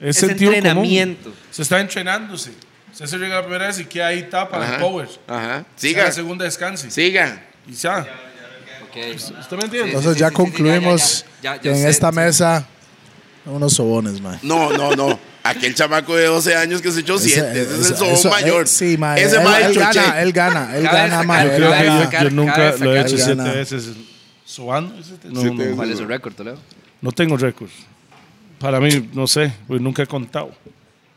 [SPEAKER 1] Es,
[SPEAKER 3] Es
[SPEAKER 1] sentido
[SPEAKER 3] entrenamiento.
[SPEAKER 1] común. Se está entrenándose. Usted se llega la primera vez y queda ahí tapa
[SPEAKER 2] Ajá.
[SPEAKER 1] el power.
[SPEAKER 2] Ajá.
[SPEAKER 1] Siga.
[SPEAKER 2] Siga,
[SPEAKER 1] La segunda descanse.
[SPEAKER 2] siga.
[SPEAKER 1] Y ya.
[SPEAKER 3] Ok.
[SPEAKER 1] ¿Usted me
[SPEAKER 3] Sí,
[SPEAKER 1] entiende?
[SPEAKER 3] sí,
[SPEAKER 4] Entonces
[SPEAKER 3] sí,
[SPEAKER 4] ya
[SPEAKER 3] sí, sí,
[SPEAKER 4] concluimos
[SPEAKER 3] ya, ya, ya. Ya, ya
[SPEAKER 4] en
[SPEAKER 3] sé,
[SPEAKER 4] esta
[SPEAKER 3] sí.
[SPEAKER 4] mesa unos sobones, mae.
[SPEAKER 2] No, no, no. Aquel chamaco de 12 años que se echó 7. Ese, es el sobón
[SPEAKER 4] eso-
[SPEAKER 2] mayor.
[SPEAKER 4] eh, sí, mae.
[SPEAKER 2] Ese
[SPEAKER 4] él,
[SPEAKER 2] mae
[SPEAKER 4] él
[SPEAKER 2] choché.
[SPEAKER 4] gana, él gana, él
[SPEAKER 3] Cabe
[SPEAKER 4] gana,
[SPEAKER 3] destacar-
[SPEAKER 4] mae,
[SPEAKER 3] Yo
[SPEAKER 1] Yo
[SPEAKER 4] él
[SPEAKER 1] creo que
[SPEAKER 4] gana.
[SPEAKER 1] yo,
[SPEAKER 3] sacar,
[SPEAKER 1] yo nunca
[SPEAKER 3] cabe
[SPEAKER 1] lo he
[SPEAKER 3] sacar.
[SPEAKER 1] hecho
[SPEAKER 4] Ya,
[SPEAKER 1] siete
[SPEAKER 4] nada.
[SPEAKER 1] veces. ¿Sobando? ¿Siete? No,
[SPEAKER 2] Siete
[SPEAKER 1] no,
[SPEAKER 2] veces.
[SPEAKER 1] no.
[SPEAKER 3] ¿Cuál es su récord, Toledo?
[SPEAKER 1] No tengo récord. Para mí, no sé, pues nunca he contado.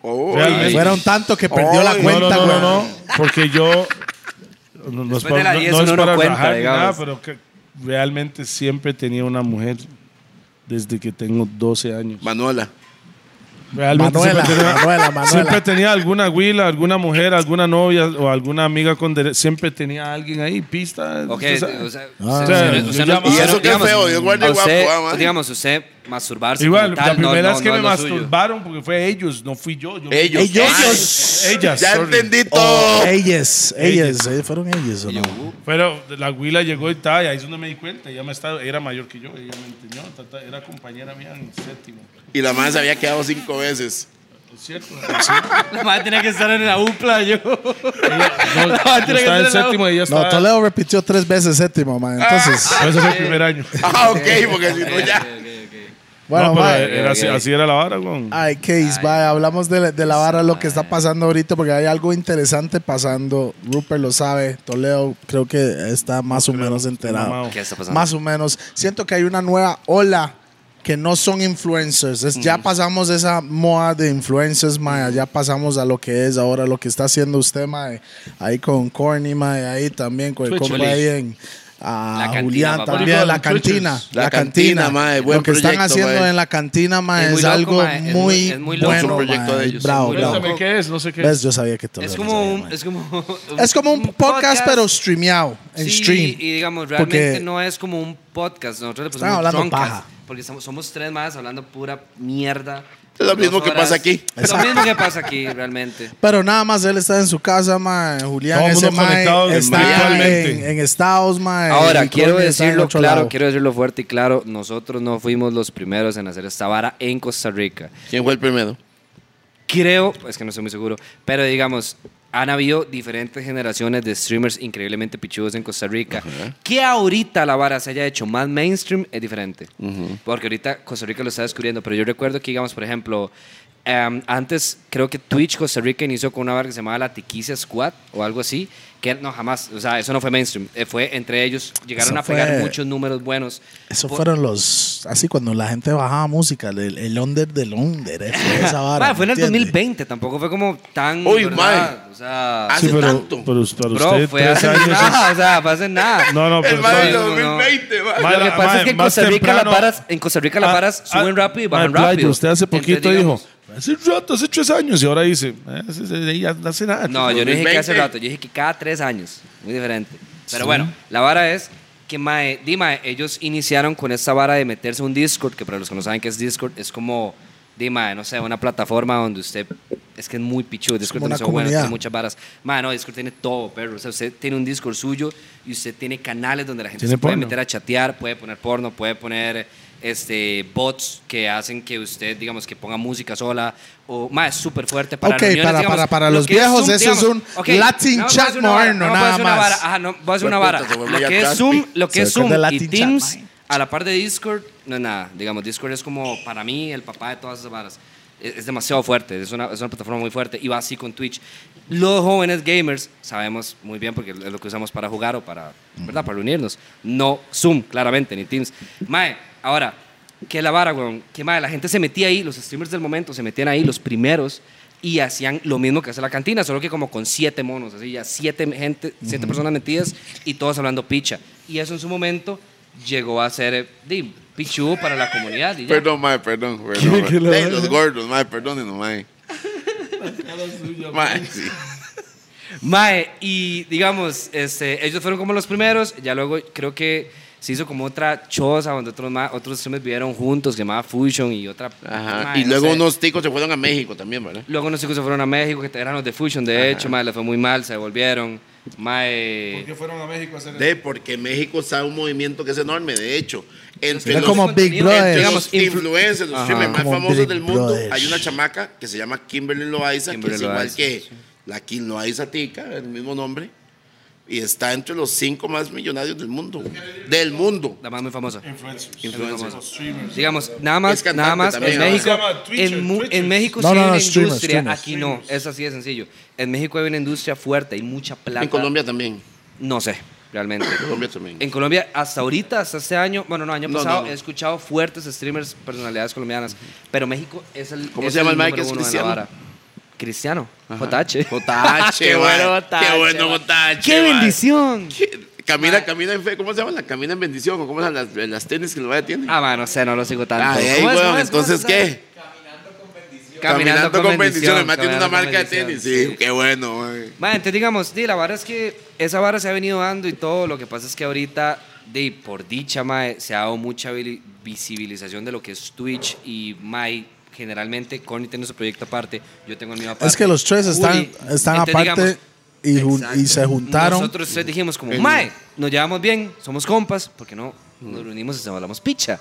[SPEAKER 2] Oh,
[SPEAKER 1] Realmente.
[SPEAKER 2] ay.
[SPEAKER 4] Fueron tanto que perdió la
[SPEAKER 2] Ay,
[SPEAKER 1] No,
[SPEAKER 4] cuenta,
[SPEAKER 1] no, no, no,
[SPEAKER 4] weón.
[SPEAKER 1] no, porque yo. No, no es
[SPEAKER 3] Después de
[SPEAKER 1] para,
[SPEAKER 3] la
[SPEAKER 1] no-
[SPEAKER 3] 10
[SPEAKER 1] no es
[SPEAKER 3] uno no
[SPEAKER 1] para
[SPEAKER 3] cuenta,
[SPEAKER 1] rajar ni nada,
[SPEAKER 3] digamos.
[SPEAKER 1] pero que realmente siempre tenía una mujer desde que tengo 12 años.
[SPEAKER 2] Manuela.
[SPEAKER 1] Realmente
[SPEAKER 4] Manuela,
[SPEAKER 1] siempre, tenía,
[SPEAKER 4] Manuela, Manuela.
[SPEAKER 1] siempre tenía alguna güila, alguna mujer, alguna novia o alguna amiga con dere- siempre tenía alguien ahí, pista.
[SPEAKER 3] Ok,
[SPEAKER 1] usted sabe.
[SPEAKER 3] o sea,
[SPEAKER 4] Ah.
[SPEAKER 3] usted- usted no-
[SPEAKER 1] Y
[SPEAKER 3] usted
[SPEAKER 2] eso
[SPEAKER 3] no-
[SPEAKER 2] qué
[SPEAKER 3] digamos,
[SPEAKER 2] feo, yo guardo
[SPEAKER 3] a
[SPEAKER 2] guapo,
[SPEAKER 3] usted,
[SPEAKER 2] ah, man.
[SPEAKER 3] Digamos, usted masturbarse. como
[SPEAKER 1] Igual,
[SPEAKER 3] tal,
[SPEAKER 1] la primera
[SPEAKER 3] no,
[SPEAKER 1] vez que
[SPEAKER 3] no,
[SPEAKER 1] me
[SPEAKER 3] no es lo suyo.
[SPEAKER 1] masturbaron, porque fue ellos, no fui yo. yo-
[SPEAKER 2] Ellos.
[SPEAKER 4] Ellos.
[SPEAKER 2] Ay,
[SPEAKER 1] Ellas,
[SPEAKER 2] Ya
[SPEAKER 1] Ah, sorry.
[SPEAKER 2] entendí todo.
[SPEAKER 4] Oh, ellas, ellas, eh, fueron ellas o no.
[SPEAKER 1] Pero la güila llegó y tal, y ahí es donde me di cuenta. Ella me estaba, era mayor que yo, ella me enseñó, ta, ta, era compañera mía en séptimo.
[SPEAKER 2] Y la madre se había quedado cinco veces.
[SPEAKER 1] Es cierto.
[SPEAKER 3] La madre tenía que estar en la UPLA, yo.
[SPEAKER 1] No,
[SPEAKER 3] La
[SPEAKER 1] yo
[SPEAKER 3] madre tenía que estar
[SPEAKER 1] estaba en
[SPEAKER 3] en la UPLA.
[SPEAKER 1] séptimo y ella
[SPEAKER 4] No,
[SPEAKER 1] estaba.
[SPEAKER 4] Toledo repitió tres veces séptimo, mae. Entonces,
[SPEAKER 1] Pero Ese fue el primer año.
[SPEAKER 2] Ah, ok, porque si no ya.
[SPEAKER 4] bueno,
[SPEAKER 1] No, pero
[SPEAKER 4] mae.
[SPEAKER 1] era así,
[SPEAKER 3] ok.
[SPEAKER 1] así era la vara, güey.
[SPEAKER 4] Ay, Case, vaya, hablamos de, la- de la vara, lo que está pasando ahorita, porque hay algo interesante pasando. Rupert lo sabe, Toledo creo que está más o menos enterado.
[SPEAKER 1] mamado.
[SPEAKER 3] ¿Qué está pasando?
[SPEAKER 4] Más o menos. Siento que hay una nueva ola que no son influencers. Es-
[SPEAKER 3] Mm.
[SPEAKER 4] Ya pasamos esa moda de influencers, Maya. Ya pasamos a lo que es ahora, lo que está haciendo usted, Maya. Ahí con Corny, Maya. Ahí también con el
[SPEAKER 1] Twitch.
[SPEAKER 4] compa ahí en. a
[SPEAKER 3] La cantina,
[SPEAKER 4] Julián
[SPEAKER 3] papá.
[SPEAKER 4] también, la
[SPEAKER 1] Twitchers.
[SPEAKER 4] cantina.
[SPEAKER 2] La cantina, mae, buen
[SPEAKER 4] Lo que están
[SPEAKER 2] proyecto,
[SPEAKER 4] haciendo
[SPEAKER 2] mae.
[SPEAKER 4] en la cantina, mae,
[SPEAKER 3] Es
[SPEAKER 4] Ah, es,
[SPEAKER 3] muy loco,
[SPEAKER 4] algo
[SPEAKER 3] mae, es muy-
[SPEAKER 4] muy,
[SPEAKER 3] es muy loco.
[SPEAKER 4] bueno.
[SPEAKER 2] Es un proyecto
[SPEAKER 4] mae.
[SPEAKER 2] de ellos,
[SPEAKER 4] Bravo,
[SPEAKER 3] es muy
[SPEAKER 4] bravo.
[SPEAKER 1] Cuéntame qué es, no sé qué
[SPEAKER 4] ¿Ves?
[SPEAKER 1] es.
[SPEAKER 4] Yo sabía que todo
[SPEAKER 3] Es
[SPEAKER 4] lo
[SPEAKER 3] como
[SPEAKER 4] sabía,
[SPEAKER 3] un,
[SPEAKER 4] mae.
[SPEAKER 3] es como
[SPEAKER 4] Es como un podcast, pero streameado, en
[SPEAKER 3] Sí,
[SPEAKER 4] stream.
[SPEAKER 3] Y digamos,
[SPEAKER 4] Porque-
[SPEAKER 3] realmente no es como un podcast. Nosotros le pusimos
[SPEAKER 4] Están hablando
[SPEAKER 3] troncas,
[SPEAKER 4] paja.
[SPEAKER 3] Porque somos, somos tres más hablando pura mierda.
[SPEAKER 2] Es lo mismo
[SPEAKER 3] Dos
[SPEAKER 2] que
[SPEAKER 3] horas.
[SPEAKER 2] pasa aquí.
[SPEAKER 3] Lo mismo que pasa aquí, realmente.
[SPEAKER 4] Pero nada más él está en su casa, ma. Julián
[SPEAKER 1] Todo el
[SPEAKER 4] ese
[SPEAKER 1] mundo conectado
[SPEAKER 4] ma, está
[SPEAKER 1] virtualmente.
[SPEAKER 4] en, en Estados, ma.
[SPEAKER 3] Ahora,
[SPEAKER 4] y
[SPEAKER 3] quiero
[SPEAKER 4] Courtney está en
[SPEAKER 3] decirlo
[SPEAKER 4] otro
[SPEAKER 3] claro,
[SPEAKER 4] lado.
[SPEAKER 3] quiero decirlo fuerte y claro. Nosotros no fuimos los primeros en hacer esta vara en Costa Rica.
[SPEAKER 2] ¿Quién fue el primero?
[SPEAKER 3] Creo, es que no estoy muy seguro, pero digamos, han habido diferentes generaciones de streamers increíblemente pichudos en Costa Rica. Que ahorita la vara se haya hecho más mainstream es diferente. Porque ahorita Costa Rica lo está descubriendo. Pero yo recuerdo que, digamos, por ejemplo, em, antes creo que Twitch Costa Rica inició con una vara que se llamaba la Tiquicia Squad o algo así. Que no, jamás, o sea, eso no fue mainstream. eh, Fue entre ellos, llegaron
[SPEAKER 4] Eso
[SPEAKER 3] a pegar
[SPEAKER 4] fue-
[SPEAKER 3] muchos números buenos.
[SPEAKER 4] Eso
[SPEAKER 3] Por-
[SPEAKER 4] fueron los. Así cuando la gente bajaba música, el, el under del under. eh, Fue esa vara.
[SPEAKER 3] Mae, fue en el
[SPEAKER 4] ¿me entiendes?
[SPEAKER 3] 2020, tampoco fue como tan.
[SPEAKER 2] Uy,
[SPEAKER 3] ¿verdad? O sea,
[SPEAKER 2] Hace
[SPEAKER 1] Sí, pero,
[SPEAKER 2] tanto.
[SPEAKER 1] pero para
[SPEAKER 3] Bro,
[SPEAKER 1] usted,
[SPEAKER 3] fue
[SPEAKER 1] tres
[SPEAKER 3] hace
[SPEAKER 1] años. es-
[SPEAKER 3] nada, o sea, fue hace nada.
[SPEAKER 1] No, pues, no, pero.
[SPEAKER 2] El
[SPEAKER 1] está
[SPEAKER 2] mae del
[SPEAKER 3] no,
[SPEAKER 1] bien.
[SPEAKER 3] no.
[SPEAKER 2] 2020, mae.
[SPEAKER 1] Mae,
[SPEAKER 3] Lo que
[SPEAKER 1] la-
[SPEAKER 3] pasa
[SPEAKER 1] mae,
[SPEAKER 3] es que en
[SPEAKER 1] más
[SPEAKER 3] Costa Rica
[SPEAKER 1] temprano-
[SPEAKER 3] las varas, en Costa Rica las
[SPEAKER 1] Ah,
[SPEAKER 3] varas
[SPEAKER 1] ah,
[SPEAKER 3] suben rápido y bajan
[SPEAKER 1] mae, Playo,
[SPEAKER 3] rápido.
[SPEAKER 1] Usted hace poquito
[SPEAKER 3] Entonces,
[SPEAKER 1] dijo,
[SPEAKER 3] digamos,
[SPEAKER 1] hace rato, hace tres años, y ahora dice, eh, hace- hace- hace nada.
[SPEAKER 3] No, yo no dije que hace
[SPEAKER 2] 2020.
[SPEAKER 3] rato, yo dije que cada tres años. Muy diferente. Pero bueno, la vara es que mae, di, mae, ellos iniciaron con esta vara de meterse a un Discord, que para los que no saben qué es Discord, es como, di, mae, no sé, una plataforma donde usted. Es que es muy pichudo, Discord
[SPEAKER 4] como una
[SPEAKER 3] es bueno,
[SPEAKER 4] comunidad.
[SPEAKER 3] tiene muchas varas. Mae, no, Discord tiene todo, perro. O sea, usted tiene un Discord suyo y usted tiene canales donde la gente
[SPEAKER 1] Tiene
[SPEAKER 3] se puede
[SPEAKER 1] porno.
[SPEAKER 3] meter a chatear, puede poner porno, puede poner este bots que hacen que usted digamos que ponga música sola o más súper fuerte para
[SPEAKER 4] Ok,
[SPEAKER 3] reuniones,
[SPEAKER 4] para-
[SPEAKER 3] digamos,
[SPEAKER 4] para- para
[SPEAKER 3] lo
[SPEAKER 4] los
[SPEAKER 3] que es
[SPEAKER 4] viejos,
[SPEAKER 3] Zoom,
[SPEAKER 4] eso es
[SPEAKER 3] digamos,
[SPEAKER 4] un
[SPEAKER 3] ok,
[SPEAKER 4] Latin
[SPEAKER 3] no, voy a
[SPEAKER 4] chat
[SPEAKER 3] hacer una vara,
[SPEAKER 4] moderno,
[SPEAKER 3] no, voy a
[SPEAKER 4] nada
[SPEAKER 3] hacer una
[SPEAKER 4] más.
[SPEAKER 3] vara, Ajá, no, voy a hacer
[SPEAKER 2] Fue
[SPEAKER 3] una
[SPEAKER 2] puta,
[SPEAKER 3] vara.
[SPEAKER 2] se volvió
[SPEAKER 3] Lo
[SPEAKER 2] ya
[SPEAKER 3] que es
[SPEAKER 2] Gatsby.
[SPEAKER 3] Zoom, lo
[SPEAKER 4] Se
[SPEAKER 3] que es
[SPEAKER 4] fue
[SPEAKER 3] Zoom
[SPEAKER 4] de Latin
[SPEAKER 3] y
[SPEAKER 4] chat,
[SPEAKER 3] Teams
[SPEAKER 4] mae.
[SPEAKER 3] a la par de Discord, no es nada. Digamos, Discord es como para mí el papá de todas esas varas. Es, es demasiado fuerte, es una, es una plataforma muy fuerte y va así con Twitch. Los jóvenes gamers sabemos muy bien porque es lo que usamos para jugar o para, ¿verdad? Para reunirnos. No Zoom, claramente, ni Teams. Mae, ahora, que la vara, weón. Que mae, la gente se metía ahí, los streamers del momento se metían ahí, los primeros, y hacían lo mismo que hace la cantina, solo que como con siete monos, así ya siete, gente, siete personas metidas y todos hablando picha. y eso en su momento llegó a ser eh, di, pichudo para la comunidad. y ya.
[SPEAKER 2] Perdón, mae, perdón. perdón mae.
[SPEAKER 5] qué le
[SPEAKER 2] Ey,
[SPEAKER 5] va?
[SPEAKER 2] los gordos, mae, perdónenos, mae. mae, sí.
[SPEAKER 3] Mae, y digamos, este, ellos fueron como los primeros, ya luego creo que se hizo como otra choza donde otros ma- otros streamers vivieron juntos, que se llamaba Fusion y otra.
[SPEAKER 2] Ajá.
[SPEAKER 3] mae,
[SPEAKER 2] y
[SPEAKER 3] no
[SPEAKER 2] luego
[SPEAKER 3] sé.
[SPEAKER 2] unos ticos se fueron a México también, ¿verdad?
[SPEAKER 3] Luego unos chicos se fueron a México, que eran los de Fusion, de hecho, mae, les fue muy mal, se devolvieron. Mae.
[SPEAKER 1] ¿Por
[SPEAKER 3] eh,
[SPEAKER 1] qué fueron a México a hacer
[SPEAKER 2] De porque México está un movimiento que es enorme. De hecho, entre
[SPEAKER 4] Es
[SPEAKER 2] los,
[SPEAKER 4] como Big
[SPEAKER 3] contenido,
[SPEAKER 4] Brother.
[SPEAKER 2] entre
[SPEAKER 3] digamos,
[SPEAKER 2] los
[SPEAKER 3] influ-
[SPEAKER 2] influencers, los streamers más
[SPEAKER 4] Como
[SPEAKER 2] famosos
[SPEAKER 4] Big
[SPEAKER 2] del mundo,
[SPEAKER 4] Brother.
[SPEAKER 2] hay una chamaca que se llama Kimberly Loaiza, que
[SPEAKER 3] Kimberly
[SPEAKER 2] es igual
[SPEAKER 3] Loaiza,
[SPEAKER 2] que
[SPEAKER 3] sí.
[SPEAKER 2] la Kim Loaiza Tica, el mismo nombre, y está entre los cinco más millonarios del mundo. Del mundo.
[SPEAKER 3] La más muy famosa.
[SPEAKER 1] influencers?
[SPEAKER 2] Influencers.
[SPEAKER 1] Los streamers.
[SPEAKER 3] Digamos, nada más,
[SPEAKER 2] Es cantante
[SPEAKER 3] nada más
[SPEAKER 2] también,
[SPEAKER 3] en
[SPEAKER 2] ahora.
[SPEAKER 3] México,
[SPEAKER 1] Se llama Twitcher,
[SPEAKER 3] en, mu-
[SPEAKER 1] Twitcher.
[SPEAKER 3] en México
[SPEAKER 4] No,
[SPEAKER 3] sí
[SPEAKER 4] no,
[SPEAKER 3] hay
[SPEAKER 4] no,
[SPEAKER 3] una
[SPEAKER 4] streamers,
[SPEAKER 3] industria,
[SPEAKER 4] streamers.
[SPEAKER 3] aquí no, es así de sencillo. En México hay una industria fuerte, hay mucha plata.
[SPEAKER 2] En Colombia también.
[SPEAKER 3] No sé, realmente.
[SPEAKER 2] En Colombia también.
[SPEAKER 3] En Colombia, hasta ahorita, hasta este año, bueno, no, año
[SPEAKER 2] No,
[SPEAKER 3] pasado,
[SPEAKER 2] no, no.
[SPEAKER 3] he escuchado fuertes streamers, personalidades colombianas, pero México es el.
[SPEAKER 2] ¿Cómo
[SPEAKER 3] es
[SPEAKER 2] se llama el mae
[SPEAKER 3] número
[SPEAKER 2] que es
[SPEAKER 3] uno de la
[SPEAKER 2] cristiano?
[SPEAKER 3] vara. Cristiano, JH.
[SPEAKER 2] JH,
[SPEAKER 3] Qué bueno,
[SPEAKER 2] mae. Qué
[SPEAKER 3] JH,
[SPEAKER 2] bueno,
[SPEAKER 3] mae.
[SPEAKER 2] JH,
[SPEAKER 3] ¡Qué
[SPEAKER 2] mae.
[SPEAKER 3] bendición!
[SPEAKER 2] Camina, camina en fe. ¿Cómo se llama la camina en bendición? ¿O ¿Cómo se llaman las, las tenis que el vaya tiene?
[SPEAKER 3] Ah, man, no sé, no lo sigo tanto.
[SPEAKER 2] Ah,
[SPEAKER 3] ¿Cómo
[SPEAKER 2] ey,
[SPEAKER 3] es, cómo
[SPEAKER 2] weón,
[SPEAKER 3] es, cómo
[SPEAKER 2] entonces,
[SPEAKER 3] es?
[SPEAKER 2] ¿qué? Caminando, con bendición. El mae tiene una marca de tenis. Sí, qué bueno, mae.
[SPEAKER 3] Mae, entonces digamos, di, la vara es que esa vara se ha venido dando y todo. Lo que pasa es que ahorita, di, por dicha, mae, se ha dado mucha vi- visibilización de lo que es Twitch y mae. Generalmente, Connie tiene su proyecto aparte, yo tengo el mío aparte.
[SPEAKER 4] Es que los tres están,
[SPEAKER 3] Juli,
[SPEAKER 4] están
[SPEAKER 3] entonces,
[SPEAKER 4] aparte
[SPEAKER 3] digamos,
[SPEAKER 4] y, jun- y se juntaron.
[SPEAKER 3] nosotros tres dijimos como,
[SPEAKER 2] El-
[SPEAKER 3] mae, nos llevamos bien, somos compas, porque no nos reunimos y nos hablamos picha.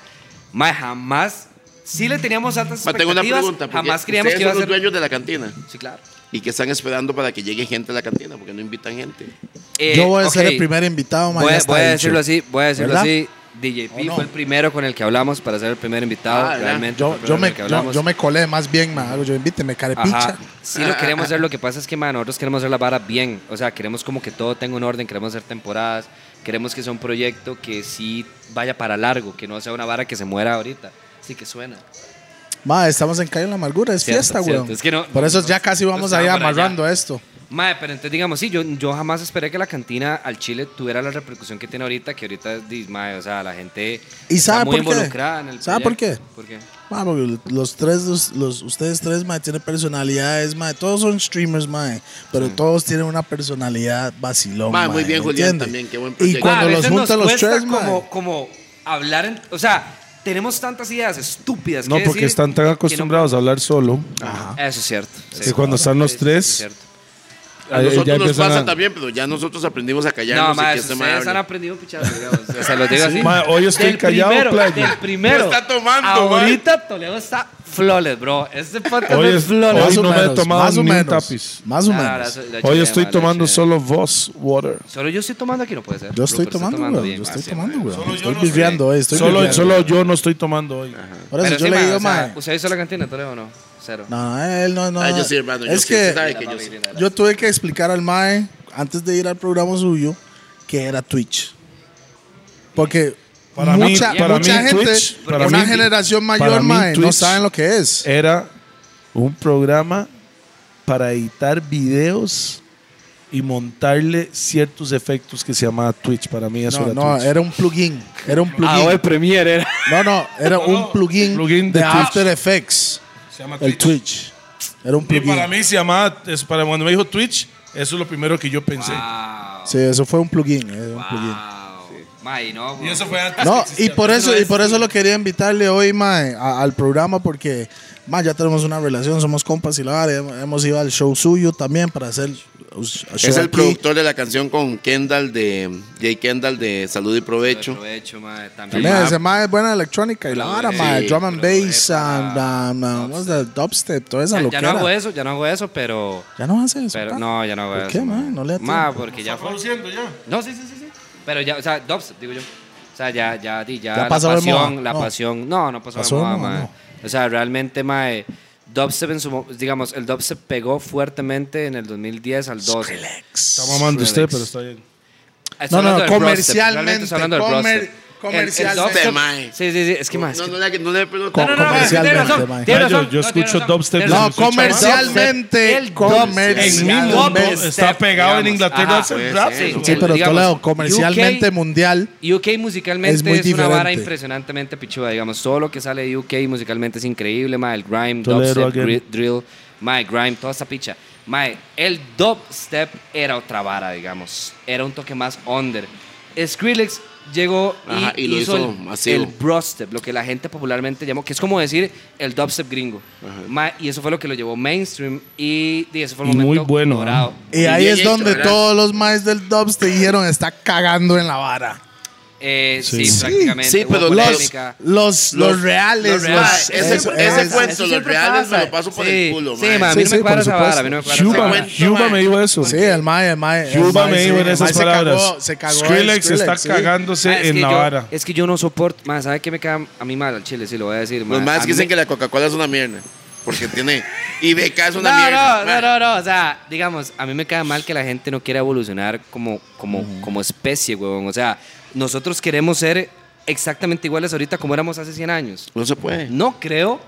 [SPEAKER 3] Mae, jamás, sí le teníamos altas
[SPEAKER 2] Ma, tengo
[SPEAKER 3] expectativas,
[SPEAKER 2] una pregunta. porque
[SPEAKER 3] jamás creíamos
[SPEAKER 2] ustedes
[SPEAKER 3] que iba a
[SPEAKER 2] son
[SPEAKER 3] ser...
[SPEAKER 2] los dueños de la cantina
[SPEAKER 3] Sí, claro.
[SPEAKER 2] y que están esperando para que llegue gente a la cantina porque no invitan gente.
[SPEAKER 3] Eh,
[SPEAKER 4] Yo voy a ser
[SPEAKER 3] ok,
[SPEAKER 4] el primer invitado, man,
[SPEAKER 3] Voy,
[SPEAKER 4] ya
[SPEAKER 3] a-
[SPEAKER 4] está
[SPEAKER 3] voy a
[SPEAKER 4] dicho.
[SPEAKER 3] decirlo así, voy a decirlo
[SPEAKER 4] ¿Verdad?
[SPEAKER 3] así. DJP
[SPEAKER 4] ¿O no?
[SPEAKER 3] fue el primero con el que hablamos para ser el primer invitado.
[SPEAKER 2] Ah, ¿verdad?
[SPEAKER 3] realmente fue
[SPEAKER 4] Yo,
[SPEAKER 3] el
[SPEAKER 4] yo,
[SPEAKER 3] primero con
[SPEAKER 4] me,
[SPEAKER 3] el que
[SPEAKER 4] yo,
[SPEAKER 3] hablamos.
[SPEAKER 4] yo me colé más bien, man. algo Yo invíteme, carepicha.
[SPEAKER 3] Ajá. Sí lo queremos hacer, lo que pasa es que man, nosotros queremos hacer la vara bien, o sea, queremos como que todo tenga un orden, queremos hacer temporadas, queremos que sea un proyecto que sí vaya para largo, que no sea una vara que se muera ahorita. Sí que suena.
[SPEAKER 4] Ma, estamos en Calle de la Amargura, es
[SPEAKER 3] Cierto,
[SPEAKER 4] fiesta,
[SPEAKER 3] cierto.
[SPEAKER 4] weón.
[SPEAKER 3] Es que no-
[SPEAKER 4] Por eso
[SPEAKER 3] no-
[SPEAKER 4] ya casi
[SPEAKER 3] no
[SPEAKER 4] vamos
[SPEAKER 3] estaba
[SPEAKER 4] ahí
[SPEAKER 3] por allá.
[SPEAKER 4] amarrando esto.
[SPEAKER 3] Mae, pero entonces digamos, sí, yo, yo jamás esperé que la cantina al Chile tuviera la repercusión que tiene ahorita, que ahorita es, di- mae, o sea, la gente
[SPEAKER 4] ¿Y sabe
[SPEAKER 3] muy
[SPEAKER 4] por qué?
[SPEAKER 3] involucrada en el
[SPEAKER 4] ¿Sabe por
[SPEAKER 3] proyecto.
[SPEAKER 4] qué?
[SPEAKER 3] ¿Por qué?
[SPEAKER 4] Ma, porque los tres, los, los- ustedes tres, ma, tienen personalidades, ma. Todos son streamers, ma. Pero todos tienen una personalidad vacilón,
[SPEAKER 2] Ma,
[SPEAKER 4] ma.
[SPEAKER 2] muy bien,
[SPEAKER 4] ¿me
[SPEAKER 2] Julián,
[SPEAKER 4] entiende?
[SPEAKER 2] también, qué buen
[SPEAKER 4] Y
[SPEAKER 2] proyecto.
[SPEAKER 3] Ma, Ah, a
[SPEAKER 4] cuando los
[SPEAKER 3] veces
[SPEAKER 4] juntan
[SPEAKER 3] nos
[SPEAKER 4] los
[SPEAKER 3] cuesta
[SPEAKER 4] tres, ma.
[SPEAKER 3] como, como hablar, en- o sea, tenemos tantas ideas estúpidas.
[SPEAKER 5] No,
[SPEAKER 3] que
[SPEAKER 5] porque
[SPEAKER 3] decir
[SPEAKER 5] están
[SPEAKER 3] que
[SPEAKER 5] tan
[SPEAKER 3] no-
[SPEAKER 5] acostumbrados a hablar solo.
[SPEAKER 3] Eso es cierto.
[SPEAKER 5] Que cuando están los tres,
[SPEAKER 2] A
[SPEAKER 5] ahí ya
[SPEAKER 2] nosotros nos
[SPEAKER 5] empiezan
[SPEAKER 2] pasa
[SPEAKER 5] a-
[SPEAKER 2] también, pero ya nosotros aprendimos a callarnos
[SPEAKER 3] No,
[SPEAKER 2] y
[SPEAKER 3] ma,
[SPEAKER 2] que
[SPEAKER 3] eso,
[SPEAKER 2] este mae
[SPEAKER 3] ustedes han
[SPEAKER 2] hable.
[SPEAKER 3] aprendido pichado, digamos. O sea, lo digo así.
[SPEAKER 5] Ma, hoy estoy
[SPEAKER 3] Del
[SPEAKER 5] callado,
[SPEAKER 3] primero,
[SPEAKER 5] playa.
[SPEAKER 3] Del primero.
[SPEAKER 2] No está tomando, ma.
[SPEAKER 3] Ahorita Toledo está flawless, bro. Este podcast
[SPEAKER 5] Hoy
[SPEAKER 3] es
[SPEAKER 5] es-
[SPEAKER 3] flawless.
[SPEAKER 5] hoy
[SPEAKER 4] o
[SPEAKER 5] no me he tomado
[SPEAKER 4] más o
[SPEAKER 5] ni un
[SPEAKER 4] menos,
[SPEAKER 5] tapiz.
[SPEAKER 4] Más o
[SPEAKER 3] Ah,
[SPEAKER 4] menos.
[SPEAKER 3] la- la
[SPEAKER 5] Hoy
[SPEAKER 3] chiquea,
[SPEAKER 5] estoy
[SPEAKER 3] ma, la
[SPEAKER 5] tomando
[SPEAKER 3] chiquea.
[SPEAKER 5] solo Voss Water.
[SPEAKER 3] Solo yo estoy tomando aquí, no puede ser.
[SPEAKER 4] Yo estoy
[SPEAKER 3] Rupert, está
[SPEAKER 4] tomando, weón.
[SPEAKER 3] bien,
[SPEAKER 4] Yo
[SPEAKER 3] ma,
[SPEAKER 4] estoy
[SPEAKER 3] sí,
[SPEAKER 4] tomando,
[SPEAKER 3] ma.
[SPEAKER 4] weón.
[SPEAKER 1] Solo
[SPEAKER 4] Estoy
[SPEAKER 1] yo no sé.
[SPEAKER 4] viviendo, hoy. Estoy
[SPEAKER 5] Solo,
[SPEAKER 4] viviando.
[SPEAKER 5] solo yo no estoy tomando hoy.
[SPEAKER 4] Por
[SPEAKER 3] Pero
[SPEAKER 4] eso yo
[SPEAKER 3] sí,
[SPEAKER 4] le
[SPEAKER 3] ma,
[SPEAKER 4] digo,
[SPEAKER 3] o sea,
[SPEAKER 4] ma.
[SPEAKER 3] ¿Usted hizo la cantina, Toledo, o no? Cero.
[SPEAKER 4] No, él no, no.
[SPEAKER 2] Ah, yo sí, hermano. yo
[SPEAKER 4] Es
[SPEAKER 2] sí,
[SPEAKER 4] que
[SPEAKER 2] usted sabe que yo sí.
[SPEAKER 4] yo tuve que explicar al Mae, antes de ir al programa suyo, que era Twitch. Porque
[SPEAKER 5] Para mí-
[SPEAKER 4] mucha,
[SPEAKER 5] para
[SPEAKER 4] mucha
[SPEAKER 5] mí
[SPEAKER 4] gente,
[SPEAKER 5] Twitch- para
[SPEAKER 4] una
[SPEAKER 5] mí-
[SPEAKER 4] generación mayor,
[SPEAKER 5] para mí
[SPEAKER 4] Mae, no
[SPEAKER 5] Twitch-
[SPEAKER 4] saben lo que es.
[SPEAKER 5] Era un programa para editar videos y montarle ciertos efectos que se llamaba Twitch. Para mí eso
[SPEAKER 4] No,
[SPEAKER 5] era
[SPEAKER 4] no,
[SPEAKER 5] Twitch. Ah,
[SPEAKER 4] era un plugin. Era un plugin.
[SPEAKER 3] Premiere era.
[SPEAKER 4] No, no, Ah, era un plugin,
[SPEAKER 5] plugin
[SPEAKER 4] de,
[SPEAKER 5] de Twitch.
[SPEAKER 4] After Effects.
[SPEAKER 1] Se llama
[SPEAKER 4] El Twitch. Era un
[SPEAKER 1] Y
[SPEAKER 4] plugin.
[SPEAKER 1] para mí se llamaba, es para cuando me dijo Twitch, eso es lo primero que yo pensé.
[SPEAKER 3] Wow.
[SPEAKER 4] Sí, eso fue un plugin. era un plugin.
[SPEAKER 3] Wow. Ma, y no,
[SPEAKER 1] Y
[SPEAKER 3] weón.
[SPEAKER 1] eso fue antes.
[SPEAKER 4] No,
[SPEAKER 1] que
[SPEAKER 4] y
[SPEAKER 1] existiera.
[SPEAKER 4] por eso,
[SPEAKER 3] no
[SPEAKER 4] y
[SPEAKER 3] es-
[SPEAKER 4] por eso lo quería invitarle hoy, mae, a- al programa porque, mae, ya tenemos una relación, somos compas y la vara, hem- hemos ido al show suyo también para hacer uh, show
[SPEAKER 2] Es el
[SPEAKER 4] aquí.
[SPEAKER 2] productor de la canción con Kendall de Jay Kendall de Salud y Provecho.
[SPEAKER 3] Aprovecho, ma, también.
[SPEAKER 4] También
[SPEAKER 2] ma.
[SPEAKER 4] ese mae es buena electrónica y la vara,
[SPEAKER 3] Sí,
[SPEAKER 4] mae, drum and
[SPEAKER 3] pero
[SPEAKER 4] bass,
[SPEAKER 3] epa,
[SPEAKER 4] and, um, uh, what's that, dubstep, toda
[SPEAKER 3] Ya,
[SPEAKER 4] esa
[SPEAKER 3] ya no
[SPEAKER 4] loquera.
[SPEAKER 3] hago eso, ya no hago eso, pero.
[SPEAKER 4] Ya no hace eso.
[SPEAKER 3] Pero
[SPEAKER 4] pa.
[SPEAKER 3] no, ya no hago
[SPEAKER 4] ¿Por
[SPEAKER 3] eso.
[SPEAKER 4] qué,
[SPEAKER 3] ma.
[SPEAKER 4] ma? No le da
[SPEAKER 3] Ma,
[SPEAKER 4] tiempo.
[SPEAKER 3] porque ya
[SPEAKER 1] Está
[SPEAKER 3] fue.
[SPEAKER 1] produciendo ya.
[SPEAKER 3] No, sí, sí, sí, sí. Pero ya, o sea, dubstep, digo yo. O sea, ya, ya, di, ya,
[SPEAKER 4] Ya
[SPEAKER 3] la
[SPEAKER 4] pasó de
[SPEAKER 3] pasión,
[SPEAKER 4] moda,
[SPEAKER 3] la
[SPEAKER 4] no.
[SPEAKER 3] pasión. No, no pasó,
[SPEAKER 4] Pasó
[SPEAKER 3] de
[SPEAKER 4] de
[SPEAKER 3] moda,
[SPEAKER 4] moda,
[SPEAKER 3] ma. O sea, realmente, ma, eh, dubstep en su, mo- digamos, el dubstep pegó fuertemente en el 2010 al 12.
[SPEAKER 4] Relax.
[SPEAKER 3] pues,
[SPEAKER 5] Está mamando usted,
[SPEAKER 3] Skrillex.
[SPEAKER 5] pero está bien.
[SPEAKER 3] Ah, estoy
[SPEAKER 4] No, no,
[SPEAKER 3] hablando
[SPEAKER 4] no,
[SPEAKER 3] del brostep, realmente
[SPEAKER 4] comercialmente,
[SPEAKER 3] estoy hablando del
[SPEAKER 4] comer-
[SPEAKER 3] brostep.
[SPEAKER 4] Comercial.
[SPEAKER 3] dubstep.
[SPEAKER 2] Este mae.
[SPEAKER 3] Sí, sí, sí. Es que
[SPEAKER 2] No,
[SPEAKER 3] más.
[SPEAKER 2] no, le- no le pelota.
[SPEAKER 4] Co-
[SPEAKER 3] No, no, no,
[SPEAKER 4] comercialmente,
[SPEAKER 3] tiene razón,
[SPEAKER 4] mae.
[SPEAKER 3] tiene
[SPEAKER 6] Mae, yo-
[SPEAKER 3] razón,
[SPEAKER 6] yo
[SPEAKER 3] no, tiene
[SPEAKER 6] escucho
[SPEAKER 3] razón,
[SPEAKER 6] dubstep,
[SPEAKER 3] tiene
[SPEAKER 6] yo
[SPEAKER 4] No,
[SPEAKER 3] razón.
[SPEAKER 4] comercialmente.
[SPEAKER 3] El
[SPEAKER 6] En
[SPEAKER 4] comercialmente.
[SPEAKER 6] mi mundo
[SPEAKER 3] Dubstep,
[SPEAKER 6] está pegado en
[SPEAKER 3] digamos.
[SPEAKER 6] Inglaterra
[SPEAKER 3] Ajá, pues,
[SPEAKER 6] hace
[SPEAKER 2] puede
[SPEAKER 6] rato.
[SPEAKER 2] ser.
[SPEAKER 4] Sí, pero
[SPEAKER 3] digamos,
[SPEAKER 4] Toledo, comercialmente
[SPEAKER 3] UK
[SPEAKER 4] mundial.
[SPEAKER 3] UK musicalmente
[SPEAKER 4] Es
[SPEAKER 3] es,
[SPEAKER 4] muy
[SPEAKER 3] una vara
[SPEAKER 4] diferente.
[SPEAKER 3] impresionantemente pichuda, digamos. Todo lo que sale de UK musicalmente es increíble, ma, el grime,
[SPEAKER 1] Toledo
[SPEAKER 3] dubstep,
[SPEAKER 1] again.
[SPEAKER 3] gri- drill, ma, el grime, toda esa picha. Ma, el dubstep era otra vara, digamos. Era un toque más under. Skrillex llegó y,
[SPEAKER 2] Ajá, y lo
[SPEAKER 3] hizo,
[SPEAKER 2] hizo
[SPEAKER 3] el,
[SPEAKER 2] masivo.
[SPEAKER 3] el brostep, lo que la gente popularmente llamó, que es como decir el dubstep gringo. Ma, y eso fue lo que lo llevó mainstream y, y ese fue el
[SPEAKER 1] Y muy
[SPEAKER 3] momento
[SPEAKER 1] bueno,
[SPEAKER 3] dorado.
[SPEAKER 4] Y ahí
[SPEAKER 2] bien
[SPEAKER 4] es
[SPEAKER 2] hecho,
[SPEAKER 4] donde
[SPEAKER 2] ¿verdad?
[SPEAKER 4] todos los maes del Dubs te dijeron, está cagando en la vara.
[SPEAKER 3] Eh, sí,
[SPEAKER 4] Sí.
[SPEAKER 3] prácticamente.
[SPEAKER 2] Sí,
[SPEAKER 3] hubo
[SPEAKER 2] pero
[SPEAKER 4] Los,
[SPEAKER 3] polémica.
[SPEAKER 4] los, los, reales.
[SPEAKER 3] los
[SPEAKER 4] Los
[SPEAKER 3] reales.
[SPEAKER 2] Ese,
[SPEAKER 4] eso
[SPEAKER 2] ese
[SPEAKER 4] es.
[SPEAKER 2] cuento,
[SPEAKER 3] eso
[SPEAKER 2] los
[SPEAKER 3] siempre
[SPEAKER 2] reales me
[SPEAKER 3] pasa.
[SPEAKER 2] lo paso por
[SPEAKER 3] Sí,
[SPEAKER 2] el culo,
[SPEAKER 3] sí,
[SPEAKER 2] mae.
[SPEAKER 3] ma, a mí
[SPEAKER 1] Sí,
[SPEAKER 3] no
[SPEAKER 1] sí,
[SPEAKER 3] me cuadra
[SPEAKER 1] por
[SPEAKER 3] esa vara,
[SPEAKER 1] supuesto.
[SPEAKER 3] a mí no me cuadra esa
[SPEAKER 1] Yuba,
[SPEAKER 3] vara.
[SPEAKER 2] cuento,
[SPEAKER 1] Yuba
[SPEAKER 2] mae.
[SPEAKER 1] me dijo eso.
[SPEAKER 4] Sí, el mae, el mae. el
[SPEAKER 6] Yuba
[SPEAKER 4] mae,
[SPEAKER 6] me
[SPEAKER 4] sí,
[SPEAKER 6] dijo en
[SPEAKER 4] el
[SPEAKER 6] esas
[SPEAKER 4] mae
[SPEAKER 6] palabras.
[SPEAKER 4] Se cagó, se cagó en
[SPEAKER 6] Skrillex, está
[SPEAKER 4] sí.
[SPEAKER 6] cagándose
[SPEAKER 3] Ah, es
[SPEAKER 6] en
[SPEAKER 3] que
[SPEAKER 6] la
[SPEAKER 3] yo-
[SPEAKER 6] vara.
[SPEAKER 3] Es que yo no soporto, más ¿sabe qué me cae a mí mal al chile? Sí, lo voy a decir.
[SPEAKER 2] Los
[SPEAKER 3] ma.
[SPEAKER 2] más
[SPEAKER 3] A
[SPEAKER 2] que dicen
[SPEAKER 3] mí-
[SPEAKER 2] que la Coca-Cola es una mierda. Porque tiene. Y beca es una
[SPEAKER 3] No,
[SPEAKER 2] mierda.
[SPEAKER 3] no, no,
[SPEAKER 2] mae.
[SPEAKER 3] no, no, o sea, digamos, a mí me cae mal que la gente no quiera evolucionar como, como, como especie, huevón. O sea, nosotros queremos ser exactamente iguales ahorita como éramos hace 100 años.
[SPEAKER 2] No se puede.
[SPEAKER 3] No creo.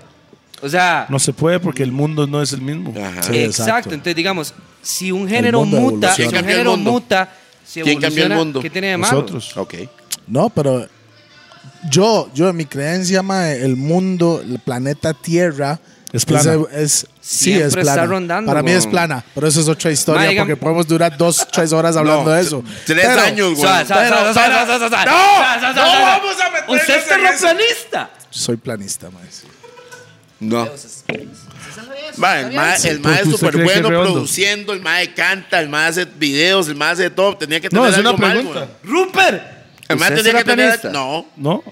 [SPEAKER 3] O sea,
[SPEAKER 1] No se puede porque el mundo no es el mismo.
[SPEAKER 2] Ajá.
[SPEAKER 4] Sí,
[SPEAKER 3] exacto.
[SPEAKER 4] exacto.
[SPEAKER 3] Entonces, digamos, si un género
[SPEAKER 4] mundo
[SPEAKER 3] muta, si
[SPEAKER 4] evoluciona.
[SPEAKER 3] un
[SPEAKER 2] ¿Quién cambió el
[SPEAKER 3] género
[SPEAKER 2] mundo?
[SPEAKER 3] muta, si
[SPEAKER 2] ¿Quién cambió el
[SPEAKER 3] evoluciona,
[SPEAKER 2] mundo?
[SPEAKER 3] ¿Qué tiene de malo?
[SPEAKER 1] Nosotros.
[SPEAKER 2] Ok.
[SPEAKER 4] No, pero yo, yo en mi creencia, mae, el mundo, el planeta Tierra.
[SPEAKER 1] Es plana.
[SPEAKER 4] es- sí,
[SPEAKER 3] Siempre
[SPEAKER 4] es
[SPEAKER 3] está
[SPEAKER 4] plana.
[SPEAKER 3] rondando,
[SPEAKER 4] Para mí es
[SPEAKER 3] weón.
[SPEAKER 4] plana, pero eso es otra historia
[SPEAKER 3] Mae, digamos-
[SPEAKER 4] porque podemos durar dos, tres horas hablando de eso.
[SPEAKER 2] Tres
[SPEAKER 4] Pero-
[SPEAKER 2] años, güey.
[SPEAKER 3] Suave, suave, suave, suave, suave, suave. Suave,
[SPEAKER 6] no
[SPEAKER 3] suave, suave.
[SPEAKER 6] vamos a meternos
[SPEAKER 3] Usted
[SPEAKER 6] en
[SPEAKER 3] es
[SPEAKER 6] eso.
[SPEAKER 3] terraplanista.
[SPEAKER 4] Soy planista, maestro.
[SPEAKER 2] No. Ma, el mae el mae es
[SPEAKER 1] Porque usted
[SPEAKER 2] súper
[SPEAKER 1] cree que
[SPEAKER 2] bueno
[SPEAKER 1] es redondo.
[SPEAKER 2] produciendo, el mae canta, el mae hace videos, el mae hace todo. Tenía que tener
[SPEAKER 1] No, es una
[SPEAKER 2] algo mal,
[SPEAKER 1] pregunta.
[SPEAKER 2] güey.
[SPEAKER 3] Rupert.
[SPEAKER 2] El mae
[SPEAKER 3] ¿Usted
[SPEAKER 2] tenía
[SPEAKER 3] será
[SPEAKER 2] que tener.
[SPEAKER 3] pianista?
[SPEAKER 2] No.
[SPEAKER 1] ¿No?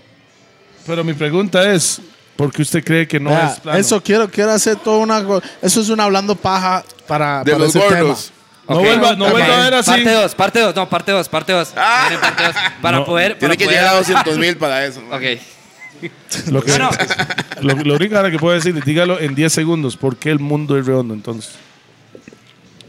[SPEAKER 1] Pero mi pregunta es, ¿por qué usted cree que no
[SPEAKER 4] Vea,
[SPEAKER 1] es plano?
[SPEAKER 4] Eso quiero, quiero hacer toda una. go- Eso es un hablando paja para,
[SPEAKER 2] De
[SPEAKER 4] para
[SPEAKER 2] los
[SPEAKER 4] ese
[SPEAKER 2] gordos.
[SPEAKER 1] No
[SPEAKER 3] Ok.
[SPEAKER 1] vuelva, no
[SPEAKER 3] Ok.
[SPEAKER 1] vuelva a ver así.
[SPEAKER 3] Parte 2, parte 2, no, parte 2, parte 2. Para poder.
[SPEAKER 2] Ah. Tiene
[SPEAKER 3] para
[SPEAKER 2] que
[SPEAKER 3] poder-
[SPEAKER 2] llegar a 200 mil para eso. mae.
[SPEAKER 3] Ok.
[SPEAKER 1] Lo, que,
[SPEAKER 3] No, no.
[SPEAKER 1] lo, lo único ahora que puedo decir, dígalo en 10 segundos, ¿por qué el mundo es redondo entonces?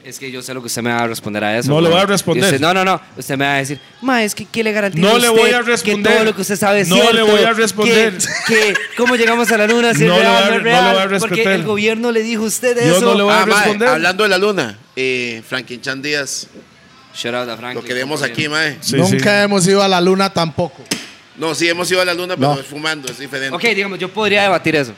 [SPEAKER 3] Es que yo sé lo que usted me va a responder a eso.
[SPEAKER 1] No le
[SPEAKER 3] güey.
[SPEAKER 1] voy a responder.
[SPEAKER 3] Y usted- no, no, no. Usted me va a decir, ma, es que ¿qué le garantiza
[SPEAKER 1] No
[SPEAKER 3] a
[SPEAKER 1] le
[SPEAKER 3] usted
[SPEAKER 1] voy a responder.
[SPEAKER 3] Que todo lo que usted sabe es
[SPEAKER 1] No
[SPEAKER 3] cierto?
[SPEAKER 1] le voy a
[SPEAKER 3] Que-
[SPEAKER 1] responder.
[SPEAKER 3] Que, ¿Cómo llegamos a la luna? Si
[SPEAKER 1] No
[SPEAKER 3] es
[SPEAKER 1] le
[SPEAKER 3] real,
[SPEAKER 1] voy a-
[SPEAKER 3] no es
[SPEAKER 1] no le voy a
[SPEAKER 3] real. Porque
[SPEAKER 1] respetar.
[SPEAKER 3] el gobierno le dijo a usted
[SPEAKER 1] Yo
[SPEAKER 3] eso.
[SPEAKER 1] no le voy a
[SPEAKER 2] Ah, mae,
[SPEAKER 1] responder.
[SPEAKER 2] hablando de la luna, eh, Franklin Chan Díaz,
[SPEAKER 3] Shout out a Franklin.
[SPEAKER 2] lo queremos aquí, mae.
[SPEAKER 1] Sí,
[SPEAKER 4] Nunca hemos ido a la luna tampoco.
[SPEAKER 2] No, sí, hemos ido a la luna, pero
[SPEAKER 4] No.
[SPEAKER 2] es fumando, es diferente.
[SPEAKER 3] Ok, digamos, yo podría debatir eso.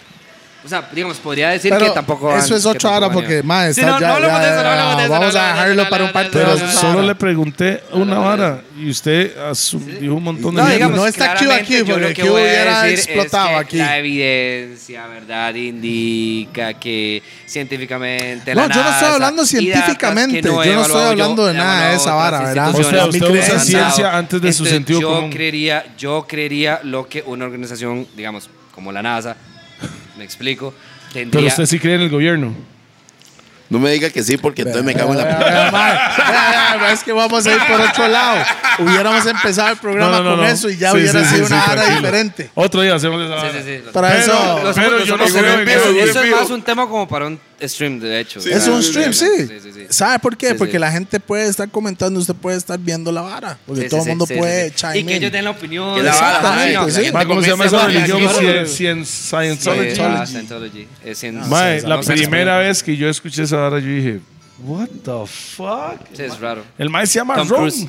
[SPEAKER 3] O sea, digamos, podría decir
[SPEAKER 4] Pero
[SPEAKER 3] que tampoco.
[SPEAKER 4] eso es otra hora porque, mae,
[SPEAKER 3] Sí,
[SPEAKER 4] está
[SPEAKER 3] no,
[SPEAKER 4] ya-
[SPEAKER 3] no hablamos de eso, no
[SPEAKER 4] ya-
[SPEAKER 3] hablamos de eso,
[SPEAKER 4] Vamos
[SPEAKER 3] no,
[SPEAKER 4] a
[SPEAKER 3] no, no,
[SPEAKER 4] dejarlo
[SPEAKER 3] no,
[SPEAKER 4] para
[SPEAKER 3] no,
[SPEAKER 4] un
[SPEAKER 3] no,
[SPEAKER 4] par de
[SPEAKER 3] no,
[SPEAKER 1] Pero
[SPEAKER 3] no,
[SPEAKER 4] horas.
[SPEAKER 3] no,
[SPEAKER 1] solo
[SPEAKER 3] no.
[SPEAKER 1] le pregunté una vara y usted asum- dijo un montón de...
[SPEAKER 3] No,
[SPEAKER 1] mierda.
[SPEAKER 3] digamos,
[SPEAKER 4] no está Q
[SPEAKER 3] claramente
[SPEAKER 4] aquí,
[SPEAKER 3] yo
[SPEAKER 4] porque
[SPEAKER 3] lo que
[SPEAKER 4] Q
[SPEAKER 3] voy a
[SPEAKER 4] hubiera
[SPEAKER 3] decir es
[SPEAKER 4] explotado
[SPEAKER 3] que
[SPEAKER 4] aquí.
[SPEAKER 3] La evidencia, ¿verdad? Indica que científicamente. la
[SPEAKER 4] No, yo no estoy
[SPEAKER 3] NASA
[SPEAKER 4] hablando
[SPEAKER 3] y datos que
[SPEAKER 4] científicamente, yo no
[SPEAKER 3] he
[SPEAKER 4] estoy
[SPEAKER 3] evaluado
[SPEAKER 4] hablando de
[SPEAKER 3] he
[SPEAKER 4] nada de
[SPEAKER 3] evaluado
[SPEAKER 4] esa
[SPEAKER 3] otras
[SPEAKER 4] vara, ¿verdad?
[SPEAKER 3] instituciones
[SPEAKER 1] O sea, usted
[SPEAKER 3] que
[SPEAKER 1] usa
[SPEAKER 3] han dado.
[SPEAKER 1] ciencia antes de su
[SPEAKER 3] Entonces,
[SPEAKER 1] sentido
[SPEAKER 3] yo
[SPEAKER 1] común.
[SPEAKER 3] Creería, yo creería lo que una organización, digamos, como la NASA, me explico, tendría.
[SPEAKER 1] Pero usted sí cree en el gobierno.
[SPEAKER 2] No me diga que sí, porque entonces me cago en la
[SPEAKER 4] Vea, vea, mae. Vea, vea, Es que vamos a ir por otro lado. Hubiéramos empezado el programa con eso y ya
[SPEAKER 1] Sí,
[SPEAKER 4] hubiera
[SPEAKER 1] sí,
[SPEAKER 4] sido
[SPEAKER 1] sí,
[SPEAKER 4] una
[SPEAKER 1] sí,
[SPEAKER 4] hora
[SPEAKER 1] tranquilo.
[SPEAKER 4] diferente.
[SPEAKER 1] Otro día hacemos esa
[SPEAKER 3] Sí,
[SPEAKER 1] vara.
[SPEAKER 3] sí, sí. Los-
[SPEAKER 4] Para
[SPEAKER 1] Pero-
[SPEAKER 4] eso.
[SPEAKER 3] los-
[SPEAKER 1] pero
[SPEAKER 3] los-
[SPEAKER 1] yo
[SPEAKER 3] los-
[SPEAKER 1] no creo en
[SPEAKER 3] eso,
[SPEAKER 2] vivo,
[SPEAKER 3] eso es
[SPEAKER 2] vivo.
[SPEAKER 3] más un tema como para un stream, de hecho.
[SPEAKER 2] Sí,
[SPEAKER 4] Es
[SPEAKER 2] sí,
[SPEAKER 4] un
[SPEAKER 2] sí,
[SPEAKER 4] stream, sí.
[SPEAKER 3] sí, sí.
[SPEAKER 4] ¿Sabe por qué?
[SPEAKER 3] Sí, sí.
[SPEAKER 4] Porque la gente puede estar comentando, usted puede estar viendo la vara. Porque
[SPEAKER 3] Sí,
[SPEAKER 4] todo el
[SPEAKER 3] sí,
[SPEAKER 4] mundo
[SPEAKER 3] sí,
[SPEAKER 4] puede
[SPEAKER 3] sí, sí.
[SPEAKER 4] chime
[SPEAKER 3] Y que
[SPEAKER 4] in.
[SPEAKER 3] ellos den la opinión.
[SPEAKER 2] Que la
[SPEAKER 4] Exactamente,
[SPEAKER 3] opinión.
[SPEAKER 4] sí.
[SPEAKER 3] La
[SPEAKER 1] Ma,
[SPEAKER 3] gente
[SPEAKER 1] ¿Cómo se llama
[SPEAKER 3] convence
[SPEAKER 1] esa
[SPEAKER 3] a la
[SPEAKER 1] religión?
[SPEAKER 3] gente.
[SPEAKER 1] Cien- cien- Scientology.
[SPEAKER 3] Sí, ah, Scientology. Es en-
[SPEAKER 1] Mae,
[SPEAKER 3] sí,
[SPEAKER 1] la
[SPEAKER 3] no se
[SPEAKER 1] primera
[SPEAKER 3] explica.
[SPEAKER 1] vez que yo escuché esa vara, yo dije, what the fuck?
[SPEAKER 3] Sí, es raro.
[SPEAKER 1] El mae se llama
[SPEAKER 3] Tom
[SPEAKER 1] Ron.
[SPEAKER 3] Cruise.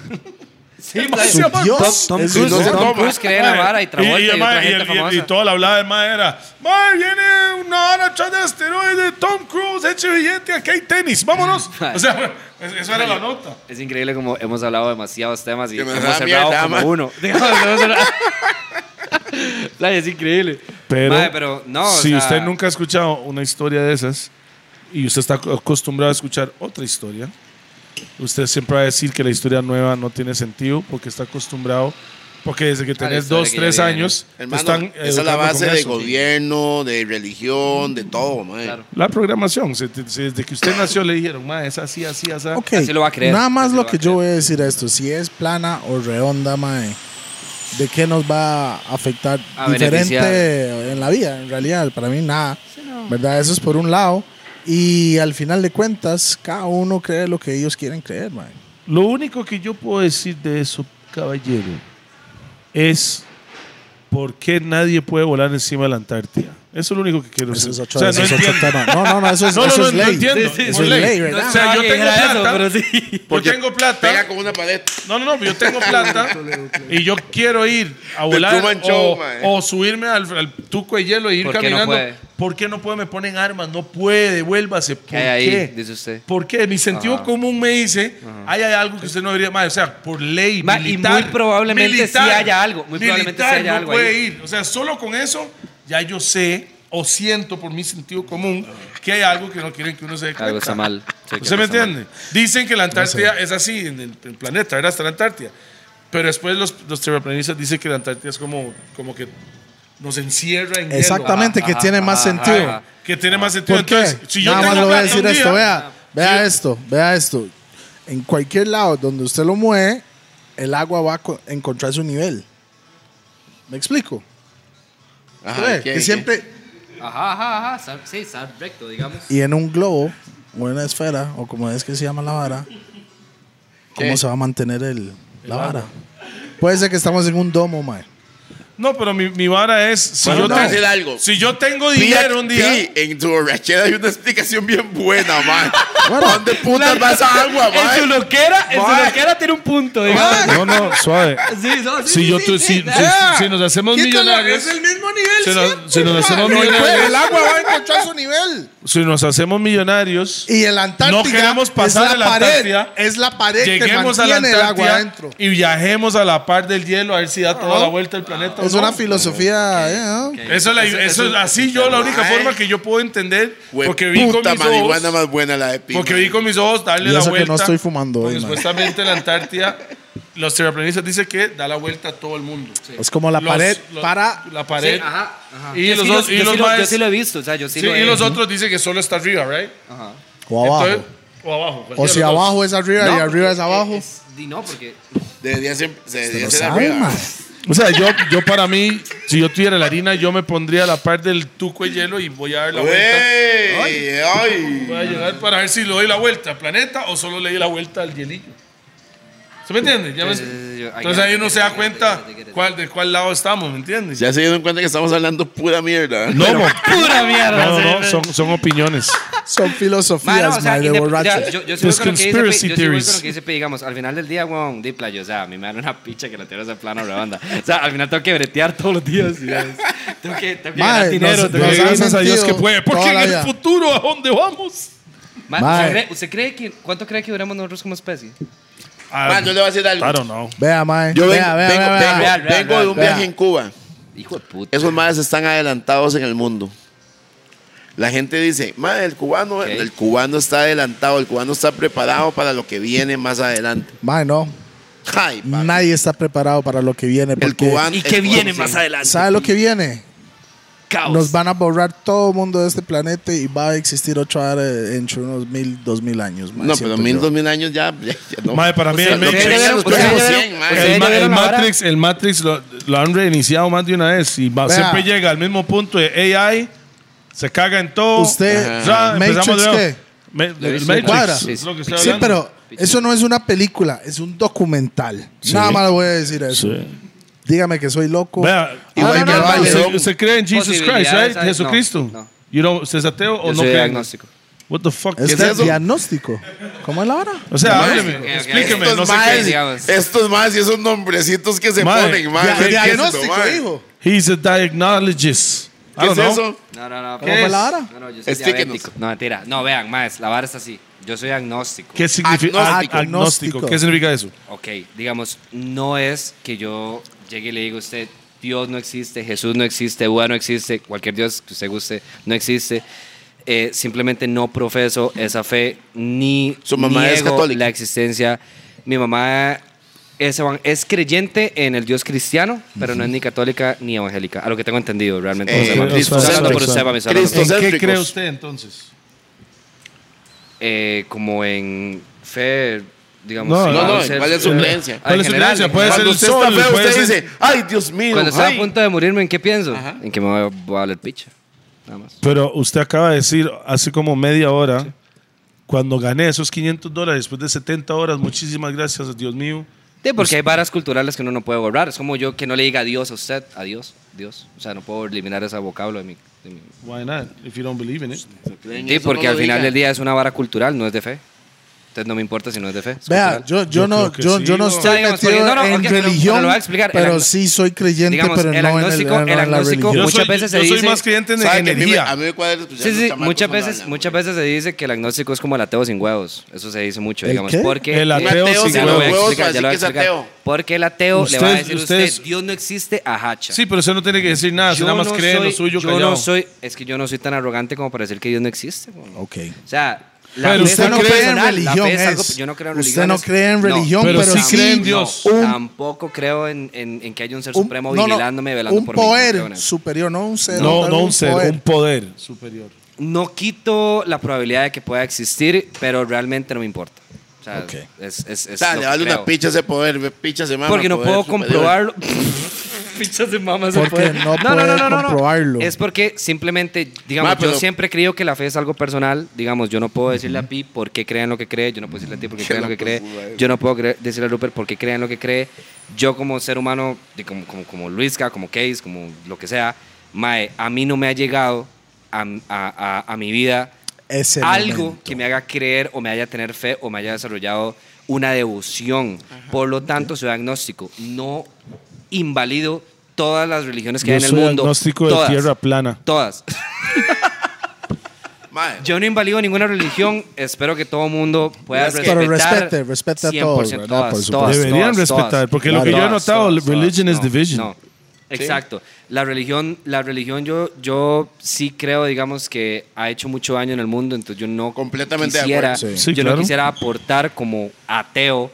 [SPEAKER 3] Sí, mae.
[SPEAKER 4] Su Dios.
[SPEAKER 3] Tom
[SPEAKER 4] es
[SPEAKER 3] Cruise,
[SPEAKER 4] un-
[SPEAKER 2] se
[SPEAKER 3] Tom
[SPEAKER 2] toma.
[SPEAKER 3] Cruise cree en la vara y Travolta y,
[SPEAKER 1] el
[SPEAKER 3] otra
[SPEAKER 1] mae- y
[SPEAKER 3] gente
[SPEAKER 1] el- y el-
[SPEAKER 3] famosa.
[SPEAKER 1] y toda la hablada del mae era, mae, viene una hora atrás de asteroides, Tom Cruise, eche billete, aquí hay tenis, vámonos.
[SPEAKER 3] Mae.
[SPEAKER 1] o sea, es- eso era la nota.
[SPEAKER 3] Es increíble como hemos hablado de demasiados temas y
[SPEAKER 2] Que me
[SPEAKER 3] hemos
[SPEAKER 2] da
[SPEAKER 3] cerrado
[SPEAKER 2] mierda,
[SPEAKER 3] como
[SPEAKER 2] ma.
[SPEAKER 3] uno. Digamos, hemos cerrado- Mae, es increíble.
[SPEAKER 1] Pero,
[SPEAKER 3] Mae, pero no, o
[SPEAKER 1] si
[SPEAKER 3] sea,
[SPEAKER 1] usted nunca ha escuchado una historia de esas y usted está acostumbrado a escuchar otra historia, usted siempre va a decir que la historia nueva no tiene sentido porque está acostumbrado, porque desde que tenés
[SPEAKER 3] historia
[SPEAKER 1] dos,
[SPEAKER 3] que ya
[SPEAKER 1] tres
[SPEAKER 3] viene.
[SPEAKER 1] años, te
[SPEAKER 2] Hermano,
[SPEAKER 1] están
[SPEAKER 2] esa es la
[SPEAKER 1] educando
[SPEAKER 2] base
[SPEAKER 1] con
[SPEAKER 2] de
[SPEAKER 1] eso.
[SPEAKER 2] gobierno, de religión, de todo, mae.
[SPEAKER 3] Claro.
[SPEAKER 1] La programación, se- te- se- desde que usted nació le dijeron, ma, es así, así, así.
[SPEAKER 4] Ok,
[SPEAKER 3] Así lo va a creer,
[SPEAKER 4] Nada más
[SPEAKER 3] así
[SPEAKER 4] lo
[SPEAKER 3] lo va
[SPEAKER 4] que
[SPEAKER 3] a
[SPEAKER 4] yo
[SPEAKER 3] creer.
[SPEAKER 4] voy a decir a esto, si es plana o redonda, mae, ¿de qué nos va a afectar
[SPEAKER 3] A
[SPEAKER 4] diferente
[SPEAKER 3] beneficiar.
[SPEAKER 4] en la vida? En realidad, para mí nada, ¿verdad? Eso es por un lado. Y al final de cuentas, cada uno cree lo que ellos quieren creer, mae.
[SPEAKER 1] Lo único que yo puedo decir de eso, caballero, es ¿por qué nadie puede volar encima de la Antártida? Eso es lo único que quiero
[SPEAKER 4] Eso
[SPEAKER 1] decir.
[SPEAKER 4] es
[SPEAKER 1] O
[SPEAKER 4] otro,
[SPEAKER 1] sea,
[SPEAKER 4] eso
[SPEAKER 1] no
[SPEAKER 4] es otro
[SPEAKER 1] entiendo.
[SPEAKER 4] tema. No, no, no, eso es,
[SPEAKER 1] No, no,
[SPEAKER 4] eso
[SPEAKER 1] no,
[SPEAKER 4] es
[SPEAKER 1] no
[SPEAKER 4] ley.
[SPEAKER 1] entiendo.
[SPEAKER 3] Sí, sí,
[SPEAKER 4] eso
[SPEAKER 1] por
[SPEAKER 4] es
[SPEAKER 1] ley.
[SPEAKER 4] ley,
[SPEAKER 1] O
[SPEAKER 4] ¿verdad?
[SPEAKER 1] sea, yo
[SPEAKER 3] Ah,
[SPEAKER 1] tengo
[SPEAKER 3] era eso,
[SPEAKER 1] plata.
[SPEAKER 3] pero sí.
[SPEAKER 1] Yo tengo plata.
[SPEAKER 2] Pega con una pared.
[SPEAKER 1] No, no, no, yo tengo plata y yo quiero ir a volar
[SPEAKER 2] Truman Show,
[SPEAKER 1] o,
[SPEAKER 2] mae.
[SPEAKER 1] o subirme al, al tuco de hielo e ir
[SPEAKER 3] ¿Por qué no
[SPEAKER 1] caminando.
[SPEAKER 3] puede?
[SPEAKER 1] ¿Por qué no puede? Me ponen armas, no puede, vuélvase. ¿Por
[SPEAKER 3] ¿Qué hay
[SPEAKER 1] qué?
[SPEAKER 3] ahí? Dice usted.
[SPEAKER 1] ¿Por qué? Mi sentido
[SPEAKER 3] Ajá.
[SPEAKER 1] común me dice, "Ay, hay algo que usted no debería más. O sea, por ley.
[SPEAKER 3] Ma, y
[SPEAKER 1] militar,
[SPEAKER 3] muy probablemente sí haya algo, muy probablemente sí
[SPEAKER 1] militar
[SPEAKER 3] haya
[SPEAKER 1] no
[SPEAKER 3] algo
[SPEAKER 1] puede
[SPEAKER 3] ahí.
[SPEAKER 1] ir. O sea, solo con eso ya yo sé o siento por mi sentido común que hay algo que no quieren que uno se dé
[SPEAKER 3] Algo
[SPEAKER 1] cuenta.
[SPEAKER 3] está mal. Sí, que
[SPEAKER 1] ¿Usted
[SPEAKER 3] algo
[SPEAKER 1] me
[SPEAKER 3] está mal.
[SPEAKER 1] entiende? Dicen que la Antártida es así en el, el planeta, era hasta la Antártida. Pero después los, los terraplanistas dicen que la Antártida es como, como que nos encierra en hielo.
[SPEAKER 4] Exactamente, que
[SPEAKER 3] Ajá,
[SPEAKER 4] tiene
[SPEAKER 3] ajá, ajá,
[SPEAKER 4] más sentido.
[SPEAKER 3] ajá.
[SPEAKER 1] Que tiene más sentido.
[SPEAKER 4] ¿Por qué?
[SPEAKER 1] Entonces, si yo
[SPEAKER 4] Nada más
[SPEAKER 1] tengo
[SPEAKER 4] le voy a
[SPEAKER 1] plata
[SPEAKER 4] decir
[SPEAKER 1] un
[SPEAKER 4] esto,
[SPEAKER 1] día-
[SPEAKER 4] vea, vea esto, vea esto. En cualquier lado donde usted lo mueve, el agua va a co- encontrar su nivel. ¿Me explico?
[SPEAKER 2] Ajá,
[SPEAKER 4] Ve,
[SPEAKER 2] ¿y qué, y
[SPEAKER 4] que
[SPEAKER 2] qué?
[SPEAKER 4] siempre,
[SPEAKER 3] Ajá, ajá, ajá. sal- Sí, está recto, digamos.
[SPEAKER 4] y en un globo, o en una esfera, o como es que se llama la vara, ¿cómo
[SPEAKER 2] ¿Qué?
[SPEAKER 4] se va a mantener el, la vara? Puede ser que estamos en un domo, mae.
[SPEAKER 1] No, pero mi, mi vara es. Si,
[SPEAKER 2] Bueno,
[SPEAKER 1] yo
[SPEAKER 2] te voy a decir
[SPEAKER 1] tengo,
[SPEAKER 2] algo.
[SPEAKER 1] si yo tengo
[SPEAKER 2] Pi-
[SPEAKER 1] dinero un día.
[SPEAKER 2] Pi, en tu borrachera hay una explicación bien buena, man.
[SPEAKER 4] Bueno.
[SPEAKER 2] ¿Dónde putas vas a agua,
[SPEAKER 3] En su
[SPEAKER 2] man?
[SPEAKER 3] loquera, en su
[SPEAKER 2] Mae.
[SPEAKER 3] loquera tiene un punto, digamos.
[SPEAKER 1] No, no, suave.
[SPEAKER 3] Sí, no, sí,
[SPEAKER 1] Si, yo
[SPEAKER 3] sí,
[SPEAKER 1] tu-
[SPEAKER 3] sí,
[SPEAKER 1] si,
[SPEAKER 3] sí.
[SPEAKER 1] si- si nos hacemos millonarios.
[SPEAKER 4] mismo nivel.
[SPEAKER 1] Si nos, si nos hacemos millonarios.
[SPEAKER 4] pues, el agua va a encontrar su nivel.
[SPEAKER 1] Si nos hacemos millonarios.
[SPEAKER 4] Y el Antártida
[SPEAKER 1] No queremos pasar
[SPEAKER 4] es
[SPEAKER 1] a
[SPEAKER 4] la
[SPEAKER 1] la
[SPEAKER 4] pared,
[SPEAKER 1] Antártida.
[SPEAKER 4] es la pared
[SPEAKER 1] Lleguemos
[SPEAKER 4] que
[SPEAKER 1] a la
[SPEAKER 4] Este mantiene el agua
[SPEAKER 1] Antártida
[SPEAKER 4] adentro.
[SPEAKER 1] y viajemos a la par del hielo a ver si da toda la vuelta el planeta. o
[SPEAKER 4] Es una
[SPEAKER 1] no.
[SPEAKER 4] filosofía, eh, ¿no?
[SPEAKER 1] Eso, es la- eso, es así yo la única forma que yo puedo entender
[SPEAKER 2] Hue-
[SPEAKER 1] porque vi con
[SPEAKER 2] puta
[SPEAKER 1] mis ojos
[SPEAKER 2] marihuana más buena la de Pi.
[SPEAKER 1] porque
[SPEAKER 2] man.
[SPEAKER 1] vi con mis ojos darle
[SPEAKER 4] Y
[SPEAKER 1] la
[SPEAKER 4] eso que
[SPEAKER 1] vuelta
[SPEAKER 4] no estoy fumando
[SPEAKER 1] porque
[SPEAKER 4] hoy, man.
[SPEAKER 1] supuestamente la Antártida los terraplanistas dicen que da la vuelta a todo el mundo
[SPEAKER 4] Es como la
[SPEAKER 1] Los-
[SPEAKER 4] pared
[SPEAKER 1] los-
[SPEAKER 4] para
[SPEAKER 1] la
[SPEAKER 3] Sí,
[SPEAKER 1] pared
[SPEAKER 3] ajá, ajá.
[SPEAKER 1] Y
[SPEAKER 3] Yo
[SPEAKER 1] los
[SPEAKER 3] sí
[SPEAKER 1] dos- y
[SPEAKER 3] yo
[SPEAKER 1] los
[SPEAKER 3] sí lo- Yo
[SPEAKER 1] maes-
[SPEAKER 3] sí lo he visto, o sea, yo sí
[SPEAKER 1] Sí,
[SPEAKER 3] lo he
[SPEAKER 1] y los otros dicen que solo está arriba right
[SPEAKER 3] Ajá.
[SPEAKER 4] o abajo.
[SPEAKER 1] Entonces- o abajo
[SPEAKER 4] o
[SPEAKER 1] cualquiera
[SPEAKER 4] si
[SPEAKER 1] de los dos.
[SPEAKER 4] abajo es arriba
[SPEAKER 3] No, eh,
[SPEAKER 4] y arriba
[SPEAKER 3] porque
[SPEAKER 4] es abajo.
[SPEAKER 3] es- di no, porque
[SPEAKER 2] Debería ser, se debería
[SPEAKER 4] Lo
[SPEAKER 2] ser
[SPEAKER 4] sabe,
[SPEAKER 2] eh, arriba.
[SPEAKER 4] man.
[SPEAKER 1] o sea yo, yo para mí si yo tuviera la harina yo me pondría a la par del tuco de hielo y voy a dar la vuelta
[SPEAKER 2] Güey, ay.
[SPEAKER 1] Voy a llegar para ver si le doy la vuelta al planeta o solo le di la vuelta al hielillo. ¿Se me entiende? Ya ves-
[SPEAKER 3] sí, sí, sí, Eh, yo-
[SPEAKER 1] Entonces
[SPEAKER 3] I get
[SPEAKER 1] ahí
[SPEAKER 3] it,
[SPEAKER 1] uno
[SPEAKER 3] I
[SPEAKER 1] se
[SPEAKER 3] get
[SPEAKER 1] da
[SPEAKER 3] it, I
[SPEAKER 1] cuenta
[SPEAKER 3] get it, I get it.
[SPEAKER 1] cuál, de cuál lado estamos, ¿me entiendes?
[SPEAKER 2] Ya se dieron cuenta que estamos hablando pura mierda.
[SPEAKER 1] No, mo-
[SPEAKER 3] pura mierda.
[SPEAKER 1] no,
[SPEAKER 3] sí,
[SPEAKER 1] no,
[SPEAKER 3] sí.
[SPEAKER 1] son, son opiniones.
[SPEAKER 4] Son
[SPEAKER 3] Ma, no,
[SPEAKER 4] filosofías,
[SPEAKER 3] o sea,
[SPEAKER 4] man, de
[SPEAKER 3] indep-
[SPEAKER 4] borracho.
[SPEAKER 3] ya, yo, yo sí voy
[SPEAKER 1] Those
[SPEAKER 3] con lo que dice Pe- yo sí voy
[SPEAKER 1] conspiracy
[SPEAKER 3] con lo
[SPEAKER 1] theories.
[SPEAKER 3] que dice Pe, digamos, al final del día, weón, di playo, o sea, a mí me dan una picha que la tierra sea plana o redonda. O sea, al final tengo que bretear todos los días, digamos. Tengo que, tengo que
[SPEAKER 4] Ma,
[SPEAKER 3] ganar
[SPEAKER 4] nos-
[SPEAKER 3] dinero. tengo
[SPEAKER 4] nos
[SPEAKER 3] que-
[SPEAKER 4] han
[SPEAKER 1] Gracias a Dios que
[SPEAKER 4] sentido
[SPEAKER 1] puede.
[SPEAKER 4] toda
[SPEAKER 1] Porque en
[SPEAKER 4] la
[SPEAKER 1] el
[SPEAKER 4] vida.
[SPEAKER 1] futuro, ¿a dónde vamos?
[SPEAKER 3] Ma,
[SPEAKER 4] Ma.
[SPEAKER 3] ¿usted cree- ¿Usted cree que, cuánto cree que duramos nosotros como especie?
[SPEAKER 2] Man, yo le voy a decir algo.
[SPEAKER 1] I don't know.
[SPEAKER 4] Vea, mae.
[SPEAKER 2] Yo vengo,
[SPEAKER 4] vea, vea,
[SPEAKER 2] vengo-
[SPEAKER 4] vea,
[SPEAKER 2] vengo-
[SPEAKER 4] vea.
[SPEAKER 3] Real, real,
[SPEAKER 2] vengo de un
[SPEAKER 4] real.
[SPEAKER 2] viaje en Cuba.
[SPEAKER 3] Hijo de puta.
[SPEAKER 2] Esos madres están adelantados en el mundo. La gente dice, madre, el cubano,
[SPEAKER 3] Ok.
[SPEAKER 2] el cubano está adelantado, el cubano está preparado para lo que viene más adelante.
[SPEAKER 4] Mae, no.
[SPEAKER 2] Ay, papi.
[SPEAKER 4] Nadie está preparado para lo que viene.
[SPEAKER 2] el
[SPEAKER 4] Porque,
[SPEAKER 2] cubano.
[SPEAKER 3] ¿Y
[SPEAKER 2] el
[SPEAKER 3] qué
[SPEAKER 2] cubano,
[SPEAKER 3] viene
[SPEAKER 2] sí.
[SPEAKER 3] más adelante?
[SPEAKER 4] ¿Sabe lo que viene?
[SPEAKER 3] Caos.
[SPEAKER 4] Nos van a borrar todo el mundo de este planeta y va a existir otra área entre unos mil, dos mil años. mae,
[SPEAKER 2] No, pero
[SPEAKER 4] siento
[SPEAKER 2] mil,
[SPEAKER 4] yo.
[SPEAKER 2] dos mil años ya, ya- ya no.
[SPEAKER 1] Madre, para mí el
[SPEAKER 2] lo que
[SPEAKER 1] Matrix-
[SPEAKER 2] vengan los
[SPEAKER 3] Ustedes ya
[SPEAKER 2] próximos
[SPEAKER 3] vieron-
[SPEAKER 2] 100, madre.
[SPEAKER 3] ustedes
[SPEAKER 1] El, ma-
[SPEAKER 3] ya vieron
[SPEAKER 1] el
[SPEAKER 3] la vara?
[SPEAKER 1] Matrix, el Matrix lo, lo han reiniciado más de una vez y va-
[SPEAKER 4] Vea.
[SPEAKER 1] siempre llega al mismo punto de AI, se caga en todo.
[SPEAKER 4] Usted,
[SPEAKER 1] Ya, empezamos
[SPEAKER 4] Matrix,
[SPEAKER 1] de-
[SPEAKER 4] ¿qué?
[SPEAKER 1] Ma- el
[SPEAKER 3] Sí,
[SPEAKER 1] Matrix.
[SPEAKER 4] cuadra.
[SPEAKER 1] es lo que estoy
[SPEAKER 4] Sí,
[SPEAKER 1] hablando.
[SPEAKER 4] pero eso no es una película, es un documental. Nada más le voy a decir eso.
[SPEAKER 1] Sí.
[SPEAKER 4] Dígame que soy loco.
[SPEAKER 1] Vea,
[SPEAKER 4] Igual
[SPEAKER 1] ah,
[SPEAKER 4] me vale.
[SPEAKER 1] usted, usted cree en Jesus Christ,
[SPEAKER 3] Posibilidades
[SPEAKER 1] right?
[SPEAKER 3] hay- no,
[SPEAKER 1] Jesucristo.
[SPEAKER 3] no.
[SPEAKER 1] You know, ¿Usted es ateo o
[SPEAKER 3] Yo
[SPEAKER 1] no
[SPEAKER 3] soy
[SPEAKER 1] cree?
[SPEAKER 3] agnóstico.
[SPEAKER 1] What the fuck?
[SPEAKER 4] Este
[SPEAKER 1] ¿Qué
[SPEAKER 4] es
[SPEAKER 1] es eso?
[SPEAKER 4] diagnóstico. ¿Cómo es la hora?
[SPEAKER 1] O sea,
[SPEAKER 2] Madre,
[SPEAKER 1] hábleme,
[SPEAKER 3] ok, ok.
[SPEAKER 1] explíqueme,
[SPEAKER 2] Estos
[SPEAKER 1] no sé
[SPEAKER 2] madres,
[SPEAKER 1] qué.
[SPEAKER 3] digamos.
[SPEAKER 2] estos más y esos nombrecitos que se
[SPEAKER 1] Madre,
[SPEAKER 2] ponen, madre.
[SPEAKER 1] ya-
[SPEAKER 2] ¿Qué es esto,
[SPEAKER 4] diagnóstico,
[SPEAKER 2] madre?
[SPEAKER 4] hijo.
[SPEAKER 1] He's a diagnologist. I
[SPEAKER 2] ¿Qué
[SPEAKER 1] don't
[SPEAKER 2] es
[SPEAKER 1] know.
[SPEAKER 2] eso?
[SPEAKER 3] No, no, no.
[SPEAKER 4] ¿Cómo fue la vara?
[SPEAKER 3] No, no, yo soy
[SPEAKER 2] Explíquenos.
[SPEAKER 3] diabético. No, mentira. No, vean, más, la vara es así. Yo soy agnóstico.
[SPEAKER 1] ¿Qué significa
[SPEAKER 4] Agnóstico.
[SPEAKER 1] agnóstico. agnóstico? ¿Qué significa eso?
[SPEAKER 3] Ok, digamos, no es que yo llegue y le diga a usted, Dios no existe, Jesús no existe, Buda no existe, cualquier Dios que usted guste no existe. Eh, simplemente no profeso esa fe ni
[SPEAKER 2] Su mamá es
[SPEAKER 3] niego
[SPEAKER 2] católica.
[SPEAKER 3] la existencia. Mi mamá es, evan- es creyente en el Dios cristiano, pero no es ni católica ni evangélica, a lo que tengo entendido realmente.
[SPEAKER 2] Eh,
[SPEAKER 3] O sea, mami,
[SPEAKER 2] Cristo
[SPEAKER 3] estoy hablando por
[SPEAKER 4] centro.
[SPEAKER 3] usted, mami, estoy hablando por
[SPEAKER 2] Cristo
[SPEAKER 1] ¿En qué
[SPEAKER 2] Cristocéntricos.
[SPEAKER 1] cree usted entonces?
[SPEAKER 3] eh, como en fe, digamos.
[SPEAKER 1] No,
[SPEAKER 3] sí,
[SPEAKER 1] no,
[SPEAKER 3] en
[SPEAKER 2] no,
[SPEAKER 3] ser-
[SPEAKER 2] ¿cuál es su
[SPEAKER 3] eh,
[SPEAKER 2] creencia?
[SPEAKER 3] ah,
[SPEAKER 1] ¿Cuál
[SPEAKER 3] en
[SPEAKER 1] es su
[SPEAKER 3] general,
[SPEAKER 1] creencia?
[SPEAKER 3] en
[SPEAKER 1] Puede
[SPEAKER 3] general.
[SPEAKER 2] Cuando
[SPEAKER 1] el
[SPEAKER 2] usted
[SPEAKER 1] sol,
[SPEAKER 2] está feo,
[SPEAKER 1] puede
[SPEAKER 2] usted
[SPEAKER 1] ser-
[SPEAKER 2] dice, ay, Dios mío.
[SPEAKER 3] Cuando estaba
[SPEAKER 2] ay".
[SPEAKER 3] a punto de morirme, ¿en qué pienso? En que me va voy a valer picha. Nada más.
[SPEAKER 1] Pero usted acaba de decir hace como media hora, cuando gané esos 500 dólares después de 70 horas, muchísimas gracias, Dios mío,
[SPEAKER 3] Sí, porque hay varas culturales que uno no puede borrar. Es como yo que no le diga adiós a usted. Adiós, Dios. O sea, no puedo eliminar ese vocablo de mi... de mi-
[SPEAKER 5] Why not? If you don't believe in it.
[SPEAKER 3] Sí, porque al final del día es una vara cultural, no es de fe. Entonces no me importa si no es de fe. es
[SPEAKER 4] Vea,
[SPEAKER 3] cultural.
[SPEAKER 4] yo, yo, no,
[SPEAKER 5] creo que
[SPEAKER 4] yo,
[SPEAKER 5] sí,
[SPEAKER 4] yo no
[SPEAKER 5] ¿no?
[SPEAKER 4] estoy
[SPEAKER 3] O sea, digamos, porque- no,
[SPEAKER 4] metido
[SPEAKER 3] no,
[SPEAKER 4] en
[SPEAKER 3] ok, pero-
[SPEAKER 4] religión,
[SPEAKER 3] pero lo
[SPEAKER 4] pero,
[SPEAKER 3] voy a explicar, el agno-
[SPEAKER 4] sí soy creyente,
[SPEAKER 3] digamos,
[SPEAKER 4] pero
[SPEAKER 3] el
[SPEAKER 4] no en, el,
[SPEAKER 3] agnóstico-
[SPEAKER 4] en
[SPEAKER 3] el
[SPEAKER 4] la
[SPEAKER 3] agnóstico-
[SPEAKER 4] religión.
[SPEAKER 3] muchas
[SPEAKER 1] soy,
[SPEAKER 3] veces se
[SPEAKER 1] yo soy
[SPEAKER 3] dice-
[SPEAKER 1] más creyente en
[SPEAKER 2] ¿Sabe que a mí me-
[SPEAKER 1] energía.
[SPEAKER 2] a mí me cuadra el- pues, ya
[SPEAKER 3] Sí,
[SPEAKER 2] los
[SPEAKER 3] sí,
[SPEAKER 2] chamacos
[SPEAKER 3] muchas
[SPEAKER 2] cuando
[SPEAKER 3] veces,
[SPEAKER 2] hablan,
[SPEAKER 3] muchas
[SPEAKER 2] güey.
[SPEAKER 3] veces se dice que el agnóstico es como el ateo sin huevos. Eso se dice mucho,
[SPEAKER 4] ¿El
[SPEAKER 3] digamos.
[SPEAKER 4] qué?
[SPEAKER 3] Porque
[SPEAKER 1] El
[SPEAKER 2] Un ateo
[SPEAKER 1] Ateo
[SPEAKER 2] sin
[SPEAKER 1] sin
[SPEAKER 3] Ya lo
[SPEAKER 2] huevos,
[SPEAKER 3] voy a explicar,
[SPEAKER 2] para
[SPEAKER 3] ya
[SPEAKER 2] decir
[SPEAKER 3] lo voy a
[SPEAKER 2] que es
[SPEAKER 3] explicar.
[SPEAKER 2] ateo.
[SPEAKER 3] Porque el ateo le va a
[SPEAKER 5] Ustedes-
[SPEAKER 3] decir a
[SPEAKER 5] ustedes-
[SPEAKER 3] usted, Dios no existe, ajacha.
[SPEAKER 1] Sí, pero usted no tiene que decir nada. Usted
[SPEAKER 3] Yo
[SPEAKER 1] nada más
[SPEAKER 3] no
[SPEAKER 1] cree en lo
[SPEAKER 3] soy-
[SPEAKER 1] suyo
[SPEAKER 3] yo
[SPEAKER 1] callado.
[SPEAKER 3] no soy, es que yo no soy tan arrogante como para decir que Dios no existe. güey.
[SPEAKER 4] Ok.
[SPEAKER 3] O sea, la fe
[SPEAKER 1] Pero
[SPEAKER 3] es
[SPEAKER 1] usted
[SPEAKER 3] algo
[SPEAKER 1] no cree en
[SPEAKER 3] personal, la fe
[SPEAKER 4] religión,
[SPEAKER 3] es algo-
[SPEAKER 4] es.
[SPEAKER 3] yo no creo en
[SPEAKER 4] Usted
[SPEAKER 3] religión,
[SPEAKER 4] no
[SPEAKER 3] es-
[SPEAKER 4] cree en religión,
[SPEAKER 1] pero sí
[SPEAKER 3] tampoco-
[SPEAKER 1] cree en
[SPEAKER 3] no,
[SPEAKER 1] Dios.
[SPEAKER 3] tampoco creo en, en- en que haya un ser supremo
[SPEAKER 4] no, no,
[SPEAKER 3] vigilándome, velando
[SPEAKER 4] un
[SPEAKER 3] por mí. no
[SPEAKER 4] poder
[SPEAKER 3] creo en eso.
[SPEAKER 4] superior, no un ser.
[SPEAKER 1] No,
[SPEAKER 4] tal
[SPEAKER 1] no
[SPEAKER 4] vez
[SPEAKER 1] un ser,
[SPEAKER 4] poder.
[SPEAKER 1] un poder superior.
[SPEAKER 3] No quito la probabilidad de que pueda existir, pero realmente no me importa. O sea,
[SPEAKER 4] Ok.
[SPEAKER 3] es, es, es
[SPEAKER 2] O sea,
[SPEAKER 3] lo
[SPEAKER 2] le
[SPEAKER 3] que
[SPEAKER 2] vale una
[SPEAKER 3] creo.
[SPEAKER 2] picha ese poder, ve, picha ese mama,
[SPEAKER 3] Porque no
[SPEAKER 2] poder
[SPEAKER 3] puedo
[SPEAKER 2] superior.
[SPEAKER 3] comprobarlo. Pichas de mamas.
[SPEAKER 4] Porque no puede comprobarlo.
[SPEAKER 3] Es porque simplemente, digamos,
[SPEAKER 2] Ma, pero-
[SPEAKER 3] yo siempre creo que la fe es algo personal. Digamos, yo no puedo decirle a Pi por qué crea en lo que cree. Yo no puedo decirle a ti por qué
[SPEAKER 2] Qué eh.
[SPEAKER 3] crea en lo que
[SPEAKER 2] loco,
[SPEAKER 3] cree.
[SPEAKER 2] güey.
[SPEAKER 3] Yo no puedo cre- decirle a Rupert por qué crea en lo que cree. Yo como ser humano, de como, como, como Luisca, como Case, como lo que sea, mae, a mí no me ha llegado a, a- a- a mi vida
[SPEAKER 4] Ese
[SPEAKER 3] algo
[SPEAKER 4] momento.
[SPEAKER 3] que me haga creer o me haya tener fe o me haya desarrollado una devoción. Por lo tanto, soy agnóstico. No invalido todas las religiones que
[SPEAKER 5] Yo
[SPEAKER 3] hay en el
[SPEAKER 5] soy
[SPEAKER 3] mundo.
[SPEAKER 5] agnóstico de
[SPEAKER 3] todas,
[SPEAKER 5] tierra plana.
[SPEAKER 3] Todas.
[SPEAKER 2] Mae,
[SPEAKER 3] Yo no invalido ninguna religión. Espero que todo el mundo pueda
[SPEAKER 2] Pero
[SPEAKER 3] respetar.
[SPEAKER 4] respete, respete a todos,
[SPEAKER 3] 100%
[SPEAKER 4] ¿verdad? Por
[SPEAKER 3] todas,
[SPEAKER 4] supuesto.
[SPEAKER 3] todas,
[SPEAKER 5] Deberían
[SPEAKER 3] todas,
[SPEAKER 5] respetar,
[SPEAKER 3] todas.
[SPEAKER 5] porque
[SPEAKER 4] lo que yo he
[SPEAKER 5] notado, religion is
[SPEAKER 3] no,
[SPEAKER 5] division.
[SPEAKER 3] no. Exacto. La religión, la religión yo, yo sí creo, digamos, que ha hecho mucho daño en el mundo, entonces yo no
[SPEAKER 2] Completamente de
[SPEAKER 3] quisiera,
[SPEAKER 2] acuerdo.
[SPEAKER 4] Sí.
[SPEAKER 5] Sí,
[SPEAKER 3] yo no
[SPEAKER 5] claro.
[SPEAKER 3] quisiera aportar como ateo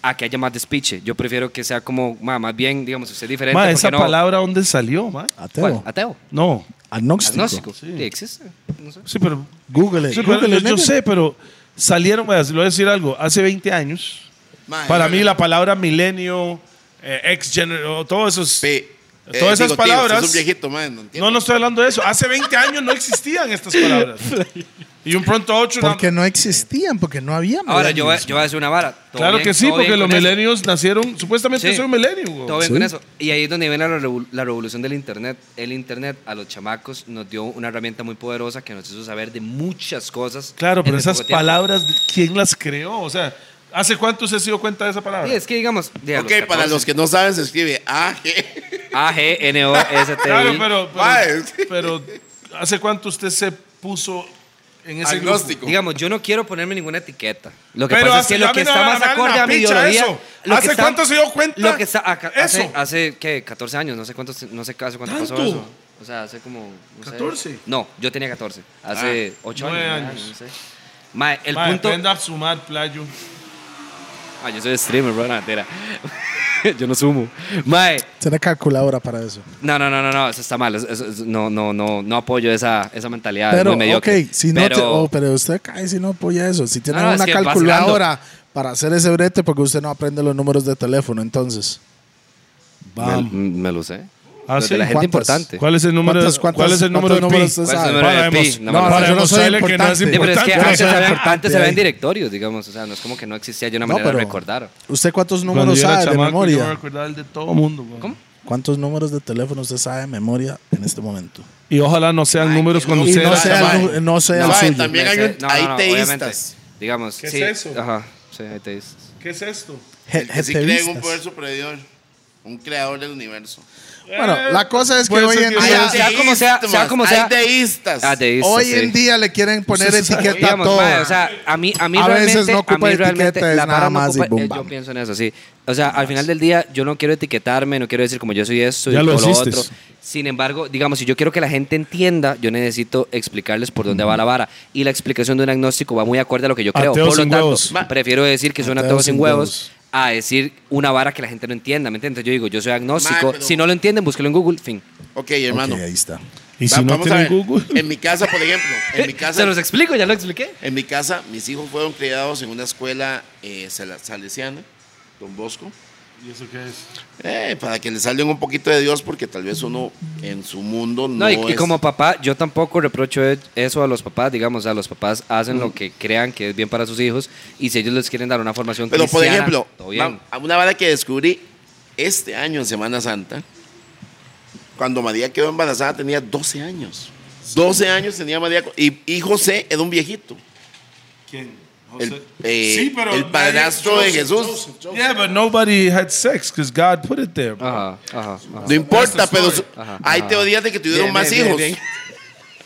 [SPEAKER 3] a que haya más despiche. Yo prefiero que sea como, ma, más bien, digamos, usted es diferente.
[SPEAKER 5] Ma,
[SPEAKER 3] ¿por qué
[SPEAKER 5] esa
[SPEAKER 3] no? Ah.
[SPEAKER 5] palabra, ¿dónde salió, ma?
[SPEAKER 3] ¿Cuál?
[SPEAKER 4] Ateo.
[SPEAKER 3] Ateo.
[SPEAKER 5] No.
[SPEAKER 4] Agnóstico.
[SPEAKER 3] Agnóstico. Sí. existe. No sé.
[SPEAKER 5] Sí, pero.
[SPEAKER 4] Google it,
[SPEAKER 5] Sí, pero
[SPEAKER 4] Google it,
[SPEAKER 5] yo, yo
[SPEAKER 4] nigga.
[SPEAKER 5] sé, pero salieron, ma, le voy a decir algo. Hace 20 años,
[SPEAKER 2] mae,
[SPEAKER 5] para
[SPEAKER 2] mae,
[SPEAKER 5] mí la palabra milenio, eh, ex generation, todo eso es.
[SPEAKER 2] pe- eh,
[SPEAKER 5] Todas esas
[SPEAKER 2] digo, tío,
[SPEAKER 5] palabras-
[SPEAKER 2] usted es un viejito, mae, no entiendo.
[SPEAKER 5] No, no estoy hablando de eso. Hace 20 años no existían estas palabras. Y un pronto a ocho. una-
[SPEAKER 4] Porque no existían, porque no había
[SPEAKER 3] Ahora, yo, voy-
[SPEAKER 4] millennials.
[SPEAKER 3] yo voy a decir una vara. Todo
[SPEAKER 5] Claro
[SPEAKER 3] bien,
[SPEAKER 5] que sí,
[SPEAKER 3] todo bien
[SPEAKER 5] porque los
[SPEAKER 3] con eso.
[SPEAKER 5] millennials nacieron. Supuestamente
[SPEAKER 3] Sí.
[SPEAKER 5] soy un milenio. güey.
[SPEAKER 3] Todo bien
[SPEAKER 4] Sí.
[SPEAKER 3] con eso. Y ahí es donde viene la, revo- la revolución del Internet. El Internet a los chamacos nos dio una herramienta muy poderosa que nos hizo saber de muchas cosas.
[SPEAKER 5] Claro,
[SPEAKER 3] en
[SPEAKER 5] pero
[SPEAKER 3] muy
[SPEAKER 5] esas
[SPEAKER 3] poco tiempo.
[SPEAKER 5] palabras, ¿quién las creó? O sea, ¿hace cuánto se dio cuenta de esa palabra?
[SPEAKER 3] Sí, es que digamos. de a
[SPEAKER 2] Ok, para
[SPEAKER 3] 14,
[SPEAKER 2] los que no saben, se escribe AG.
[SPEAKER 3] A, G, N, O, S, T.
[SPEAKER 5] Claro,
[SPEAKER 3] I.
[SPEAKER 5] pero,
[SPEAKER 2] Mae.
[SPEAKER 5] pero, pero ¿hace cuánto usted se puso en ese grupo?
[SPEAKER 2] Agnóstico.
[SPEAKER 3] Digamos, yo no quiero ponerme ninguna etiqueta. Lo que
[SPEAKER 5] Pero
[SPEAKER 3] pasa es
[SPEAKER 5] hace-
[SPEAKER 3] que
[SPEAKER 5] a
[SPEAKER 3] lo
[SPEAKER 5] mí
[SPEAKER 3] que
[SPEAKER 5] no
[SPEAKER 3] está
[SPEAKER 5] me
[SPEAKER 3] más
[SPEAKER 5] da la
[SPEAKER 3] acorde a mi
[SPEAKER 5] picha
[SPEAKER 3] ideología.
[SPEAKER 5] eso.
[SPEAKER 3] lo que
[SPEAKER 5] ¿Hace cuánto se dio cuenta
[SPEAKER 3] Lo que está acá- hace,
[SPEAKER 5] eso?
[SPEAKER 3] hace, ¿qué? 14 años, no sé cuántos, no sé hace cuánto pasó
[SPEAKER 5] ¿Tanto?
[SPEAKER 3] eso. O sea, hace como. no sé.
[SPEAKER 5] 14.
[SPEAKER 3] No, yo tenía 14. Hace 8
[SPEAKER 5] Ah, nueve
[SPEAKER 3] años.
[SPEAKER 5] años.
[SPEAKER 3] no sé. Mae, el
[SPEAKER 5] Mae,
[SPEAKER 3] punto.
[SPEAKER 5] aprenda a sumar, playo.
[SPEAKER 3] Ah, yo soy streamer, bro, no, mentira. yo no sumo. Mae,
[SPEAKER 4] Tiene calculadora para eso.
[SPEAKER 3] no, no, no, no, no, eso está mal. Eso- eso- eso- no, no, no, no apoyo esa, esa mentalidad. es
[SPEAKER 4] Pero,
[SPEAKER 3] Ah, muy mediocre.
[SPEAKER 4] ok, si no te-
[SPEAKER 3] Pero-
[SPEAKER 4] oh, pero usted cae si no apoya eso. Si tiene
[SPEAKER 3] No, no, es
[SPEAKER 4] una
[SPEAKER 3] que
[SPEAKER 4] calculadora para hacer ese brete, porque usted no aprende los números de teléfono, entonces.
[SPEAKER 3] me, me lo sé.
[SPEAKER 5] Ah,
[SPEAKER 3] Los de
[SPEAKER 5] sí.
[SPEAKER 3] la gente
[SPEAKER 4] ¿Cuántas?
[SPEAKER 3] importante.
[SPEAKER 5] ¿Cuál es el número?
[SPEAKER 4] ¿Cuántos- cuántos-
[SPEAKER 5] ¿Cuál es el número de
[SPEAKER 4] cuántos números
[SPEAKER 5] pi?
[SPEAKER 3] ¿Cuál
[SPEAKER 4] usted
[SPEAKER 3] es
[SPEAKER 4] sabe?
[SPEAKER 3] el número de
[SPEAKER 5] Para
[SPEAKER 3] pi?
[SPEAKER 5] demostrar-
[SPEAKER 3] No me lo
[SPEAKER 4] para
[SPEAKER 3] sé.
[SPEAKER 4] yo no soy
[SPEAKER 5] demostrarle que no es
[SPEAKER 4] importante.
[SPEAKER 3] Sí, pero es que
[SPEAKER 5] importante.
[SPEAKER 3] antes,
[SPEAKER 4] Yo no soy
[SPEAKER 3] se habían-
[SPEAKER 4] importante
[SPEAKER 3] antes se
[SPEAKER 4] ahí.
[SPEAKER 3] habían directorios, digamos. O sea, no es como que no existía ya una
[SPEAKER 4] No,
[SPEAKER 3] manera
[SPEAKER 4] pero
[SPEAKER 3] de recordar.
[SPEAKER 4] ¿Usted cuántos
[SPEAKER 5] Cuando
[SPEAKER 4] números
[SPEAKER 5] yo era
[SPEAKER 4] sabe de
[SPEAKER 5] chamaco, yo me
[SPEAKER 4] memoria?
[SPEAKER 5] acordaba el de todo mundo. güey.
[SPEAKER 3] ¿Cómo?
[SPEAKER 4] ¿Cuántos números de teléfono usted sabe de memoria en este momento?
[SPEAKER 5] Y ojalá no sean
[SPEAKER 2] Ay,
[SPEAKER 5] números
[SPEAKER 2] qué
[SPEAKER 5] cuando
[SPEAKER 2] loco.
[SPEAKER 4] Y
[SPEAKER 5] usted
[SPEAKER 4] no
[SPEAKER 5] era
[SPEAKER 4] sea,
[SPEAKER 5] chamaco.
[SPEAKER 2] chaval.
[SPEAKER 4] el nu- no sea el
[SPEAKER 2] No,
[SPEAKER 4] suyo.
[SPEAKER 2] también
[SPEAKER 3] Me
[SPEAKER 2] hay
[SPEAKER 3] sé-
[SPEAKER 2] un- hay teístas.
[SPEAKER 3] obviamente. Digamos,
[SPEAKER 5] ¿Qué es
[SPEAKER 3] sí,
[SPEAKER 5] eso?
[SPEAKER 3] Ajá, sí, hay teístas.
[SPEAKER 5] ¿Qué es esto?
[SPEAKER 4] Je-
[SPEAKER 2] Que sí creen un
[SPEAKER 4] jetevistas.
[SPEAKER 2] poder superior. Un creador del universo.
[SPEAKER 4] Bueno,
[SPEAKER 3] Eh,
[SPEAKER 4] la cosa es que
[SPEAKER 5] Puede
[SPEAKER 4] hoy
[SPEAKER 5] ser
[SPEAKER 4] en
[SPEAKER 5] que
[SPEAKER 4] día,
[SPEAKER 2] Hay
[SPEAKER 3] sea como sea,
[SPEAKER 2] teístas,
[SPEAKER 3] sea como sea.
[SPEAKER 2] Hay teístas.
[SPEAKER 3] Ateístas,
[SPEAKER 4] hoy
[SPEAKER 3] Ah, sí.
[SPEAKER 4] en día le quieren poner
[SPEAKER 5] Eso es-
[SPEAKER 4] etiqueta a
[SPEAKER 3] Digamos,
[SPEAKER 4] todo.
[SPEAKER 3] mae, o sea, a mí, a mí
[SPEAKER 4] A veces
[SPEAKER 3] realmente,
[SPEAKER 4] no ocupa
[SPEAKER 3] a mí
[SPEAKER 4] etiqueta,
[SPEAKER 3] realmente
[SPEAKER 4] es
[SPEAKER 3] la
[SPEAKER 4] nada
[SPEAKER 3] vara no
[SPEAKER 4] más y
[SPEAKER 3] ocupa-
[SPEAKER 4] boom,
[SPEAKER 3] eh,
[SPEAKER 4] bam.
[SPEAKER 3] Yo pienso en eso, sí. O sea, al final del día, yo no quiero etiquetarme, no quiero decir como yo soy esto y
[SPEAKER 5] Ya lo
[SPEAKER 3] o lo
[SPEAKER 5] hiciste.
[SPEAKER 3] otro. Sin embargo, digamos, si yo quiero que la gente entienda, yo necesito explicarles por dónde va la vara. Y la explicación de un agnóstico va muy acorde a lo que yo creo.
[SPEAKER 5] Ateo
[SPEAKER 3] por lo
[SPEAKER 5] sin
[SPEAKER 3] tanto,
[SPEAKER 5] huevos.
[SPEAKER 3] ma- prefiero decir que son
[SPEAKER 4] Ateo
[SPEAKER 3] ateos
[SPEAKER 4] sin
[SPEAKER 3] sin
[SPEAKER 4] huevos.
[SPEAKER 3] huevos a decir una vara que la gente no entienda, ¿me entiendes? Yo digo, yo soy agnóstico.
[SPEAKER 2] Ma, pero-
[SPEAKER 3] Si no lo entienden, búsquelo en Google, fin.
[SPEAKER 2] Ok, hermano.
[SPEAKER 4] Ok, ahí está.
[SPEAKER 5] Y
[SPEAKER 2] Va-
[SPEAKER 5] si no
[SPEAKER 2] vamos a
[SPEAKER 5] tienen
[SPEAKER 2] ver.
[SPEAKER 5] Google.
[SPEAKER 2] En mi casa, por ejemplo. En mi casa.
[SPEAKER 3] Se los explico, ya lo expliqué.
[SPEAKER 2] En mi casa, mis hijos fueron criados en una escuela eh, sala- salesiana, Don Bosco.
[SPEAKER 5] ¿Y eso qué es?
[SPEAKER 2] Eh, para que le salgan un poquito de Dios, porque tal vez uno en su mundo no,
[SPEAKER 3] No, y, y
[SPEAKER 2] es-
[SPEAKER 3] como papá, yo tampoco reprocho e- eso a los papás, digamos, a los papás hacen
[SPEAKER 2] Mm.
[SPEAKER 3] lo que crean que es bien para sus hijos y si ellos les quieren dar una formación
[SPEAKER 2] Pero por
[SPEAKER 3] cristiana,
[SPEAKER 2] ejemplo,
[SPEAKER 3] todo bien.
[SPEAKER 2] va- una vara que descubrí este año en Semana Santa, cuando María quedó embarazada tenía 12 años. 12 años tenía María co- y, y José era un viejito.
[SPEAKER 5] ¿Quién?
[SPEAKER 2] El, eh, el padrastro de Jesús.
[SPEAKER 1] Yeah, but nobody had sex because God put it there.
[SPEAKER 5] Ah.
[SPEAKER 3] Ajá, ajá, ajá.
[SPEAKER 2] No importa, pero su-
[SPEAKER 3] Ajá,
[SPEAKER 2] hay
[SPEAKER 3] ajá.
[SPEAKER 2] teorías de que tuvieron
[SPEAKER 3] Bien,
[SPEAKER 2] más
[SPEAKER 3] bien,
[SPEAKER 2] hijos.
[SPEAKER 3] bien,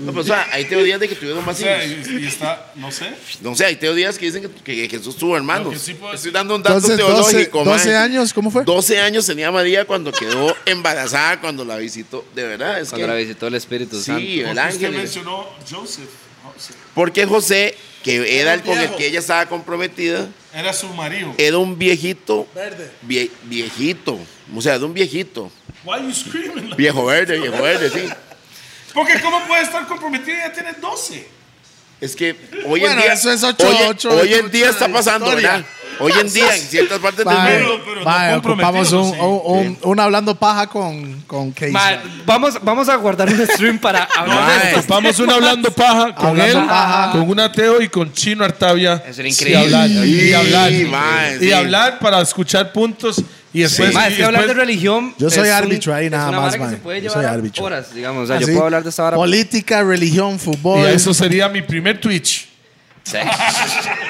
[SPEAKER 2] No, pero, o sea, hay teorías de que tuvieron más
[SPEAKER 5] O sea,
[SPEAKER 2] hijos.
[SPEAKER 5] y, y está, no sé.
[SPEAKER 2] No sé, hay teorías que dicen que, que Jesús tuvo hermanos.
[SPEAKER 5] Lo que sí puedo decir-
[SPEAKER 2] Estoy dando un dato
[SPEAKER 4] Entonces, 12,
[SPEAKER 2] teológico.
[SPEAKER 4] 12
[SPEAKER 2] mae.
[SPEAKER 4] años, ¿cómo fue?
[SPEAKER 2] 12 años tenía María cuando quedó embarazada, cuando la visitó. De verdad, es
[SPEAKER 3] Cuando
[SPEAKER 2] que.
[SPEAKER 3] la visitó el Espíritu Santo.
[SPEAKER 2] sí, el
[SPEAKER 5] Porque Usted
[SPEAKER 2] ángel.
[SPEAKER 5] mencionó Joseph. Joseph.
[SPEAKER 2] Porque José, que era el con el
[SPEAKER 4] viejo.
[SPEAKER 2] que ella estaba comprometida,
[SPEAKER 5] Era su marido.
[SPEAKER 2] era un viejito.
[SPEAKER 4] Verde.
[SPEAKER 2] vie- viejito. O sea, era un viejito.
[SPEAKER 5] Why you screaming?
[SPEAKER 2] Viejo verde, viejo verde, sí.
[SPEAKER 5] Porque ¿cómo puede estar comprometida? Ya tiene 12.
[SPEAKER 2] Es que hoy en
[SPEAKER 4] Bueno,
[SPEAKER 2] día.
[SPEAKER 4] eso es ocho-
[SPEAKER 2] hoy, en-
[SPEAKER 4] ocho-
[SPEAKER 2] hoy en
[SPEAKER 4] ocho
[SPEAKER 2] día está
[SPEAKER 4] de
[SPEAKER 2] pasando,
[SPEAKER 4] historia.
[SPEAKER 2] ¿verdad? Hoy en día, en ciertas partes del
[SPEAKER 4] Mae,
[SPEAKER 2] mundo.
[SPEAKER 5] pero no
[SPEAKER 4] mae, ocupamos
[SPEAKER 5] comprometido,
[SPEAKER 4] un,
[SPEAKER 5] sí.
[SPEAKER 4] un- un- un hablando paja con, con Casey.
[SPEAKER 3] Ma, vamos, vamos a guardar un stream para hablar de
[SPEAKER 2] Mae.
[SPEAKER 3] estos
[SPEAKER 1] Vamos una hablando paja con
[SPEAKER 4] Hablando
[SPEAKER 1] él,
[SPEAKER 4] paja.
[SPEAKER 1] con un ateo y con Chino Artavia.
[SPEAKER 3] Eso era
[SPEAKER 1] Y
[SPEAKER 3] increíble.
[SPEAKER 1] hablar, Y hablar.
[SPEAKER 2] Sí, mae,
[SPEAKER 1] Y
[SPEAKER 2] sí.
[SPEAKER 1] hablar para escuchar puntos y después.
[SPEAKER 2] pues
[SPEAKER 3] Ma, es
[SPEAKER 1] y
[SPEAKER 3] que hablar de
[SPEAKER 1] después-
[SPEAKER 3] religión.
[SPEAKER 4] Yo soy
[SPEAKER 3] es un-
[SPEAKER 4] árbitro ahí
[SPEAKER 3] es
[SPEAKER 4] nada
[SPEAKER 3] una
[SPEAKER 4] más,
[SPEAKER 3] vara que
[SPEAKER 4] ma.
[SPEAKER 3] se puede
[SPEAKER 4] Yo
[SPEAKER 3] llevar
[SPEAKER 4] soy árbitro.
[SPEAKER 3] horas, digamos.
[SPEAKER 2] Ah,
[SPEAKER 3] O sea, yo
[SPEAKER 4] Así,
[SPEAKER 3] puedo hablar de esta vara.
[SPEAKER 4] Política, religión, fútbol.
[SPEAKER 1] y eso sería mi primer Twitch.
[SPEAKER 3] Sí.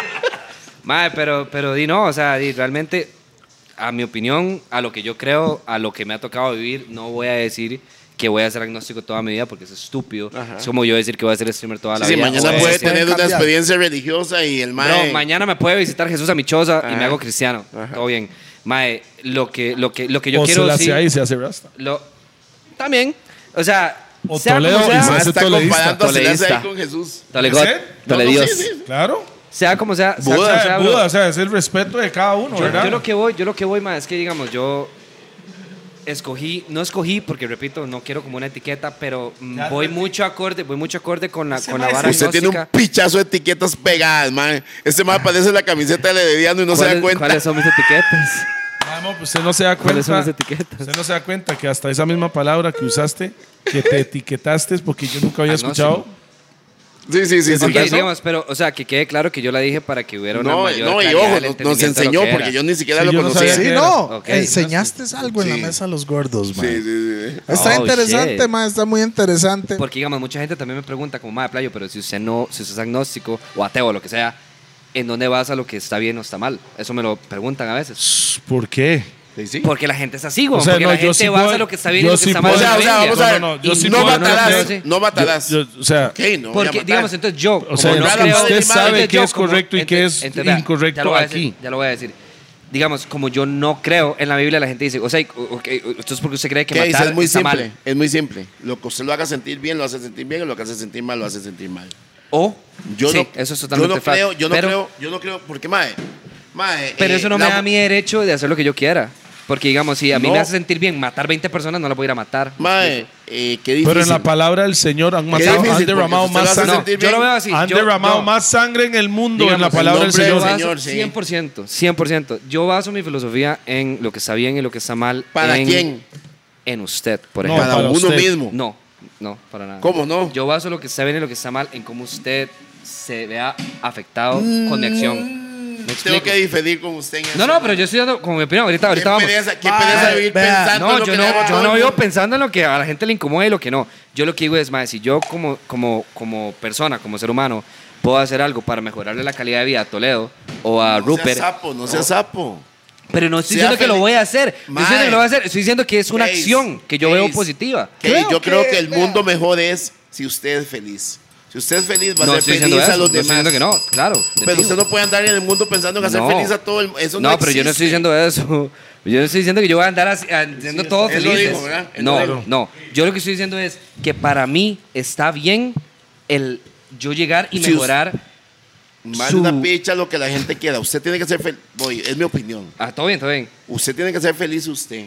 [SPEAKER 3] Mae, pero, pero di no, o sea, di, realmente, a mi opinión, a lo que yo creo, a lo que me ha tocado vivir, no voy a decir que voy a ser agnóstico toda mi vida porque es estúpido. Es como yo decir que voy a ser streamer toda la
[SPEAKER 2] Sí,
[SPEAKER 3] vida.
[SPEAKER 2] mañana
[SPEAKER 3] o
[SPEAKER 2] puede
[SPEAKER 3] decir,
[SPEAKER 2] tener una
[SPEAKER 4] cambiar.
[SPEAKER 2] experiencia religiosa y el mae.
[SPEAKER 3] "Bro, mañana me puede visitar Jesús a mi choza y me
[SPEAKER 2] Ajá.
[SPEAKER 3] hago cristiano. Todo bien. Mae, lo que, lo que, lo que yo
[SPEAKER 1] o
[SPEAKER 3] quiero
[SPEAKER 1] se la
[SPEAKER 3] sí,
[SPEAKER 1] hace ahí y se hace rasta.
[SPEAKER 3] lo- también, o sea,
[SPEAKER 1] O
[SPEAKER 3] sea como
[SPEAKER 1] Toledo y
[SPEAKER 3] sea,
[SPEAKER 2] mae,
[SPEAKER 1] hace
[SPEAKER 2] está
[SPEAKER 1] toleísta,
[SPEAKER 2] comparando a Celeste
[SPEAKER 3] toleísta.
[SPEAKER 2] ahí con Jesús.
[SPEAKER 3] Dale
[SPEAKER 1] ¿En
[SPEAKER 3] God,
[SPEAKER 1] serio?
[SPEAKER 3] dale
[SPEAKER 2] No, no,
[SPEAKER 3] Dios.
[SPEAKER 2] sí, sí.
[SPEAKER 1] Claro.
[SPEAKER 3] Sea como sea, sea
[SPEAKER 1] O
[SPEAKER 3] como
[SPEAKER 1] sea,
[SPEAKER 3] sea, bro.
[SPEAKER 1] Buda, o sea, es el respeto de cada uno,
[SPEAKER 3] Yo,
[SPEAKER 1] ¿verdad?
[SPEAKER 3] yo lo que voy, yo lo que voy, ma, es que digamos, yo escogí, no escogí porque repito, no quiero como una etiqueta, pero mm, voy mucho acorde, voy mucho acorde con la, con la vara
[SPEAKER 2] Usted tiene un
[SPEAKER 3] agnóstica.
[SPEAKER 2] pichazo de etiquetas pegadas, man. Este man parece la camiseta de Herediano y no se da
[SPEAKER 3] ¿Cuáles-
[SPEAKER 2] cuenta.
[SPEAKER 3] ¿Cuáles son mis etiquetas?
[SPEAKER 1] Vamos, pues usted no se da
[SPEAKER 3] ¿Cuáles son mis
[SPEAKER 1] cuenta.
[SPEAKER 3] etiquetas?
[SPEAKER 1] Usted no se da cuenta que hasta esa misma palabra que usaste, que te etiquetaste, es porque yo nunca había
[SPEAKER 3] Agnóstico.
[SPEAKER 1] escuchado.
[SPEAKER 2] Sí, sí, sí. sí.
[SPEAKER 3] Ok,
[SPEAKER 2] ¿Eso?
[SPEAKER 3] digamos, pero, o sea, que quede claro que yo la dije para que hubiera una
[SPEAKER 2] No,
[SPEAKER 3] mayor
[SPEAKER 2] no, y
[SPEAKER 3] claridad
[SPEAKER 2] ojo,
[SPEAKER 3] del
[SPEAKER 2] nos- nos
[SPEAKER 3] entendimiento de lo
[SPEAKER 2] enseñó
[SPEAKER 3] que
[SPEAKER 2] porque
[SPEAKER 3] era.
[SPEAKER 2] yo ni siquiera
[SPEAKER 1] Sí,
[SPEAKER 2] lo
[SPEAKER 1] yo no
[SPEAKER 2] conocía.
[SPEAKER 1] sabía.
[SPEAKER 4] Sí,
[SPEAKER 1] ¿Qué
[SPEAKER 4] no.
[SPEAKER 3] era? Ok.
[SPEAKER 4] Enseñaste algo en la
[SPEAKER 2] Sí.
[SPEAKER 4] mesa a los gordos, man.
[SPEAKER 2] Sí, sí, sí, sí.
[SPEAKER 4] Está
[SPEAKER 3] Oh,
[SPEAKER 4] interesante,
[SPEAKER 3] shit.
[SPEAKER 4] man. Está muy interesante.
[SPEAKER 3] Porque, digamos, mucha gente también me pregunta, como, madre, playo, pero si usted no, si usted es agnóstico o ateo o lo que sea, ¿en dónde vas a lo que está bien o está mal? Eso me lo preguntan a veces.
[SPEAKER 1] ¿Por qué?
[SPEAKER 2] Sí, sí.
[SPEAKER 3] Porque la gente es así, güey.
[SPEAKER 1] O sea,
[SPEAKER 3] porque
[SPEAKER 1] no,
[SPEAKER 3] la
[SPEAKER 1] yo
[SPEAKER 3] gente
[SPEAKER 1] sí
[SPEAKER 3] basa
[SPEAKER 1] puedo-
[SPEAKER 3] lo que está bien y
[SPEAKER 1] yo
[SPEAKER 3] lo que
[SPEAKER 1] sí
[SPEAKER 3] está mal.
[SPEAKER 2] O
[SPEAKER 1] puedo-
[SPEAKER 3] en la
[SPEAKER 2] sea, o sea,
[SPEAKER 3] Biblia.
[SPEAKER 2] vamos a ver.
[SPEAKER 1] No,
[SPEAKER 2] No,
[SPEAKER 1] no, yo sí puedo- no, no,
[SPEAKER 2] matarás.
[SPEAKER 3] no, sí.
[SPEAKER 2] No matarás.
[SPEAKER 1] Yo- yo- o sea,
[SPEAKER 2] Ok, no. voy a
[SPEAKER 3] Porque,
[SPEAKER 2] matar.
[SPEAKER 3] digamos, entonces yo. como
[SPEAKER 1] sea,
[SPEAKER 3] no
[SPEAKER 2] no,
[SPEAKER 3] creo-
[SPEAKER 2] usted
[SPEAKER 1] sabe qué
[SPEAKER 3] yo
[SPEAKER 1] es
[SPEAKER 3] como-
[SPEAKER 1] correcto y
[SPEAKER 3] ente-
[SPEAKER 1] qué es
[SPEAKER 3] ente- vea,
[SPEAKER 1] incorrecto
[SPEAKER 3] ya lo voy a decir,
[SPEAKER 1] aquí.
[SPEAKER 3] ya lo voy a decir. Digamos, como yo no creo en la Biblia, la gente dice, o sea, ok, esto es porque usted cree que
[SPEAKER 2] ¿Qué dice?
[SPEAKER 3] matar
[SPEAKER 2] Es muy
[SPEAKER 3] está
[SPEAKER 2] simple.
[SPEAKER 3] mal.
[SPEAKER 2] Es muy simple. Lo que usted lo haga sentir bien, lo hace sentir bien. Y lo que hace sentir mal, lo hace sentir mal.
[SPEAKER 3] O.
[SPEAKER 2] Yo
[SPEAKER 3] sí,
[SPEAKER 2] no,
[SPEAKER 3] eso es totalmente
[SPEAKER 2] yo no creo,
[SPEAKER 3] fact,
[SPEAKER 2] yo no
[SPEAKER 3] pero,
[SPEAKER 2] creo, yo no creo, porque mae, mae,
[SPEAKER 3] Pero
[SPEAKER 2] eh,
[SPEAKER 3] eso no
[SPEAKER 2] la-
[SPEAKER 3] me da mi derecho de hacer lo que yo quiera. Porque, digamos, si a mí
[SPEAKER 2] No.
[SPEAKER 3] me hace sentir bien matar 20 personas, no la voy a ir a matar.
[SPEAKER 2] Mae, eh, qué difícil.
[SPEAKER 1] Pero en la palabra del Señor han, matado-
[SPEAKER 2] difícil,
[SPEAKER 1] han
[SPEAKER 2] porque
[SPEAKER 1] derramado
[SPEAKER 2] usted lo
[SPEAKER 1] más
[SPEAKER 2] hace
[SPEAKER 1] sangre.
[SPEAKER 3] No,
[SPEAKER 2] sentir
[SPEAKER 3] yo lo
[SPEAKER 2] bien.
[SPEAKER 3] veo así.
[SPEAKER 1] han
[SPEAKER 3] yo-
[SPEAKER 1] derramado
[SPEAKER 3] no.
[SPEAKER 1] más sangre en el mundo en la
[SPEAKER 3] Digamos, en
[SPEAKER 1] palabra del
[SPEAKER 2] nombre del
[SPEAKER 1] Señor.
[SPEAKER 2] Señor.
[SPEAKER 3] Yo baso-
[SPEAKER 2] sí.
[SPEAKER 3] 100%, 100%. Yo baso mi filosofía en lo que está bien y lo que está mal.
[SPEAKER 2] ¿Para
[SPEAKER 3] en-
[SPEAKER 2] quién?
[SPEAKER 3] En usted, por
[SPEAKER 1] No,
[SPEAKER 3] ejemplo.
[SPEAKER 2] para
[SPEAKER 1] para
[SPEAKER 2] uno
[SPEAKER 1] usted.
[SPEAKER 2] mismo.
[SPEAKER 3] No, no, para nada.
[SPEAKER 2] ¿Cómo no?
[SPEAKER 3] Yo baso lo que está bien y lo que está mal en cómo usted se vea afectado con mi acción. ¿Me
[SPEAKER 2] Tengo
[SPEAKER 3] explico?
[SPEAKER 2] que diferir con usted en eso.
[SPEAKER 3] No, no, pero yo estoy dando como mi opinión. Ahorita,
[SPEAKER 2] qué
[SPEAKER 3] ahorita vamos.
[SPEAKER 2] pereza, qué
[SPEAKER 4] Mae,
[SPEAKER 2] pereza vivir
[SPEAKER 4] vea.
[SPEAKER 2] pensando en
[SPEAKER 3] No,
[SPEAKER 2] lo
[SPEAKER 3] yo
[SPEAKER 2] que le
[SPEAKER 3] no,
[SPEAKER 2] haga
[SPEAKER 3] yo
[SPEAKER 2] todo el
[SPEAKER 3] no
[SPEAKER 2] mundo.
[SPEAKER 3] vivo pensando en lo que a la gente le incomoda y lo que no. Yo lo que digo es, más si yo como, como, como persona, como ser humano, puedo hacer algo para mejorarle la calidad de vida a Toledo o a
[SPEAKER 2] No sea
[SPEAKER 3] Rupert,
[SPEAKER 2] sapo, no sea sapo.
[SPEAKER 3] pero no estoy
[SPEAKER 2] Sea
[SPEAKER 3] diciendo que lo
[SPEAKER 2] feliz.
[SPEAKER 3] voy a hacer. No estoy diciendo que lo voy a hacer. Estoy diciendo que es una
[SPEAKER 2] Case,
[SPEAKER 3] acción que yo
[SPEAKER 2] case.
[SPEAKER 3] veo positiva.
[SPEAKER 2] Que
[SPEAKER 4] Creo
[SPEAKER 2] yo creo
[SPEAKER 4] que-
[SPEAKER 2] que el
[SPEAKER 4] vea.
[SPEAKER 2] mundo mejor es si usted es feliz. Si usted es feliz, va
[SPEAKER 3] No
[SPEAKER 2] a
[SPEAKER 3] estoy
[SPEAKER 2] ser
[SPEAKER 3] diciendo
[SPEAKER 2] feliz
[SPEAKER 3] eso.
[SPEAKER 2] a
[SPEAKER 3] No
[SPEAKER 2] los
[SPEAKER 3] estoy
[SPEAKER 2] demás.
[SPEAKER 3] diciendo que no, claro.
[SPEAKER 2] Pero usted no puede andar en el mundo pensando en hacer
[SPEAKER 3] No.
[SPEAKER 2] feliz a todo el mundo. Eso no
[SPEAKER 3] No, pero yo no estoy
[SPEAKER 2] existe.
[SPEAKER 3] diciendo eso. Yo no estoy diciendo que yo voy a andar así- haciendo todo
[SPEAKER 2] él lo
[SPEAKER 3] feliz.
[SPEAKER 2] dijo, ¿verdad? Él lo
[SPEAKER 3] No,
[SPEAKER 2] dijo.
[SPEAKER 3] no. Yo lo que estoy diciendo es que para mí está bien el yo llegar y
[SPEAKER 2] Si us-
[SPEAKER 3] mejorar
[SPEAKER 2] Manda
[SPEAKER 3] Su-
[SPEAKER 2] picha lo que la gente quiera. Usted tiene que ser feliz. Voy, es mi opinión.
[SPEAKER 3] Ah, todo bien, todo bien.
[SPEAKER 2] Usted tiene que ser feliz usted.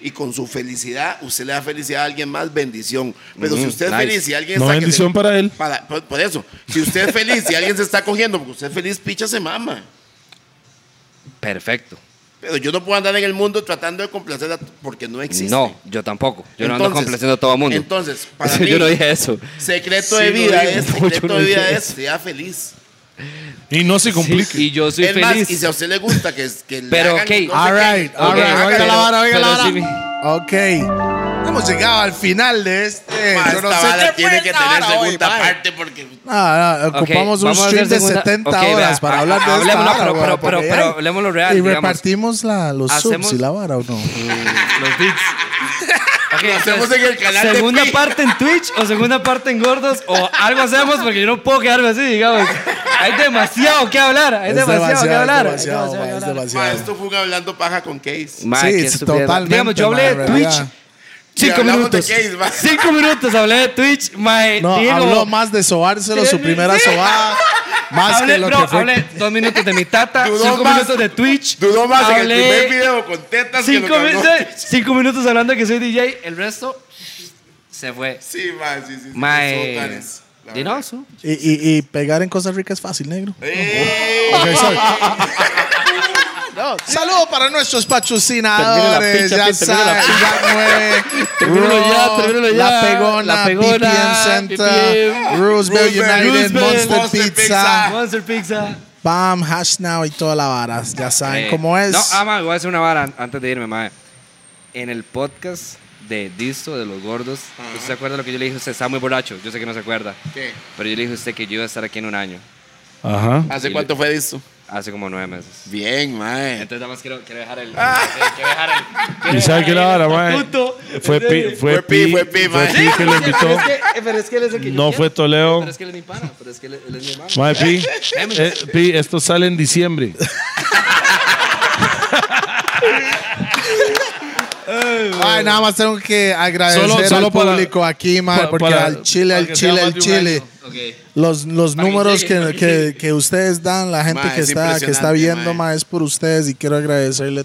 [SPEAKER 2] Y con su felicidad, usted le da felicidad a alguien más, bendición. Pero si
[SPEAKER 3] Mm,
[SPEAKER 2] usted es
[SPEAKER 3] nice.
[SPEAKER 2] feliz y alguien
[SPEAKER 1] No
[SPEAKER 2] está que
[SPEAKER 1] bendición
[SPEAKER 2] se-
[SPEAKER 1] para él.
[SPEAKER 2] para- por, por eso, si usted es feliz y alguien se está cogiendo porque usted es feliz, picha se mama.
[SPEAKER 3] Perfecto.
[SPEAKER 2] Pero yo no puedo andar en el mundo tratando de complacerla porque no existe.
[SPEAKER 3] No, yo tampoco. Yo no ando
[SPEAKER 2] Entonces,
[SPEAKER 3] complaciendo a todo el mundo.
[SPEAKER 2] Entonces, para mí,
[SPEAKER 3] yo no dije eso.
[SPEAKER 2] secreto
[SPEAKER 3] Sí,
[SPEAKER 2] de
[SPEAKER 3] lo
[SPEAKER 2] vida
[SPEAKER 3] dije.
[SPEAKER 2] es,
[SPEAKER 3] No, yo
[SPEAKER 2] secreto
[SPEAKER 3] no
[SPEAKER 2] de
[SPEAKER 3] dije
[SPEAKER 2] vida es,
[SPEAKER 3] eso.
[SPEAKER 2] sea feliz.
[SPEAKER 5] Y no se complica.
[SPEAKER 3] Y yo soy
[SPEAKER 2] es
[SPEAKER 3] feliz.
[SPEAKER 2] más, y si a usted le gusta que, que le
[SPEAKER 3] Pero,
[SPEAKER 2] hagan
[SPEAKER 3] ok.
[SPEAKER 2] no sé
[SPEAKER 4] All
[SPEAKER 2] qué,
[SPEAKER 4] right, all
[SPEAKER 3] Ok,
[SPEAKER 4] right. Oiga
[SPEAKER 3] pero-
[SPEAKER 4] la vara, oiga la
[SPEAKER 3] pero
[SPEAKER 4] vara.
[SPEAKER 3] sí vi.
[SPEAKER 4] Ok. Hemos llegado al final de este.
[SPEAKER 2] esta
[SPEAKER 4] yo no sé
[SPEAKER 2] vara
[SPEAKER 4] qué
[SPEAKER 2] tiene
[SPEAKER 4] fue
[SPEAKER 2] que
[SPEAKER 4] esta
[SPEAKER 2] tener
[SPEAKER 4] vara hoy,
[SPEAKER 2] segunda
[SPEAKER 4] mae.
[SPEAKER 2] parte porque
[SPEAKER 4] Ah, ah,
[SPEAKER 3] Ok,
[SPEAKER 4] ocupamos
[SPEAKER 3] vamos a hacer
[SPEAKER 4] un stream de
[SPEAKER 3] segunda-
[SPEAKER 4] 70
[SPEAKER 3] ok, vea,
[SPEAKER 4] horas para
[SPEAKER 3] ha-
[SPEAKER 4] hablar de
[SPEAKER 3] ha-
[SPEAKER 4] esta
[SPEAKER 3] hablemoslo,
[SPEAKER 4] vara,
[SPEAKER 3] pero-
[SPEAKER 4] weón,
[SPEAKER 3] pero- pero-
[SPEAKER 4] porque
[SPEAKER 3] pero
[SPEAKER 4] hay-
[SPEAKER 3] hablemoslo real,
[SPEAKER 4] Y
[SPEAKER 3] digamos.
[SPEAKER 4] repartimos la, los
[SPEAKER 3] Hacemos-
[SPEAKER 4] subs y la vara, ¿o no?
[SPEAKER 3] Los bits.
[SPEAKER 2] lo hacemos en el canal de
[SPEAKER 3] segunda
[SPEAKER 2] Pi.
[SPEAKER 3] parte en Twitch o segunda parte en Gordos o algo hacemos porque yo no puedo quedarme así, digamos. Hay demasiado que hablar, hay
[SPEAKER 4] Es
[SPEAKER 3] demasiado, que hablar.
[SPEAKER 4] es demasiado,
[SPEAKER 3] hay
[SPEAKER 4] mae, es
[SPEAKER 3] que hablar.
[SPEAKER 2] Ma,
[SPEAKER 4] demasiado.
[SPEAKER 2] esto fue un hablando paja con Case.
[SPEAKER 3] Ma,
[SPEAKER 4] Sí,
[SPEAKER 3] que
[SPEAKER 4] es
[SPEAKER 3] estuviera-
[SPEAKER 4] totalmente,
[SPEAKER 3] Digamos, yo hablé
[SPEAKER 4] ma,
[SPEAKER 3] de
[SPEAKER 4] en
[SPEAKER 3] Twitch.
[SPEAKER 4] realidad.
[SPEAKER 3] Cinco
[SPEAKER 2] Y hablamos de
[SPEAKER 3] minutos.
[SPEAKER 2] Case, ma.
[SPEAKER 3] Cinco minutos hablé de Twitch. Mae,
[SPEAKER 4] No,
[SPEAKER 3] Diego,
[SPEAKER 4] habló más de sobárselo, su
[SPEAKER 3] Sí,
[SPEAKER 4] primera
[SPEAKER 3] sí.
[SPEAKER 4] sobada. Más
[SPEAKER 3] hablé,
[SPEAKER 4] que lo
[SPEAKER 3] no,
[SPEAKER 4] que fue.
[SPEAKER 3] hablé dos minutos de mi tata,
[SPEAKER 2] Dudó
[SPEAKER 3] cinco
[SPEAKER 2] más-
[SPEAKER 3] minutos de Twitch.
[SPEAKER 2] Dudó más en
[SPEAKER 3] hablé
[SPEAKER 2] el primer video con tetas que lo
[SPEAKER 3] cinco,
[SPEAKER 2] que habló.
[SPEAKER 3] minutos, cinco minutos hablando de que soy DJ, el resto se fue.
[SPEAKER 2] Sí, ma, sí, sí. sí, son
[SPEAKER 3] Mae.
[SPEAKER 2] canes, la
[SPEAKER 3] Di
[SPEAKER 2] verdad.
[SPEAKER 3] no, su.
[SPEAKER 4] Y, y, y pegar en Costa Rica es fácil, negro.
[SPEAKER 2] ¡Ey!
[SPEAKER 4] Saludos para nuestros
[SPEAKER 3] Termine
[SPEAKER 4] patrocinadores.
[SPEAKER 3] la
[SPEAKER 4] Ya
[SPEAKER 3] picha, termine la
[SPEAKER 4] saben,
[SPEAKER 3] Termínelo ya, termínelo ya.
[SPEAKER 4] La Pegona,
[SPEAKER 3] La Pegona,
[SPEAKER 4] PPM Center,
[SPEAKER 3] PPM.
[SPEAKER 4] Roosevelt United,
[SPEAKER 3] Roosevelt,
[SPEAKER 4] Monster,
[SPEAKER 2] Monster
[SPEAKER 4] Pizza,
[SPEAKER 5] Ah.
[SPEAKER 2] Pizza.
[SPEAKER 3] Monster Pizza.
[SPEAKER 4] Bam, Hash Now y toda la vara. Ya saben
[SPEAKER 3] Eh,
[SPEAKER 4] cómo es.
[SPEAKER 3] No, ah, mae, voy a hacer una vara an- antes de irme, mae. En el podcast de Disto, de los gordos, ¿usted se acuerda lo que yo le dije? a Usted está muy borracho, yo sé que no se acuerda.
[SPEAKER 2] ¿Qué?
[SPEAKER 3] Pero yo le dije a usted que yo iba a estar aquí en un año,
[SPEAKER 5] Ajá.
[SPEAKER 2] ¿Hace cuánto fue esto?
[SPEAKER 3] hace como nueve meses. Ah.
[SPEAKER 2] Bien, mae.
[SPEAKER 3] Entonces, nada más quiero, quiero dejar el. eh, Quiero dejar el. quiero
[SPEAKER 5] ¿Y sabe
[SPEAKER 3] dejar
[SPEAKER 5] qué la
[SPEAKER 3] ahí
[SPEAKER 5] vara,
[SPEAKER 3] el
[SPEAKER 5] mae?
[SPEAKER 3] estatuto,
[SPEAKER 5] Fue
[SPEAKER 3] ¿entiendes?
[SPEAKER 5] Pi, fue
[SPEAKER 2] Fue Pi,
[SPEAKER 5] Pi,
[SPEAKER 2] fue Pi,
[SPEAKER 5] fue
[SPEAKER 2] mae.
[SPEAKER 5] Pi que lo invitó.
[SPEAKER 3] Pero es que, eh, pero es que él es el que yo
[SPEAKER 5] No
[SPEAKER 3] quiero.
[SPEAKER 5] fue Toleo.
[SPEAKER 3] Pero es que él es mi pana, pero es que él, él es mi hermano.
[SPEAKER 5] Mae, Pi,
[SPEAKER 3] Vemos.
[SPEAKER 5] eh, Pi, esto sale en diciembre.
[SPEAKER 4] Ay, nada más tengo que agradecer
[SPEAKER 5] Solo- solo
[SPEAKER 4] al
[SPEAKER 5] para-
[SPEAKER 4] público aquí, man,
[SPEAKER 5] para-
[SPEAKER 4] porque
[SPEAKER 5] para-
[SPEAKER 4] al Chile,
[SPEAKER 5] para
[SPEAKER 4] al
[SPEAKER 5] que
[SPEAKER 4] Chile,
[SPEAKER 5] sea
[SPEAKER 4] al
[SPEAKER 5] más de un
[SPEAKER 4] Chile.
[SPEAKER 5] año.
[SPEAKER 3] Ok.
[SPEAKER 4] Los, los
[SPEAKER 3] Para que
[SPEAKER 4] números
[SPEAKER 3] llegue, para
[SPEAKER 4] que,
[SPEAKER 3] que
[SPEAKER 4] que,
[SPEAKER 3] llegue.
[SPEAKER 4] que ustedes dan, la gente
[SPEAKER 2] Ma,
[SPEAKER 4] que,
[SPEAKER 2] es
[SPEAKER 4] está, que está
[SPEAKER 2] impresionante,
[SPEAKER 4] viendo,
[SPEAKER 2] ma.
[SPEAKER 4] ma, es por ustedes y quiero agradecerle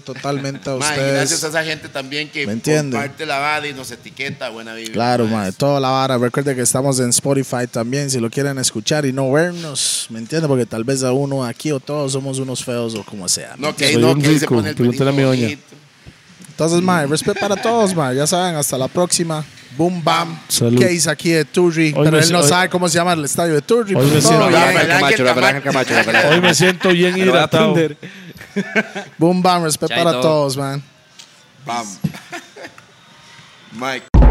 [SPEAKER 4] totalmente a
[SPEAKER 2] Mae,
[SPEAKER 4] ustedes.
[SPEAKER 2] y gracias a esa gente también que
[SPEAKER 4] ¿Me entiende?
[SPEAKER 2] comparte la vara y nos etiqueta. Buena vida.
[SPEAKER 4] Claro, mae, toda la vara. Recuerde que estamos en Spotify también, si lo quieren escuchar y no vernos, ¿me entiende? Porque tal vez a uno aquí o todos somos unos feos o como sea. ¿me
[SPEAKER 2] No, que
[SPEAKER 5] Soy
[SPEAKER 2] ahí no,
[SPEAKER 5] un
[SPEAKER 2] que ahí se
[SPEAKER 5] rico,
[SPEAKER 2] pone el
[SPEAKER 5] pregúntale a mi
[SPEAKER 2] pelito
[SPEAKER 5] doña.
[SPEAKER 2] bonito.
[SPEAKER 4] Entonces, mae, respeto para todos, mae. Ya saben, hasta la próxima. Boom, bam.
[SPEAKER 5] Salud.
[SPEAKER 4] Case aquí de Turri.
[SPEAKER 5] Hoy me-
[SPEAKER 4] Pero él no
[SPEAKER 5] hoy-
[SPEAKER 4] sabe cómo se llama el estadio de Turri.
[SPEAKER 5] Hoy
[SPEAKER 4] pero
[SPEAKER 5] me
[SPEAKER 4] todo
[SPEAKER 5] siento-
[SPEAKER 4] bien.
[SPEAKER 2] Rafael
[SPEAKER 3] Camacho, Rafael
[SPEAKER 2] Ángel
[SPEAKER 3] Camacho, Rafael Camacho.
[SPEAKER 5] Hoy me siento bien
[SPEAKER 3] Lo voy a
[SPEAKER 5] hidratado.
[SPEAKER 3] aprender.
[SPEAKER 4] Boom, bam. Respeto para
[SPEAKER 3] Chaito.
[SPEAKER 4] todos, man.
[SPEAKER 2] Bam. Mike.